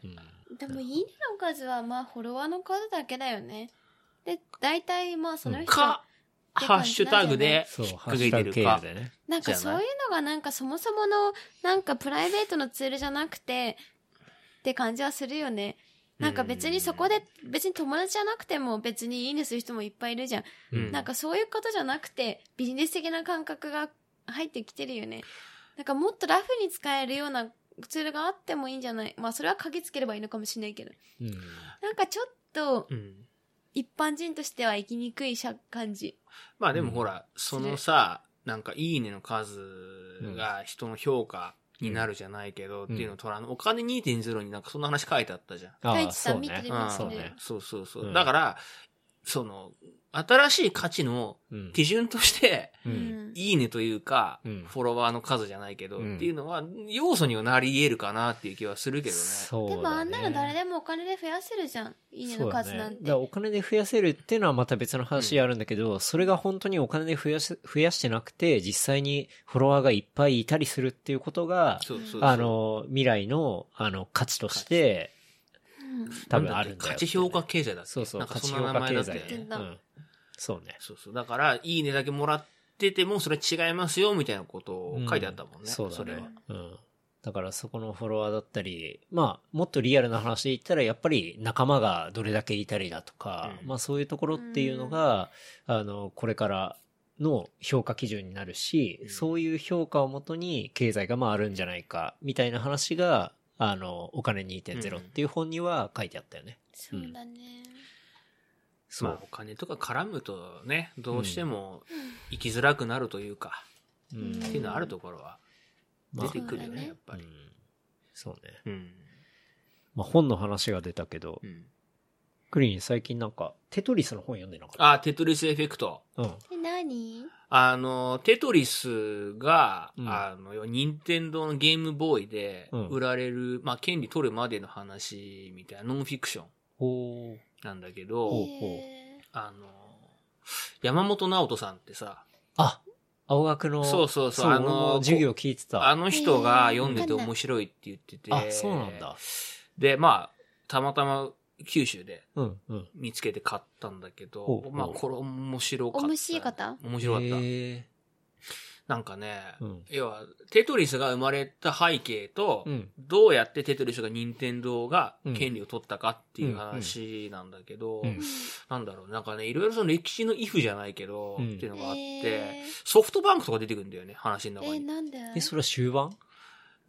Speaker 3: でも、いいねの数は、まあ、フォロワーの数だけだよね。で、大体、まあ、その人、
Speaker 2: か、
Speaker 3: て感
Speaker 2: ハッシ
Speaker 3: じなんじゃない
Speaker 2: ュタグで
Speaker 1: そう、
Speaker 2: 引っ
Speaker 1: ハ
Speaker 2: 掛
Speaker 1: ッシュタ
Speaker 2: けて
Speaker 1: グ
Speaker 2: る
Speaker 1: 経
Speaker 2: か
Speaker 1: 由。でね。
Speaker 3: なんか
Speaker 2: じ
Speaker 3: そ
Speaker 2: ゃ
Speaker 3: う
Speaker 2: ない
Speaker 3: いうのが、なんかそもそもの、なんかプライベートのツールじゃなくて、って感じはするよね。なんか別にそこで、別に友達じゃなくても別にいいねする人もいっぱいいるじゃん。
Speaker 2: うん
Speaker 3: なんかそういうことじゃなくて、ビジネス的な感覚が入ってきてるよね。なんかもっとラフに使えるようなツールがあってもいいんじゃないまあそれは鍵つければいいのかもしれないけど。
Speaker 1: うん。
Speaker 3: なんかちょっと
Speaker 2: うん。
Speaker 3: 一般人としては生きにくいしゃ感じ。
Speaker 2: まあで
Speaker 1: う
Speaker 2: も
Speaker 1: ん
Speaker 2: ほら、そのさ、なんかいいねの数が人の評価になるじゃないけど、
Speaker 1: ん
Speaker 2: っていうのとら、あのお金2.0になんかそんな話書いてあったじゃん。
Speaker 1: あ
Speaker 3: 太
Speaker 1: あ、
Speaker 3: 一さ
Speaker 1: そ
Speaker 3: ん
Speaker 1: う
Speaker 3: 見て
Speaker 1: ね
Speaker 3: る。
Speaker 2: うん
Speaker 3: の
Speaker 1: そ
Speaker 3: そうう
Speaker 1: ね
Speaker 3: ね。
Speaker 2: そうそうそう。
Speaker 1: うん
Speaker 2: だから、その、新しい価値の
Speaker 1: うん
Speaker 2: 基準として、
Speaker 1: う。
Speaker 3: うんん。
Speaker 2: いいねというか、
Speaker 1: うん
Speaker 2: フォロワーの数じゃないけど、
Speaker 1: うん
Speaker 2: っていうのは、要素にはなり得るかなっていう気はするけどね。
Speaker 1: そうだね
Speaker 3: でもあんなの誰でもお金で増やせるじゃん。いいねの数なん
Speaker 1: そうだねだ
Speaker 3: て。
Speaker 1: からお金で増やせるっていうのはまた別の話あるんだけど、それが本当にお金で増やし、増やしてなくて、実際にフォロワーがいっぱいいたりするっていうことが、
Speaker 2: そうそうそう
Speaker 1: あ、の、未来の、あの、価値として、
Speaker 3: うん
Speaker 1: 多分あるんだよ
Speaker 2: 価値評価経済だっけ
Speaker 1: そうそう、
Speaker 2: なんか
Speaker 1: 価
Speaker 2: そ
Speaker 1: 値
Speaker 2: ん
Speaker 1: 評
Speaker 2: な
Speaker 1: 価
Speaker 2: 名前だ
Speaker 1: 経
Speaker 2: った
Speaker 1: 済
Speaker 2: よ
Speaker 1: ね
Speaker 2: ね。
Speaker 3: 経済だ
Speaker 1: う
Speaker 3: って
Speaker 1: ん。そうね。
Speaker 2: そうそう。だから、いいねだけもらってても、それ違いますよ、みたいなことを書いてあったもんね。
Speaker 1: うんそうだね
Speaker 2: れは。
Speaker 1: うん。だからそこのフォロワーだったり、まあ、もっとリアルな話で言ったら、やっぱり仲間がどれだけいたりだとか、
Speaker 2: うん
Speaker 1: まあそういうところっていうのが、あの、これからの評価基準になるし、
Speaker 2: うん
Speaker 1: そういう評価をもとに経済がまああるんじゃないか、みたいな話が、あの、お金2.0っていう本には書いてあったよね。
Speaker 3: そうだね。
Speaker 1: そ
Speaker 2: ま
Speaker 1: う
Speaker 2: あ、お金とか絡むとね、どうしても生きづらくなるというか、
Speaker 1: う
Speaker 3: うん
Speaker 1: ん
Speaker 2: っていうのはあるところは
Speaker 1: ま
Speaker 2: 出
Speaker 1: あ
Speaker 2: てくるよ
Speaker 3: そうだ
Speaker 2: ね、
Speaker 3: ね
Speaker 2: やっぱ
Speaker 1: う
Speaker 2: り。
Speaker 1: んそうね。
Speaker 2: うん。
Speaker 1: まあ本の話が出たけど
Speaker 2: う、ん。
Speaker 1: クリーン最近なんか、テトリスの本読んでなかっ
Speaker 2: あ、テトリスエフェクト。
Speaker 1: た。うん。
Speaker 3: え、何
Speaker 2: あの、テトリスが、
Speaker 1: うん
Speaker 2: あの、任天堂のゲームボーイで
Speaker 1: うん
Speaker 2: 売られる、まあ、権利取るまでの話みたいなノンフィクション
Speaker 1: おー。
Speaker 2: なんだけ
Speaker 3: え
Speaker 2: ど、
Speaker 1: ほうほう
Speaker 2: あの、山本直人さんってさ、
Speaker 1: あ、青学の。
Speaker 2: そうそうそう
Speaker 1: あ
Speaker 2: あの
Speaker 1: の、授業聞いてた。
Speaker 2: あの人が
Speaker 3: えー
Speaker 2: 読んでて面白いって言ってて、
Speaker 1: あ、そうなんだ。
Speaker 2: で、まあ、たまたま九州で
Speaker 1: うん、うん。
Speaker 2: 見つけて買ったんだけ
Speaker 1: ほう
Speaker 2: ど
Speaker 1: ほ、う
Speaker 2: まあ、これ面白かった。
Speaker 3: 面白い方
Speaker 2: 面白かった。
Speaker 1: へ
Speaker 2: なんかね、
Speaker 1: ーうん。
Speaker 2: 要は、テトリスが生まれた背景と、
Speaker 1: うん。
Speaker 2: どうやってテトリスが任天堂が権利を取ったかっていう話なんだけど、
Speaker 1: うんうん
Speaker 2: なんだろう、なんかね、いろいろその歴史のイフじゃないけど、
Speaker 1: うん
Speaker 2: っていうのがあって、
Speaker 3: えー
Speaker 2: ソフトバンクとか出てくるんだよね、話の
Speaker 3: え
Speaker 2: 中に。
Speaker 3: なんで
Speaker 1: え、それは終盤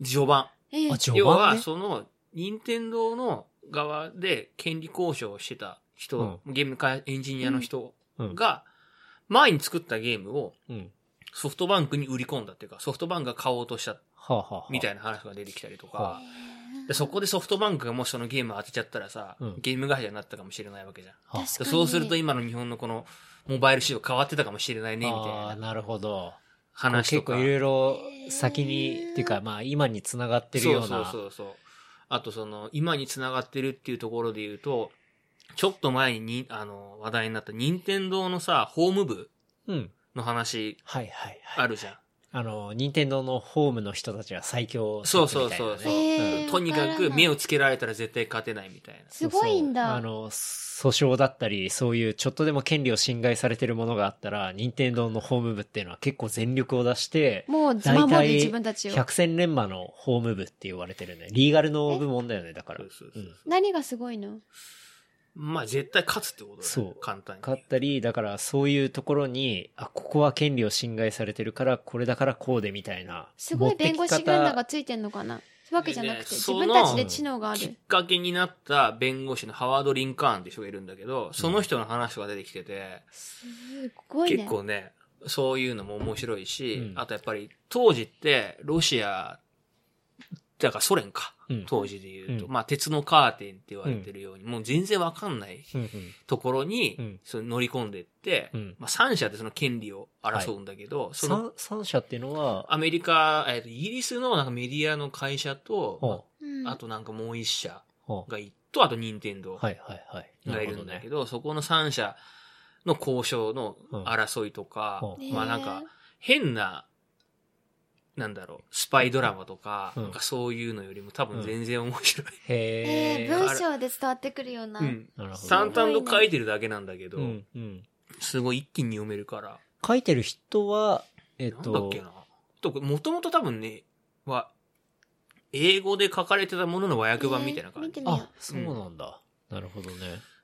Speaker 2: 序盤。
Speaker 3: え
Speaker 1: あ、序
Speaker 2: 要
Speaker 1: 盤
Speaker 2: は、
Speaker 1: ね。
Speaker 2: その、任天堂の側で権利交渉をしてた人、ゲーム開エンジニアの人
Speaker 1: うん。
Speaker 2: が、前に作ったゲームを
Speaker 1: うん。
Speaker 2: ソフトバンクに売り込んだっていうか、ソフトバンクが買おうとした
Speaker 1: はあ、はあはあ、
Speaker 2: みた
Speaker 1: い
Speaker 2: いな話が出てきたりと
Speaker 1: は
Speaker 2: か、でそこでソフトバンクがもしそのゲームを当てちゃったらさ、
Speaker 1: うん
Speaker 2: ゲーム会社になったかもしれないわけじゃん。
Speaker 1: な
Speaker 3: 確か
Speaker 2: で
Speaker 3: に。
Speaker 2: そうすると今の日本のこのモバイル市場変わってたかもしれないね、みたい
Speaker 1: ああー、
Speaker 2: な
Speaker 1: なるほど。
Speaker 2: 話
Speaker 1: 結
Speaker 2: とか。
Speaker 1: 構いろいろ先に、
Speaker 3: えー
Speaker 1: っていうか、まあ今に繋がってるような。
Speaker 2: そうそうそうそうあとその今につながってるっていうところで言うとちょっと前にあの話題になった任天堂のさホーム部
Speaker 1: うん。
Speaker 2: の話
Speaker 1: はいはいはい。
Speaker 2: あるじゃん、
Speaker 1: あの、任天堂のホームの人たちは最強説み
Speaker 2: そうそう
Speaker 1: たいな
Speaker 2: そ
Speaker 1: ね。
Speaker 2: うそう、
Speaker 3: えー
Speaker 2: とにか
Speaker 3: わから
Speaker 2: く
Speaker 3: ない
Speaker 2: 目をつけられたら絶対勝てないみたいな
Speaker 3: すごいんだ。
Speaker 1: そうそうあの、訴訟だったり、そういうちょっとでも権利を侵害されてるものがあったら、任天堂のホーム部っていうのは結構全力を出して、
Speaker 3: もう
Speaker 1: 大
Speaker 3: 守る
Speaker 1: 体
Speaker 3: 自分たちを。
Speaker 1: 百戦錬磨のホーム部って言われてるね。リーガルの部門だよね、だから
Speaker 2: そう。そうそう
Speaker 1: うん
Speaker 3: 何がすごいの
Speaker 2: まあ絶対勝つってことだよ
Speaker 1: そう
Speaker 2: 簡単に
Speaker 1: 勝ったり、だからそういうところに、あ、ここは権利を侵害されてるから、これだからこうでみたいな。
Speaker 3: すごい弁護
Speaker 1: 持っ
Speaker 3: 士
Speaker 1: てき方
Speaker 3: 軍団がついてんのかなそういうわけじゃなく
Speaker 2: で
Speaker 3: て、
Speaker 2: ね
Speaker 3: 自
Speaker 2: その
Speaker 3: 分たちで知能があ
Speaker 2: きっ
Speaker 3: る。
Speaker 2: かけになった弁護士のハワード・リンカーンって人がいるんだけどその人の話が出てきてて、
Speaker 3: すごいね。
Speaker 2: 結構ね、そういうのも面白いし、
Speaker 1: うん
Speaker 2: あとやっぱり当時ってロシア、だからソ連か、
Speaker 1: うん
Speaker 2: 当時で言うと、
Speaker 1: うん
Speaker 2: まあ鉄のカーテンって言われてるように、もう全然わかんない
Speaker 1: うんうん
Speaker 2: ところに、
Speaker 1: うん
Speaker 2: その乗り込んでって、
Speaker 1: うん
Speaker 2: まあ三社でその権利を争うんだけど、その
Speaker 1: 三三社っていうのは、
Speaker 2: アメリカ、えっとイギリスのなんかメディアの会社と、
Speaker 1: ほ
Speaker 3: うん
Speaker 2: あとなんかもう一社
Speaker 1: うほう
Speaker 2: がいと、あと任天堂
Speaker 1: はいはいはい。
Speaker 2: がい
Speaker 1: ほ
Speaker 2: る
Speaker 1: ど
Speaker 2: んだけど、そこの三社の交渉の争いとか、
Speaker 1: うん
Speaker 2: まあなんか、変な、なんだろう、スパイドラマとか、
Speaker 1: うん
Speaker 2: なんかそういうのよりも多分全然面白い。
Speaker 3: え
Speaker 1: へ
Speaker 3: ー
Speaker 1: え。
Speaker 3: 文章で伝わってくるような。
Speaker 1: なるほど。
Speaker 2: 淡々と書いてるだけなんだけど、
Speaker 1: うんうん。
Speaker 2: すごい一気に読めるから。
Speaker 1: 書いてる人は、えっ
Speaker 2: なんだっ
Speaker 1: と
Speaker 2: け、な。と、もともと多分ね、は、英語で書かれてたものの和訳版みたいな感
Speaker 3: えー見て
Speaker 2: じ。
Speaker 3: みよ
Speaker 1: あ
Speaker 3: う、
Speaker 1: そうなんだ。なるほどね。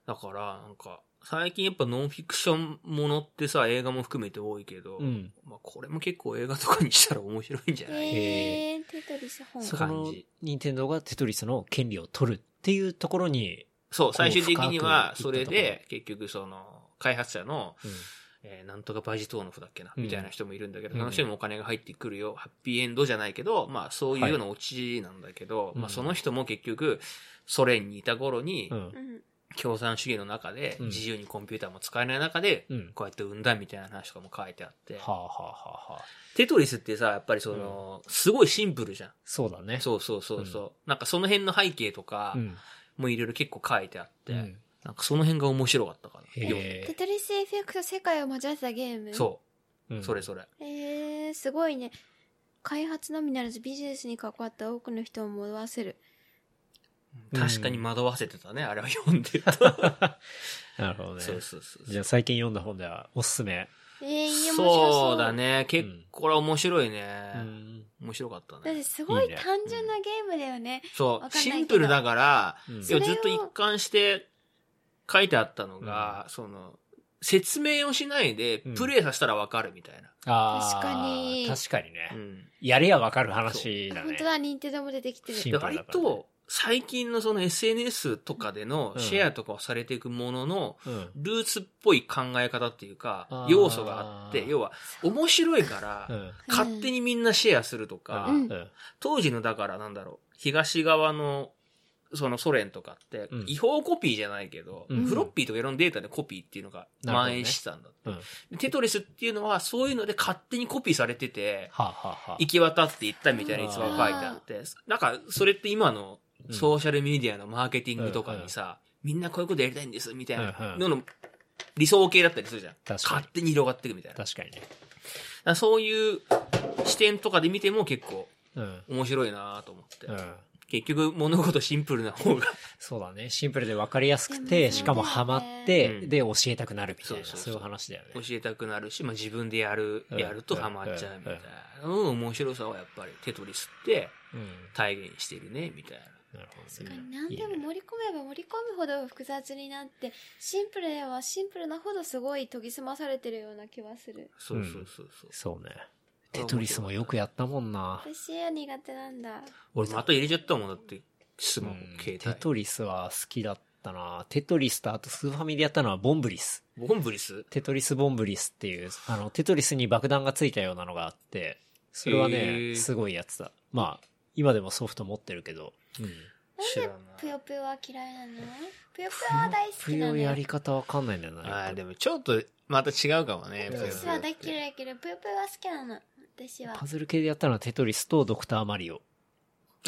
Speaker 2: だから、なんか、最近やっぱノンフィクションものってさ、映画も含めて多いけど、
Speaker 1: うん。
Speaker 2: まあこれも結構映画とかにしたら面白いんじゃない、
Speaker 1: へ
Speaker 3: えー、テトリス本。
Speaker 1: そ
Speaker 2: そう
Speaker 1: こ
Speaker 2: 感
Speaker 1: の
Speaker 2: じ、
Speaker 1: 任天堂がテトリスの権利を取るっていうところに、
Speaker 2: そう、最終的には、
Speaker 1: こ
Speaker 2: そう
Speaker 1: 深くい
Speaker 2: れ
Speaker 1: ったところ
Speaker 2: で、結局その、開発者の、
Speaker 1: うん
Speaker 2: えーなんとかバイジトーノフだっけな、
Speaker 1: うん
Speaker 2: みたいな人もいるんだけど、
Speaker 1: うん
Speaker 2: あの人にもお金が入ってくるよ、ハッピーエンドじゃないけど、まあそういうようなオチなんだけど、
Speaker 1: いうん
Speaker 2: まあその人も結局、ソ連にいた頃に
Speaker 1: う、ん
Speaker 3: う。ん。
Speaker 2: 共産主義の中で、
Speaker 1: うん
Speaker 2: 自由にコンピューターも使えない中で、
Speaker 1: うん。
Speaker 2: こうやって生んだみたいな話とかも書いてあって
Speaker 1: は、あはあはあはあ。
Speaker 2: テトリスってさ、やっぱりその、すごいシンプルじゃん。
Speaker 1: そうだね。
Speaker 2: そうそうそうそう。なんかその辺の背景とか
Speaker 1: う、ん。
Speaker 2: もいろいろ結構書いてあって、
Speaker 1: うん
Speaker 2: なんかその辺が面白かったかな。
Speaker 1: へ
Speaker 2: 読んで
Speaker 1: え
Speaker 3: テトリス FX と世界を交わせたゲーム
Speaker 2: そうう、
Speaker 1: ん
Speaker 2: それそれ。
Speaker 3: う。えー、すごいね。開発のみならずビジネスに関わった多くの人を惑わせる。
Speaker 1: うん
Speaker 2: 確かに惑わせてたね、あれは読んで
Speaker 1: [laughs]
Speaker 2: た。そ
Speaker 1: なるほどね。
Speaker 2: うそうそう。
Speaker 1: じゃあ最近読んだ本ではおすすめ。
Speaker 3: えー、いや面白そう。
Speaker 2: そうだ。ね、結構これは面白いね。
Speaker 1: うん。
Speaker 2: 面白かった
Speaker 3: だって
Speaker 2: ね。
Speaker 3: すごい
Speaker 1: いいね
Speaker 3: 単純なゲームだよね。
Speaker 2: そ、
Speaker 3: わかんないうけど
Speaker 2: シンプルだから、
Speaker 1: うん
Speaker 2: いや
Speaker 3: それを
Speaker 2: ずっと一貫して書いてあったのが、その、説明をしないで
Speaker 1: うん、
Speaker 2: プレイさせたらわかるみたいな。
Speaker 1: あー
Speaker 3: 確かに
Speaker 1: 確かにね。
Speaker 2: うん
Speaker 1: やれやわかる話だ
Speaker 3: 本
Speaker 1: ね
Speaker 3: 当。だ、任天堂も出てきてる。
Speaker 1: シン
Speaker 2: で
Speaker 1: プルだ
Speaker 2: 割
Speaker 1: からね
Speaker 2: と、最近のその SNS とかでの
Speaker 1: うん
Speaker 2: シェアとかをされていくものの、
Speaker 1: うん。
Speaker 2: ルーツっぽい考え方っていう
Speaker 1: あ
Speaker 2: か、
Speaker 1: ー
Speaker 2: 要素があって、要は、面白いから、
Speaker 1: うん。
Speaker 2: 勝手にみんなシェアするとか、
Speaker 1: うん
Speaker 2: 当時のだからなんだろう、東側の、そのソ連とかって
Speaker 1: うん、
Speaker 2: 違法コピーじゃないけど、
Speaker 1: うん
Speaker 2: フロッピーとかいろんなデータでコピーっていうのが
Speaker 1: なるほどね
Speaker 2: 蔓延してたんだって、
Speaker 1: うん。は
Speaker 2: でテトリスっていうのはそういうので勝手にコピーされてて、
Speaker 1: あはあはあ
Speaker 2: 行き渡っていったみたいな逸話が書いてあって、なんかそれって今の
Speaker 1: うん
Speaker 2: ソーシャルメディアのマーケティングとかにさ、みんなこういうことやりたいんですみたいなのの理想形だったりするじゃん。
Speaker 1: 確かに
Speaker 2: 勝手に広がっていくみたいな。だか
Speaker 1: 確かにね。
Speaker 2: らそういう視点とかで見ても結構
Speaker 1: うん。
Speaker 2: 面白いなと思って。
Speaker 1: うん。
Speaker 2: 結局物事シンプルな方が
Speaker 1: そうだね。シンプルで分かりやすく
Speaker 3: でも
Speaker 1: て、しかもハマって、
Speaker 2: うん
Speaker 1: で、教えたくなるみたいな、
Speaker 2: そうそうそ
Speaker 1: そ
Speaker 2: う
Speaker 1: ういう話だよね。
Speaker 2: 教えたくなるし、まあ、自分でやる、
Speaker 1: うん
Speaker 2: やるとハマっちゃうみたいな。うん、面白さはやっぱりテトリスって
Speaker 1: うん。
Speaker 2: 体現してるね、みたいな。
Speaker 1: なるほどね。
Speaker 3: 確かに何でも
Speaker 1: いいね
Speaker 3: 盛り込めば盛り込むほど複雑になってシンプルではシンプルなほどすごい研ぎ澄まされてるような気はする
Speaker 2: そうそうそうそう。
Speaker 1: そうね。テトリスもよくやったもんな。
Speaker 3: 私は苦手なんだ
Speaker 2: 俺また入れちゃったもんだって、スマホ、
Speaker 1: うん
Speaker 2: 携
Speaker 1: テトリスは好きだったな。テトリスとあとスーファミでやったのはボンブリス。
Speaker 2: 帯。ボンブリス
Speaker 1: テトリスボンブリスっていう、あの、テトリスに爆弾がついたようなのがあって、それは
Speaker 2: へ
Speaker 1: ね、
Speaker 2: ー
Speaker 1: すごいやつだ。まあ、今でもソフト持ってるけど、
Speaker 2: 知らない。
Speaker 3: ぷよぷよは嫌いなのぷよぷよは大好
Speaker 1: ぷ
Speaker 3: きな
Speaker 1: よ
Speaker 3: の
Speaker 1: や
Speaker 3: よ
Speaker 1: り方わかんないんだよな。
Speaker 2: ああ、でもちょっと、また違うかもね。
Speaker 1: うん
Speaker 2: ぷよ
Speaker 3: 私
Speaker 2: ぷよ
Speaker 3: は大嫌いだけどぷよぷよは好きなの私は
Speaker 1: パズル系でやったのはテトリスとドクターマリオ。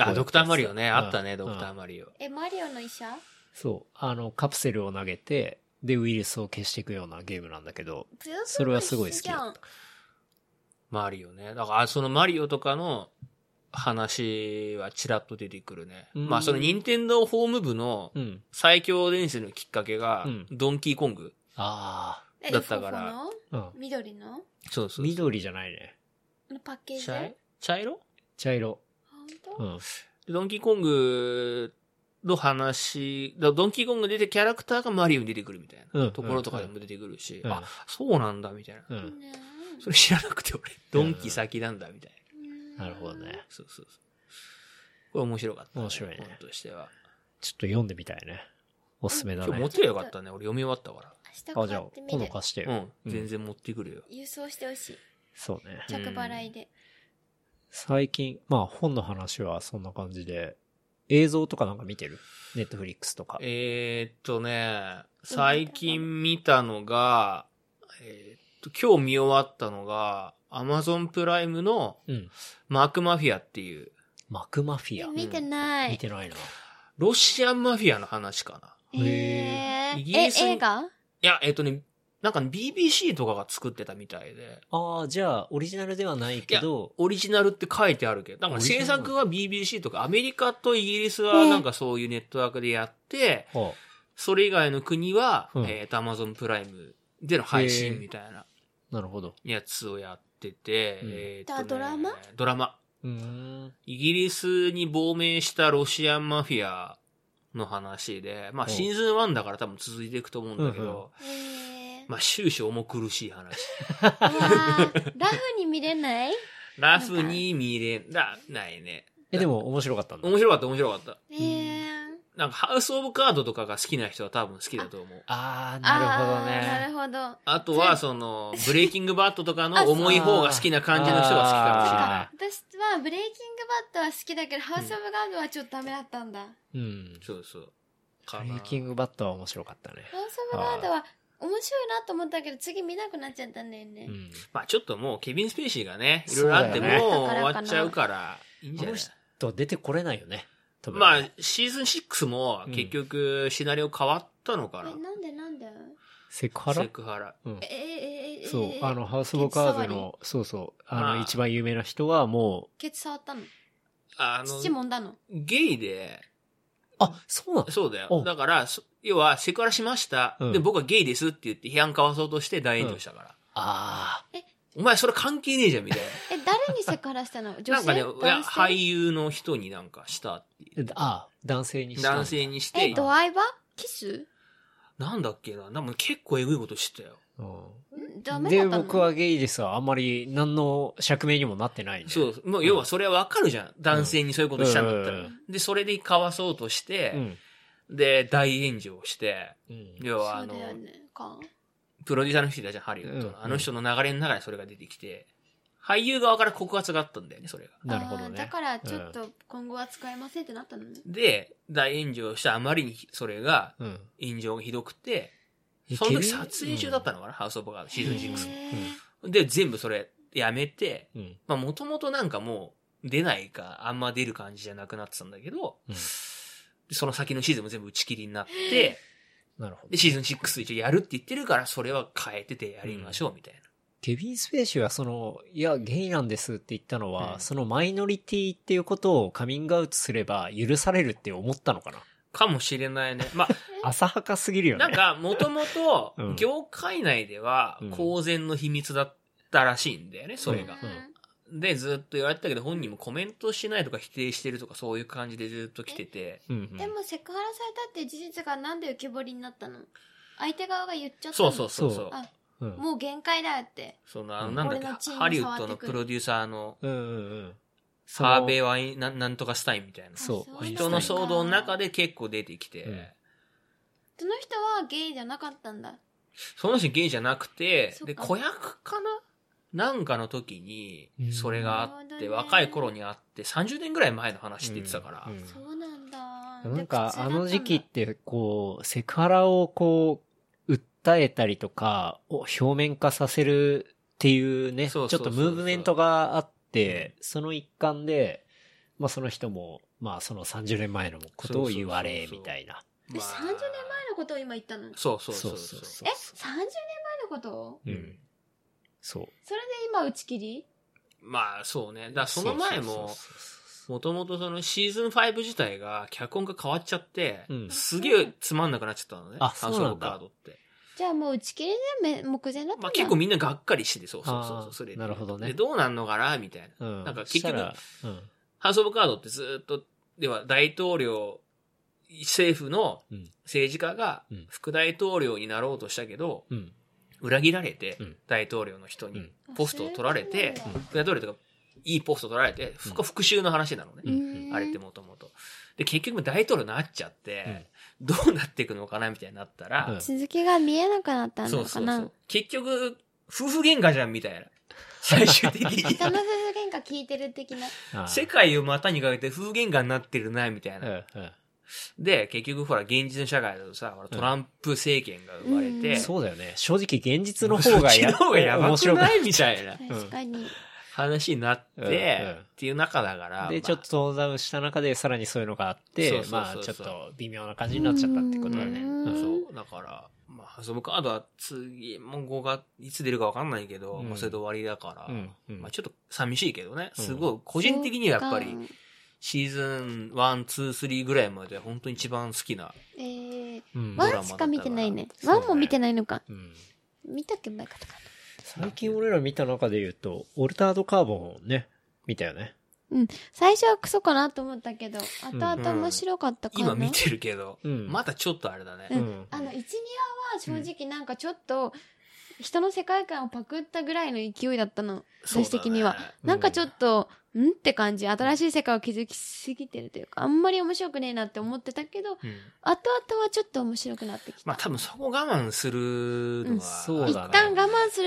Speaker 2: あ、ドクターマリオね。
Speaker 1: うん
Speaker 2: あったね、
Speaker 1: うん
Speaker 2: ドクターマリオ。
Speaker 3: えマリオの医者
Speaker 1: そう。あの、カプセルを投げて、で、ウイルスを消していくようなゲームなんだけど、
Speaker 3: ぷよぷよ
Speaker 1: それはすごい好き
Speaker 3: じゃん
Speaker 2: マリオね。だから、そのマリオとかの話はちらっと出てくるね。
Speaker 1: うん
Speaker 2: まあ、その任天堂ホーム部の
Speaker 1: うん。
Speaker 2: 最強伝説のきっかけが
Speaker 1: うん、
Speaker 2: ドンキーコング。
Speaker 1: あ
Speaker 3: え
Speaker 2: だったから
Speaker 3: フォフォの
Speaker 1: あ、うん。
Speaker 3: 緑の
Speaker 2: そうそ
Speaker 1: 緑じゃないね。
Speaker 3: あのパッケージで
Speaker 2: 茶い茶色
Speaker 1: 茶色。
Speaker 3: 本当、
Speaker 1: うん。
Speaker 2: でドンキーコングの話、だドンキーコング出てキャラクターがマリオに出てくるみたい
Speaker 1: うん
Speaker 2: なところとかでも出てくるし、
Speaker 1: うん
Speaker 2: あ、そうなんだみたいな。
Speaker 1: うん。
Speaker 3: ねえ
Speaker 2: それ知らなくて俺、ドンキ先なんだみたいな。
Speaker 3: うん
Speaker 1: なるほどね。
Speaker 2: そうそうそう。これ面白かった、
Speaker 1: 面白いね
Speaker 2: 本としては。
Speaker 1: ちょっと読んでみたいね。おすすめだ
Speaker 2: 今
Speaker 1: ね。
Speaker 2: 日持ってりゃよかったね。俺読み終わったか
Speaker 3: 明
Speaker 1: あ、
Speaker 3: 日
Speaker 1: じゃ
Speaker 3: 買
Speaker 1: あ
Speaker 3: って、み
Speaker 1: 今
Speaker 3: る
Speaker 1: 度貸してよ。
Speaker 2: ら。うん。
Speaker 1: うん
Speaker 2: 全然持ってくるよ。
Speaker 3: 郵送してほしい
Speaker 1: そうね。
Speaker 3: 着払いで
Speaker 1: 最近、まあ本の話はそんな感じで、映像とかなんか見てるネットフリックスとか。
Speaker 2: えー、っとね、最近見たのが、えーっと、今日見終わったのが、アマゾンプライムの
Speaker 1: うん。
Speaker 2: マークマフィアっていう、
Speaker 1: マクマフィア。
Speaker 3: 見てない
Speaker 1: 見。てないな。
Speaker 2: ロシアンマフィアの話かな。
Speaker 1: ない
Speaker 3: え
Speaker 2: イギ
Speaker 3: ー、
Speaker 2: リ
Speaker 3: え、
Speaker 2: スに
Speaker 3: 映画
Speaker 2: いや、えーっとね、なんかね BBC とかが作ってたみたいで、
Speaker 1: ああ、じゃあオリジナルではないけど、
Speaker 2: オリジナルって書いてあるけど、なんか制作は BBC とか、アメリカとイギリスはなんかそういうネットワークでやって、
Speaker 1: は
Speaker 2: それ以外の国は、
Speaker 1: うん
Speaker 2: えーっと、アマゾンプライムでの配
Speaker 1: へー
Speaker 2: 信みたいな
Speaker 1: あ、なるほど。
Speaker 2: やつをやってて、
Speaker 1: うん
Speaker 2: えーっとね
Speaker 3: あドラマ
Speaker 2: ドラマ。
Speaker 1: うーん。
Speaker 2: イギリスに亡命したロシアンマフィアの話で、まあシーズン1だから多分続いていくと思うんだけど、
Speaker 3: えー
Speaker 2: まあ終始重苦しい話。
Speaker 3: うわーラフに見れない
Speaker 2: ラフに見れな、ないね。
Speaker 1: え、でも面白かったんだ。
Speaker 2: 面白かった、面白かった。
Speaker 3: えー、
Speaker 2: なんかハウスオブカードとかが好きな人は多分好きだと思う。
Speaker 1: あー、
Speaker 3: あー
Speaker 1: な
Speaker 3: な
Speaker 1: る
Speaker 3: るほど。
Speaker 2: あとは、その、ブレイキングバットと
Speaker 3: [laughs]
Speaker 2: かの重い方が好きな感じの人が好きか
Speaker 1: あ
Speaker 3: 私はブレイキングバットは好きだけど、ハウス・オブ・ガードはちょっとダメだったんだ。
Speaker 1: ほどね。
Speaker 2: もしれない。そうそう。
Speaker 1: う
Speaker 2: か
Speaker 1: ん。
Speaker 2: な
Speaker 1: ブレイキングバットは面白かったね。
Speaker 3: ハウス・オブ・ガードは面白いなと思ったけど、次見なくなっちゃったんだよね。
Speaker 1: うん。
Speaker 2: まあちょっともう、ケビン・スペーシーがね、いろいろあっ
Speaker 1: そ
Speaker 2: て
Speaker 1: う
Speaker 2: も
Speaker 1: だよね
Speaker 2: う終わっちゃうから、いいんじ
Speaker 1: あ
Speaker 2: ゃな
Speaker 1: の
Speaker 2: い
Speaker 1: 人出てこれないよね。多分ね
Speaker 2: まあ、シーズン6も結局、シナリオ変わったのかな
Speaker 3: え、。なんでなんで
Speaker 1: セクハラ
Speaker 2: セクハラ。
Speaker 1: うん
Speaker 3: え。えええ
Speaker 1: そう
Speaker 3: え、
Speaker 1: あの、ハウス・オブ・カードの、そうそう、あの、一番有名な人はもう、
Speaker 3: ケツ触ったの
Speaker 2: あ
Speaker 3: 父
Speaker 2: の、
Speaker 3: もんだの
Speaker 2: ゲイで、
Speaker 1: あ、そうなん
Speaker 2: そうだよ
Speaker 1: お。
Speaker 2: だから、そ要は、セクハラしました。
Speaker 1: うん
Speaker 2: で、僕はゲイですって言って批判かわそうとして大炎上したから。
Speaker 1: あ
Speaker 2: お前それ関係ねえじゃん、みたい
Speaker 3: え、誰にセクハラしたの女
Speaker 1: [laughs]
Speaker 3: 性
Speaker 2: な。なんかね、いや
Speaker 3: 男性
Speaker 2: 俳優の人になんかしたっていう。
Speaker 1: ーあー、男性にしたんだ
Speaker 2: 男性にし
Speaker 3: え、
Speaker 2: て、
Speaker 3: ドアイバキス
Speaker 2: なんだっけな、でも結構えぐいことしてたよ。
Speaker 1: うん
Speaker 3: んダメだ
Speaker 1: で、
Speaker 3: ったの
Speaker 1: 僕はゲイですわ。あんまり何の釈明にもなってないね。
Speaker 2: そう、もう要はそれはわかるじゃん。男性にそういうことしたんだった
Speaker 1: う
Speaker 2: ら
Speaker 1: ん。
Speaker 2: で、それでかわそうとし
Speaker 1: う
Speaker 2: て、
Speaker 1: ん。
Speaker 2: で、大炎上して、
Speaker 1: うん。
Speaker 2: 要は
Speaker 3: そ
Speaker 2: あ
Speaker 3: う
Speaker 2: の、
Speaker 3: だよね。か
Speaker 2: プロデューサーの人いたじゃん、ハリウッド
Speaker 1: うん
Speaker 2: の。あの人の流れの中でそれが出てきて、俳優側から告発があったんだよね、それが。
Speaker 1: なるほど
Speaker 3: あー
Speaker 1: ね。
Speaker 3: だから、ちょっと今後は使えませんってなったのね。
Speaker 2: で、大炎上したあまりにそれが、
Speaker 1: うん。
Speaker 2: 炎上がひどくて、
Speaker 1: い
Speaker 2: その
Speaker 1: ける
Speaker 2: 時撮影中だったのかな、ハウスオブガード、シーズン
Speaker 1: ジンクス
Speaker 2: 6
Speaker 3: へ
Speaker 2: で、全部それやめて、
Speaker 1: うん。
Speaker 2: まあもともとなんかもう出ないか、あんま出る感じじゃなくなってたんだけど、
Speaker 1: うん
Speaker 2: その先のシーズンも全部打ち切りになって、
Speaker 1: なるほど
Speaker 2: で、。シーズン6一応やるって言ってるから、それは変えててやりましょう、みたいな。
Speaker 1: ケビン・スペーシーはその、いや、ゲイなんですって言ったのは、
Speaker 2: うん
Speaker 1: そのマイノリティっていうことをカミングアウトすれば許されるって思ったのかな。
Speaker 2: かもしれないね。ま
Speaker 1: 浅はかすぎる
Speaker 2: あ、
Speaker 1: よね。
Speaker 2: なんか、もともと
Speaker 1: [laughs] うん、
Speaker 2: 業界内では
Speaker 1: うん、
Speaker 2: 公然の秘密だったらしいんだよね、それが。
Speaker 1: うん
Speaker 2: で、ずっと言われてたけど、本人もコメントしないとか否定してるとか、そういう感じでずっと来てて。
Speaker 1: うん、
Speaker 3: う
Speaker 1: うんん
Speaker 3: でもセクハラされたっていう事実がなんで浮き彫りになったの相手側が言っちゃったの
Speaker 2: そうそうそうそう。
Speaker 3: あ、
Speaker 1: うん。
Speaker 3: もう限界だよって。
Speaker 2: その、あの、
Speaker 1: うん
Speaker 2: なんだっ
Speaker 3: 俺のチ
Speaker 2: け、
Speaker 3: ーム
Speaker 2: ハリウッドのプロデューサーの、
Speaker 1: うんうんうん。その
Speaker 2: サーベイワイン、なんなんとかスタインみたいな。
Speaker 1: そう
Speaker 3: あ
Speaker 1: うん
Speaker 2: 人の騒動の中。で結構出てきて、
Speaker 1: うん
Speaker 3: その人はゲイじゃなかったんだ。
Speaker 2: その人ゲイじゃなくて
Speaker 3: そ、っ
Speaker 2: で、
Speaker 3: か
Speaker 2: 子役かななんかの時に
Speaker 1: う、ん
Speaker 2: それがあっ
Speaker 3: なるほ
Speaker 2: て、
Speaker 3: どね
Speaker 2: 若い頃にあって、30年ぐらい前の話って言ってたから、
Speaker 1: うんうん
Speaker 3: そうなんだ。
Speaker 1: なんか、
Speaker 3: で
Speaker 1: あの時期っ
Speaker 3: 普
Speaker 1: て、こう、セクハラをこう、訴えたりとか、を表面化させるっていうね、ち
Speaker 2: そ
Speaker 1: ょ
Speaker 2: う
Speaker 1: っ
Speaker 2: そうそう
Speaker 1: とムーブメントがあって、その一環で、まあその人も、まあその30年前のことを言われ、
Speaker 2: そうそうそうそう
Speaker 1: みたいな。
Speaker 3: 通だったんだ。え、30年前のことを今言ったのえ、30
Speaker 2: そうそうそ
Speaker 1: そ
Speaker 2: うそうう
Speaker 1: そう
Speaker 3: 年前のこと
Speaker 1: う
Speaker 2: うんん。
Speaker 1: そう。
Speaker 3: それで今打ち切り
Speaker 2: まあそうね。だからその前
Speaker 1: そうそ
Speaker 2: も
Speaker 1: う、そうそう
Speaker 2: もともとそのシーズン5自体が脚本が変わっちゃって、
Speaker 1: うん
Speaker 2: すげえつまんなくなっちゃったのね。
Speaker 1: あ
Speaker 2: ハウス
Speaker 1: そうな
Speaker 2: オ
Speaker 1: ん
Speaker 2: ブ
Speaker 1: だ
Speaker 2: カードって。
Speaker 3: じゃあもう打ち切りでめ目前だった
Speaker 2: ま
Speaker 3: んだ
Speaker 2: あ。結構みんながっかりしてて、そうそうそう
Speaker 1: あ
Speaker 2: そ
Speaker 1: ー
Speaker 2: う、それで
Speaker 1: なるほどね
Speaker 2: で、どうなんのかなみたいな。
Speaker 1: うん。
Speaker 2: なんか結局
Speaker 1: したらうん。
Speaker 2: ハウスオブカードってずっと、では大統領、政府の
Speaker 1: うん
Speaker 2: 政治家が
Speaker 1: うん
Speaker 2: 副大統領になろうとしたけど、
Speaker 1: うん。
Speaker 2: 裏切られて
Speaker 1: うん、
Speaker 2: 大統領の人
Speaker 1: う
Speaker 2: に
Speaker 1: ん
Speaker 2: ポストを取られて
Speaker 3: あそういうことなん、
Speaker 2: 副大統領とかいいポスト取られて、ふ
Speaker 1: うん
Speaker 2: 復讐の話なのね。
Speaker 1: うん
Speaker 2: あれってもともと。で、結局大統領になっちゃって、どうなっていくのかなみたいになった
Speaker 1: う
Speaker 2: ら
Speaker 1: ん、
Speaker 3: 続きが見えなくなった
Speaker 2: そ
Speaker 3: の
Speaker 2: う
Speaker 3: か
Speaker 2: そうそ
Speaker 3: な
Speaker 2: う。結局、夫婦喧嘩じゃんみたいな。最終的
Speaker 3: [laughs] 人の
Speaker 2: に。
Speaker 3: 夫婦喧嘩聞いてる的な。
Speaker 1: あー
Speaker 2: 世界を股にかけて夫婦喧嘩になってるな、みたい
Speaker 1: うん
Speaker 2: な。
Speaker 1: うん
Speaker 2: で、結局ほら、現実の社会だとさ、ほらトランプ政権が生まれ
Speaker 3: う
Speaker 2: て、
Speaker 3: ん
Speaker 1: そうだよね。正直現実の方が
Speaker 2: [laughs] そっちの方がやば
Speaker 1: 面
Speaker 2: く
Speaker 1: 白く
Speaker 2: ないみたいな
Speaker 1: うん
Speaker 3: 確かに。
Speaker 2: 話になっ
Speaker 1: うんうん
Speaker 2: て、っていう中だから。ま
Speaker 1: で、
Speaker 2: あ
Speaker 1: ちょっと遠ざした中で、さらにそういうのがあって、
Speaker 2: そうそうそうそう
Speaker 1: まあ、ちょっと微妙な感じになっちゃったってことだね。
Speaker 3: うん
Speaker 1: うん
Speaker 2: そう。だから、まあ、遊ぶカードは次、もう5月、いつ出るかわかんないけど、
Speaker 1: うん
Speaker 2: もうそれで終わりだから、
Speaker 1: うんうん
Speaker 2: まあちょっと寂しいけどね、
Speaker 1: うん
Speaker 2: すごい、個人的にはやっぱ
Speaker 3: そうか
Speaker 2: り、シーズン1、2、3ぐらいまで本当に一番好きな。
Speaker 3: えー、
Speaker 1: うん
Speaker 2: ドラマだっ
Speaker 3: ワン
Speaker 2: た
Speaker 3: し
Speaker 2: か
Speaker 3: から見てないね。
Speaker 1: そう
Speaker 3: ワ
Speaker 1: ね
Speaker 3: ンも見てないのか。
Speaker 1: うん
Speaker 3: 見たっけばよかったか
Speaker 1: 最近俺ら見た中で言うと、オルタードカーボンをね、見たよね。
Speaker 3: うん。最初はクソかなと思ったけど、後
Speaker 1: うん
Speaker 3: 々面白かったかな。
Speaker 2: 今見てるけど、
Speaker 1: うん
Speaker 2: まだちょっとあれだね。
Speaker 3: うん
Speaker 1: うん
Speaker 3: あの、1、2話は正直なんかちょっと、人の世界観をパクったぐらいの勢いだったの。
Speaker 2: そうだね
Speaker 3: 私的には。なんかちょっと、んって感じ。新しい世界を築きすぎてるというか、あんまり面白くねえなって思ってたけど、
Speaker 2: うん
Speaker 3: 後々はちょっと面白くなってきた。
Speaker 2: まあ多分そこ我慢するの
Speaker 3: うん
Speaker 2: が、
Speaker 1: そう
Speaker 3: 一
Speaker 1: だね
Speaker 3: 旦我慢す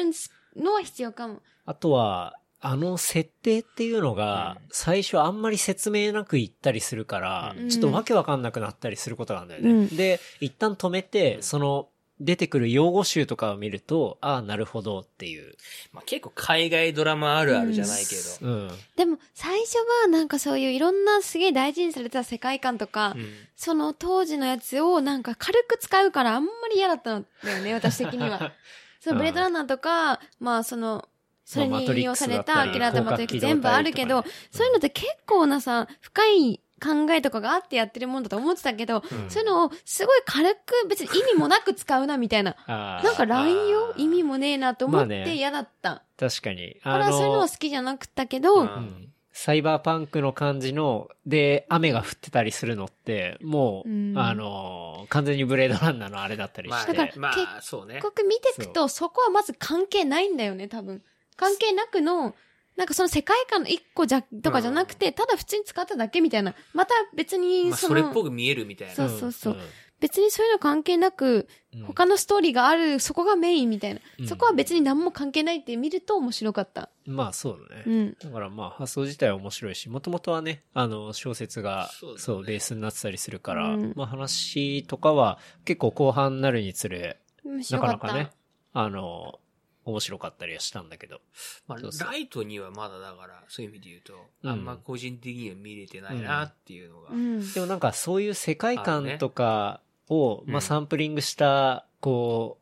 Speaker 3: るのは必要かも。
Speaker 1: あとは、あの設定っていうのが
Speaker 2: うん、
Speaker 1: 最初あんまり説明なく言ったりするから、
Speaker 2: うん
Speaker 1: ちょっとわけわかんなくなったりすることなんだよね。
Speaker 3: うん
Speaker 1: で、一旦止め
Speaker 2: う
Speaker 1: て、
Speaker 2: ん
Speaker 1: その、出てくる用語集とかを見ると、ああ、なるほどっていう。
Speaker 2: まあ、結構海外ドラマあるあるじゃないけど。
Speaker 1: うん。
Speaker 3: でも、最初はなんかそういういろんなすげえ大事にされてた世界観とか、
Speaker 2: うん
Speaker 3: その当時のやつをなんか軽く使うからあんまり嫌だったんだよね、私的には。そのブレードランナーとか、まあその、それ
Speaker 1: まあ
Speaker 3: に
Speaker 1: マトリ
Speaker 3: 利
Speaker 1: ッ
Speaker 3: 用
Speaker 1: クス
Speaker 3: さ
Speaker 1: だ
Speaker 3: れ
Speaker 1: った
Speaker 3: た
Speaker 1: り
Speaker 3: アキラとマトリックス全部あるけど、
Speaker 1: 広角機動隊とかね
Speaker 3: そういうのって結構なさ、深い考えとかがあってやってるもんだと思ってたけど、
Speaker 1: うん
Speaker 3: そういうのをすごい軽く別に意味もなく使うなみたいな。
Speaker 1: ああ
Speaker 3: なんか乱用
Speaker 2: あー
Speaker 3: 意味もねえなと思っ
Speaker 1: まあ
Speaker 3: て
Speaker 1: ね
Speaker 3: 嫌だった。
Speaker 1: 確かに。
Speaker 3: だからそういうのは好きじゃなくったけど、
Speaker 2: うん
Speaker 1: うんサイバーパンクの感じの、で、雨が降ってたりするのって、もう、
Speaker 3: うん
Speaker 1: あの、完全にブレードランナーのあれだったりして。
Speaker 3: だから
Speaker 2: ま
Speaker 3: 結
Speaker 2: あ、そうね。
Speaker 3: 結局見てくと、そこはまず関係ないんだよね、多分。関係なくの、なんかその世界観の一個じゃ、とかじゃなくて、ただ普通に使っただけみたいな。また別に
Speaker 2: まあ、
Speaker 3: そ
Speaker 2: それ
Speaker 3: の、
Speaker 2: っぽく見えるみたいな。
Speaker 3: そうそうそう。別にそういうの関係なく、
Speaker 1: うんうん
Speaker 3: 他のストーリーがある、そこがメインみたいな。
Speaker 1: うん
Speaker 3: そこは別に何も関係ないって見ると面白かった。
Speaker 1: まあそうだね。
Speaker 3: うん。
Speaker 1: だからまあ発想自体は面白いし、もともとはね、あの小説が
Speaker 2: そう
Speaker 1: そ
Speaker 2: だ
Speaker 1: う,、
Speaker 2: ね
Speaker 1: ベースになってたりするから、
Speaker 3: うん
Speaker 1: まあ話とかは結構後半になるにつれ、
Speaker 3: 面
Speaker 1: な
Speaker 3: 白
Speaker 1: か
Speaker 3: か
Speaker 1: な
Speaker 3: った。
Speaker 1: かね、あの、面白かったりはしたんだけど。
Speaker 2: まあ
Speaker 1: そうそう
Speaker 2: ライトにはまだだから、そういう意味で言うと、
Speaker 1: うん
Speaker 2: あんま個人的には見れてないなっていうのが。
Speaker 3: うん。
Speaker 1: でもなんかそういう世界観とかを、ま
Speaker 2: ねうん
Speaker 1: あサンプリングした、こ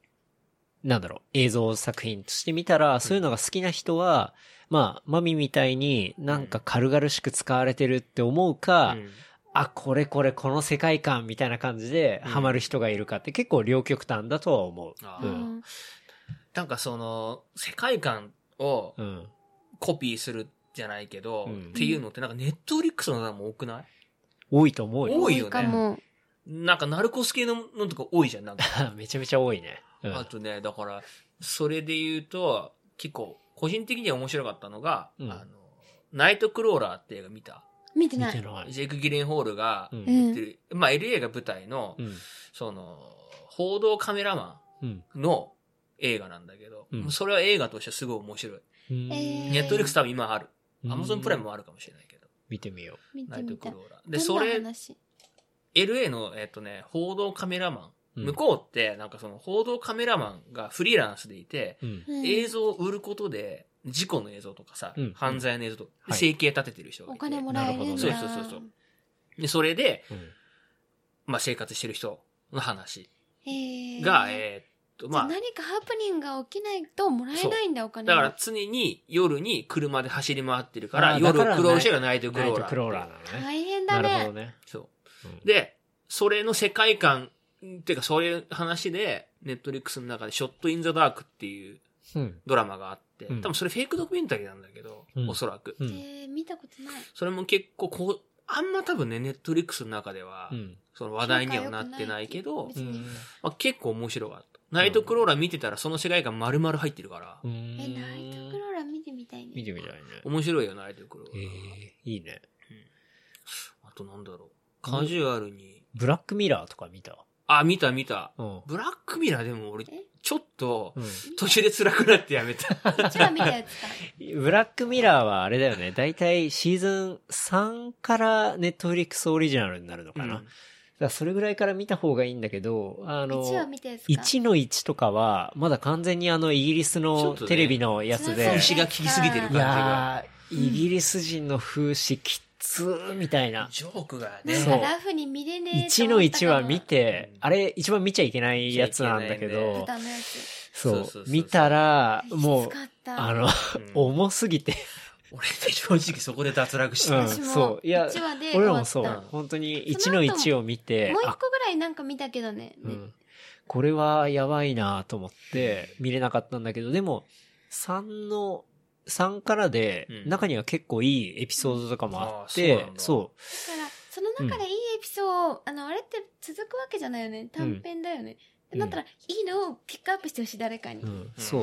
Speaker 1: う、なんだろう、映像作品として見たら、そういうのが好きな人は、まあ、マミみたいになんか軽々しく使われてるって思うか、
Speaker 2: うん
Speaker 1: あ、これこれこの世界観みたいな感じで
Speaker 2: うん
Speaker 1: ハマる人がいるかって結構両極端だとは思う。
Speaker 2: あ
Speaker 3: あ
Speaker 2: ー
Speaker 1: うん
Speaker 3: ー
Speaker 2: なんかその、世界観を
Speaker 1: うん。
Speaker 2: コピーするじゃないけど、
Speaker 1: うん
Speaker 2: っていうのってなんかネットフリックスの中も多くない
Speaker 1: 多いと思うよ。
Speaker 2: 多いよね
Speaker 3: かも。
Speaker 2: なんかナルコス系ののとか多いじゃん、なんか。
Speaker 1: [laughs] めちゃめちゃ多いね。うん
Speaker 2: あとね、だから、それで言うと、結構、個人的には面白かったのが、
Speaker 1: うん
Speaker 2: あの、ナイトクローラーって映画見た。
Speaker 3: 見て
Speaker 1: 見
Speaker 3: な
Speaker 1: て
Speaker 3: い。
Speaker 1: ない。
Speaker 2: ジェイク・ギレンホールが
Speaker 1: う、。
Speaker 3: うん
Speaker 2: やって
Speaker 3: ん。
Speaker 2: るまあ LA が舞台の、
Speaker 1: うん。
Speaker 2: その、報道カメラマ
Speaker 1: うん。
Speaker 2: ンの映画なんだけど、
Speaker 1: うん
Speaker 2: それは映画としてすごい面白い。
Speaker 3: えー
Speaker 2: ネットフリックス多分今ある。
Speaker 1: うん
Speaker 2: アマゾンプライムもあるかもしれないけど、
Speaker 1: 見てみよ
Speaker 3: 見
Speaker 2: ナ
Speaker 3: て
Speaker 2: イト
Speaker 3: み
Speaker 2: ク
Speaker 3: たい
Speaker 2: ロ。ーラー。で、
Speaker 3: ど
Speaker 2: そ
Speaker 3: んな
Speaker 2: れ、
Speaker 3: 話
Speaker 2: LA の、えっとね、報道カメラマ
Speaker 1: う。
Speaker 2: ン。向こうって、なんかその報道カメラマンがフリーランスでいて、
Speaker 1: うん。うん。
Speaker 3: うん
Speaker 2: 映像を売ることで、事故の映像とかさ、
Speaker 1: うん
Speaker 2: 犯罪の映像とか、
Speaker 1: はい
Speaker 2: 生計立ててる人がい
Speaker 3: お
Speaker 2: て。
Speaker 3: 金もらえるんだ。
Speaker 1: なる
Speaker 2: ほどねそうそうそうそうで、それで、
Speaker 1: うん
Speaker 2: まあ生活してる人の話
Speaker 3: へー
Speaker 2: が、えーっと、
Speaker 3: じゃあ
Speaker 2: まあ、
Speaker 3: 何かハプニングが起きないともらえないんだ、お金
Speaker 2: だ
Speaker 3: が
Speaker 2: から常に夜に車で走り回ってるから、
Speaker 1: あー
Speaker 2: 夜
Speaker 1: だから
Speaker 2: 苦労してるのがナイトクロ
Speaker 1: ナイ
Speaker 2: ーラー。
Speaker 1: トクローラーなのね。
Speaker 3: 大変だ
Speaker 1: な
Speaker 3: ね
Speaker 1: るほどね。
Speaker 2: そう。
Speaker 1: うん
Speaker 2: で、それの世界観、っていうかそういう話で、ネットリックスの中でショットインザダークっていう
Speaker 1: うん。
Speaker 2: ドラマがあって、
Speaker 1: うん
Speaker 2: 多分それフェイクドキュメンタリーなんだけど、
Speaker 1: うん
Speaker 2: おそらく。
Speaker 1: う
Speaker 3: え
Speaker 1: ん。
Speaker 3: ー見たことない
Speaker 2: それも結構こう、あんま多分ね、ネットリックスの中では、
Speaker 1: うん。
Speaker 2: その話題にはなってないけど、
Speaker 3: 別に
Speaker 2: まあ、結構面白かった。ナイトクローラー見てたらその世界観丸々入ってるから、
Speaker 1: うん
Speaker 3: えナイトクローラー見てみたいね
Speaker 1: 見てみたいね。
Speaker 2: 面白いよ、ナイトクローラ
Speaker 1: え
Speaker 2: ー。
Speaker 1: ーいいね。
Speaker 2: あとなんだろう。カジュアルに。
Speaker 1: ブラックミラーとか見た
Speaker 2: あ、見た見た。
Speaker 1: うん。
Speaker 2: ブラックミラーでも俺
Speaker 3: え、
Speaker 2: ちょっと、
Speaker 1: うん
Speaker 2: 途中で辛くなってやめた。
Speaker 1: [laughs]
Speaker 3: こっちは見たやつか
Speaker 1: ブラックミラーはあれだよね。だいたいシーズン3からネットフリックスオリジナルになるのかな。だからそれぐらいから見た方がいいんだけど、あの、
Speaker 3: 1は見たやつか
Speaker 1: 1の1とかは、まだ完全にあのイギリス
Speaker 2: ちょっ
Speaker 1: の
Speaker 2: とね
Speaker 1: テレビのやつ
Speaker 3: う
Speaker 1: で、
Speaker 3: ん
Speaker 2: 牛が効きすぎてる感
Speaker 1: い
Speaker 2: じが。
Speaker 1: やー、イギリス人の風刺きつーみたいな。
Speaker 2: ジョークがね。
Speaker 3: なん
Speaker 1: そ
Speaker 3: か
Speaker 1: う
Speaker 3: ラフに見れねえと
Speaker 1: 1
Speaker 3: 思
Speaker 1: の
Speaker 3: ったか
Speaker 1: 1
Speaker 3: も
Speaker 1: は見て
Speaker 2: うん、
Speaker 1: あれ一番見ちゃいけないやつなんだけ
Speaker 2: 見ちゃいけない
Speaker 1: ど
Speaker 2: ね、
Speaker 3: 豚のやつ
Speaker 2: そうそう
Speaker 1: そ
Speaker 2: そう
Speaker 1: う
Speaker 2: そ、う
Speaker 1: 見たら、
Speaker 3: き
Speaker 1: もう
Speaker 3: つ、かった
Speaker 1: あの、
Speaker 2: うん
Speaker 1: 重すぎて、
Speaker 2: 俺ね、正直そこで脱落し
Speaker 1: う
Speaker 2: た。
Speaker 1: ん、
Speaker 3: 私も
Speaker 1: そう。いや
Speaker 3: 一話で、終
Speaker 1: 俺ら
Speaker 3: わ
Speaker 1: も
Speaker 3: った
Speaker 1: そう
Speaker 2: うん。
Speaker 1: 本当に1の1を見て
Speaker 3: もう、一
Speaker 1: あ、
Speaker 3: 個ぐらいなんか見たけどね
Speaker 1: う
Speaker 3: ね
Speaker 1: ん、これはやばいなと思って見れなかったんだけど、でも、3の3からで、
Speaker 2: うん
Speaker 1: 中には結構いいエピソードとかもあっ
Speaker 2: あーそう
Speaker 1: て
Speaker 2: な、んだ
Speaker 1: そ
Speaker 3: から、その中でいいエピソードを、あの、あれって続くわけじゃないよね。短編だよね。
Speaker 1: うん
Speaker 3: だったら、いいのをピックアップしてほしい、誰かに。
Speaker 1: う、う
Speaker 3: じ
Speaker 1: ん、そう。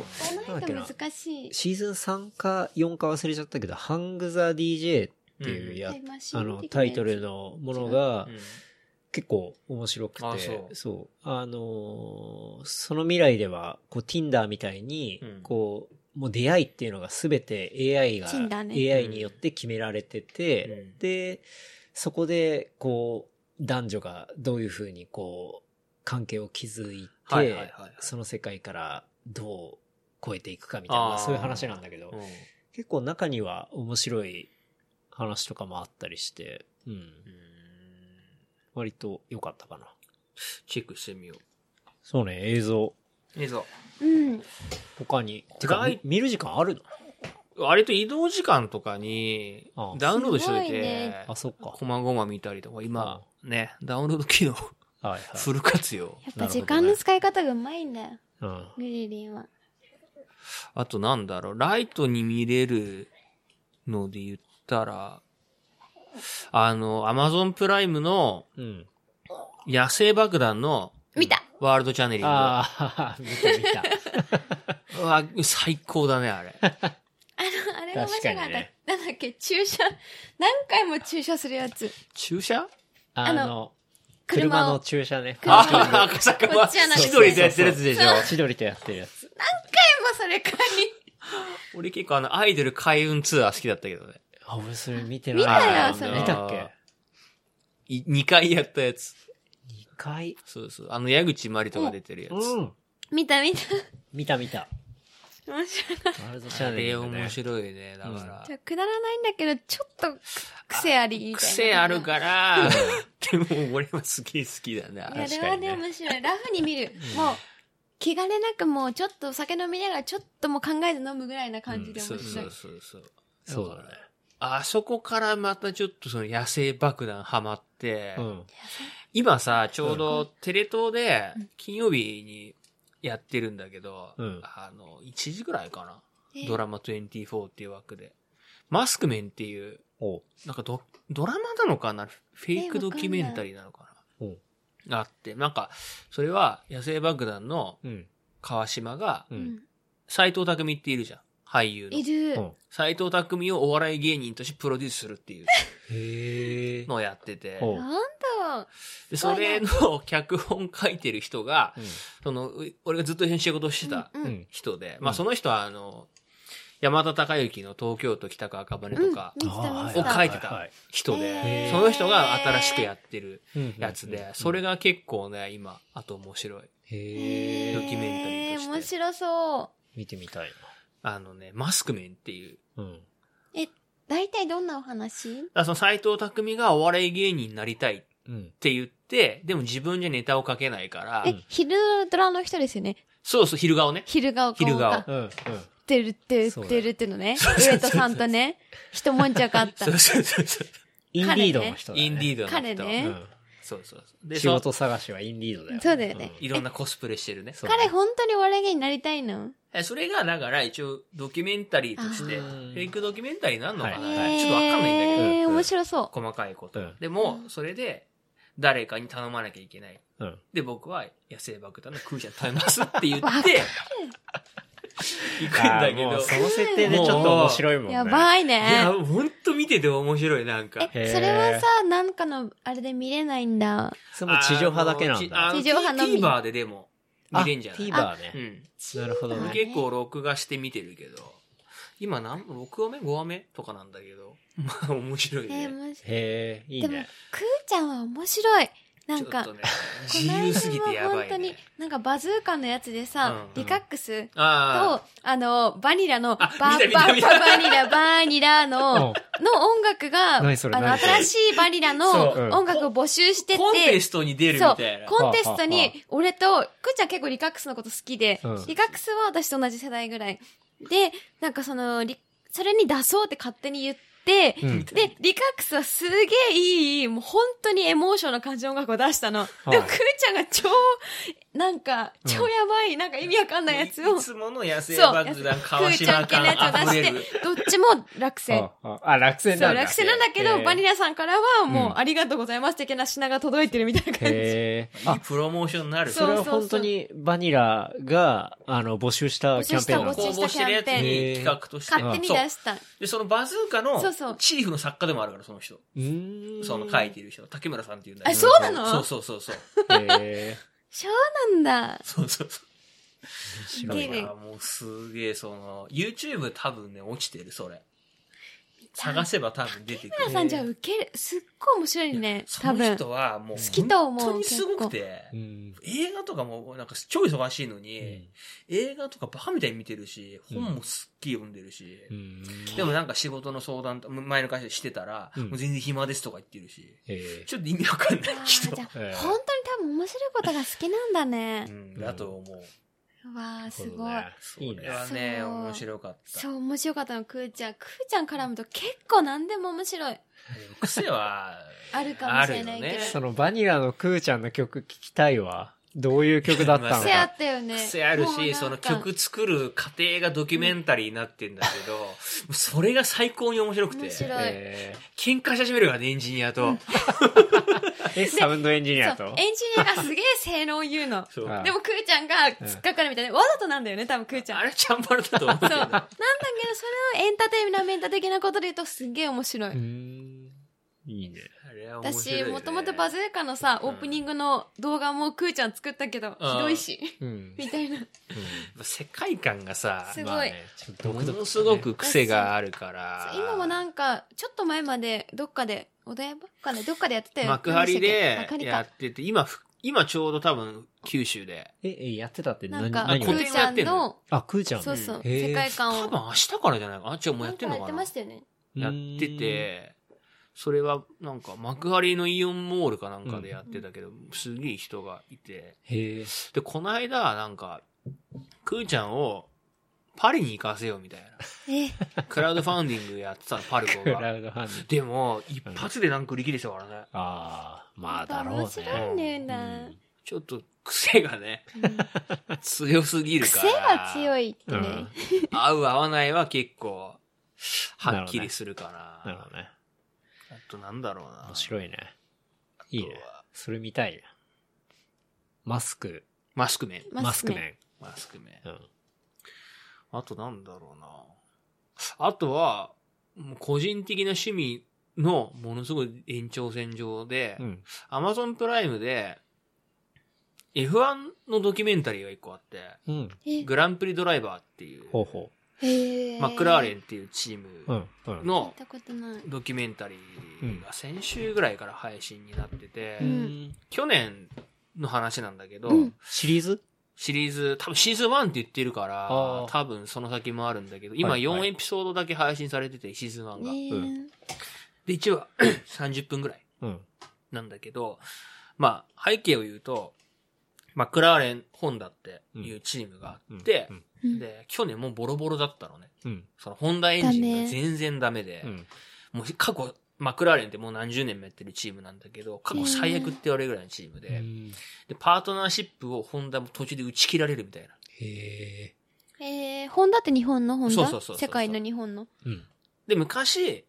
Speaker 3: ゃないと難しい。
Speaker 1: シーズン3か4か忘れちゃったけど、ハングザ DJ っていうや、
Speaker 3: タイマーシー
Speaker 1: あ
Speaker 3: ン的なや
Speaker 1: の、
Speaker 3: つ
Speaker 1: タイトル。のものが
Speaker 2: うん、
Speaker 1: 結構面白く
Speaker 2: あ
Speaker 1: て、
Speaker 2: そう
Speaker 1: あのーその未来では、こう、Tinder みたいに
Speaker 2: うん、
Speaker 1: こう、もう出会いっていうのが全て AI が、
Speaker 3: Tinder ね
Speaker 1: AI によって決められてて、
Speaker 2: うん
Speaker 1: で、そこで、こう、男女がどういうふうに、こう、関係を築いて、
Speaker 2: はいはいはいはい
Speaker 1: その世界からどう超えていくかみたいな、まあそういう話なんだけど、
Speaker 2: うん
Speaker 1: 結構中には面白い話とかもあったりして、うん、
Speaker 2: うん
Speaker 1: 割と良かったかな。
Speaker 2: チェックしてみよ
Speaker 1: そうね、映像。
Speaker 2: う。いいぞ。
Speaker 3: うん。
Speaker 1: 他に。て
Speaker 2: 意
Speaker 1: か、
Speaker 2: 外
Speaker 1: み見る時間あるの
Speaker 2: 割と移動時間とかに
Speaker 1: ああ
Speaker 2: ダウンロードしとい
Speaker 3: すごい
Speaker 2: て
Speaker 3: ね、
Speaker 1: あ、そっか。
Speaker 2: こまごま見たりとか、今、ね、ダウンロード機能 [laughs]
Speaker 1: はいはい。
Speaker 2: フル活用。
Speaker 3: やっぱ時間の使い方がうまいんだよ、
Speaker 1: うん。
Speaker 3: グリリンは。
Speaker 2: あとなんだろう、ライトに見れるので言ったら、あの、アマゾンプライムの
Speaker 1: うん。
Speaker 2: 野生爆弾の
Speaker 3: 見た
Speaker 2: ワールドチャネリング。あ
Speaker 1: ああ、 [laughs] 見た見た。
Speaker 2: わ最高だね、
Speaker 1: [laughs]
Speaker 2: あれ。
Speaker 3: あの、あれが面白かった。
Speaker 1: 確かにね
Speaker 3: なんだっけ、注射、何回も注射するやつ。
Speaker 2: 注射
Speaker 1: あ
Speaker 3: [laughs] あ
Speaker 1: の、
Speaker 3: 車
Speaker 1: 車
Speaker 3: を
Speaker 1: の駐車ね。パ
Speaker 3: 車
Speaker 2: あ
Speaker 1: ーキング
Speaker 2: あ、赤坂
Speaker 3: こ
Speaker 2: は
Speaker 3: っちじゃなくて
Speaker 2: 千鳥とやってるやつでしょ。
Speaker 1: 千鳥とやってるやつ。
Speaker 3: 今それかい。
Speaker 2: 俺結構あの、アイドル開運ツアー好きだったけどね。
Speaker 1: あ、俺それ見て
Speaker 3: 見たよ
Speaker 1: ない。
Speaker 3: それ
Speaker 1: 見たっけ
Speaker 2: い2回やったやつ。
Speaker 1: ?2 回。
Speaker 2: そうそう。あの、矢口まりとか出てるやつ。
Speaker 1: ん。
Speaker 3: 見た見た。
Speaker 1: 見た [laughs] 見た。
Speaker 3: 面白い。
Speaker 1: ワールドチャ
Speaker 2: あ
Speaker 1: ンネ
Speaker 2: れ
Speaker 1: ル、ね
Speaker 2: 面。白いね。だか
Speaker 3: じゃあくだらないんだけど、ちょっと癖ありみたい
Speaker 2: ら。
Speaker 3: な。
Speaker 2: 癖ある。から、 [laughs] でも俺はすげえ好きだね。あ
Speaker 3: いや、
Speaker 2: れ
Speaker 3: あれ
Speaker 1: 確か
Speaker 3: は
Speaker 1: にね
Speaker 3: ね、面白い。ラフに見る。もう、気兼ねなくもう、ちょっとお酒飲みながら、ちょっともう考えて飲むぐらいな感じで面
Speaker 2: そ
Speaker 3: 白
Speaker 2: う
Speaker 3: い。
Speaker 2: そうそうそう。
Speaker 1: そうだね。
Speaker 2: あそこからまたちょっとその野生爆弾ハマって、
Speaker 1: うん。
Speaker 2: 今さ、ちょうどテレ東で
Speaker 3: うん
Speaker 2: 金曜日にやってるんだけど、
Speaker 1: うん
Speaker 2: あの、1時ぐらいかな。
Speaker 3: え
Speaker 2: ドラマ24っていう枠で。マスクメンっていう、
Speaker 1: おう。
Speaker 2: なんかドドラマなのかなフェイクドキュメンタリーなの
Speaker 1: えわ
Speaker 2: か
Speaker 1: かんない
Speaker 2: ながあって、なんか、それは野生爆弾の
Speaker 1: うん。
Speaker 2: 川島が、
Speaker 1: う。
Speaker 3: うんん。
Speaker 2: 斎藤匠っているじゃん。俳優の
Speaker 3: い。る。
Speaker 1: うん
Speaker 2: 斎藤匠をお笑い芸人としてプロデュースするっていう
Speaker 1: へえ。
Speaker 2: のをやってて、
Speaker 1: おう
Speaker 3: なんだ。
Speaker 2: でそれの脚本書いてる人が、その、う俺がずっと一緒に仕事をしてた
Speaker 3: うん
Speaker 1: う
Speaker 3: うんん。
Speaker 2: 人で、
Speaker 1: うん
Speaker 2: まあその人はあの、山田孝之の東京都北川赤羽とか
Speaker 3: うん見てた見て
Speaker 2: を
Speaker 3: た
Speaker 2: 書いてた人で、
Speaker 3: へ
Speaker 1: ー
Speaker 2: その人が新しくやってるやつで、それ
Speaker 1: が、
Speaker 2: が結構ね、今、あと面白い。
Speaker 1: へ
Speaker 3: へ
Speaker 1: え。
Speaker 2: ドキュメンタリーとして
Speaker 3: 面白そう。
Speaker 1: 見てみたい
Speaker 2: あのね、マスクメンっていう。
Speaker 1: な。うん。
Speaker 3: 大体どんなお話
Speaker 2: だからその斎藤匠がお笑い芸人になりたいっ
Speaker 1: うん。
Speaker 2: て言って、でも自分じゃネタを書けないから
Speaker 3: え、、昼ドラの人ですよね。
Speaker 2: そうそう、昼顔ね。
Speaker 3: 昼顔
Speaker 2: 昼顔
Speaker 3: が
Speaker 1: うん。うん。
Speaker 3: てるって言ってるって
Speaker 2: [laughs]
Speaker 3: のね。上戸さんとね、一悶着あった
Speaker 2: そ。うそうそうそう。
Speaker 1: インディードの人だね。
Speaker 2: インディードの人。
Speaker 3: 彼ね
Speaker 1: うん
Speaker 2: そうそうそう。
Speaker 1: で
Speaker 2: で、
Speaker 1: 仕
Speaker 2: そ
Speaker 1: 事探しはインディードだよ。
Speaker 3: そうだよね
Speaker 2: ういろんなコスプレしてるね。
Speaker 1: そう
Speaker 3: 彼本当にお笑い芸人になりたいの
Speaker 2: えそれが、だから一応ドキュメンタリーとして、
Speaker 1: あ
Speaker 2: フ
Speaker 1: ー
Speaker 2: ェイクドキュメンタリーなんのかな、
Speaker 1: はい
Speaker 2: ちょっとわかんないんだけど、
Speaker 3: え
Speaker 1: う
Speaker 3: ー
Speaker 1: ん
Speaker 3: 面白そ
Speaker 2: 細かいこと。
Speaker 1: うん
Speaker 2: でも
Speaker 3: う、ん
Speaker 2: それで、誰かに頼まなきゃいけない。
Speaker 1: うん。
Speaker 2: で、僕は野生爆弾の空車食べますって言って、行くん
Speaker 1: あ
Speaker 2: だ
Speaker 1: ー
Speaker 2: け
Speaker 1: もう
Speaker 2: ど。
Speaker 1: その設定でちょっと面白いもん
Speaker 3: う。
Speaker 1: ね。
Speaker 3: やばい
Speaker 2: いや、
Speaker 3: ね。
Speaker 2: ほんと見てて面白い、なんか。
Speaker 1: へー
Speaker 3: え、それはさ、なんかの、あれで見れないんだ。
Speaker 1: それも地上波だけなん
Speaker 2: あ
Speaker 1: だ。
Speaker 2: の
Speaker 3: 地上波のみ
Speaker 2: TVer ででも見れんじゃない
Speaker 1: ?TVer ね。
Speaker 2: う
Speaker 1: なるほど
Speaker 2: ん。
Speaker 1: ね。
Speaker 2: 結構録画して見てるけど。今何、6話目 ?5 話目とかなんだけど。 [laughs] まあ面白い
Speaker 3: えー、
Speaker 2: ね。
Speaker 3: 面白い。
Speaker 1: へえ、いい
Speaker 3: でも
Speaker 1: ね。、
Speaker 3: くーちゃんは面白い。なん
Speaker 2: ちょっ
Speaker 3: か
Speaker 2: と、ね、
Speaker 3: こ
Speaker 2: 自
Speaker 3: の
Speaker 2: 由すぎて
Speaker 3: 間
Speaker 2: や
Speaker 3: は
Speaker 2: ば
Speaker 3: 本
Speaker 2: い、
Speaker 3: 当に
Speaker 2: ね。、
Speaker 3: なんかバズーカのやつで
Speaker 2: うん
Speaker 3: さ
Speaker 2: うん、
Speaker 3: リカックス
Speaker 2: あ
Speaker 3: と、あの、バニラの、バ
Speaker 2: 見た見た
Speaker 3: バ
Speaker 2: 見た
Speaker 3: バニラ、バニラの、の音楽が、あ
Speaker 1: 何それ
Speaker 3: の、
Speaker 1: 何それ
Speaker 3: 新しいバニラの
Speaker 1: そううん
Speaker 3: 音楽を募集して
Speaker 2: あ。
Speaker 3: て、
Speaker 2: コンテストに出るみ
Speaker 3: そう
Speaker 2: たいな。、
Speaker 3: コンテスト
Speaker 1: はあは
Speaker 3: に、俺と、くーちゃん結構リカックスのこと好きで、
Speaker 1: うん
Speaker 3: リカックスは私と同じ世代ぐらい。で、なんかその、リそれに出そうって勝手に言って、て、
Speaker 1: うん
Speaker 3: で、リカックスはすげえいい、もう本当にエモーションの感じの音楽を出したの。
Speaker 2: い
Speaker 3: [laughs] でも、くーちゃんが超、なんか、超やばい、なんか意味わかんないやつを、
Speaker 2: い
Speaker 3: く
Speaker 2: つもの野生
Speaker 3: そう
Speaker 2: 爆弾、川
Speaker 3: ーちゃ
Speaker 2: 島
Speaker 3: ん系の
Speaker 2: 感
Speaker 3: やつを
Speaker 2: あふ
Speaker 3: 出
Speaker 2: れ
Speaker 3: して
Speaker 2: る。、
Speaker 3: どっちも落選。
Speaker 4: ああ、落
Speaker 3: そ
Speaker 4: 選
Speaker 3: う、
Speaker 4: なんだ。
Speaker 3: 落選なんだけど、バニ
Speaker 4: ラ
Speaker 3: ラさんからはもう、
Speaker 4: うん
Speaker 3: ありがとうございます的な品が届いてるみたいな感じ。
Speaker 1: へ
Speaker 3: [laughs]
Speaker 1: ー
Speaker 2: いいプロモーションになる。
Speaker 3: そう
Speaker 1: それは本当にバニラが、あの、募集したキャンペーンなん
Speaker 3: 募集
Speaker 1: で
Speaker 2: 公
Speaker 1: す
Speaker 3: し
Speaker 1: か
Speaker 2: 募してるやつに企画として。
Speaker 3: 勝手に出
Speaker 2: そう
Speaker 3: した。
Speaker 2: で、そのバズーカの
Speaker 3: そうそう
Speaker 2: チーフの作家でもあるから、その人。
Speaker 1: うーん
Speaker 2: その書いてる人。竹村さんっていうんだ
Speaker 3: あ、
Speaker 2: けど。
Speaker 3: そうなの
Speaker 2: そうそうそうそう。
Speaker 1: へ
Speaker 3: そうなんだ。
Speaker 2: そうそうそう。
Speaker 1: ー
Speaker 3: 白い
Speaker 2: いや、もうすげえ、その、YouTube 多分ね、落ちてる、それ。探せば多分出てく
Speaker 3: バニラ
Speaker 2: る。
Speaker 3: さんじゃあ受ける、すっごい面白いね、
Speaker 2: そ
Speaker 3: 多
Speaker 2: の
Speaker 3: 分。
Speaker 2: 人はもう、
Speaker 3: 好きと思う
Speaker 2: 本当にすごくて。
Speaker 1: うん
Speaker 2: 映画とかも、なんか超忙しいのに、
Speaker 1: うん
Speaker 2: 映画とかバカみたいに見てるし、
Speaker 1: うん
Speaker 2: 本もすっげえ読んでるし、
Speaker 1: うん
Speaker 2: でもなんか仕事の相談と、前の会社してたら、
Speaker 1: うん
Speaker 2: もう全然暇ですとか言ってるし、
Speaker 1: へー
Speaker 2: ちょっと意味わかんない
Speaker 3: あ
Speaker 2: 人
Speaker 3: ー。じゃあ、
Speaker 1: ええ
Speaker 3: 本当に多分面白いことが好きなんだね
Speaker 2: う。ん、だと思う。
Speaker 3: わあ、すごい。
Speaker 2: そ
Speaker 1: いい
Speaker 2: れ
Speaker 1: ね。
Speaker 2: はね、
Speaker 3: そう
Speaker 2: 面白かった。
Speaker 3: そう、面白かったの、くーちゃん。くーちゃん絡むと結構何でも面白い。
Speaker 2: でも癖は、
Speaker 3: [laughs] あるかもしれないけど
Speaker 2: あるよね
Speaker 3: そ
Speaker 4: そのバニラのクーちゃんの曲聞きたいわ。どういう曲だったの
Speaker 3: 癖あ
Speaker 4: か。
Speaker 3: ったよね。
Speaker 2: 癖ある
Speaker 3: もうなん
Speaker 2: し、
Speaker 3: か
Speaker 2: その。曲作る過程がドキュメンタリーになってんだけど、それが最高に面白くて、
Speaker 3: 面白い
Speaker 4: え
Speaker 2: 喧嘩し始めるからね、エンジニアと。
Speaker 4: ーえ、サウンドエンジニ
Speaker 3: そ
Speaker 4: ア
Speaker 3: う、エ
Speaker 4: と
Speaker 3: ンジニアがすげえ性能を言うの。
Speaker 2: [laughs] そう
Speaker 4: あ
Speaker 3: でもくーちゃんが突っかかるみたいな。わざとなんだよね、多分くーちゃん。
Speaker 2: あれ、チャンバラだと思うけ
Speaker 3: そう。なん
Speaker 2: ど
Speaker 3: だ。けど、それをエンターテイメント的なことで言うとすげえ面白
Speaker 4: うー
Speaker 3: い。
Speaker 4: んいいね。
Speaker 2: あれは面白い
Speaker 3: 私、
Speaker 2: よね
Speaker 3: もともとバズーカのさ、オープニングの動画もくーちゃん作ったけど、ひ
Speaker 2: うん
Speaker 3: どいし、 [laughs]
Speaker 4: うん。
Speaker 3: みたいな。
Speaker 2: 世界観がさ、
Speaker 3: すごい
Speaker 2: まあね
Speaker 4: ちょっと
Speaker 2: も
Speaker 4: 独特だね
Speaker 2: のすごく癖があるから。
Speaker 3: 今もなんか、ちょっと前まで、どっかで、お台場かなどっかでやってたよ。
Speaker 2: 幕張
Speaker 3: 何
Speaker 2: で
Speaker 3: したっけ幕張
Speaker 2: や
Speaker 3: か。
Speaker 2: ってて、今ふ、今ちょうど多分九州で。
Speaker 1: え、え、やってたって
Speaker 3: なん
Speaker 1: 何
Speaker 3: か、
Speaker 1: 何
Speaker 3: く
Speaker 2: 個
Speaker 1: を
Speaker 2: で
Speaker 3: ーちゃんの、
Speaker 1: あ、クーちゃん。
Speaker 3: そうそ
Speaker 1: へ
Speaker 3: う、
Speaker 1: ー
Speaker 3: 世界観
Speaker 2: 多
Speaker 3: を。
Speaker 2: 分明日からじゃないかな。あ、違う、もうや
Speaker 3: な
Speaker 2: っ
Speaker 3: ん
Speaker 2: て
Speaker 3: か
Speaker 2: んの
Speaker 3: やっ
Speaker 2: か
Speaker 3: て
Speaker 2: な
Speaker 3: ましたよね。
Speaker 2: やってて、それはなんか幕張のイオンモールかなんかでやってたけど、すげえ人がいて。
Speaker 1: うーん。へえ。
Speaker 2: で、この間、なんか、くーちゃんをパリに行かせようみたい
Speaker 3: え、
Speaker 2: な。クラウドファンディングやってたの、パル
Speaker 1: [laughs]
Speaker 2: コ
Speaker 4: ク
Speaker 3: [laughs]
Speaker 2: が。
Speaker 4: ラウドファンディング
Speaker 2: でも、一発でなんか売り切れてたからね。
Speaker 1: ああ、まあだろうね。
Speaker 3: 面白いね、
Speaker 1: う
Speaker 3: な。
Speaker 1: ん
Speaker 2: ちょっと癖が
Speaker 3: [laughs]
Speaker 2: ね、強すぎるから。
Speaker 3: 癖が強
Speaker 2: い。
Speaker 3: いって
Speaker 4: う
Speaker 3: ね
Speaker 4: ん。
Speaker 2: 合う合わないは結構、はっきりするか
Speaker 4: な
Speaker 2: ら。
Speaker 4: るほどね。
Speaker 2: あとなんだろうな。
Speaker 1: 面白いね。いいね
Speaker 2: あとは。
Speaker 1: それ見たいね。マスク、
Speaker 2: マスクメン。
Speaker 1: マスク
Speaker 3: ね。
Speaker 1: メ
Speaker 2: マスクメン
Speaker 1: ン。。うん。
Speaker 2: あとなんだろうな。あとは、もう個人的な趣味のものすごい延長線上で、
Speaker 4: うん。
Speaker 2: アマゾンプライムで、F1 のドキュメンタリーが一個あって、
Speaker 4: うん。
Speaker 3: え、
Speaker 2: グランプリドライバーっていう、
Speaker 1: ほうほ
Speaker 3: へー
Speaker 2: マクラーレ
Speaker 3: 聞
Speaker 2: ンっていうチー
Speaker 4: う
Speaker 2: ム
Speaker 4: ん。うん。
Speaker 3: い
Speaker 2: の
Speaker 3: たことない。
Speaker 2: ドキュメンタリーが先週ぐらいから配信になってて、
Speaker 3: う
Speaker 1: う。うんん
Speaker 2: 去年の話なんだけど、
Speaker 3: うん
Speaker 1: シリーズ
Speaker 2: シリーズ、多分シーズン1って言ってるから
Speaker 1: あー、
Speaker 2: 多分その先もあるんだけど、今
Speaker 1: はいはい
Speaker 2: 4エピソードだけ配信されてて、シーズン1が。
Speaker 3: ねえ
Speaker 1: うん
Speaker 2: で、一 [clears throat] 話30分ぐらい
Speaker 4: うん。
Speaker 2: なんだけど、まあ、背景を言うと、まあ、クラーレン・ホンダっていうチームがあって
Speaker 4: う、ん
Speaker 3: うん
Speaker 2: で、去年もうボロボロだったのね。
Speaker 4: うん。
Speaker 2: そのホンダエンジンが全然ダメで、
Speaker 4: うん。
Speaker 2: もう過去、マクラーレンってもう何十年もやってるチームなんだけど、過去最悪って言われるぐらいのチームで、
Speaker 1: うん
Speaker 2: で、パートナーシップをホンダも途中で打ち切られるみたいな。
Speaker 1: へえ。
Speaker 3: えー、ホンダって日本のホンダ
Speaker 2: そうそうそうそう
Speaker 3: 世界の日本の。
Speaker 1: うん。
Speaker 2: で、昔、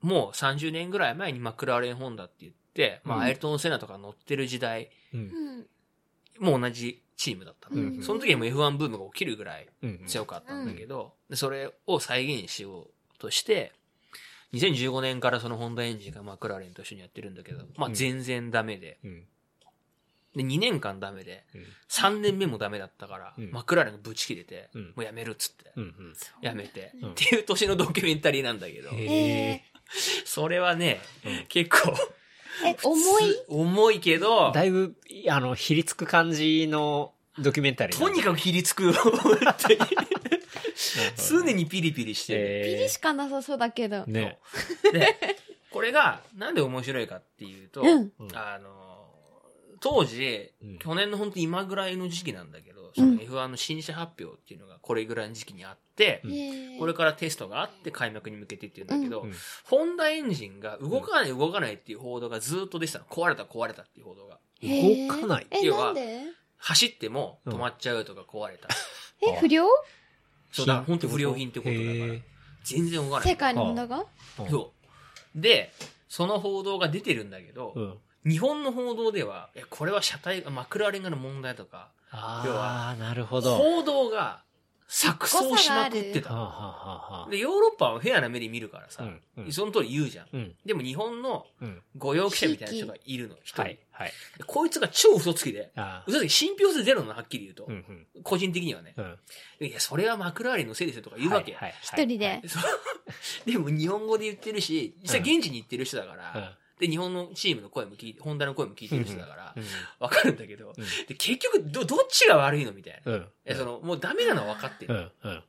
Speaker 2: もう30年ぐらい前にマクラーレン・ホンダって言って、ま
Speaker 4: うん
Speaker 2: あ、アイルトン・セナとか乗ってる時代、
Speaker 4: うん。
Speaker 2: もう同じチームだったの。
Speaker 4: うん
Speaker 2: その時はもう F1 ブームが起きるぐらい
Speaker 4: うん。
Speaker 2: 強かったんだけど、でそれを再現しようとして、2015年からそのホンダエンジンがマクラーレンと一緒にやってるんだけど、まあ
Speaker 4: うん
Speaker 2: 全然ダメで、
Speaker 4: うん。
Speaker 2: で2年間ダメで、
Speaker 4: うん。
Speaker 2: 3年目もダメだったから、
Speaker 4: うん
Speaker 2: マクラーレンがブチ切れて、
Speaker 4: うん
Speaker 2: もうやめるっつって、
Speaker 4: うん。うん。
Speaker 3: そう
Speaker 2: やめて、
Speaker 4: うん
Speaker 2: っていう年のドキュメンタリーなんだけど、
Speaker 1: へ
Speaker 3: え
Speaker 2: それはね、
Speaker 4: うん
Speaker 2: 結構、
Speaker 3: ー、え、重い
Speaker 2: す重いけど、
Speaker 4: だいぶ、あの、ひりつく感じのドキュメンタリー
Speaker 2: と
Speaker 4: なんだ。
Speaker 2: にかくひりつくよ、本当
Speaker 4: [laughs]
Speaker 2: に。常
Speaker 4: に
Speaker 2: にピリピリしてる。
Speaker 3: ピリしかなさそうだけど。
Speaker 4: ね。
Speaker 2: で、これが、なんで面白いかっていうと、
Speaker 3: うん
Speaker 2: あの、当時
Speaker 4: うん、
Speaker 2: 去年の本当今ぐらいの時期なんだけど、ど、その F1 の新車発表っていうのがこれぐらいの時期にあって、
Speaker 1: うん
Speaker 3: え
Speaker 2: これからテストがあって開幕に向けてっていうんだけど、
Speaker 4: うんうん
Speaker 2: ホンダエンジンが動かない動かないっていう報道がずっと出てたの。壊れた壊れたっていう報道が。
Speaker 3: へー
Speaker 1: 動かない
Speaker 3: え、
Speaker 2: 要は
Speaker 3: なんで
Speaker 2: 走っても止まっちゃうとか
Speaker 1: [laughs]
Speaker 2: 壊れた。
Speaker 3: え、不良
Speaker 2: そうだ、本当不良品ってことだから
Speaker 1: へー。
Speaker 2: 全然動かな
Speaker 3: 世
Speaker 2: い。
Speaker 3: 界の問題が
Speaker 1: うん
Speaker 2: そう。で、その報道が出てるんだけど、
Speaker 1: うん。
Speaker 2: 日本の報道では、いやこれは車体が、マクラーレンがの問題とか、要
Speaker 1: あ
Speaker 2: は
Speaker 1: あ、なるほど。は
Speaker 2: 報道が錯綜しまくって
Speaker 1: あ、は
Speaker 2: た。
Speaker 1: あ、はあ。
Speaker 2: で、ヨーロッパはフェアな目で見るからさ、
Speaker 1: うんうん
Speaker 2: その通り言うじゃん。
Speaker 1: うん。
Speaker 2: でも日本の
Speaker 1: うん。
Speaker 2: 御用記者みたいな人がいるの、一人、
Speaker 1: はい。はい。
Speaker 2: でこいつが超嘘つきで、
Speaker 1: ああ。
Speaker 2: 嘘つき、信憑性ゼロなの、はっきり言うと。
Speaker 1: うん。うん。
Speaker 2: 個人的にはね。
Speaker 1: うん。
Speaker 2: いや、それはマクラーレンのせいですよとか言うわけ。
Speaker 1: はい。一
Speaker 3: 一人で。
Speaker 2: そうでも日本語で言ってるし、実際現地に行ってる人だから、で、日本のチームの声も聞いて、ホンダの声も聞いてる人だから、
Speaker 1: うん。
Speaker 2: わかるんだけど、
Speaker 1: うん
Speaker 2: で結局ど、どっちが悪いのみたいな。
Speaker 1: うん。うん。
Speaker 2: えその、もうダメなのは分かって
Speaker 1: う
Speaker 2: る。
Speaker 1: ん。うん。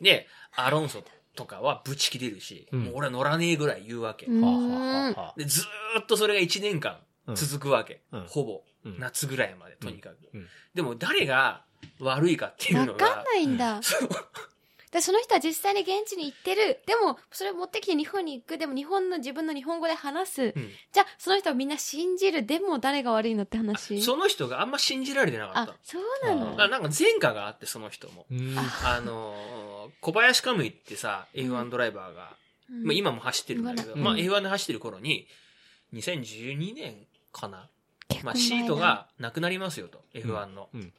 Speaker 2: で、アロンソとかはぶち切れるし、
Speaker 1: うん
Speaker 2: もう俺は乗らねえぐらい言うわけ。
Speaker 3: うん
Speaker 1: はあはあはあ
Speaker 2: で、ずーっとそれが1年間
Speaker 1: うん
Speaker 2: 続くわけ。
Speaker 1: うん
Speaker 2: ほぼ。
Speaker 1: うん
Speaker 2: 夏ぐらいまで、とにかく。
Speaker 1: うんうん
Speaker 2: でも、誰が悪いかっていう
Speaker 3: わ
Speaker 2: のが。
Speaker 3: かんないんだ。でその人は実際に現地に行ってる。でも、それ持ってきて日本に行く。でも日本の自分の日本語で話す。
Speaker 2: うん
Speaker 3: じゃあ、その人をみんな信じる。でも誰が悪いのって話。
Speaker 2: その人があんま信じられてなかった
Speaker 3: あ、。そうな
Speaker 2: だ
Speaker 3: の
Speaker 2: からなんか前科があって、その人も。
Speaker 1: うん。
Speaker 2: あのー、小林カムイってさ、F1 ドライバーが、
Speaker 3: うん
Speaker 2: まあ今も走ってるんだけど、
Speaker 1: うん
Speaker 2: まあ F1 で走ってる頃に、2012年かな。
Speaker 3: 結構
Speaker 2: まあ
Speaker 3: 前
Speaker 2: シ
Speaker 3: だ
Speaker 2: ートがなくなりますよと、
Speaker 1: ん
Speaker 2: F1 の。
Speaker 1: うん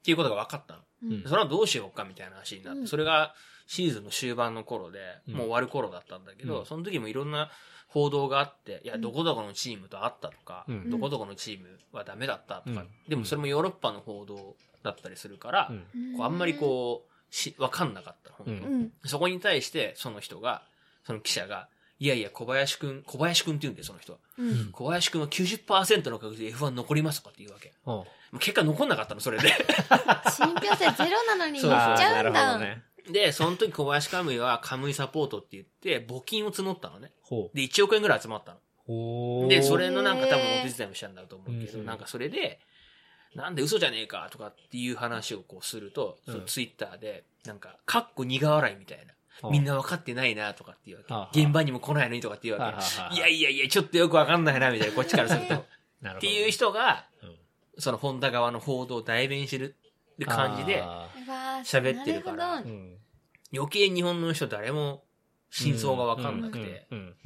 Speaker 2: っていうことが分かったの。
Speaker 3: うん
Speaker 2: それはどうしようかみたいな話になって、
Speaker 3: うん
Speaker 2: それがシーズンの終盤の頃で、
Speaker 1: うん
Speaker 2: もう終わる頃だったんだけど、
Speaker 1: うん
Speaker 2: その時もいろんな報道があって、いうや、
Speaker 3: ん
Speaker 2: どこどこのチームと会ったとか、
Speaker 1: うん
Speaker 2: どこどこのチームはダメだったとか、
Speaker 1: うん
Speaker 2: でもそれもヨーロッパの報道だったりするから、
Speaker 1: うん。
Speaker 2: こうあんまりこう、し、わかんなかったの本当に
Speaker 1: う
Speaker 3: う。うん。
Speaker 2: そこに対して、その人が、その記者が、いやいや、小林くん、小林くんって言うんだよ、その人は。
Speaker 3: うん。
Speaker 2: 小林くんは90%の確率で F1 残りますとかって言うわけ。
Speaker 1: うん
Speaker 2: もう結果残んなかったの、それで。
Speaker 3: 信憑性ゼロなのに行
Speaker 2: そう
Speaker 3: っちゃ
Speaker 4: な
Speaker 3: う
Speaker 4: る
Speaker 3: ん
Speaker 4: ほど
Speaker 3: だ。
Speaker 4: ね。
Speaker 2: で、その時小林カムイはカムイサポートって言って、募金を募ったのね。
Speaker 1: ほう。
Speaker 2: で、1億円ぐらい集まった
Speaker 1: ほ
Speaker 2: の。
Speaker 1: う。
Speaker 2: で、それのなんか多分お手伝いもしたんだと思うけ
Speaker 1: うん
Speaker 2: ど、
Speaker 1: うん
Speaker 2: なんかそれで、なんで嘘じゃねえかとかっていう話をこうすると、
Speaker 1: うん
Speaker 2: そのツイッターで、なんか、かっこ苦笑いみたいな。みんな分かってないなとかっていう
Speaker 1: は
Speaker 2: わ
Speaker 1: あ
Speaker 2: け。現場にも来ないのにとかっていうわけ。いやいやいや、ちょっとよく分かんないなみたいな、こっちから
Speaker 1: [laughs]
Speaker 2: すると。っ
Speaker 1: や
Speaker 2: ていう人が、
Speaker 1: うん
Speaker 2: そのホンダ側の報道を代弁してるって感じで、
Speaker 1: あ
Speaker 3: うわー
Speaker 2: 喋ってるから
Speaker 3: な
Speaker 1: ーう
Speaker 3: ほど
Speaker 1: ん
Speaker 2: 余計日本の人誰も真相が分かんなくて。
Speaker 1: うんうん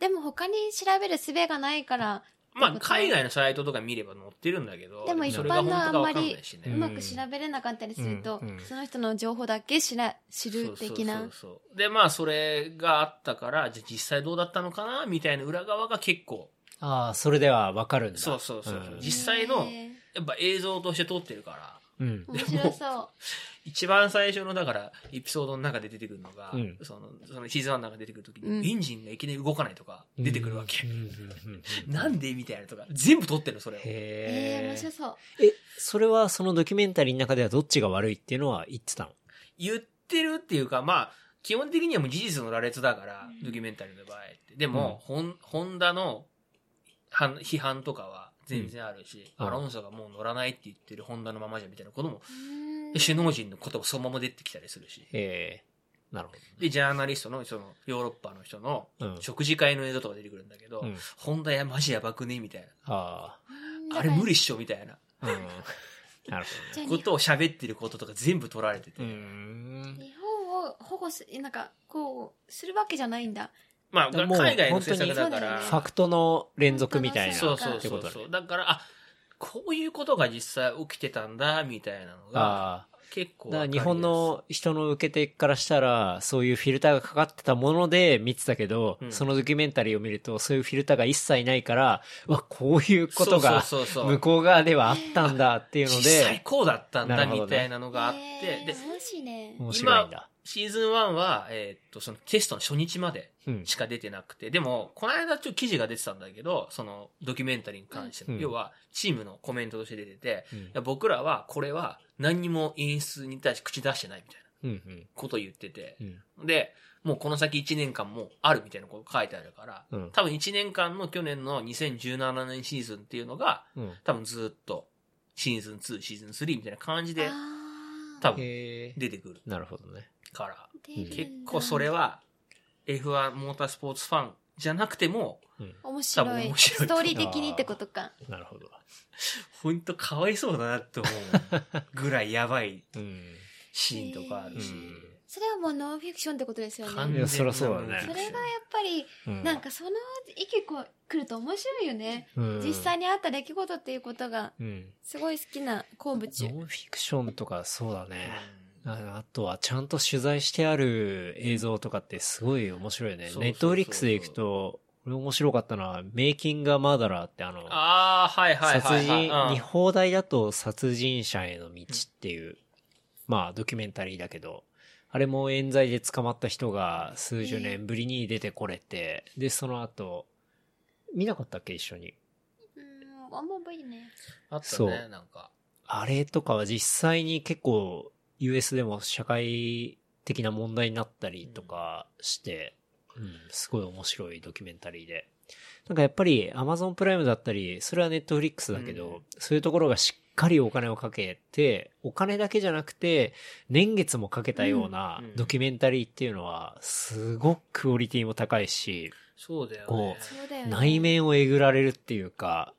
Speaker 3: でも他に調べる術がないから、
Speaker 2: まあ、海外のサイトとか見れば載ってるんだけど、
Speaker 3: でも
Speaker 1: 一
Speaker 2: それ
Speaker 1: 般
Speaker 2: が
Speaker 1: の
Speaker 2: 本当かわかんないし
Speaker 1: う
Speaker 3: う
Speaker 1: あん
Speaker 2: ね。
Speaker 3: まく調べれなかったりすると、
Speaker 1: うんうん
Speaker 3: その人の情報だけ知ら知
Speaker 2: そう
Speaker 3: る的
Speaker 2: そ
Speaker 3: な。
Speaker 2: うそうそう。で、まあ、それがあったから、じゃあ実際どうだったのかなみたいな裏側が結構、
Speaker 1: あー、それではわかるんだ。
Speaker 2: そうそうそう。
Speaker 1: ん
Speaker 2: 実際の、
Speaker 3: へ
Speaker 2: やっぱ映像として撮ってるから、
Speaker 1: うん
Speaker 3: ー。面白そう。
Speaker 2: 一番最初の、だから、エピソードの中で出てくるのが、
Speaker 1: うん
Speaker 2: その、そのシーズン1の中で出てくるときに、
Speaker 3: うん
Speaker 2: エンジンがいきなり動かないとか、出てくるわけ
Speaker 1: う。んうんうんうん
Speaker 2: なんでみたいなとか、全部撮ってるの、それを。
Speaker 3: えー、面
Speaker 1: へ
Speaker 3: 白
Speaker 1: え。
Speaker 3: そう。
Speaker 1: え、それはそのドキュメンタリーの中ではどっちが悪いっていうのは言ってたの
Speaker 2: 言ってるっていうか、まあ、基本的にはもう事実の羅列だから、ドキュメンタリーの場合って。でも、ホンホンダの反批判とかは全然あるし、
Speaker 1: うん
Speaker 2: アロンソがもう乗らないって言ってるホンダのままじゃみたいなことも、
Speaker 3: う
Speaker 2: で首脳陣の言葉そのまま出てきたりするし。
Speaker 1: ええ。なるほ
Speaker 2: で、ジャーナリストの、その、ヨーロッパの人の
Speaker 1: ど。うん。
Speaker 2: 食事会の映像とか出てくるんだけど、
Speaker 1: うん
Speaker 2: ホンダやマジやばくねみたい
Speaker 1: あ
Speaker 3: ーん
Speaker 2: な。あれ無理っしょみたいな
Speaker 1: あ。うん。なる
Speaker 3: じゃあに
Speaker 2: ことを喋ってることとか全部取られてて。
Speaker 1: ほど。うん。
Speaker 3: 日本を保護す、なんか、こう、するわけじゃないんだ。
Speaker 2: まあ、
Speaker 1: でも
Speaker 2: 海外の政策だ
Speaker 3: 本当
Speaker 2: か
Speaker 3: にそうだよ
Speaker 2: ら。
Speaker 3: ね
Speaker 1: ファクトの連続みたいな。
Speaker 2: そうそう
Speaker 1: って
Speaker 2: そ
Speaker 1: こ
Speaker 2: う
Speaker 1: とだね
Speaker 2: そう。だから、あ、こういうことが実際起きてたんだ、みたいなのが、
Speaker 1: ああ。
Speaker 2: 結構
Speaker 1: だ
Speaker 2: わか
Speaker 1: から
Speaker 2: り
Speaker 1: 日
Speaker 2: やすい
Speaker 1: 本、の人の受け手からしたら、そういうフィルターがかかってたもので見てたけど、
Speaker 2: うん
Speaker 1: そのドキュメンタリーを見ると、そういうフィルターが一切ないから、うわ、こういうことが
Speaker 2: そうそうそう
Speaker 1: 向こう側ではあったんだっていうの
Speaker 2: 実際
Speaker 1: で、
Speaker 2: こうだったん
Speaker 1: な
Speaker 2: だ、
Speaker 1: るほ
Speaker 2: み
Speaker 1: どね
Speaker 2: たいなのがあって、
Speaker 3: えー
Speaker 2: で、
Speaker 3: もしね。
Speaker 1: 面白いんだ。
Speaker 2: シーズン1は、えーっと、そのテストの初日まで
Speaker 1: うん。
Speaker 2: しか出てなくて、でも、この間ちょっと記事が出てたんだけど、そのドキュメンタリーに関しての、
Speaker 1: うん
Speaker 2: 要は、チームのコメントとして出てて、
Speaker 1: うん
Speaker 2: いや僕らはこれは何にも演出に対して口出してないみたいな
Speaker 1: うんうん
Speaker 2: ことを言ってて、
Speaker 1: うん
Speaker 2: で、もうこの先1年間もあるみたいなこと書いてあるから、
Speaker 1: うん
Speaker 2: 多分1年間の去年の2017年シーズンっていうのが、
Speaker 1: うん
Speaker 2: 多分ずっとシーズン2、シーズン3みたいな感じで、
Speaker 3: あー
Speaker 2: 多分
Speaker 1: へえ。
Speaker 2: 出てくる
Speaker 1: なるほどね。
Speaker 2: から、
Speaker 3: 出るんだ
Speaker 2: 結構それは F1 モータースポーツファンじゃなくても、
Speaker 1: うん。
Speaker 3: 面白
Speaker 2: 多分
Speaker 3: い
Speaker 2: 面白い
Speaker 3: ストーリー的にってことか
Speaker 1: なるほど。
Speaker 2: ほんとかわいそうだなって思うぐらいやばい
Speaker 1: うん。
Speaker 2: シーンとかあるし。
Speaker 1: うん
Speaker 3: それはもうノンフィクションってことですよね
Speaker 2: 完
Speaker 1: い
Speaker 2: 全
Speaker 1: や
Speaker 2: な
Speaker 1: そりゃそうだね
Speaker 3: それがやっぱり、
Speaker 1: うん
Speaker 3: なん、かその意見こう来ると面白いよね、
Speaker 1: うん
Speaker 3: 実際にあった出来事っていうことが
Speaker 1: うん。
Speaker 3: すごい好きな好物
Speaker 1: ノンフィクションとかそうだ
Speaker 2: う
Speaker 1: ね。
Speaker 2: ん
Speaker 1: ああとはちゃんと取材してある映像とかってすごい面白いよね
Speaker 2: そう。そうそうそう
Speaker 1: ネットフリックスで行くと、これ面白かったのは、メイキングアマーダラーってあの、
Speaker 2: ああ、はいはいはい、は
Speaker 1: 殺
Speaker 2: い。
Speaker 1: 人、
Speaker 2: うん
Speaker 1: 日放題だと殺人者への道っていう、まあドキュメンタリーだけど、あれも冤罪で捕まった人が数十年ぶりに出てこれて、で、その後、見なかったっけ一緒に。
Speaker 3: うんあんま覚えてない
Speaker 2: あった
Speaker 1: そう
Speaker 2: ね、なんか。
Speaker 1: あれとかは実際に結構 US でも社会的な問題になったりとかして、うん、すごい面白いドキュメンタリーで。なんかやっぱり Amazon プライムだったり、それは Netflix だけど、
Speaker 2: うん
Speaker 1: そういうところがしっかりお金をかけて、お金だけじゃなくて、年月もかけたような
Speaker 2: うん
Speaker 1: ドキュメンタリーっていうのは、すごくクオリティも高いし、
Speaker 2: そうだよ
Speaker 1: こ
Speaker 2: ね。
Speaker 3: そうだよね
Speaker 1: 内面をえぐられるっていうか、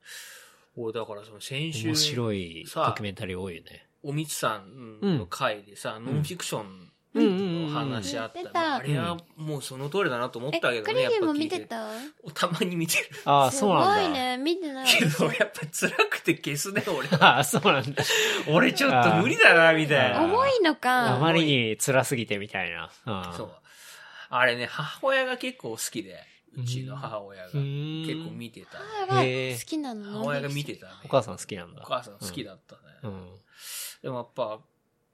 Speaker 2: 俺、だからその先週、
Speaker 1: 面白いドキュメンタリー多いよね。
Speaker 2: おみつさんの回でさ、ノンフィクション
Speaker 1: うんうん
Speaker 2: の話あっ
Speaker 3: うんうんうん
Speaker 2: た。あれはもうその通りだなと思ったけ
Speaker 3: え
Speaker 2: ど
Speaker 3: ク
Speaker 2: ね。
Speaker 3: リ
Speaker 2: やっ
Speaker 3: リン
Speaker 2: ぱ
Speaker 3: も
Speaker 2: 聞
Speaker 3: 見
Speaker 2: い
Speaker 3: て
Speaker 2: て
Speaker 3: た
Speaker 2: たまに見てる
Speaker 1: ああ、そうなんだ。
Speaker 3: すごいね
Speaker 2: [laughs]
Speaker 3: 見てない
Speaker 2: けど、やっぱ辛くて
Speaker 1: [laughs]
Speaker 2: 消すね、俺。
Speaker 1: ああ、そうなんだ。
Speaker 2: 俺ちょっと無理だな、みたいな。
Speaker 3: 重いの
Speaker 1: あ
Speaker 3: か
Speaker 1: まりに辛すぎてみたいな。うん
Speaker 2: そう。あれね、母親が結構好きで、うちの母親が。
Speaker 1: う
Speaker 2: 結
Speaker 1: ん
Speaker 2: 構見てた。
Speaker 3: 母が
Speaker 1: へー
Speaker 3: 好きなの
Speaker 2: 母親が見てたね。
Speaker 1: お母さん好きなんだ。
Speaker 2: お母さん好きだったね。
Speaker 1: うん。
Speaker 2: でもやっぱ、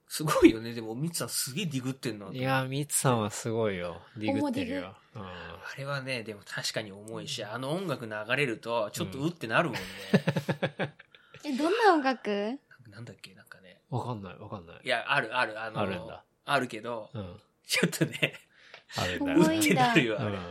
Speaker 2: すごいよね。でも、みつさんすげえディグってんの。
Speaker 1: いやー、ミツさんはすごいよ。ディグってるよ。うん
Speaker 2: あれはね、でも確かに重いし、あの音楽流れると、ちょっとうってなるもんね。 [laughs]
Speaker 3: えどんな音楽
Speaker 2: なんだっけ、なんかね。
Speaker 1: わかんない、わかんない
Speaker 2: い。や、あるある、あの、
Speaker 1: あるんだ。
Speaker 2: あるけど、
Speaker 1: うん。
Speaker 2: ちょっとね、
Speaker 1: あるんだ
Speaker 3: 重
Speaker 1: よ
Speaker 2: うっ
Speaker 1: ね。
Speaker 2: てなるよ、
Speaker 1: う
Speaker 2: あれ。
Speaker 1: ん。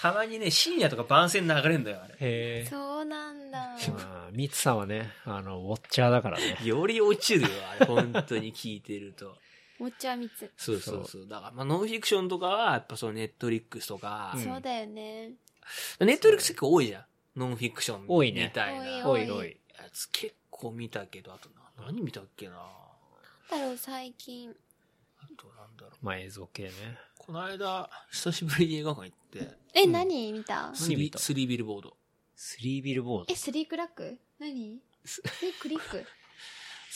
Speaker 2: たまにね、深夜とか番宣流れんだよ、あれ。
Speaker 1: へえ。
Speaker 3: そうなんだ
Speaker 1: まあミツさんはね、あの、ウォッチャーだからね。
Speaker 2: より落ちるよ、あれ。本当に聞いてると。
Speaker 3: もっちゃみつ
Speaker 2: そうそうそう。だから、まあ、ノンフィクションとかは、やっぱそのネットリックスとか、
Speaker 3: そうだよね
Speaker 2: ネットリックス結構多いじゃん。ノンフィクション
Speaker 1: 多いね
Speaker 2: みたいな
Speaker 3: 多い
Speaker 2: や
Speaker 3: よ
Speaker 1: おいおい。
Speaker 2: つ結構見たけど、あとな何見たっけな
Speaker 3: なんだろう最近
Speaker 2: あとなんだろう。
Speaker 1: まあ映像系ね。
Speaker 2: この間、久しぶりに映画館行って、
Speaker 3: え
Speaker 1: うん
Speaker 3: 何見た
Speaker 1: 何見た
Speaker 2: スリービルボード。
Speaker 1: スリービルボード
Speaker 3: え。スリークラック何スリークリッ
Speaker 2: [laughs]
Speaker 3: ク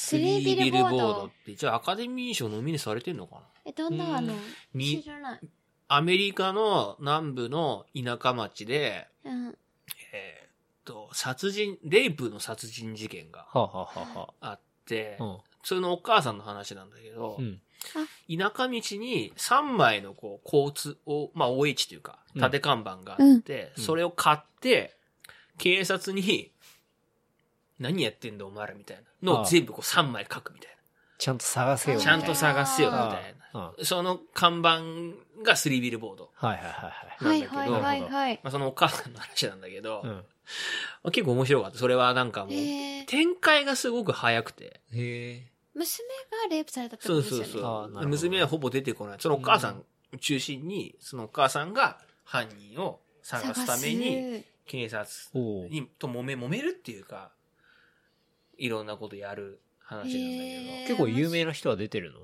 Speaker 2: ス
Speaker 3: リービルボード
Speaker 2: って、じゃあアカデミー賞ノミネートされてんのかな
Speaker 3: えどんなあの
Speaker 1: うん
Speaker 3: 知
Speaker 2: に、
Speaker 3: らない
Speaker 2: アメリカの南部の田舎町で、
Speaker 3: うん
Speaker 2: えーっと、殺人、レイプの殺人事件が
Speaker 1: はあ、はあは
Speaker 2: あって、
Speaker 1: あは
Speaker 2: それのお母さんの話なんだけど、
Speaker 1: あ。うん。
Speaker 2: 田舎道に3枚のこう、交通を、まあ OH というか、
Speaker 1: うん
Speaker 2: 縦看板があって、
Speaker 1: うん
Speaker 2: それを買って、警察に、何やってんだお前らみたいなのを
Speaker 1: ああ
Speaker 2: 全部こう3枚書くみたい
Speaker 1: ちゃんと探せよ。
Speaker 2: な。
Speaker 3: あ
Speaker 2: ちゃんと
Speaker 1: みたい
Speaker 2: 探すよみ
Speaker 1: な
Speaker 2: たい
Speaker 1: うん
Speaker 2: な。その看板がスリービルボード。
Speaker 1: はいはいはい
Speaker 2: な
Speaker 3: は
Speaker 2: ん
Speaker 3: い
Speaker 2: だけど
Speaker 3: はいはいはい
Speaker 2: まあそのお母さんの話なんだけど、
Speaker 1: はい。
Speaker 2: まあ結構面白かった。それはなんかもう、
Speaker 3: えー
Speaker 2: 展開がすごく早くて。
Speaker 1: うん。へえ。
Speaker 3: 娘がレイプされたってこ
Speaker 2: そう
Speaker 3: とです
Speaker 2: そう
Speaker 3: よね
Speaker 2: そ
Speaker 1: ああなるほ
Speaker 2: う。
Speaker 1: ど
Speaker 2: 娘はほぼ出てこない。そのお母さん中心に、そのお母さんが犯人を探すために、
Speaker 3: 探す
Speaker 2: 警察
Speaker 1: おう。
Speaker 2: にと揉め、揉めるっていうか、いろんなことやる話なんだけど。
Speaker 3: へー
Speaker 1: 結構有名な人は出てるの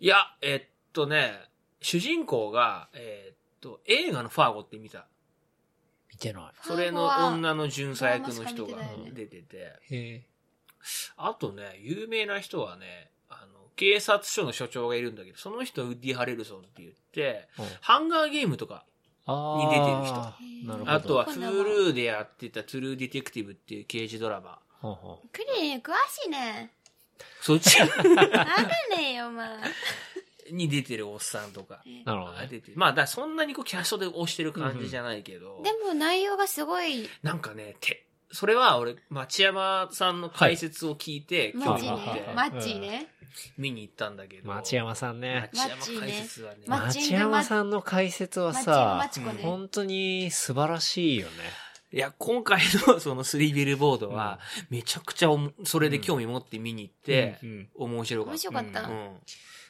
Speaker 2: いや、えっとね、主人公が、えっと、映画のファーゴって見た。
Speaker 1: 見てない。
Speaker 2: それの
Speaker 3: ファーゴは
Speaker 2: 女の巡査役の人が
Speaker 3: ドラマしか見てな
Speaker 1: よ
Speaker 3: い
Speaker 1: ね
Speaker 2: 出てて、
Speaker 1: へ
Speaker 2: あとね、有名な人はね、あの、警察署の署長がいるんだけど、その人ウッディ・ハレルソンって言って、
Speaker 1: え。
Speaker 2: ハンガーゲームとか、
Speaker 1: あ
Speaker 2: に出てる
Speaker 3: 人
Speaker 1: なるほど。
Speaker 2: あとは
Speaker 3: こん
Speaker 2: フ
Speaker 3: なもん
Speaker 2: ールでやってたトゥルーディテクティブっていう刑事ドラマ。
Speaker 1: ほうほ
Speaker 3: クリリン詳しい
Speaker 2: [laughs]
Speaker 3: ね
Speaker 2: そっち
Speaker 3: わかんねえよお
Speaker 2: [laughs]
Speaker 3: 前
Speaker 2: に出てるおっさんとか。
Speaker 1: うなるほど
Speaker 2: あ
Speaker 1: ね。
Speaker 2: 出てまあ、だからそんなにこうキャストで押してる感じじゃないけど、
Speaker 3: でも内容がすごい
Speaker 2: なんかね、て、それは俺、町山さんの解説を聞いて、興
Speaker 3: マ
Speaker 2: 味
Speaker 3: ジ
Speaker 2: 持っ
Speaker 3: ね
Speaker 2: て
Speaker 3: マッチーね
Speaker 2: 見に行ったんだけど、
Speaker 1: 町山さんね。
Speaker 2: 町山解説はね、
Speaker 3: マッチ
Speaker 1: 町山さんの解説は
Speaker 3: マッチングマ
Speaker 1: さ
Speaker 3: チコね、
Speaker 1: 本当に素晴らしいよね。
Speaker 2: いや、今回のその3ビルボードは、めちゃくちゃおもそれで興味持って見に行って、
Speaker 4: うんうん
Speaker 2: 面白かっ
Speaker 3: 面
Speaker 2: た。
Speaker 3: 白かった。
Speaker 4: う
Speaker 2: うん。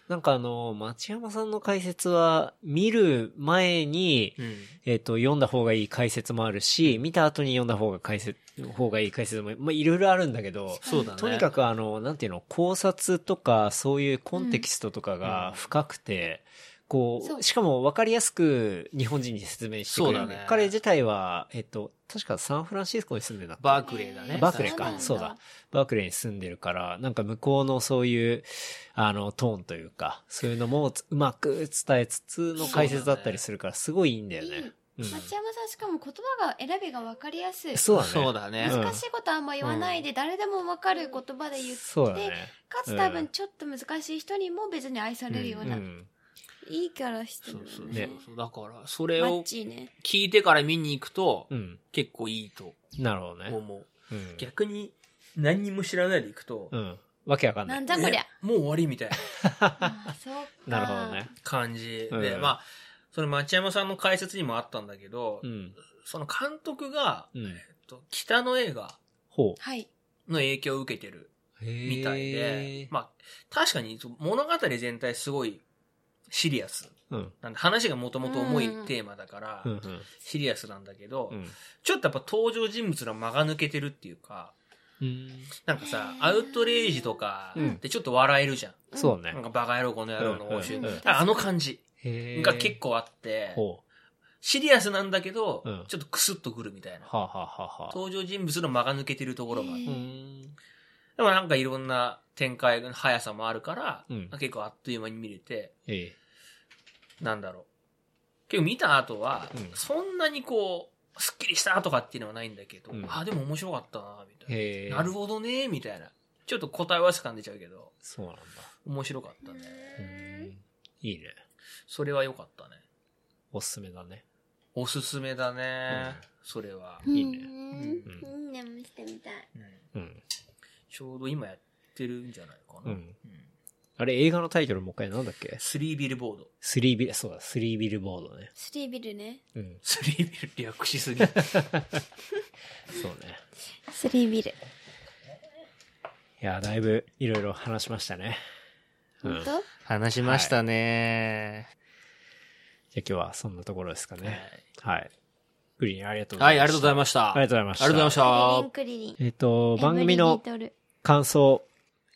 Speaker 1: なんかあの、町山さんの解説は、見る前に、
Speaker 2: うん。
Speaker 1: えっ、と、読んだ方がいい解説もあるし、見た後に読んだ方が解説、方がいい解説も、まあ、いろいろあるんだけど、
Speaker 2: そうだね。
Speaker 1: とにか
Speaker 2: く、
Speaker 1: くあの、なんていうの、考察とか、そういうコンテキストとかが深くて、こ
Speaker 3: そう
Speaker 1: う、しかも分かりやすく日本人に説明してくれ
Speaker 2: そう
Speaker 1: る。
Speaker 2: だね
Speaker 1: 彼自体は、えっと、確かサンフランシスコに住んでた。
Speaker 2: バークレーだね。
Speaker 1: バークレー
Speaker 3: そうなん
Speaker 1: か。
Speaker 3: だ
Speaker 1: そうだ。バークレーに住んでるから、なんか向こうのそういう、あの、トーンというか、そういうのもつうまく伝えつつの解説だったりするから、すごいいいんだよね。うん
Speaker 3: 町山さんしかも言葉が選びが分かりやすい。
Speaker 1: そうだね。
Speaker 2: そうだね。
Speaker 1: うん
Speaker 3: 難しいことあんま言わないで、誰でも分かる言葉で言って、
Speaker 1: そうだね。
Speaker 3: かつ多分ちょっと難しい人にも別に愛されるよ
Speaker 1: う
Speaker 3: うな、
Speaker 1: ん。
Speaker 3: いいキャラして
Speaker 2: そ
Speaker 3: る
Speaker 2: うそ
Speaker 3: よ
Speaker 2: う
Speaker 3: ね。
Speaker 2: そう。だから、それ
Speaker 3: マッ
Speaker 2: を
Speaker 3: チーね。
Speaker 2: 聞いてから見に行くと
Speaker 1: う、ん。
Speaker 2: 結構いいと
Speaker 1: なるほどね。
Speaker 2: 思う。
Speaker 1: うん
Speaker 2: 逆に、何にも知らないで行くと
Speaker 1: う、ん。わけわかんな。
Speaker 3: ないんだこりゃ。
Speaker 2: えもう終わりみたいな
Speaker 3: あそうか。
Speaker 1: なるほどね。。
Speaker 2: 感じ
Speaker 1: うん
Speaker 2: で、まあ、その町山さんの解説にもあったんだけど
Speaker 1: う、ん。
Speaker 2: その監督が、
Speaker 1: うん
Speaker 2: えっと北の映画
Speaker 1: ほ
Speaker 3: はい。
Speaker 2: の影響を受けてる
Speaker 1: う。み
Speaker 2: みたいで、まあ、確かに物語全体すごいシリアス。
Speaker 1: うん。
Speaker 2: なんで話がもともと重いテーマだから
Speaker 1: う、んうん。
Speaker 2: シリアスなんだけど
Speaker 1: う、ん
Speaker 2: ちょっとやっぱ登場人物の間が抜けてるっていうか、
Speaker 1: うん。
Speaker 2: なんかさ
Speaker 3: へ、ー
Speaker 2: アウトレイジとか
Speaker 1: うん
Speaker 2: ってちょっと笑えるじゃん。
Speaker 1: そうね
Speaker 2: なん。かバカ野郎この野郎の応酬
Speaker 1: うんうんうん
Speaker 2: ああの感じ
Speaker 1: へー
Speaker 2: が結。構あって、
Speaker 1: ほう。
Speaker 2: シリアスなんだけど、
Speaker 1: うん
Speaker 2: ちょっとクスッとくるみたいな。
Speaker 1: はあ、はあはあはあ、
Speaker 2: 登場人物の間が抜けてるところがあっ
Speaker 3: へ
Speaker 2: て
Speaker 1: う
Speaker 3: ー
Speaker 1: ん。
Speaker 2: でもなんかいろんな展開の速さもあるから、
Speaker 1: うん
Speaker 2: 結構あっという間に見れて、
Speaker 1: ええ。
Speaker 2: なんだろう。結構見た後は、
Speaker 1: うん
Speaker 2: そんなにこう、すっきりしたとかっていうのはないんだけど、
Speaker 1: うん
Speaker 2: あ、でも面白かったな、みたい
Speaker 1: へえ。
Speaker 2: な。なるほどね、みたいな。ちょっと答え合わせ感出ちゃうけど、
Speaker 1: そうなんだ。
Speaker 2: 面白かったね。
Speaker 1: うん。いいね。
Speaker 2: それは良かったね。
Speaker 1: おすすめだね。
Speaker 2: おすすめだね、
Speaker 1: うん
Speaker 2: それは。
Speaker 1: いいね
Speaker 3: うんいいね、見せてみたい。
Speaker 2: うん
Speaker 1: うん。
Speaker 2: ちょうど今やってるんじゃないか
Speaker 1: う
Speaker 2: な。
Speaker 1: ん。あれ、映画のタイトルもう一回なんだっけ
Speaker 2: スリービルボード。
Speaker 1: スリービル、そうだ、スリービルボードね。
Speaker 3: スリービルね。
Speaker 1: うん。
Speaker 2: スリービル略しすぎ。
Speaker 1: そうね。
Speaker 3: スリービル。
Speaker 1: いや、だいぶいろいろ話しましたね。うん。
Speaker 3: 本
Speaker 1: じゃあ
Speaker 2: [laughs]
Speaker 3: 当
Speaker 2: 話し
Speaker 1: ました
Speaker 2: ね、
Speaker 1: 今日はそんなところですか
Speaker 2: はい
Speaker 1: ね。はい。グリーンありがとうご
Speaker 2: は
Speaker 1: ざ
Speaker 2: い、
Speaker 1: い
Speaker 2: あ
Speaker 1: ま
Speaker 2: りがとう
Speaker 1: し
Speaker 2: ござ
Speaker 1: た。
Speaker 2: いました。
Speaker 1: ありがとうございました
Speaker 2: ありがとうございました。
Speaker 3: クリリン、クリリン。
Speaker 1: えっと、番組
Speaker 3: エ
Speaker 1: の
Speaker 3: ブリリトル
Speaker 1: 感想、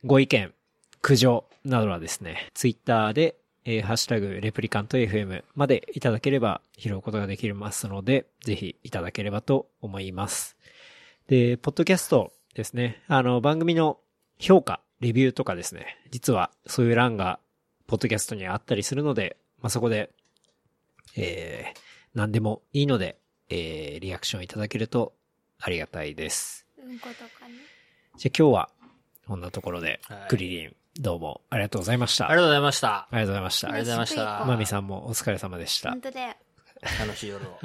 Speaker 1: ご意見、苦情などはですね、ツイッターで、えーハッシュタグ、レプリカント FM までいただければ拾うことができますので、ぜひいただければと思います。で、ポッドキャストですね、あの、番組の評価、レビューとかですね、実はそういう欄が、ポッドキャストにあったりするので、まあ、そこで、えー、何でもいいので、えー、リアクションいただけるとありがたいです。
Speaker 3: うんことかね。
Speaker 1: じゃあ今日は、こんなところで
Speaker 2: はい、
Speaker 1: クリリン、どうもありがとうございました。
Speaker 2: あ
Speaker 1: あ
Speaker 2: り
Speaker 1: り
Speaker 2: がとうございました。
Speaker 1: がとうございまし
Speaker 2: あ
Speaker 1: た
Speaker 2: り。がとうございまし
Speaker 3: あ
Speaker 2: た。
Speaker 1: まみさんもお疲れ様でした
Speaker 3: 本。当だよ。
Speaker 2: 楽しい夜を。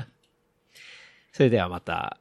Speaker 1: それではまた、